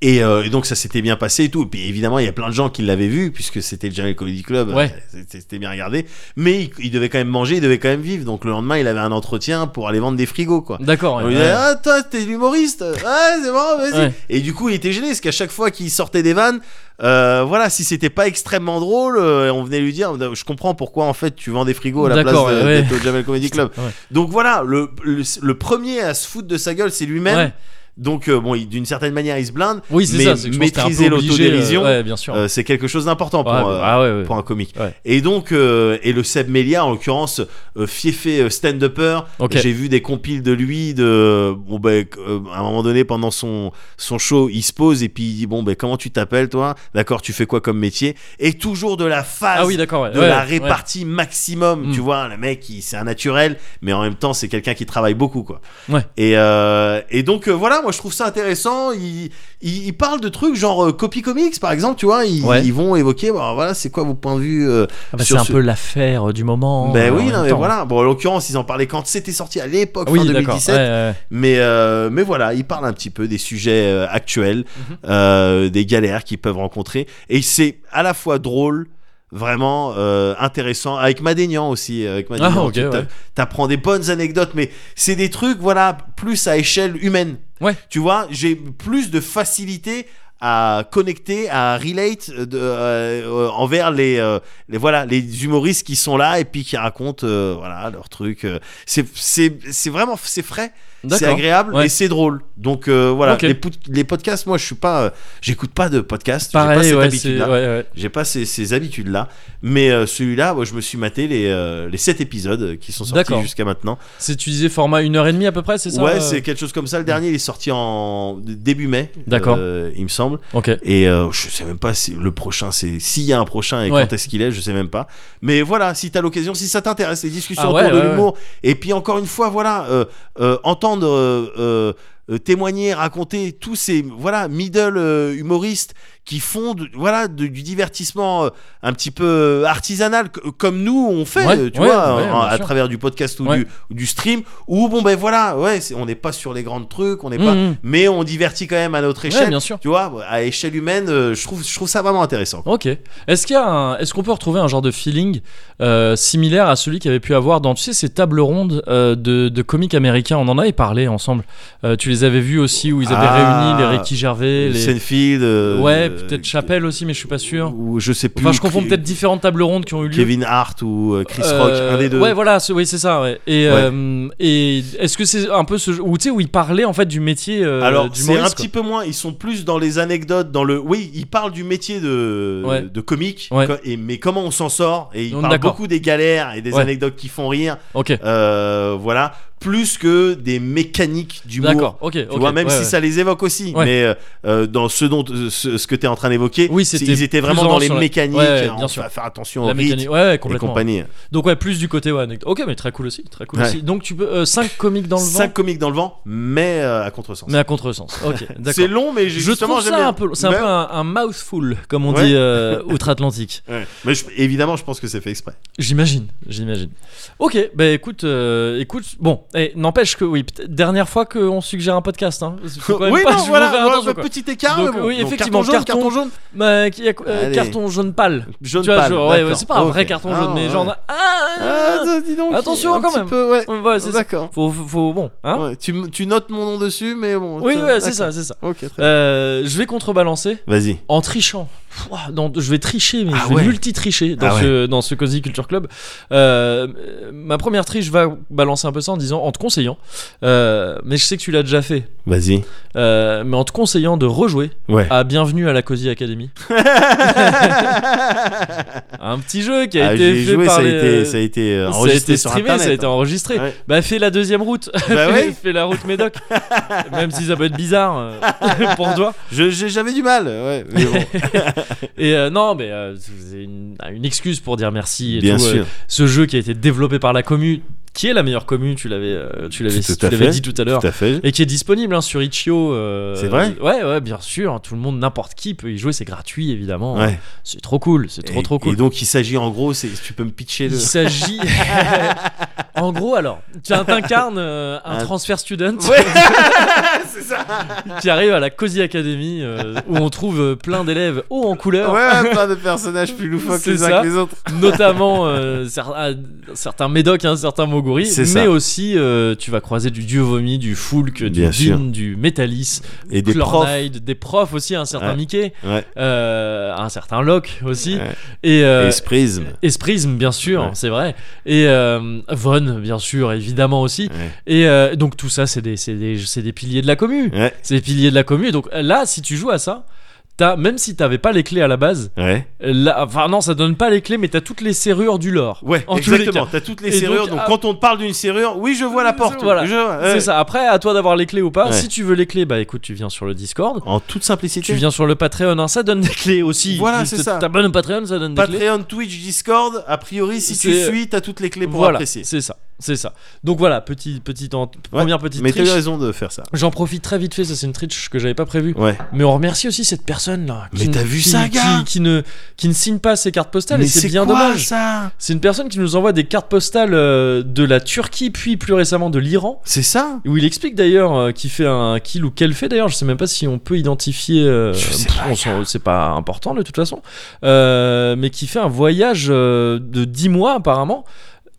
Speaker 2: Et, euh, et donc, ça s'était bien passé et tout. Et puis, évidemment, il y a plein de gens qui l'avaient vu, puisque c'était le Jamel Comedy Club.
Speaker 1: Ouais.
Speaker 2: Euh, C'était c'était bien regardé. Mais il, il devait quand même manger, il devait quand même vivre. Donc, le lendemain, il avait un entretien pour aller vendre des frigos, quoi.
Speaker 1: D'accord. ouais,
Speaker 2: On lui
Speaker 1: ouais.
Speaker 2: disait, ah, toi, t'es l'humoriste. Ouais, c'est marrant, vas-y.
Speaker 1: Ouais.
Speaker 2: Et du coup, il était gêné parce qu'à chaque fois qu'il sortait des vannes, euh, voilà, si c'était pas extrêmement drôle, euh, on venait lui dire, je comprends pourquoi en fait tu vends des frigos à la place
Speaker 1: D'accord,
Speaker 2: de-
Speaker 1: ouais,
Speaker 2: d'être au Jamel Comedy Club.
Speaker 1: Ouais.
Speaker 2: Donc voilà, le, le, le premier à se foutre de sa gueule, c'est lui-même.
Speaker 1: Ouais.
Speaker 2: Donc euh, bon, il- d'une certaine manière, il se blinde.
Speaker 1: Oui, c'est
Speaker 2: Mais
Speaker 1: ça. C'est que je pense que t'es un peu
Speaker 2: maîtriser
Speaker 1: obligé, euh,
Speaker 2: l'autodérision,
Speaker 1: Ouais, bien sûr.
Speaker 2: Euh, c'est quelque chose d'important pour,
Speaker 1: Ouais,
Speaker 2: euh,
Speaker 1: ah ouais, ouais.
Speaker 2: pour un comique.
Speaker 1: Ouais.
Speaker 2: Et donc, euh, et le Seb Melia, en l'occurrence, euh, fiefé euh, stand-upper,
Speaker 1: Ok.
Speaker 2: j'ai vu des compiles de lui de bon ben euh, à un moment donné pendant son son show il se pose et puis il dit bon ben comment tu t'appelles toi d'accord tu fais quoi comme métier et toujours de la phase
Speaker 1: Ah oui, d'accord. ouais.
Speaker 2: de
Speaker 1: Ouais,
Speaker 2: la
Speaker 1: ouais.
Speaker 2: répartie maximum
Speaker 1: Mm.
Speaker 2: tu vois le mec il- c'est un naturel mais en même temps c'est quelqu'un qui travaille beaucoup quoi
Speaker 1: Ouais.
Speaker 2: et euh, et donc euh, voilà moi moi je trouve ça intéressant. Ils, ils, ils parlent de trucs genre euh, Copy Comics, par exemple, tu vois. Ils,
Speaker 1: Ouais.
Speaker 2: ils vont évoquer, bon, voilà, c'est quoi vos points de vue euh,
Speaker 1: Ah bah, c'est
Speaker 2: sur
Speaker 1: un
Speaker 2: ce-
Speaker 1: peu l'affaire euh, du moment.
Speaker 2: Ben
Speaker 1: euh, en
Speaker 2: oui,
Speaker 1: même
Speaker 2: non, mais
Speaker 1: temps.
Speaker 2: voilà. Bon, en l'occurrence, ils en parlaient quand c'était sorti à l'époque,
Speaker 1: Oui,
Speaker 2: fin
Speaker 1: d'accord.
Speaker 2: 2017.
Speaker 1: ouais, ouais, ouais.
Speaker 2: Mais, euh, mais voilà, ils parlent un petit peu des sujets euh, actuels,
Speaker 1: Mhm.
Speaker 2: euh, des galères qu'ils peuvent rencontrer. Et c'est à la fois drôle, vraiment euh, intéressant, avec Madénian aussi. euh, Avec Madénian,
Speaker 1: Ah, ok,
Speaker 2: tu- t'a-
Speaker 1: ouais.
Speaker 2: T'apprends des bonnes anecdotes, mais c'est des trucs, voilà, plus à échelle humaine.
Speaker 1: Ouais.
Speaker 2: Tu vois, j'ai plus de facilité à connecter, à relate euh, de, euh, euh, envers les, euh, les voilà les humoristes qui sont là et puis qui racontent euh, voilà leurs trucs. euh. C'est c'est c'est vraiment c'est frais c'est
Speaker 1: D'accord.
Speaker 2: agréable
Speaker 1: Ouais.
Speaker 2: et c'est drôle. Donc euh, voilà,
Speaker 1: Ok.
Speaker 2: les, pout- les podcasts, moi je suis pas, euh, j'écoute pas de podcasts, j'ai pas
Speaker 1: Pareil,
Speaker 2: cette
Speaker 1: ouais, c'est-
Speaker 2: habitude-là.
Speaker 1: ouais, ouais.
Speaker 2: J'ai pas ces, ces habitudes-là, mais euh, celui-là, moi, je me suis maté les, euh, les 7 épisodes qui sont sortis
Speaker 1: D'accord.
Speaker 2: jusqu'à maintenant.
Speaker 1: C'est tu disais format 1h30 à peu près, c'est ça
Speaker 2: ouais,
Speaker 1: euh
Speaker 2: c'est quelque chose comme ça. Le dernier, il est sorti en début mai,
Speaker 1: D'accord.
Speaker 2: euh, il me semble.
Speaker 1: Ok.
Speaker 2: Et euh, je sais même pas si le prochain, c'est s'il y a un prochain et
Speaker 1: Ouais.
Speaker 2: quand est-ce qu'il est, je sais même pas. Mais voilà, si t'as l'occasion, si ça t'intéresse, les discussions
Speaker 1: Ah
Speaker 2: autour
Speaker 1: ouais,
Speaker 2: de
Speaker 1: ouais,
Speaker 2: l'humour. Et puis encore une fois, voilà, euh, euh, entendre euh, euh, euh, témoigner, raconter tous ces voilà middle euh, humoristes qui font de- voilà de- du divertissement euh, un petit peu euh, artisanal c- comme nous on fait,
Speaker 1: Ouais,
Speaker 2: euh, tu
Speaker 1: ouais,
Speaker 2: vois,
Speaker 1: ouais,
Speaker 2: en-
Speaker 1: bien
Speaker 2: à
Speaker 1: sûr.
Speaker 2: travers du podcast ou,
Speaker 1: Ouais.
Speaker 2: du, ou du stream. Ou bon ben voilà, ouais, c'est- on n'est pas sur les grands trucs, on n'est pas,
Speaker 1: Mhm.
Speaker 2: mais on divertit quand même à notre
Speaker 1: Ouais,
Speaker 2: échelle.
Speaker 1: bien sûr.
Speaker 2: Tu vois, à échelle humaine, euh, je trouve, je trouve ça vraiment intéressant.
Speaker 1: Ok. Est-ce qu'il y a un- est-ce qu'on peut retrouver un genre de feeling euh, similaire à celui qu'il y avait pu avoir dans tu sais ces tables rondes euh, de, de comiques américains On en avait parlé ensemble. Euh, tu les avais vus aussi où ils avaient
Speaker 2: Ah.
Speaker 1: réuni les Ricky Gervais, les
Speaker 2: Seinfeld. euh,
Speaker 1: ouais
Speaker 2: euh,
Speaker 1: peut-être Chappelle aussi, mais je suis pas sûr.
Speaker 2: Ou je sais plus.
Speaker 1: Enfin, je confonds
Speaker 2: Cl-
Speaker 1: peut-être différentes tables rondes qui ont eu lieu.
Speaker 2: Kevin Hart ou euh, Chris
Speaker 1: Euh,
Speaker 2: Rock, un des deux.
Speaker 1: Ouais, voilà, c'est- oui, c'est ça. ouais. Et,
Speaker 2: Ouais.
Speaker 1: euh, et est-ce que c'est un peu ce où tu sais où il parlait en fait du métier euh,
Speaker 2: Alors,
Speaker 1: du
Speaker 2: c'est un
Speaker 1: humoriste, quoi.
Speaker 2: petit peu moins. Ils sont plus dans les anecdotes, dans le. Oui, ils parlent du métier de,
Speaker 1: Ouais.
Speaker 2: de comique,
Speaker 1: Ouais.
Speaker 2: co- et, mais comment on s'en sort. Et ils
Speaker 1: On est
Speaker 2: parlent
Speaker 1: d'accord.
Speaker 2: beaucoup des galères et des
Speaker 1: Ouais.
Speaker 2: anecdotes qui font rire.
Speaker 1: Ok.
Speaker 2: euh, voilà. Plus que des mécaniques d'humour.
Speaker 1: D'accord. Ok.
Speaker 2: Tu vois, même si ça les évoque aussi,
Speaker 1: Ouais.
Speaker 2: mais euh, euh, dans ce dont euh, ce, ce que tu es en train d'évoquer,
Speaker 1: Oui,
Speaker 2: c'est-
Speaker 1: c'était
Speaker 2: ils étaient
Speaker 1: plus
Speaker 2: vraiment
Speaker 1: en-
Speaker 2: dans les
Speaker 1: sur la-
Speaker 2: mécaniques,
Speaker 1: Ouais, bien
Speaker 2: on
Speaker 1: sûr.
Speaker 2: va faire attention au
Speaker 1: La
Speaker 2: rythme
Speaker 1: mécanique, ouais, ouais,
Speaker 2: et
Speaker 1: complètement.
Speaker 2: compagnie.
Speaker 1: Donc ouais, plus du côté ouais, anecdote. Ok, mais très cool aussi, très cool
Speaker 2: Ouais.
Speaker 1: aussi. Donc tu peux 5 comiques dans le
Speaker 2: Cinq
Speaker 1: vent,
Speaker 2: comiques dans le vent, mais euh, à contresens.
Speaker 1: mais à contresens. Ok,
Speaker 2: C'est
Speaker 1: d'accord.
Speaker 2: long, mais j'ai-
Speaker 1: Je
Speaker 2: justement
Speaker 1: trouve
Speaker 2: j'aime
Speaker 1: ça
Speaker 2: bien. Ben
Speaker 1: un peu, c'est un
Speaker 2: mais,
Speaker 1: peu un, un mouthful comme on
Speaker 2: Ouais.
Speaker 1: dit euh, outre-Atlantique.
Speaker 2: ouais. Mais je- évidemment, je pense que c'est fait exprès.
Speaker 1: J'imagine, j'imagine. Ok, bah écoute, euh, écoute, bon, eh, n'empêche que oui, peut-être dernière fois qu'on suggère un podcast, hein. Faut quand même
Speaker 2: oui,
Speaker 1: pas-
Speaker 2: non,
Speaker 1: faut
Speaker 2: voilà,
Speaker 1: faire
Speaker 2: ouais,
Speaker 1: attention, quoi.
Speaker 2: petit écart.
Speaker 1: Donc,
Speaker 2: mais bon.
Speaker 1: oui,
Speaker 2: Donc,
Speaker 1: effectivement,
Speaker 2: carton jaune,
Speaker 1: carton-
Speaker 2: carton jaune,
Speaker 1: Bah, qui a- euh,
Speaker 2: Allez.
Speaker 1: carton jaune pâle.
Speaker 2: jaune
Speaker 1: tu vois,
Speaker 2: pâle,
Speaker 1: genre, ouais, ouais,
Speaker 2: d'accord.
Speaker 1: c'est pas un vrai
Speaker 2: Ok.
Speaker 1: carton
Speaker 2: Ah,
Speaker 1: jaune, mais
Speaker 2: ouais.
Speaker 1: genre. Ah,
Speaker 2: Ah, dis donc,
Speaker 1: Attention,
Speaker 2: un
Speaker 1: quand
Speaker 2: petit
Speaker 1: même.
Speaker 2: peu, ouais.
Speaker 1: Voilà, c'est ça.
Speaker 2: D'accord.
Speaker 1: Faut, faut, faut- bon, hein.
Speaker 2: Ouais, tu, m- tu notes mon nom dessus, mais bon.
Speaker 1: oui,
Speaker 2: tu-
Speaker 1: ouais, c'est
Speaker 2: d'accord.
Speaker 1: ça, c'est ça.
Speaker 2: Ok, très bien.
Speaker 1: Euh, je vais contrebalancer
Speaker 2: Vas-y.
Speaker 1: en trichant. Pff, ouah, dans- je vais tricher, mais
Speaker 2: Ah
Speaker 1: je vais
Speaker 2: ouais.
Speaker 1: multi-tricher dans,
Speaker 2: Ah
Speaker 1: ce, dans ce Cozy Culture Club. Euh, euh, ma première triche va balancer un peu ça en disant, en te conseillant, euh, mais je sais que tu l'as déjà fait,
Speaker 2: Vas-y.
Speaker 1: euh, mais en te conseillant de rejouer
Speaker 2: Ouais.
Speaker 1: à Bienvenue à la Cozy Academy. Ah. un petit jeu qui a
Speaker 2: Ah,
Speaker 1: été
Speaker 2: j'ai
Speaker 1: fait
Speaker 2: joué,
Speaker 1: par
Speaker 2: ça,
Speaker 1: les-
Speaker 2: a été, ça a été euh,
Speaker 1: ça a
Speaker 2: enregistré
Speaker 1: été
Speaker 2: sur
Speaker 1: streamé,
Speaker 2: Internet. hein.
Speaker 1: ça a été enregistré.
Speaker 2: Ouais.
Speaker 1: Bah fais la deuxième route.
Speaker 2: Bah
Speaker 1: fais,
Speaker 2: oui.
Speaker 1: fais la route Médoc. Même si ça peut être bizarre euh, pour toi.
Speaker 2: Je- j'ai- J'avais du mal. Ouais, mais bon,
Speaker 1: Et euh, non, mais euh, c'est une, une excuse pour dire merci. Et
Speaker 2: bien
Speaker 1: tout, euh,
Speaker 2: sûr.
Speaker 1: ce jeu qui a été développé par la commu, qui est la meilleure commu, tu l'avais, euh, tu l'avais,
Speaker 2: Tout
Speaker 1: tu
Speaker 2: à
Speaker 1: l'avais
Speaker 2: fait.
Speaker 1: dit tout à l'heure.
Speaker 2: Tout à fait.
Speaker 1: Et qui est disponible hein, sur Itch.io. euh,
Speaker 2: C'est vrai
Speaker 1: Ouais, ouais, bien sûr. hein, tout le monde, n'importe qui peut y jouer. C'est gratuit, évidemment. hein.
Speaker 2: Ouais.
Speaker 1: C'est trop cool. C'est trop,
Speaker 2: et,
Speaker 1: trop cool.
Speaker 2: Et donc, il s'agit en gros, c'est tu peux me pitcher le.
Speaker 1: Il s'agit. en gros, alors, tu incarnes euh, un
Speaker 2: Un-
Speaker 1: transfer student
Speaker 2: Ouais, c'est ça.
Speaker 1: qui arrive à la Cozy Academy euh, où on trouve euh, plein d'élèves hauts en couleur.
Speaker 2: Ouais, plein de personnages plus loufoques
Speaker 1: C'est
Speaker 2: les uns
Speaker 1: ça.
Speaker 2: que les autres.
Speaker 1: notamment euh, cer- ah, certains médocs, hein, certains moguri,
Speaker 2: C'est
Speaker 1: mais
Speaker 2: ça.
Speaker 1: aussi euh, tu vas croiser du dieu vomi, du Foulk, du
Speaker 2: Bien sûr.
Speaker 1: Dean, du Metalis,
Speaker 2: Et des profs.
Speaker 1: Chlornide, des profs aussi, un certain
Speaker 2: Ouais.
Speaker 1: Mickey,
Speaker 2: Ouais.
Speaker 1: euh, un certain Locke aussi,
Speaker 2: Ouais.
Speaker 1: et, euh,
Speaker 2: Et ce prisme.
Speaker 1: Esprisme, bien sûr,
Speaker 2: Ouais.
Speaker 1: c'est vrai, et euh, Von, bien sûr, évidemment aussi,
Speaker 2: Ouais.
Speaker 1: et euh, donc tout ça, c'est des, c'est des, c'est des piliers de la commu,
Speaker 2: Ouais.
Speaker 1: c'est des piliers de la commu, donc euh, là, si tu joues à ça, t'as- même si t'avais pas les clés à la base,
Speaker 2: Ouais.
Speaker 1: Là, enfin non, ça donne pas les clés, mais t'as toutes les serrures du lore.
Speaker 2: Ouais,
Speaker 1: En tous les
Speaker 2: exactement.
Speaker 1: cas.
Speaker 2: T'as toutes les
Speaker 1: Et donc,
Speaker 2: serrures. Donc,
Speaker 1: ah-
Speaker 2: quand on te parle d'une serrure, oui, je vois la porte.
Speaker 1: Voilà.
Speaker 2: Je- ouais.
Speaker 1: C'est ça. Après, à toi d'avoir les clés ou pas.
Speaker 2: Ouais.
Speaker 1: Si tu veux les clés, bah écoute, tu viens sur le Discord.
Speaker 2: En toute simplicité.
Speaker 1: Tu viens sur le Patreon, hein, ça donne des clés aussi.
Speaker 2: Voilà,
Speaker 1: Tu
Speaker 2: c'est
Speaker 1: te-
Speaker 2: ça.
Speaker 1: T'abonnes au Patreon, ça donne des clés.
Speaker 2: Patreon, Twitch, Discord. A priori, si tu
Speaker 1: C'est-
Speaker 2: suis, t'as toutes les clés pour
Speaker 1: Voilà,
Speaker 2: apprécier.
Speaker 1: c'est ça. C'est ça. Donc voilà, petit, petit, en- première petite
Speaker 2: Mais t'as eu
Speaker 1: triche.
Speaker 2: raison de faire ça.
Speaker 1: J'en profite très vite fait, ça c'est une triche que j'avais pas prévue.
Speaker 2: Ouais.
Speaker 1: Mais on remercie aussi cette personne là.
Speaker 2: Mais t'as vu
Speaker 1: qui,
Speaker 2: ça, gars
Speaker 1: qui, qui ne, qui ne signe pas ses cartes postales
Speaker 2: Mais
Speaker 1: et c'est bien
Speaker 2: quoi,
Speaker 1: dommage.
Speaker 2: ça
Speaker 1: C'est une personne qui nous envoie des cartes postales euh, de la Turquie, puis plus récemment de l'Iran.
Speaker 2: C'est ça
Speaker 1: Où il explique d'ailleurs euh, qu'il fait un kill ou qu'elle fait d'ailleurs, je sais même pas si on peut identifier. euh,
Speaker 2: Je sais
Speaker 1: pff,
Speaker 2: pas,
Speaker 1: on s'en- c'est pas important de toute façon. Euh, mais qui fait un voyage euh, de 10 mois apparemment.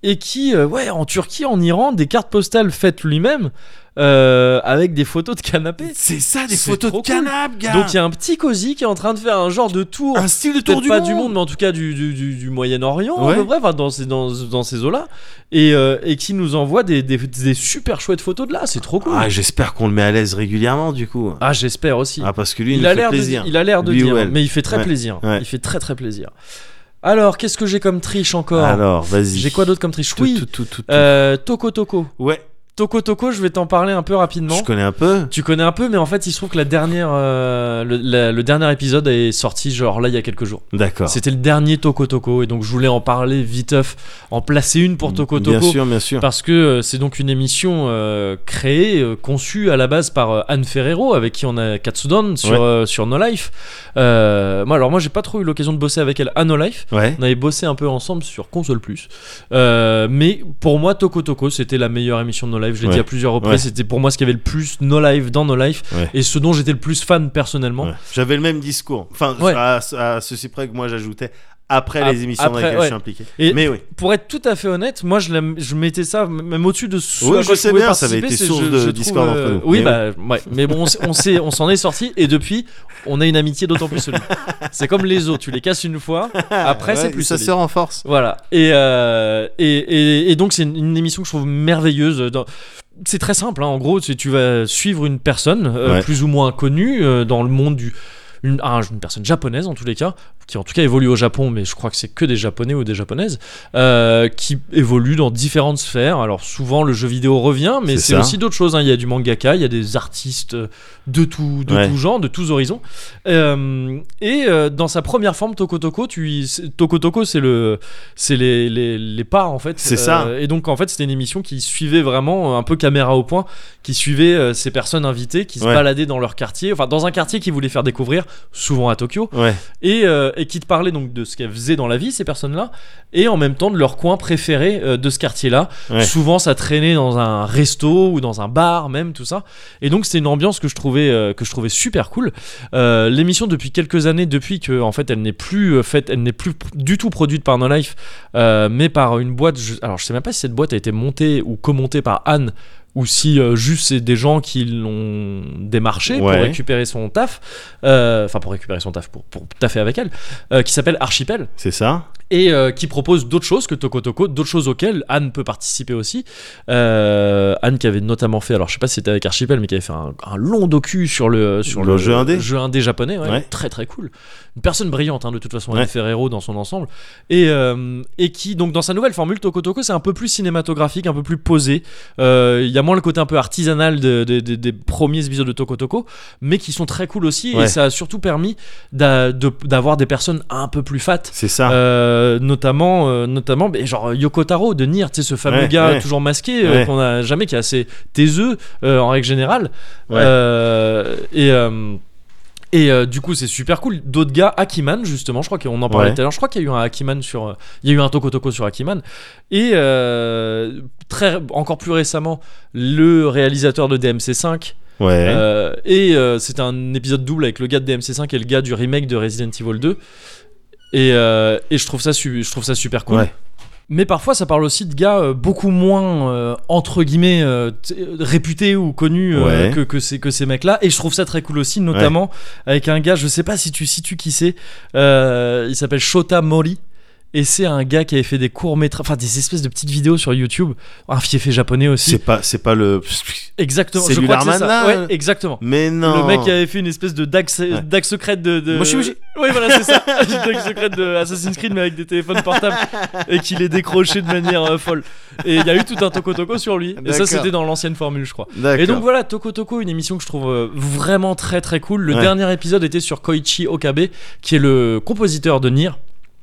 Speaker 1: Et qui, euh, ouais, en Turquie, en Iran, des cartes postales faites lui-même euh, avec des photos de canapé.
Speaker 2: C'est ça, des
Speaker 1: C'est
Speaker 2: photos de
Speaker 1: trop cool.
Speaker 2: canapes, gars
Speaker 1: Donc il y a un petit cosy qui est en train de faire un genre de tour.
Speaker 2: Un style de tour
Speaker 1: Peut-être
Speaker 2: du
Speaker 1: pas
Speaker 2: monde
Speaker 1: du monde, mais en tout cas du, du, du- du Moyen-Orient,
Speaker 2: Ouais.
Speaker 1: à peu près, enfin, dans ces, dans, dans ces eaux-là, et, euh, et qui nous envoie des, des, des super chouettes photos de là, c'est trop cool.
Speaker 2: Ah, j'espère qu'on le met à l'aise régulièrement, du coup.
Speaker 1: Ah, j'espère aussi.
Speaker 2: Ah, parce que lui, il,
Speaker 1: il,
Speaker 2: nous
Speaker 1: a
Speaker 2: fait
Speaker 1: l'air de,
Speaker 2: plaisir.
Speaker 1: il a l'air de
Speaker 2: Lui ou
Speaker 1: dire,
Speaker 2: elle.
Speaker 1: mais il fait très
Speaker 2: Ouais.
Speaker 1: plaisir.
Speaker 2: Ouais.
Speaker 1: Il fait très très plaisir. Alors, qu'est-ce que j'ai comme triche encore
Speaker 2: Alors, vas-y.
Speaker 1: J'ai quoi d'autre comme triche
Speaker 2: Tout,
Speaker 1: Oui,
Speaker 2: tout, tout, tout, tout.
Speaker 1: euh, Toco Toco.
Speaker 2: Ouais,
Speaker 1: Toco Toco, je vais t'en parler un peu rapidement.
Speaker 2: je connais un peu.
Speaker 1: Tu connais un peu, mais en fait, il se trouve que la dernière, euh, le, la- le dernier épisode est sorti genre là il y a quelques jours.
Speaker 2: D'accord.
Speaker 1: C'était le dernier Toko Toko et donc je voulais en parler viteuf, en placer une pour Toko Toko.
Speaker 2: Mm, Bien sûr, bien sûr.
Speaker 1: Parce que euh, c'est donc une émission euh, créée, euh, conçue à la base par euh, Anne Ferrero, avec qui on a Katsudan sur,
Speaker 2: Ouais.
Speaker 1: euh, sur No Life. Euh, moi, alors moi, j'ai pas trop eu l'occasion de bosser avec elle à No Life.
Speaker 2: Ouais.
Speaker 1: On avait bossé un peu ensemble sur Console Plus. Euh, mais pour moi, Toko Toko, c'était la meilleure émission de No Life. Je l'ai
Speaker 2: Ouais.
Speaker 1: dit à plusieurs reprises.
Speaker 2: Ouais.
Speaker 1: C'était pour moi ce qu'il y avait le plus No Life dans No Life.
Speaker 2: Ouais.
Speaker 1: Et ce dont j'étais le plus fan personnellement.
Speaker 2: Ouais. J'avais le même discours. Enfin,
Speaker 1: Ouais.
Speaker 2: à, à ceci près que moi, j'ajoutais après
Speaker 1: Ap-
Speaker 2: les émissions
Speaker 1: après,
Speaker 2: dans lesquelles
Speaker 1: ouais.
Speaker 2: je suis impliqué.
Speaker 1: Et-
Speaker 2: Mais oui.
Speaker 1: Pour être tout à fait honnête, moi je, l'aime- je mettais ça m- même au-dessus de ce
Speaker 2: Oui,
Speaker 1: à
Speaker 2: je
Speaker 1: quoi
Speaker 2: sais
Speaker 1: pouvais
Speaker 2: bien, ça avait
Speaker 1: participer,
Speaker 2: été
Speaker 1: c'est-
Speaker 2: source
Speaker 1: je-
Speaker 2: de
Speaker 1: je
Speaker 2: discorde
Speaker 1: trouve,
Speaker 2: entre nous.
Speaker 1: Oui,
Speaker 2: Mais
Speaker 1: bah, ouais. mais bon, on s'est- on s'est- on s'en est sorti et depuis, on a une amitié d'autant plus solide. c'est comme les os, tu les casses une fois, après c'est
Speaker 2: Ouais,
Speaker 1: plus
Speaker 2: Ça
Speaker 1: solide.
Speaker 2: se renforce.
Speaker 1: Voilà. Et, euh, et, et, et donc, c'est une, une émission que je trouve merveilleuse. Dans- C'est très simple, hein. en gros, c'est- tu vas suivre une personne euh,
Speaker 2: Ouais.
Speaker 1: plus ou moins connue euh, dans le monde du. Une, un- une personne japonaise en tous les cas, qui en tout cas évolue au Japon, mais je crois que c'est que des japonais ou des japonaises, euh, qui évolue dans différentes sphères. Alors souvent le jeu vidéo revient, mais
Speaker 2: C'est
Speaker 1: c'est
Speaker 2: ça.
Speaker 1: aussi d'autres choses. hein. Il y a du mangaka, il y a des artistes euh, de tout, de
Speaker 2: Ouais.
Speaker 1: tout genre, de tous horizons. Euh, et euh, dans sa première forme, Toko Toko, tu y- c'est- Toko Toko, c'est le, c'est les, les, les pas en fait.
Speaker 2: C'est
Speaker 1: Euh,
Speaker 2: ça.
Speaker 1: Et donc en fait, c'était une émission qui suivait vraiment euh, un peu caméra au point, qui suivait euh, ces personnes invitées, qui se
Speaker 2: Ouais.
Speaker 1: baladaient dans leur quartier, enfin dans un quartier qu'ils voulaient faire découvrir, souvent à Tokyo,
Speaker 2: Ouais.
Speaker 1: et, euh, et qui te parlaient donc de ce qu'elles faisaient dans la vie ces personnes-là, et en même temps de leur coin préféré euh, de ce quartier-là.
Speaker 2: Ouais.
Speaker 1: Souvent, ça traînait dans un resto ou dans un bar, même tout ça. Et donc, c'est une ambiance que je trouvais euh, que je trouvais super cool. Euh, L'émission depuis quelques années, depuis que en fait elle n'est plus euh, faite, elle n'est plus pr- du tout produite par No Life, euh, mais par une boîte. je- alors, je sais même pas si cette boîte a été montée ou commentée par Anne ou si euh, juste c'est des gens qui l'ont démarché
Speaker 2: Ouais.
Speaker 1: pour récupérer son taf, euh, enfin pour récupérer son taf, pour, pour taffer avec elle, euh, qui s'appelle Archipel
Speaker 2: C'est ça.
Speaker 1: et euh, qui propose d'autres choses que Toko Toko, d'autres choses auxquelles Anne peut participer aussi. Euh, Anne qui avait notamment fait, alors je sais pas si c'était avec Archipel, mais qui avait fait un, un long docu sur le sur
Speaker 2: Le jeu indé.
Speaker 1: japonais, ouais,
Speaker 2: Ouais.
Speaker 1: très très cool. Une personne brillante hein, de toute façon,
Speaker 2: Ouais.
Speaker 1: Anne Ferrero dans son ensemble, et euh, et qui donc dans sa nouvelle formule Toko Toko, c'est un peu plus cinématographique, un peu plus posé. Euh, Il y a moins le côté un peu artisanal de- de- de- des premiers épisodes de Toko Toko, mais qui sont très cool aussi,
Speaker 2: Ouais.
Speaker 1: et ça a surtout permis d'a- de- d'avoir des personnes un peu plus fat.
Speaker 2: C'est ça.
Speaker 1: Euh, notamment euh, notamment mais genre Yoko Taro de Nier tu sais ce fameux
Speaker 2: Ouais,
Speaker 1: gars
Speaker 2: ouais.
Speaker 1: toujours masqué euh,
Speaker 2: Ouais.
Speaker 1: qu'on a jamais qui est assez taiseux euh, en règle générale
Speaker 2: Ouais.
Speaker 1: Euh, et euh, et euh, du coup, c'est super cool. D'autres gars, Akiman, justement, je crois qu'on en parlait
Speaker 2: Ouais.
Speaker 1: tout à l'heure. Je crois qu'il y a eu un Akiman sur. euh, Il y a eu un Toko Toko sur Akiman. Et euh, très, encore plus récemment, le réalisateur de DMC5.
Speaker 2: ouais.
Speaker 1: Euh, et euh, c'était un épisode double avec le gars de DMC5 et le gars du remake de Resident Evil 2. Et, euh, et je, trouve ça su- je trouve ça super cool.
Speaker 2: Ouais.
Speaker 1: Mais parfois, ça parle aussi de gars euh, beaucoup moins, euh, entre guillemets, euh, t- euh, réputés ou connus euh,
Speaker 2: Ouais.
Speaker 1: que, que ces, que ces mecs-là. Et je trouve ça très cool aussi, notamment avec un gars, je sais pas si tu situes qui c'est, euh, il s'appelle Shota Mori. Et c'est un gars qui avait fait des courts-métrages, enfin des espèces de petites vidéos sur YouTube. Un fiefé japonais aussi.
Speaker 2: C'est pas, c'est pas le.
Speaker 1: Exactement,
Speaker 2: c'est
Speaker 1: je
Speaker 2: du
Speaker 1: crois que c'est ça.
Speaker 2: Larman, là
Speaker 1: Ouais, exactement.
Speaker 2: Mais non.
Speaker 1: Le mec qui avait fait une espèce de DAC,
Speaker 2: Ouais.
Speaker 1: DAC secrète de, de.
Speaker 2: Moshi Moshi.
Speaker 1: Oui, voilà, c'est ça. Une DAC secrète de Assassin's Creed, mais avec des téléphones portables. Et qu'il est décroché de manière euh, folle. Et il y a eu tout un Toko Toko sur lui. Et ça,
Speaker 2: D'accord.
Speaker 1: c'était dans l'ancienne formule, je crois.
Speaker 2: D'accord.
Speaker 1: Et donc voilà, Toko Toko, une émission que je trouve euh, vraiment très très cool. Le
Speaker 2: Ouais.
Speaker 1: dernier épisode était sur Koichi Okabe, qui est le compositeur de Nier.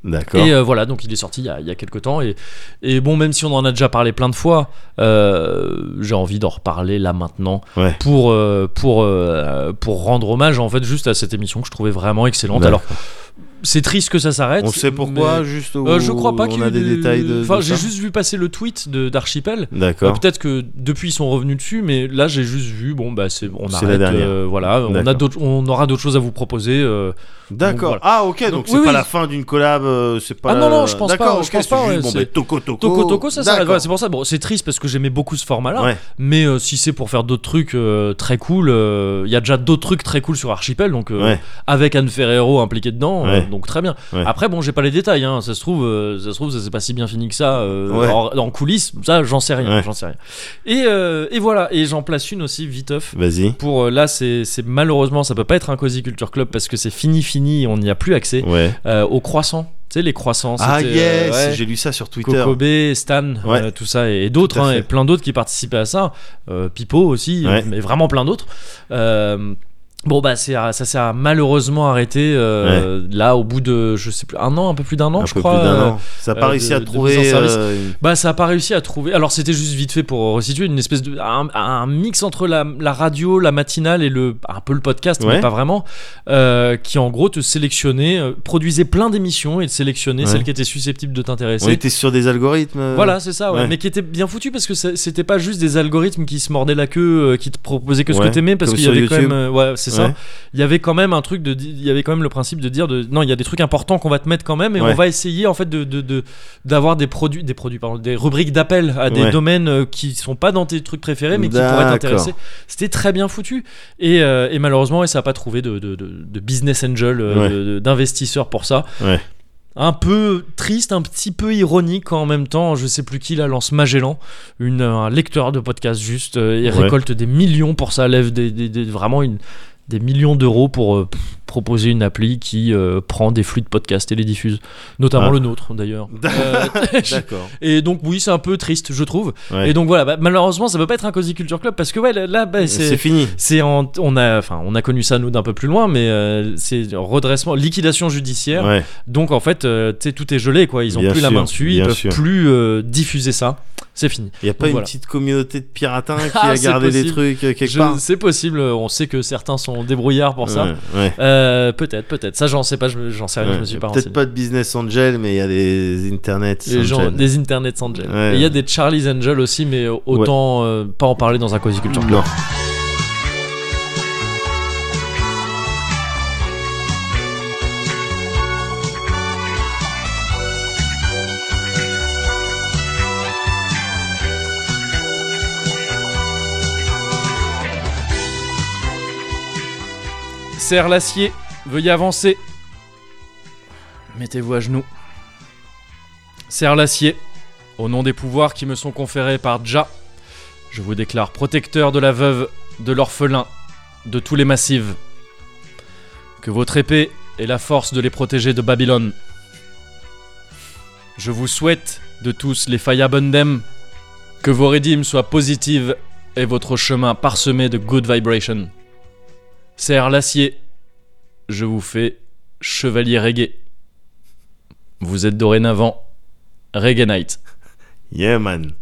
Speaker 2: D'accord.
Speaker 1: Et euh, voilà, donc il est sorti il y a, il y a quelques temps. Et, et bon, même si on en a déjà parlé plein de fois, euh, j'ai envie d'en reparler là maintenant
Speaker 2: Ouais.
Speaker 1: pour, euh, pour, euh, pour rendre hommage en fait juste à cette émission que je trouvais vraiment excellente.
Speaker 2: D'accord.
Speaker 1: Alors, c'est triste que ça s'arrête.
Speaker 2: On sait pourquoi,
Speaker 1: mais-
Speaker 2: juste
Speaker 1: Euh,
Speaker 2: ou
Speaker 1: je crois pas qu'il
Speaker 2: On
Speaker 1: y
Speaker 2: a
Speaker 1: ait
Speaker 2: des
Speaker 1: de-
Speaker 2: détails de.
Speaker 1: Enfin,
Speaker 2: de
Speaker 1: j'ai
Speaker 2: ça
Speaker 1: juste vu passer le tweet de- d'Archipel. Euh,
Speaker 2: D'accord.
Speaker 1: Peut-être que depuis ils sont revenus dessus, mais là j'ai juste vu bon bah c'est on
Speaker 2: C'est
Speaker 1: arrête.
Speaker 2: la dernière.
Speaker 1: euh, voilà, on a
Speaker 2: D'accord.
Speaker 1: d'autres, on aura d'autres choses à vous proposer. euh.
Speaker 2: D'accord.
Speaker 1: Donc, voilà.
Speaker 2: Ah, ok, donc,
Speaker 1: Donc,
Speaker 2: c'est
Speaker 1: oui,
Speaker 2: pas
Speaker 1: oui.
Speaker 2: la fin d'une collab, euh, c'est pas.
Speaker 1: Ah,
Speaker 2: la-
Speaker 1: non, non, je pense pas,
Speaker 2: D'accord,
Speaker 1: ouais, je
Speaker 2: ok,
Speaker 1: pense
Speaker 2: c'est
Speaker 1: pas,
Speaker 2: juste,
Speaker 1: ouais,
Speaker 2: bon,
Speaker 1: c'est-
Speaker 2: ben, Toco Toco.
Speaker 1: Toco Toco, ça s'arrête.
Speaker 2: D'accord.
Speaker 1: Voilà, c'est pour ça. Bon, c'est triste parce que j'aimais beaucoup ce format-là.
Speaker 2: Ouais,
Speaker 1: Mais euh, si c'est pour faire d'autres trucs euh, très cool, euh, il y a déjà d'autres trucs très cool sur Archipel, donc euh,
Speaker 2: ouais,
Speaker 1: avec Anne Ferrero impliquée dedans, euh,
Speaker 2: Ouais.
Speaker 1: donc très bien.
Speaker 2: Ouais.
Speaker 1: Après, bon, j'ai pas les détails, hein, ça se trouve, euh, ça se trouve, ça s'est pas si bien fini que ça euh,
Speaker 2: Ouais.
Speaker 1: en, en coulisses, ça j'en sais rien,
Speaker 2: Ouais.
Speaker 1: j'en sais rien. Et, euh, et voilà, et j'en place une aussi viteuf.
Speaker 2: vas-y.
Speaker 1: Pour euh, là, c'est c'est- malheureusement, ça peut pas être un Cozy Culture Club parce que c'est fini, fini, et on n'y a plus accès.
Speaker 2: Ouais.
Speaker 1: Euh, au croissant, tu sais, les croissants.
Speaker 2: Ah,
Speaker 1: c'était,
Speaker 2: yes,
Speaker 1: euh, ouais.
Speaker 2: j'ai lu ça sur Twitter.
Speaker 1: Kokobé, Stan,
Speaker 2: Ouais.
Speaker 1: euh, tout ça, et, et d'autres,
Speaker 2: Tout à
Speaker 1: hein,
Speaker 2: fait.
Speaker 1: et plein d'autres qui participaient à ça, Euh, Pipo aussi, euh,
Speaker 2: Ouais.
Speaker 1: mais vraiment plein d'autres. Euh, bon, bah, c'est, à- ça s'est à- malheureusement arrêté euh, là au bout de, je sais plus, un an, un peu plus d'un an,
Speaker 2: un
Speaker 1: je
Speaker 2: peu
Speaker 1: crois.
Speaker 2: plus d'un
Speaker 1: euh,
Speaker 2: an. Ça n'a
Speaker 1: euh,
Speaker 2: pas réussi
Speaker 1: de-
Speaker 2: à
Speaker 1: de
Speaker 2: trouver.
Speaker 1: mise en service.
Speaker 2: euh,
Speaker 1: bah, ça a pas réussi à trouver. Alors, c'était juste vite fait pour resituer une espèce de. un, un mix entre la, la radio, la matinale et le, un peu le podcast, mais
Speaker 2: Ouais.
Speaker 1: pas vraiment. euh, qui, en gros, te sélectionnait, euh, produisait plein d'émissions et te sélectionnait
Speaker 2: Ouais.
Speaker 1: celles qui étaient susceptibles de t'intéresser.
Speaker 2: On était sur des algorithmes. euh,
Speaker 1: Voilà, c'est ça, ouais.
Speaker 2: ouais.
Speaker 1: mais qui était bien foutu parce que ça- c'était pas juste des algorithmes qui se mordaient la queue, euh, qui te proposaient que ce
Speaker 2: Ouais,
Speaker 1: que t'aimais, parce
Speaker 2: comme
Speaker 1: qu'il y
Speaker 2: sur
Speaker 1: avait quand
Speaker 2: YouTube.
Speaker 1: même, euh, ouais, c'est ça.
Speaker 2: Ouais.
Speaker 1: Il y avait quand même un truc de, di- il y avait quand même le principe de dire, de, non, il y a des trucs importants qu'on va te mettre quand même, et
Speaker 2: Ouais.
Speaker 1: on va essayer en fait de, de- de- d'avoir des produits, des produits, pardon, des rubriques d'appel à des
Speaker 2: Ouais.
Speaker 1: domaines euh, qui sont pas dans tes trucs préférés, mais qui pourraient
Speaker 2: D'accord.
Speaker 1: t'intéresser. C'était très bien foutu, et, euh, et malheureusement, ouais, ça a pas trouvé de, de- de- de business angel, euh,
Speaker 2: Ouais.
Speaker 1: de- de- d'investisseurs pour ça
Speaker 2: Ouais.
Speaker 1: un peu triste, un petit peu ironique quand en même temps, je sais plus qui la lance Magellan, une, euh, un lecteur de podcast juste, euh, et
Speaker 2: Ouais.
Speaker 1: récolte des millions pour ça, lève des, des- des- vraiment une, des millions d'euros pour euh, pff, proposer une appli qui euh, prend des flux de podcasts et les diffuse, notamment
Speaker 2: Ah.
Speaker 1: le nôtre d'ailleurs. Euh,
Speaker 2: D'accord.
Speaker 1: et donc oui, c'est un peu triste, je trouve.
Speaker 2: Ouais. Euh,
Speaker 1: Et donc voilà, bah, malheureusement, ça peut pas être un Cozy Culture Club parce que ouais, là, là, bah,
Speaker 2: C'est fini.
Speaker 1: c'est en- on a enfin on a connu ça nous d'un peu plus loin mais euh, c'est redressement liquidation judiciaire
Speaker 2: Ouais.
Speaker 1: donc en fait, euh, tu sais, tout est gelé, quoi. Ils ont
Speaker 2: Bien
Speaker 1: plus la
Speaker 2: sûr,
Speaker 1: main dessus, ils
Speaker 2: bien
Speaker 1: peuvent
Speaker 2: sûr.
Speaker 1: plus euh, diffuser ça. C'est fini.
Speaker 2: Il n'y a pas
Speaker 1: Donc
Speaker 2: une
Speaker 1: voilà.
Speaker 2: petite communauté de piratins qui
Speaker 1: Ah,
Speaker 2: a
Speaker 1: c'est
Speaker 2: gardé des
Speaker 1: possible.
Speaker 2: trucs euh, quelque
Speaker 1: Je-
Speaker 2: part
Speaker 1: C'est possible. On sait que certains sont débrouillards pour ça.
Speaker 2: Ouais, ouais.
Speaker 1: Euh, peut-être, peut-être. Ça, j'en sais pas. je me- J'en sais rien.
Speaker 2: Ouais.
Speaker 1: Je me suis pas
Speaker 2: Peut-être
Speaker 1: renseigné.
Speaker 2: pas de business angel, mais il y a des internets.
Speaker 1: Les gens,
Speaker 2: angels.
Speaker 1: des Internet Angels.
Speaker 2: Ouais.
Speaker 1: Et Il y a des Charlie's Angels aussi, mais autant euh, pas en parler dans un Cozy Culture Club.
Speaker 2: Non.
Speaker 1: Serre l'acier, veuillez avancer. Mettez-vous à genoux. Serre l'acier, au nom des pouvoirs qui me sont conférés par Dja, je vous déclare protecteur de la veuve, de l'orphelin, de tous les massifs. Que votre épée ait la force de les protéger de Babylone. Je vous souhaite, de tous les Fayabundem, que vos rédimes soient positives et votre chemin parsemé de good vibrations. Serre l'acier. Je vous fais chevalier reggae. Vous êtes dorénavant Reggae Knight.
Speaker 2: Yeah, man.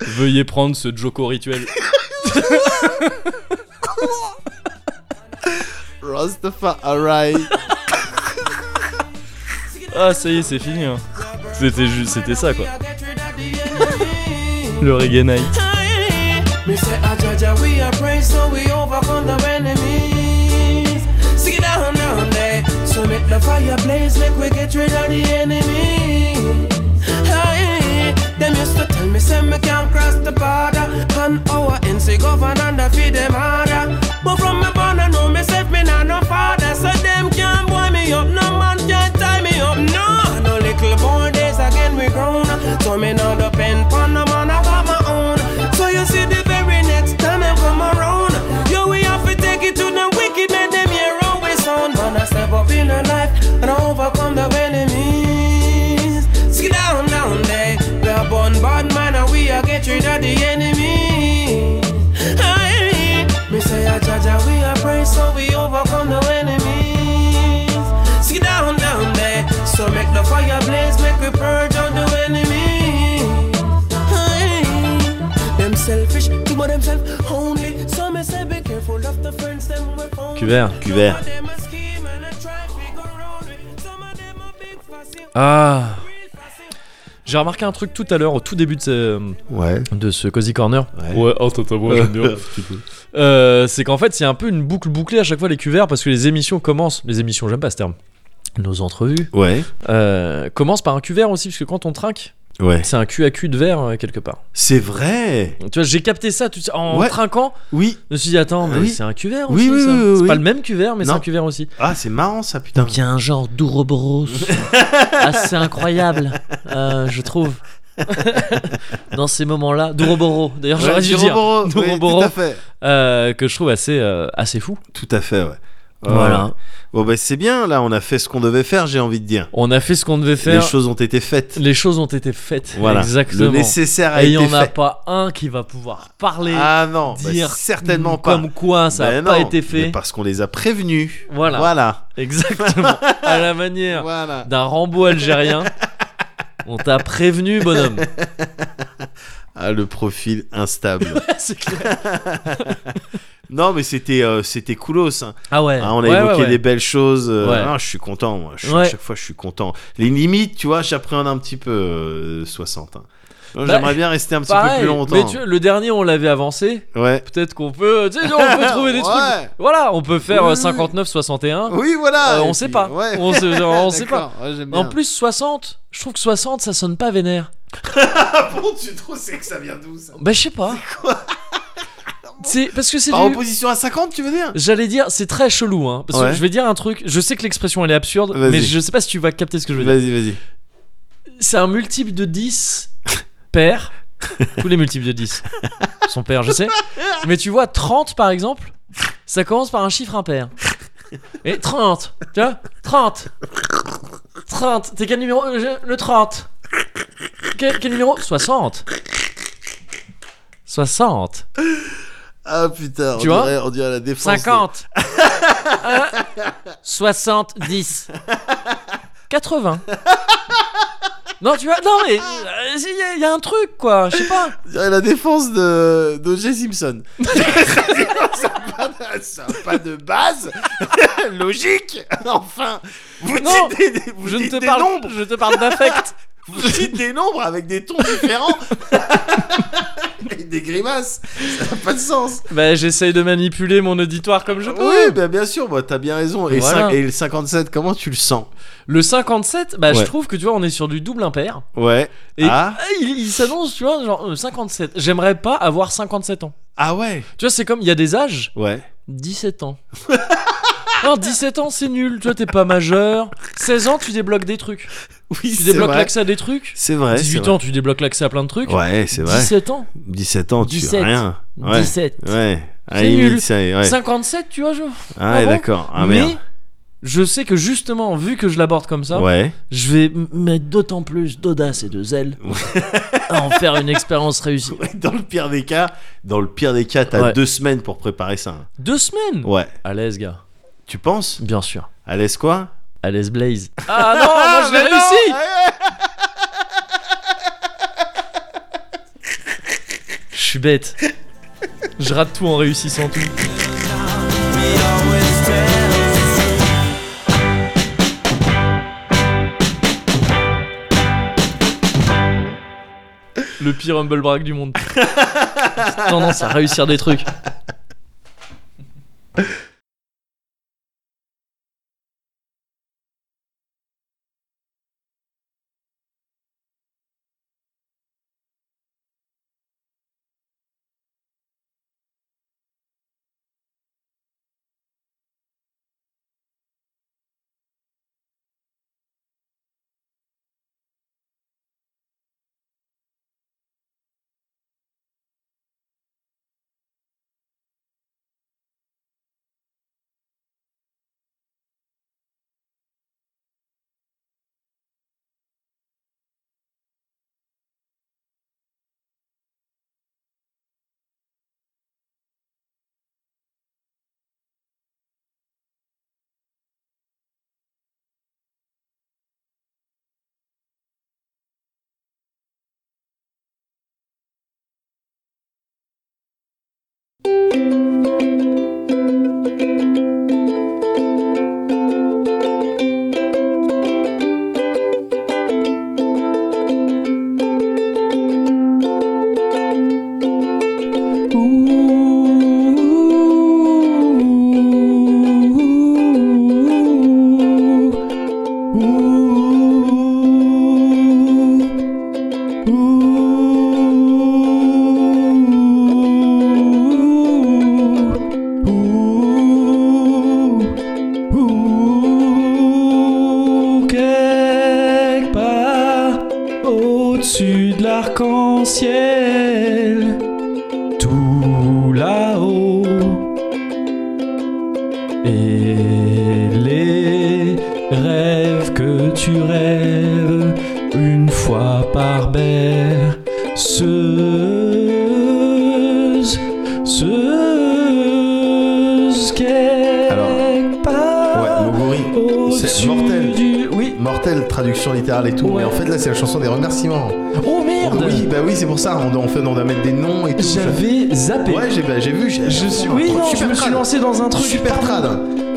Speaker 1: Veuillez prendre ce Joko rituel.
Speaker 2: Rastafari.
Speaker 1: Ah, ça y est, c'est fini. hein. C'était juste, c'était ça quoi. Le Reggae Knight.
Speaker 4: Me say, Ajaja, we are praised, so we overcome the enemies. Sing it down, down there. So make the fire blaze, make we get rid of the enemy. Aye. Them used to tell me, say, me can't cross the border. And our NC government, I feed them harder. But from my born, I know myself, me not no father. So them can't boy me up, no man can't tie me up, no. And no little boy days again, we grown. So me not depend upon no man, I got my own. So you see the very next time I come around. Yo, we have to take it to the wicked, let them hear all we sound. Man, I step up in the life and I overcome the enemies. Sit down, down there. We are born bad man and we are get rid of the enemy. Aye. themself only. Some may say be careful of the friends them we're on.
Speaker 1: Cuvert.
Speaker 2: Cuvert.
Speaker 1: Ah J'ai remarqué un truc tout à l'heure, au tout début de ce,
Speaker 2: Ouais.
Speaker 1: de ce Cozy Corner.
Speaker 2: Ouais.
Speaker 1: oh, t'entends, moi, j'aime bien. Euh, c'est qu'en fait, c'est un peu une boucle bouclée à chaque fois les cuverts parce que les émissions commencent. Les émissions, j'aime pas ce terme. Nos entrevues
Speaker 2: Ouais.
Speaker 1: euh, commencent par un cuvert aussi, parce que quand on trinque,
Speaker 2: Ouais.
Speaker 1: c'est un cul à cul de verre euh, quelque part.
Speaker 2: C'est vrai.
Speaker 1: Tu vois, j'ai capté ça tout en
Speaker 2: Ouais.
Speaker 1: trinquant.
Speaker 2: Oui.
Speaker 1: Je me suis dit, attends, mais
Speaker 2: Oui.
Speaker 1: c'est un cuvert aussi.
Speaker 2: Oui, oui,
Speaker 1: ça.
Speaker 2: oui, oui,
Speaker 1: c'est
Speaker 2: oui.
Speaker 1: pas le même cuvert, mais c'est
Speaker 2: Non.
Speaker 1: un cuvert aussi.
Speaker 2: Ah, c'est marrant ça, putain.
Speaker 1: Donc il y a un genre d'ouroboros assez incroyable, euh, je trouve. Dans ces moments-là, d'ouroboro. D'ailleurs, j'aurais
Speaker 2: Ouais,
Speaker 1: dû
Speaker 2: du
Speaker 1: dire
Speaker 2: Roboro, oui,
Speaker 1: Doroboro.
Speaker 2: tout à fait.
Speaker 1: euh, que je trouve assez euh, assez fou.
Speaker 2: Tout à fait, ouais. Ouais, ouais.
Speaker 1: Voilà.
Speaker 2: Bon, bah, c'est bien, là, on a fait ce qu'on devait faire, j'ai envie de dire.
Speaker 1: On a fait ce qu'on devait faire.
Speaker 2: Les choses ont été faites.
Speaker 1: Les choses ont été faites.
Speaker 2: Voilà.
Speaker 1: Exactement.
Speaker 2: Le nécessaire a
Speaker 1: Et il n'y
Speaker 2: été
Speaker 1: en a
Speaker 2: fait.
Speaker 1: pas un qui va pouvoir parler,
Speaker 2: ah non, bah,
Speaker 1: dire
Speaker 2: certainement pas.
Speaker 1: comme quoi ça n'a
Speaker 2: Ben
Speaker 1: pas
Speaker 2: non,
Speaker 1: été
Speaker 2: mais
Speaker 1: fait.
Speaker 2: Parce qu'on les a prévenus.
Speaker 1: Voilà.
Speaker 2: Voilà.
Speaker 1: Exactement. à la manière
Speaker 2: Voilà.
Speaker 1: d'un Rambo algérien. On t'a prévenu, bonhomme.
Speaker 2: Ah, le profil instable.
Speaker 1: C'est clair.
Speaker 2: non, mais c'était euh, c'était coolos. hein.
Speaker 1: Ah ouais.
Speaker 2: Ah, on a
Speaker 1: Ouais,
Speaker 2: évoqué
Speaker 1: ouais, ouais.
Speaker 2: des belles choses. euh,
Speaker 1: Ouais.
Speaker 2: ah, je suis content, moi. Je suis-
Speaker 1: Ouais.
Speaker 2: À chaque fois, je suis content. Les limites, tu vois, j'appréhende un petit peu euh, 60. hein. Non,
Speaker 1: Bah,
Speaker 2: J'aimerais bien rester un petit peu
Speaker 1: Pareil,
Speaker 2: plus longtemps.
Speaker 1: Mais tu vois, le dernier, on l'avait avancé.
Speaker 2: Ouais.
Speaker 1: Peut-être qu'on peut. Tu sais, on peut trouver des trucs.
Speaker 2: Ouais.
Speaker 1: Voilà, on peut faire
Speaker 2: Oui,
Speaker 1: euh,
Speaker 2: oui.
Speaker 1: 59, 61.
Speaker 2: Oui, voilà.
Speaker 1: Euh,
Speaker 2: Et
Speaker 1: on
Speaker 2: puis,
Speaker 1: sait pas.
Speaker 2: ouais.
Speaker 1: On sait, on sait pas.
Speaker 2: D'accord. Ouais, j'aime
Speaker 1: En
Speaker 2: bien.
Speaker 1: plus, 60, je trouve que 60, ça sonne pas vénère.
Speaker 2: Ah bon, tu trouves c'est que ça vient d'où ça
Speaker 1: Bah, je sais pas. C'est parce que c'est
Speaker 2: Par
Speaker 1: du...
Speaker 2: opposition à 50, tu veux dire
Speaker 1: J'allais dire, c'est très chelou, hein. Parce
Speaker 2: Ouais.
Speaker 1: que je vais dire un truc. Je sais que l'expression elle est absurde,
Speaker 2: Vas-y.
Speaker 1: mais je sais pas si tu vas capter ce que je veux dire.
Speaker 2: Vas-y, vas-y.
Speaker 1: C'est un multiple de 10 pair. Tous les multiples de 10 sont pairs, je sais. Mais tu vois, 30 par exemple, ça commence par un chiffre impair. Et 30, tu vois 30 30, t'es quel numéro Euh, je- Le 30. Quel, quel numéro 60. 60.
Speaker 2: Ah putain,
Speaker 1: Tu
Speaker 2: on,
Speaker 1: vois
Speaker 2: dirait, on dirait la défense. des-
Speaker 1: 50. 70. 80. Non, tu vois, non, mais il y, a un truc, quoi, je sais pas.
Speaker 2: on dirait la défense de d'O.J. Simpson. ça n'a pas, de- ça a pas de base logique. Enfin, vous
Speaker 1: Non,
Speaker 2: dites des, des- vous
Speaker 1: Je ne
Speaker 2: dites
Speaker 1: te
Speaker 2: des
Speaker 1: parle,
Speaker 2: nombres,
Speaker 1: je te parle d'affect.
Speaker 2: vous dites des nombres avec des tons différents et des grimaces. Ça n'a pas de sens.
Speaker 1: bah, j'essaye de manipuler mon auditoire comme je peux.
Speaker 2: Oui, bah, bien sûr, bah, t'as bien raison. Et,
Speaker 1: Voilà.
Speaker 2: cinq- et le 57, comment tu le sens
Speaker 1: Le 57, bah, je
Speaker 2: Ouais.
Speaker 1: trouve que tu vois, on est sur du double impair.
Speaker 2: Ouais.
Speaker 1: Et
Speaker 2: Ah.
Speaker 1: ah, il, il s'annonce, tu vois, genre euh, 57. J'aimerais pas avoir 57 ans.
Speaker 2: Ah ouais.
Speaker 1: Tu vois, c'est comme, il y a des âges.
Speaker 2: Ouais.
Speaker 1: 17 ans. non, 17 ans, c'est nul. Toi, t'es pas majeur. 16 ans, tu débloques des trucs.
Speaker 2: Oui,
Speaker 1: Tu
Speaker 2: c'est
Speaker 1: débloques
Speaker 2: vrai.
Speaker 1: l'accès à des trucs.
Speaker 2: C'est vrai.
Speaker 1: 18 ans, tu débloques l'accès à plein de trucs.
Speaker 2: Ouais, c'est vrai.
Speaker 1: 17 ans.
Speaker 2: 17 ans, tu
Speaker 1: 17.
Speaker 2: rien. Ouais.
Speaker 1: 17.
Speaker 2: Ouais. Ah,
Speaker 1: C'est
Speaker 2: il-
Speaker 1: nul.
Speaker 2: ça y est, ouais.
Speaker 1: 57, tu vois, je. Ah
Speaker 2: Ah, ouais,
Speaker 1: bon
Speaker 2: d'accord. Ah,
Speaker 1: Mais
Speaker 2: merde.
Speaker 1: je sais que justement, vu que je l'aborde comme ça,
Speaker 2: Ouais.
Speaker 1: je vais m- mettre d'autant plus d'audace et de zèle à en faire une expérience réussie.
Speaker 2: Dans le pire des cas, dans le pire des cas, t'as
Speaker 1: Ouais.
Speaker 2: deux semaines pour préparer ça.
Speaker 1: Deux semaines
Speaker 2: Ouais.
Speaker 1: À l'aise, gars.
Speaker 2: Tu penses
Speaker 1: Bien sûr.
Speaker 2: À l'aise quoi
Speaker 1: À l'aise, Blaze. Ah non, moi je l'ai réussi Je suis bête. Je rate tout en réussissant tout. Le pire humble brag du monde. Tendance à réussir des trucs. tu rêves une fois par berceuse, ceuse quelque
Speaker 2: Alors,
Speaker 1: part
Speaker 2: Ouais, Moguri.
Speaker 1: au-dessus
Speaker 2: mortel.
Speaker 1: du- Oui.
Speaker 2: Mortel, traduction littérale et tout.
Speaker 1: Ouais.
Speaker 2: Mais en fait, là, c'est la chanson des remerciements.
Speaker 1: Oh merde
Speaker 2: Oui, bah oui, c'est pour ça. On doit, en fait, on doit mettre des noms et tout.
Speaker 1: J'avais zappé.
Speaker 2: Ouais, j'ai bah, j'ai vu. j'ai-
Speaker 1: je suis. Oui,
Speaker 2: Super
Speaker 1: non, je me suis
Speaker 2: crade.
Speaker 1: lancé dans un truc.
Speaker 2: Super trad.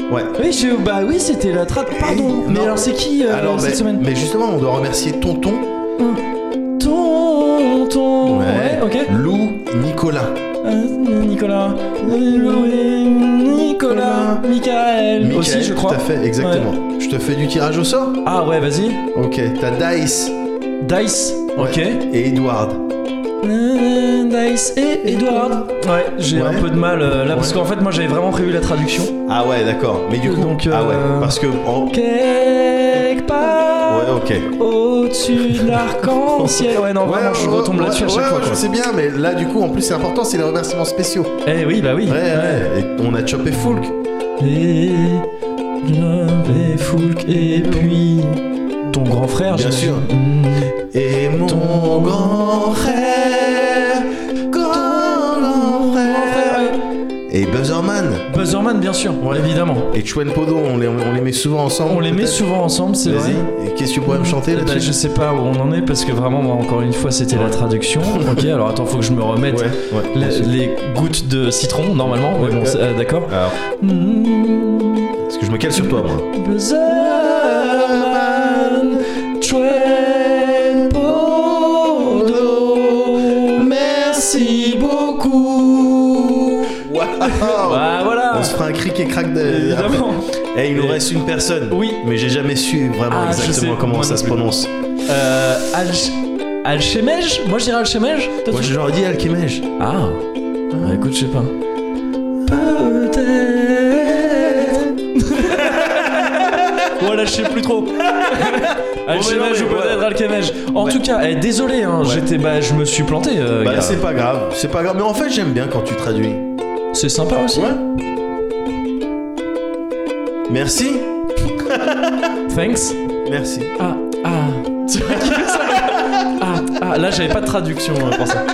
Speaker 2: Ouais.
Speaker 1: Oui, je- bah oui, c'était la trad. Pardon.
Speaker 2: Eh,
Speaker 1: Mais
Speaker 2: non.
Speaker 1: alors, c'est qui euh,
Speaker 2: Alors, ben,
Speaker 1: cette
Speaker 2: mais,
Speaker 1: semaine
Speaker 2: mais justement, on doit remercier Tonton,
Speaker 1: Ton, ton.
Speaker 2: Ouais.
Speaker 1: Ouais, ok.
Speaker 2: Lou, Nicolas,
Speaker 1: Euh, Nicolas. Loué, Nicolas. Michael.
Speaker 2: Michael,
Speaker 1: aussi, je crois.
Speaker 2: Tout à fait, exactement. Je te fais du tirage au sort
Speaker 1: Ah ouais, vas-y.
Speaker 2: Ok, t'as Dice
Speaker 1: Dice. Ok.
Speaker 2: et Edward.
Speaker 1: Euh, Dice et Edward. Ouais, j'ai
Speaker 2: Ouais.
Speaker 1: un peu de mal euh, là parce
Speaker 2: Ouais.
Speaker 1: qu'en fait, moi j'avais vraiment prévu la traduction.
Speaker 2: Ah ouais, d'accord. Mais du coup,
Speaker 1: Donc,
Speaker 2: ah ouais,
Speaker 1: euh,
Speaker 2: parce que en... ouais,
Speaker 1: Quelque part
Speaker 2: ok.
Speaker 1: au-dessus de l'arc-en-ciel. Ouais, Oh, non, vraiment, je
Speaker 2: oh. ouais,
Speaker 1: retombe
Speaker 2: ouais,
Speaker 1: là-dessus à
Speaker 2: ouais,
Speaker 1: chaque fois.
Speaker 2: ouais,
Speaker 1: quoi.
Speaker 2: Je sais bien, mais là, du coup, en plus, c'est important, c'est les remerciements spéciaux.
Speaker 1: Eh oui, bah oui.
Speaker 2: Ouais, ouais. et on a chopé Foulk.
Speaker 1: Et l'homme est Foulk et puis ton grand frère,
Speaker 2: Bien
Speaker 1: j'imagine.
Speaker 2: sûr.
Speaker 1: Mm.
Speaker 2: Et mon
Speaker 1: Ton
Speaker 2: grand frère, grand frère. Et Buzzerman.
Speaker 1: Buzzerman, bien sûr, évidemment.
Speaker 2: Et Chuen Podo, on les, on les met souvent ensemble.
Speaker 1: On les met
Speaker 2: peut-être
Speaker 1: souvent ensemble, c'est vrai.
Speaker 2: Vas-y, et qu'est-ce que tu pourrais me chanter
Speaker 1: Ok,
Speaker 2: là-dessus
Speaker 1: je sais pas où on en est parce que vraiment, moi, encore une fois, c'était la traduction. ok, alors attends, faut que je me remette.
Speaker 2: Ouais, ouais.
Speaker 1: La-
Speaker 2: bien sûr.
Speaker 1: les gouttes de citron, normalement. mais
Speaker 2: Ouais,
Speaker 1: bon,
Speaker 2: ouais.
Speaker 1: c'est- euh, d'accord. Mm.
Speaker 2: Alors, parce que je me cale sur toi, moi.
Speaker 1: Buzzerman, merci beaucoup. Bah voilà.
Speaker 2: On se fera un cric et crac de.
Speaker 1: Évidemment.
Speaker 2: après. Eh, il nous
Speaker 1: Et-
Speaker 2: reste une personne.
Speaker 1: Oui.
Speaker 2: Mais j'ai jamais su vraiment
Speaker 1: Ah, je
Speaker 2: exactement
Speaker 1: sais,
Speaker 2: comment
Speaker 1: moi
Speaker 2: ça
Speaker 1: non
Speaker 2: se
Speaker 1: plus.
Speaker 2: prononce.
Speaker 1: Euh, Alch- Alchemège Moi je dirais Alchemège Toi,
Speaker 2: Moi,
Speaker 1: tu-
Speaker 2: j'ai genre dit Alchemège.
Speaker 1: Ah. Bah, écoute, je sais pas. Peut-être. voilà, je sais plus trop. Alchemège ou
Speaker 2: Bon, mais non, mais
Speaker 1: peut-être Alchemège. En tout cas, eh, désolé, hein, j'étais, bah, je me suis planté. euh,
Speaker 2: Bah,
Speaker 1: gars.
Speaker 2: c'est pas grave. C'est pas grave. Mais en fait, j'aime bien quand tu traduis.
Speaker 1: C'est
Speaker 2: Ah,
Speaker 1: sympa aussi.
Speaker 2: Merci.
Speaker 1: Thanks.
Speaker 2: Merci.
Speaker 1: Ah, ah. Tu vois qui fait ça Ah, ah. Là, j'avais pas de traduction euh, pour ça.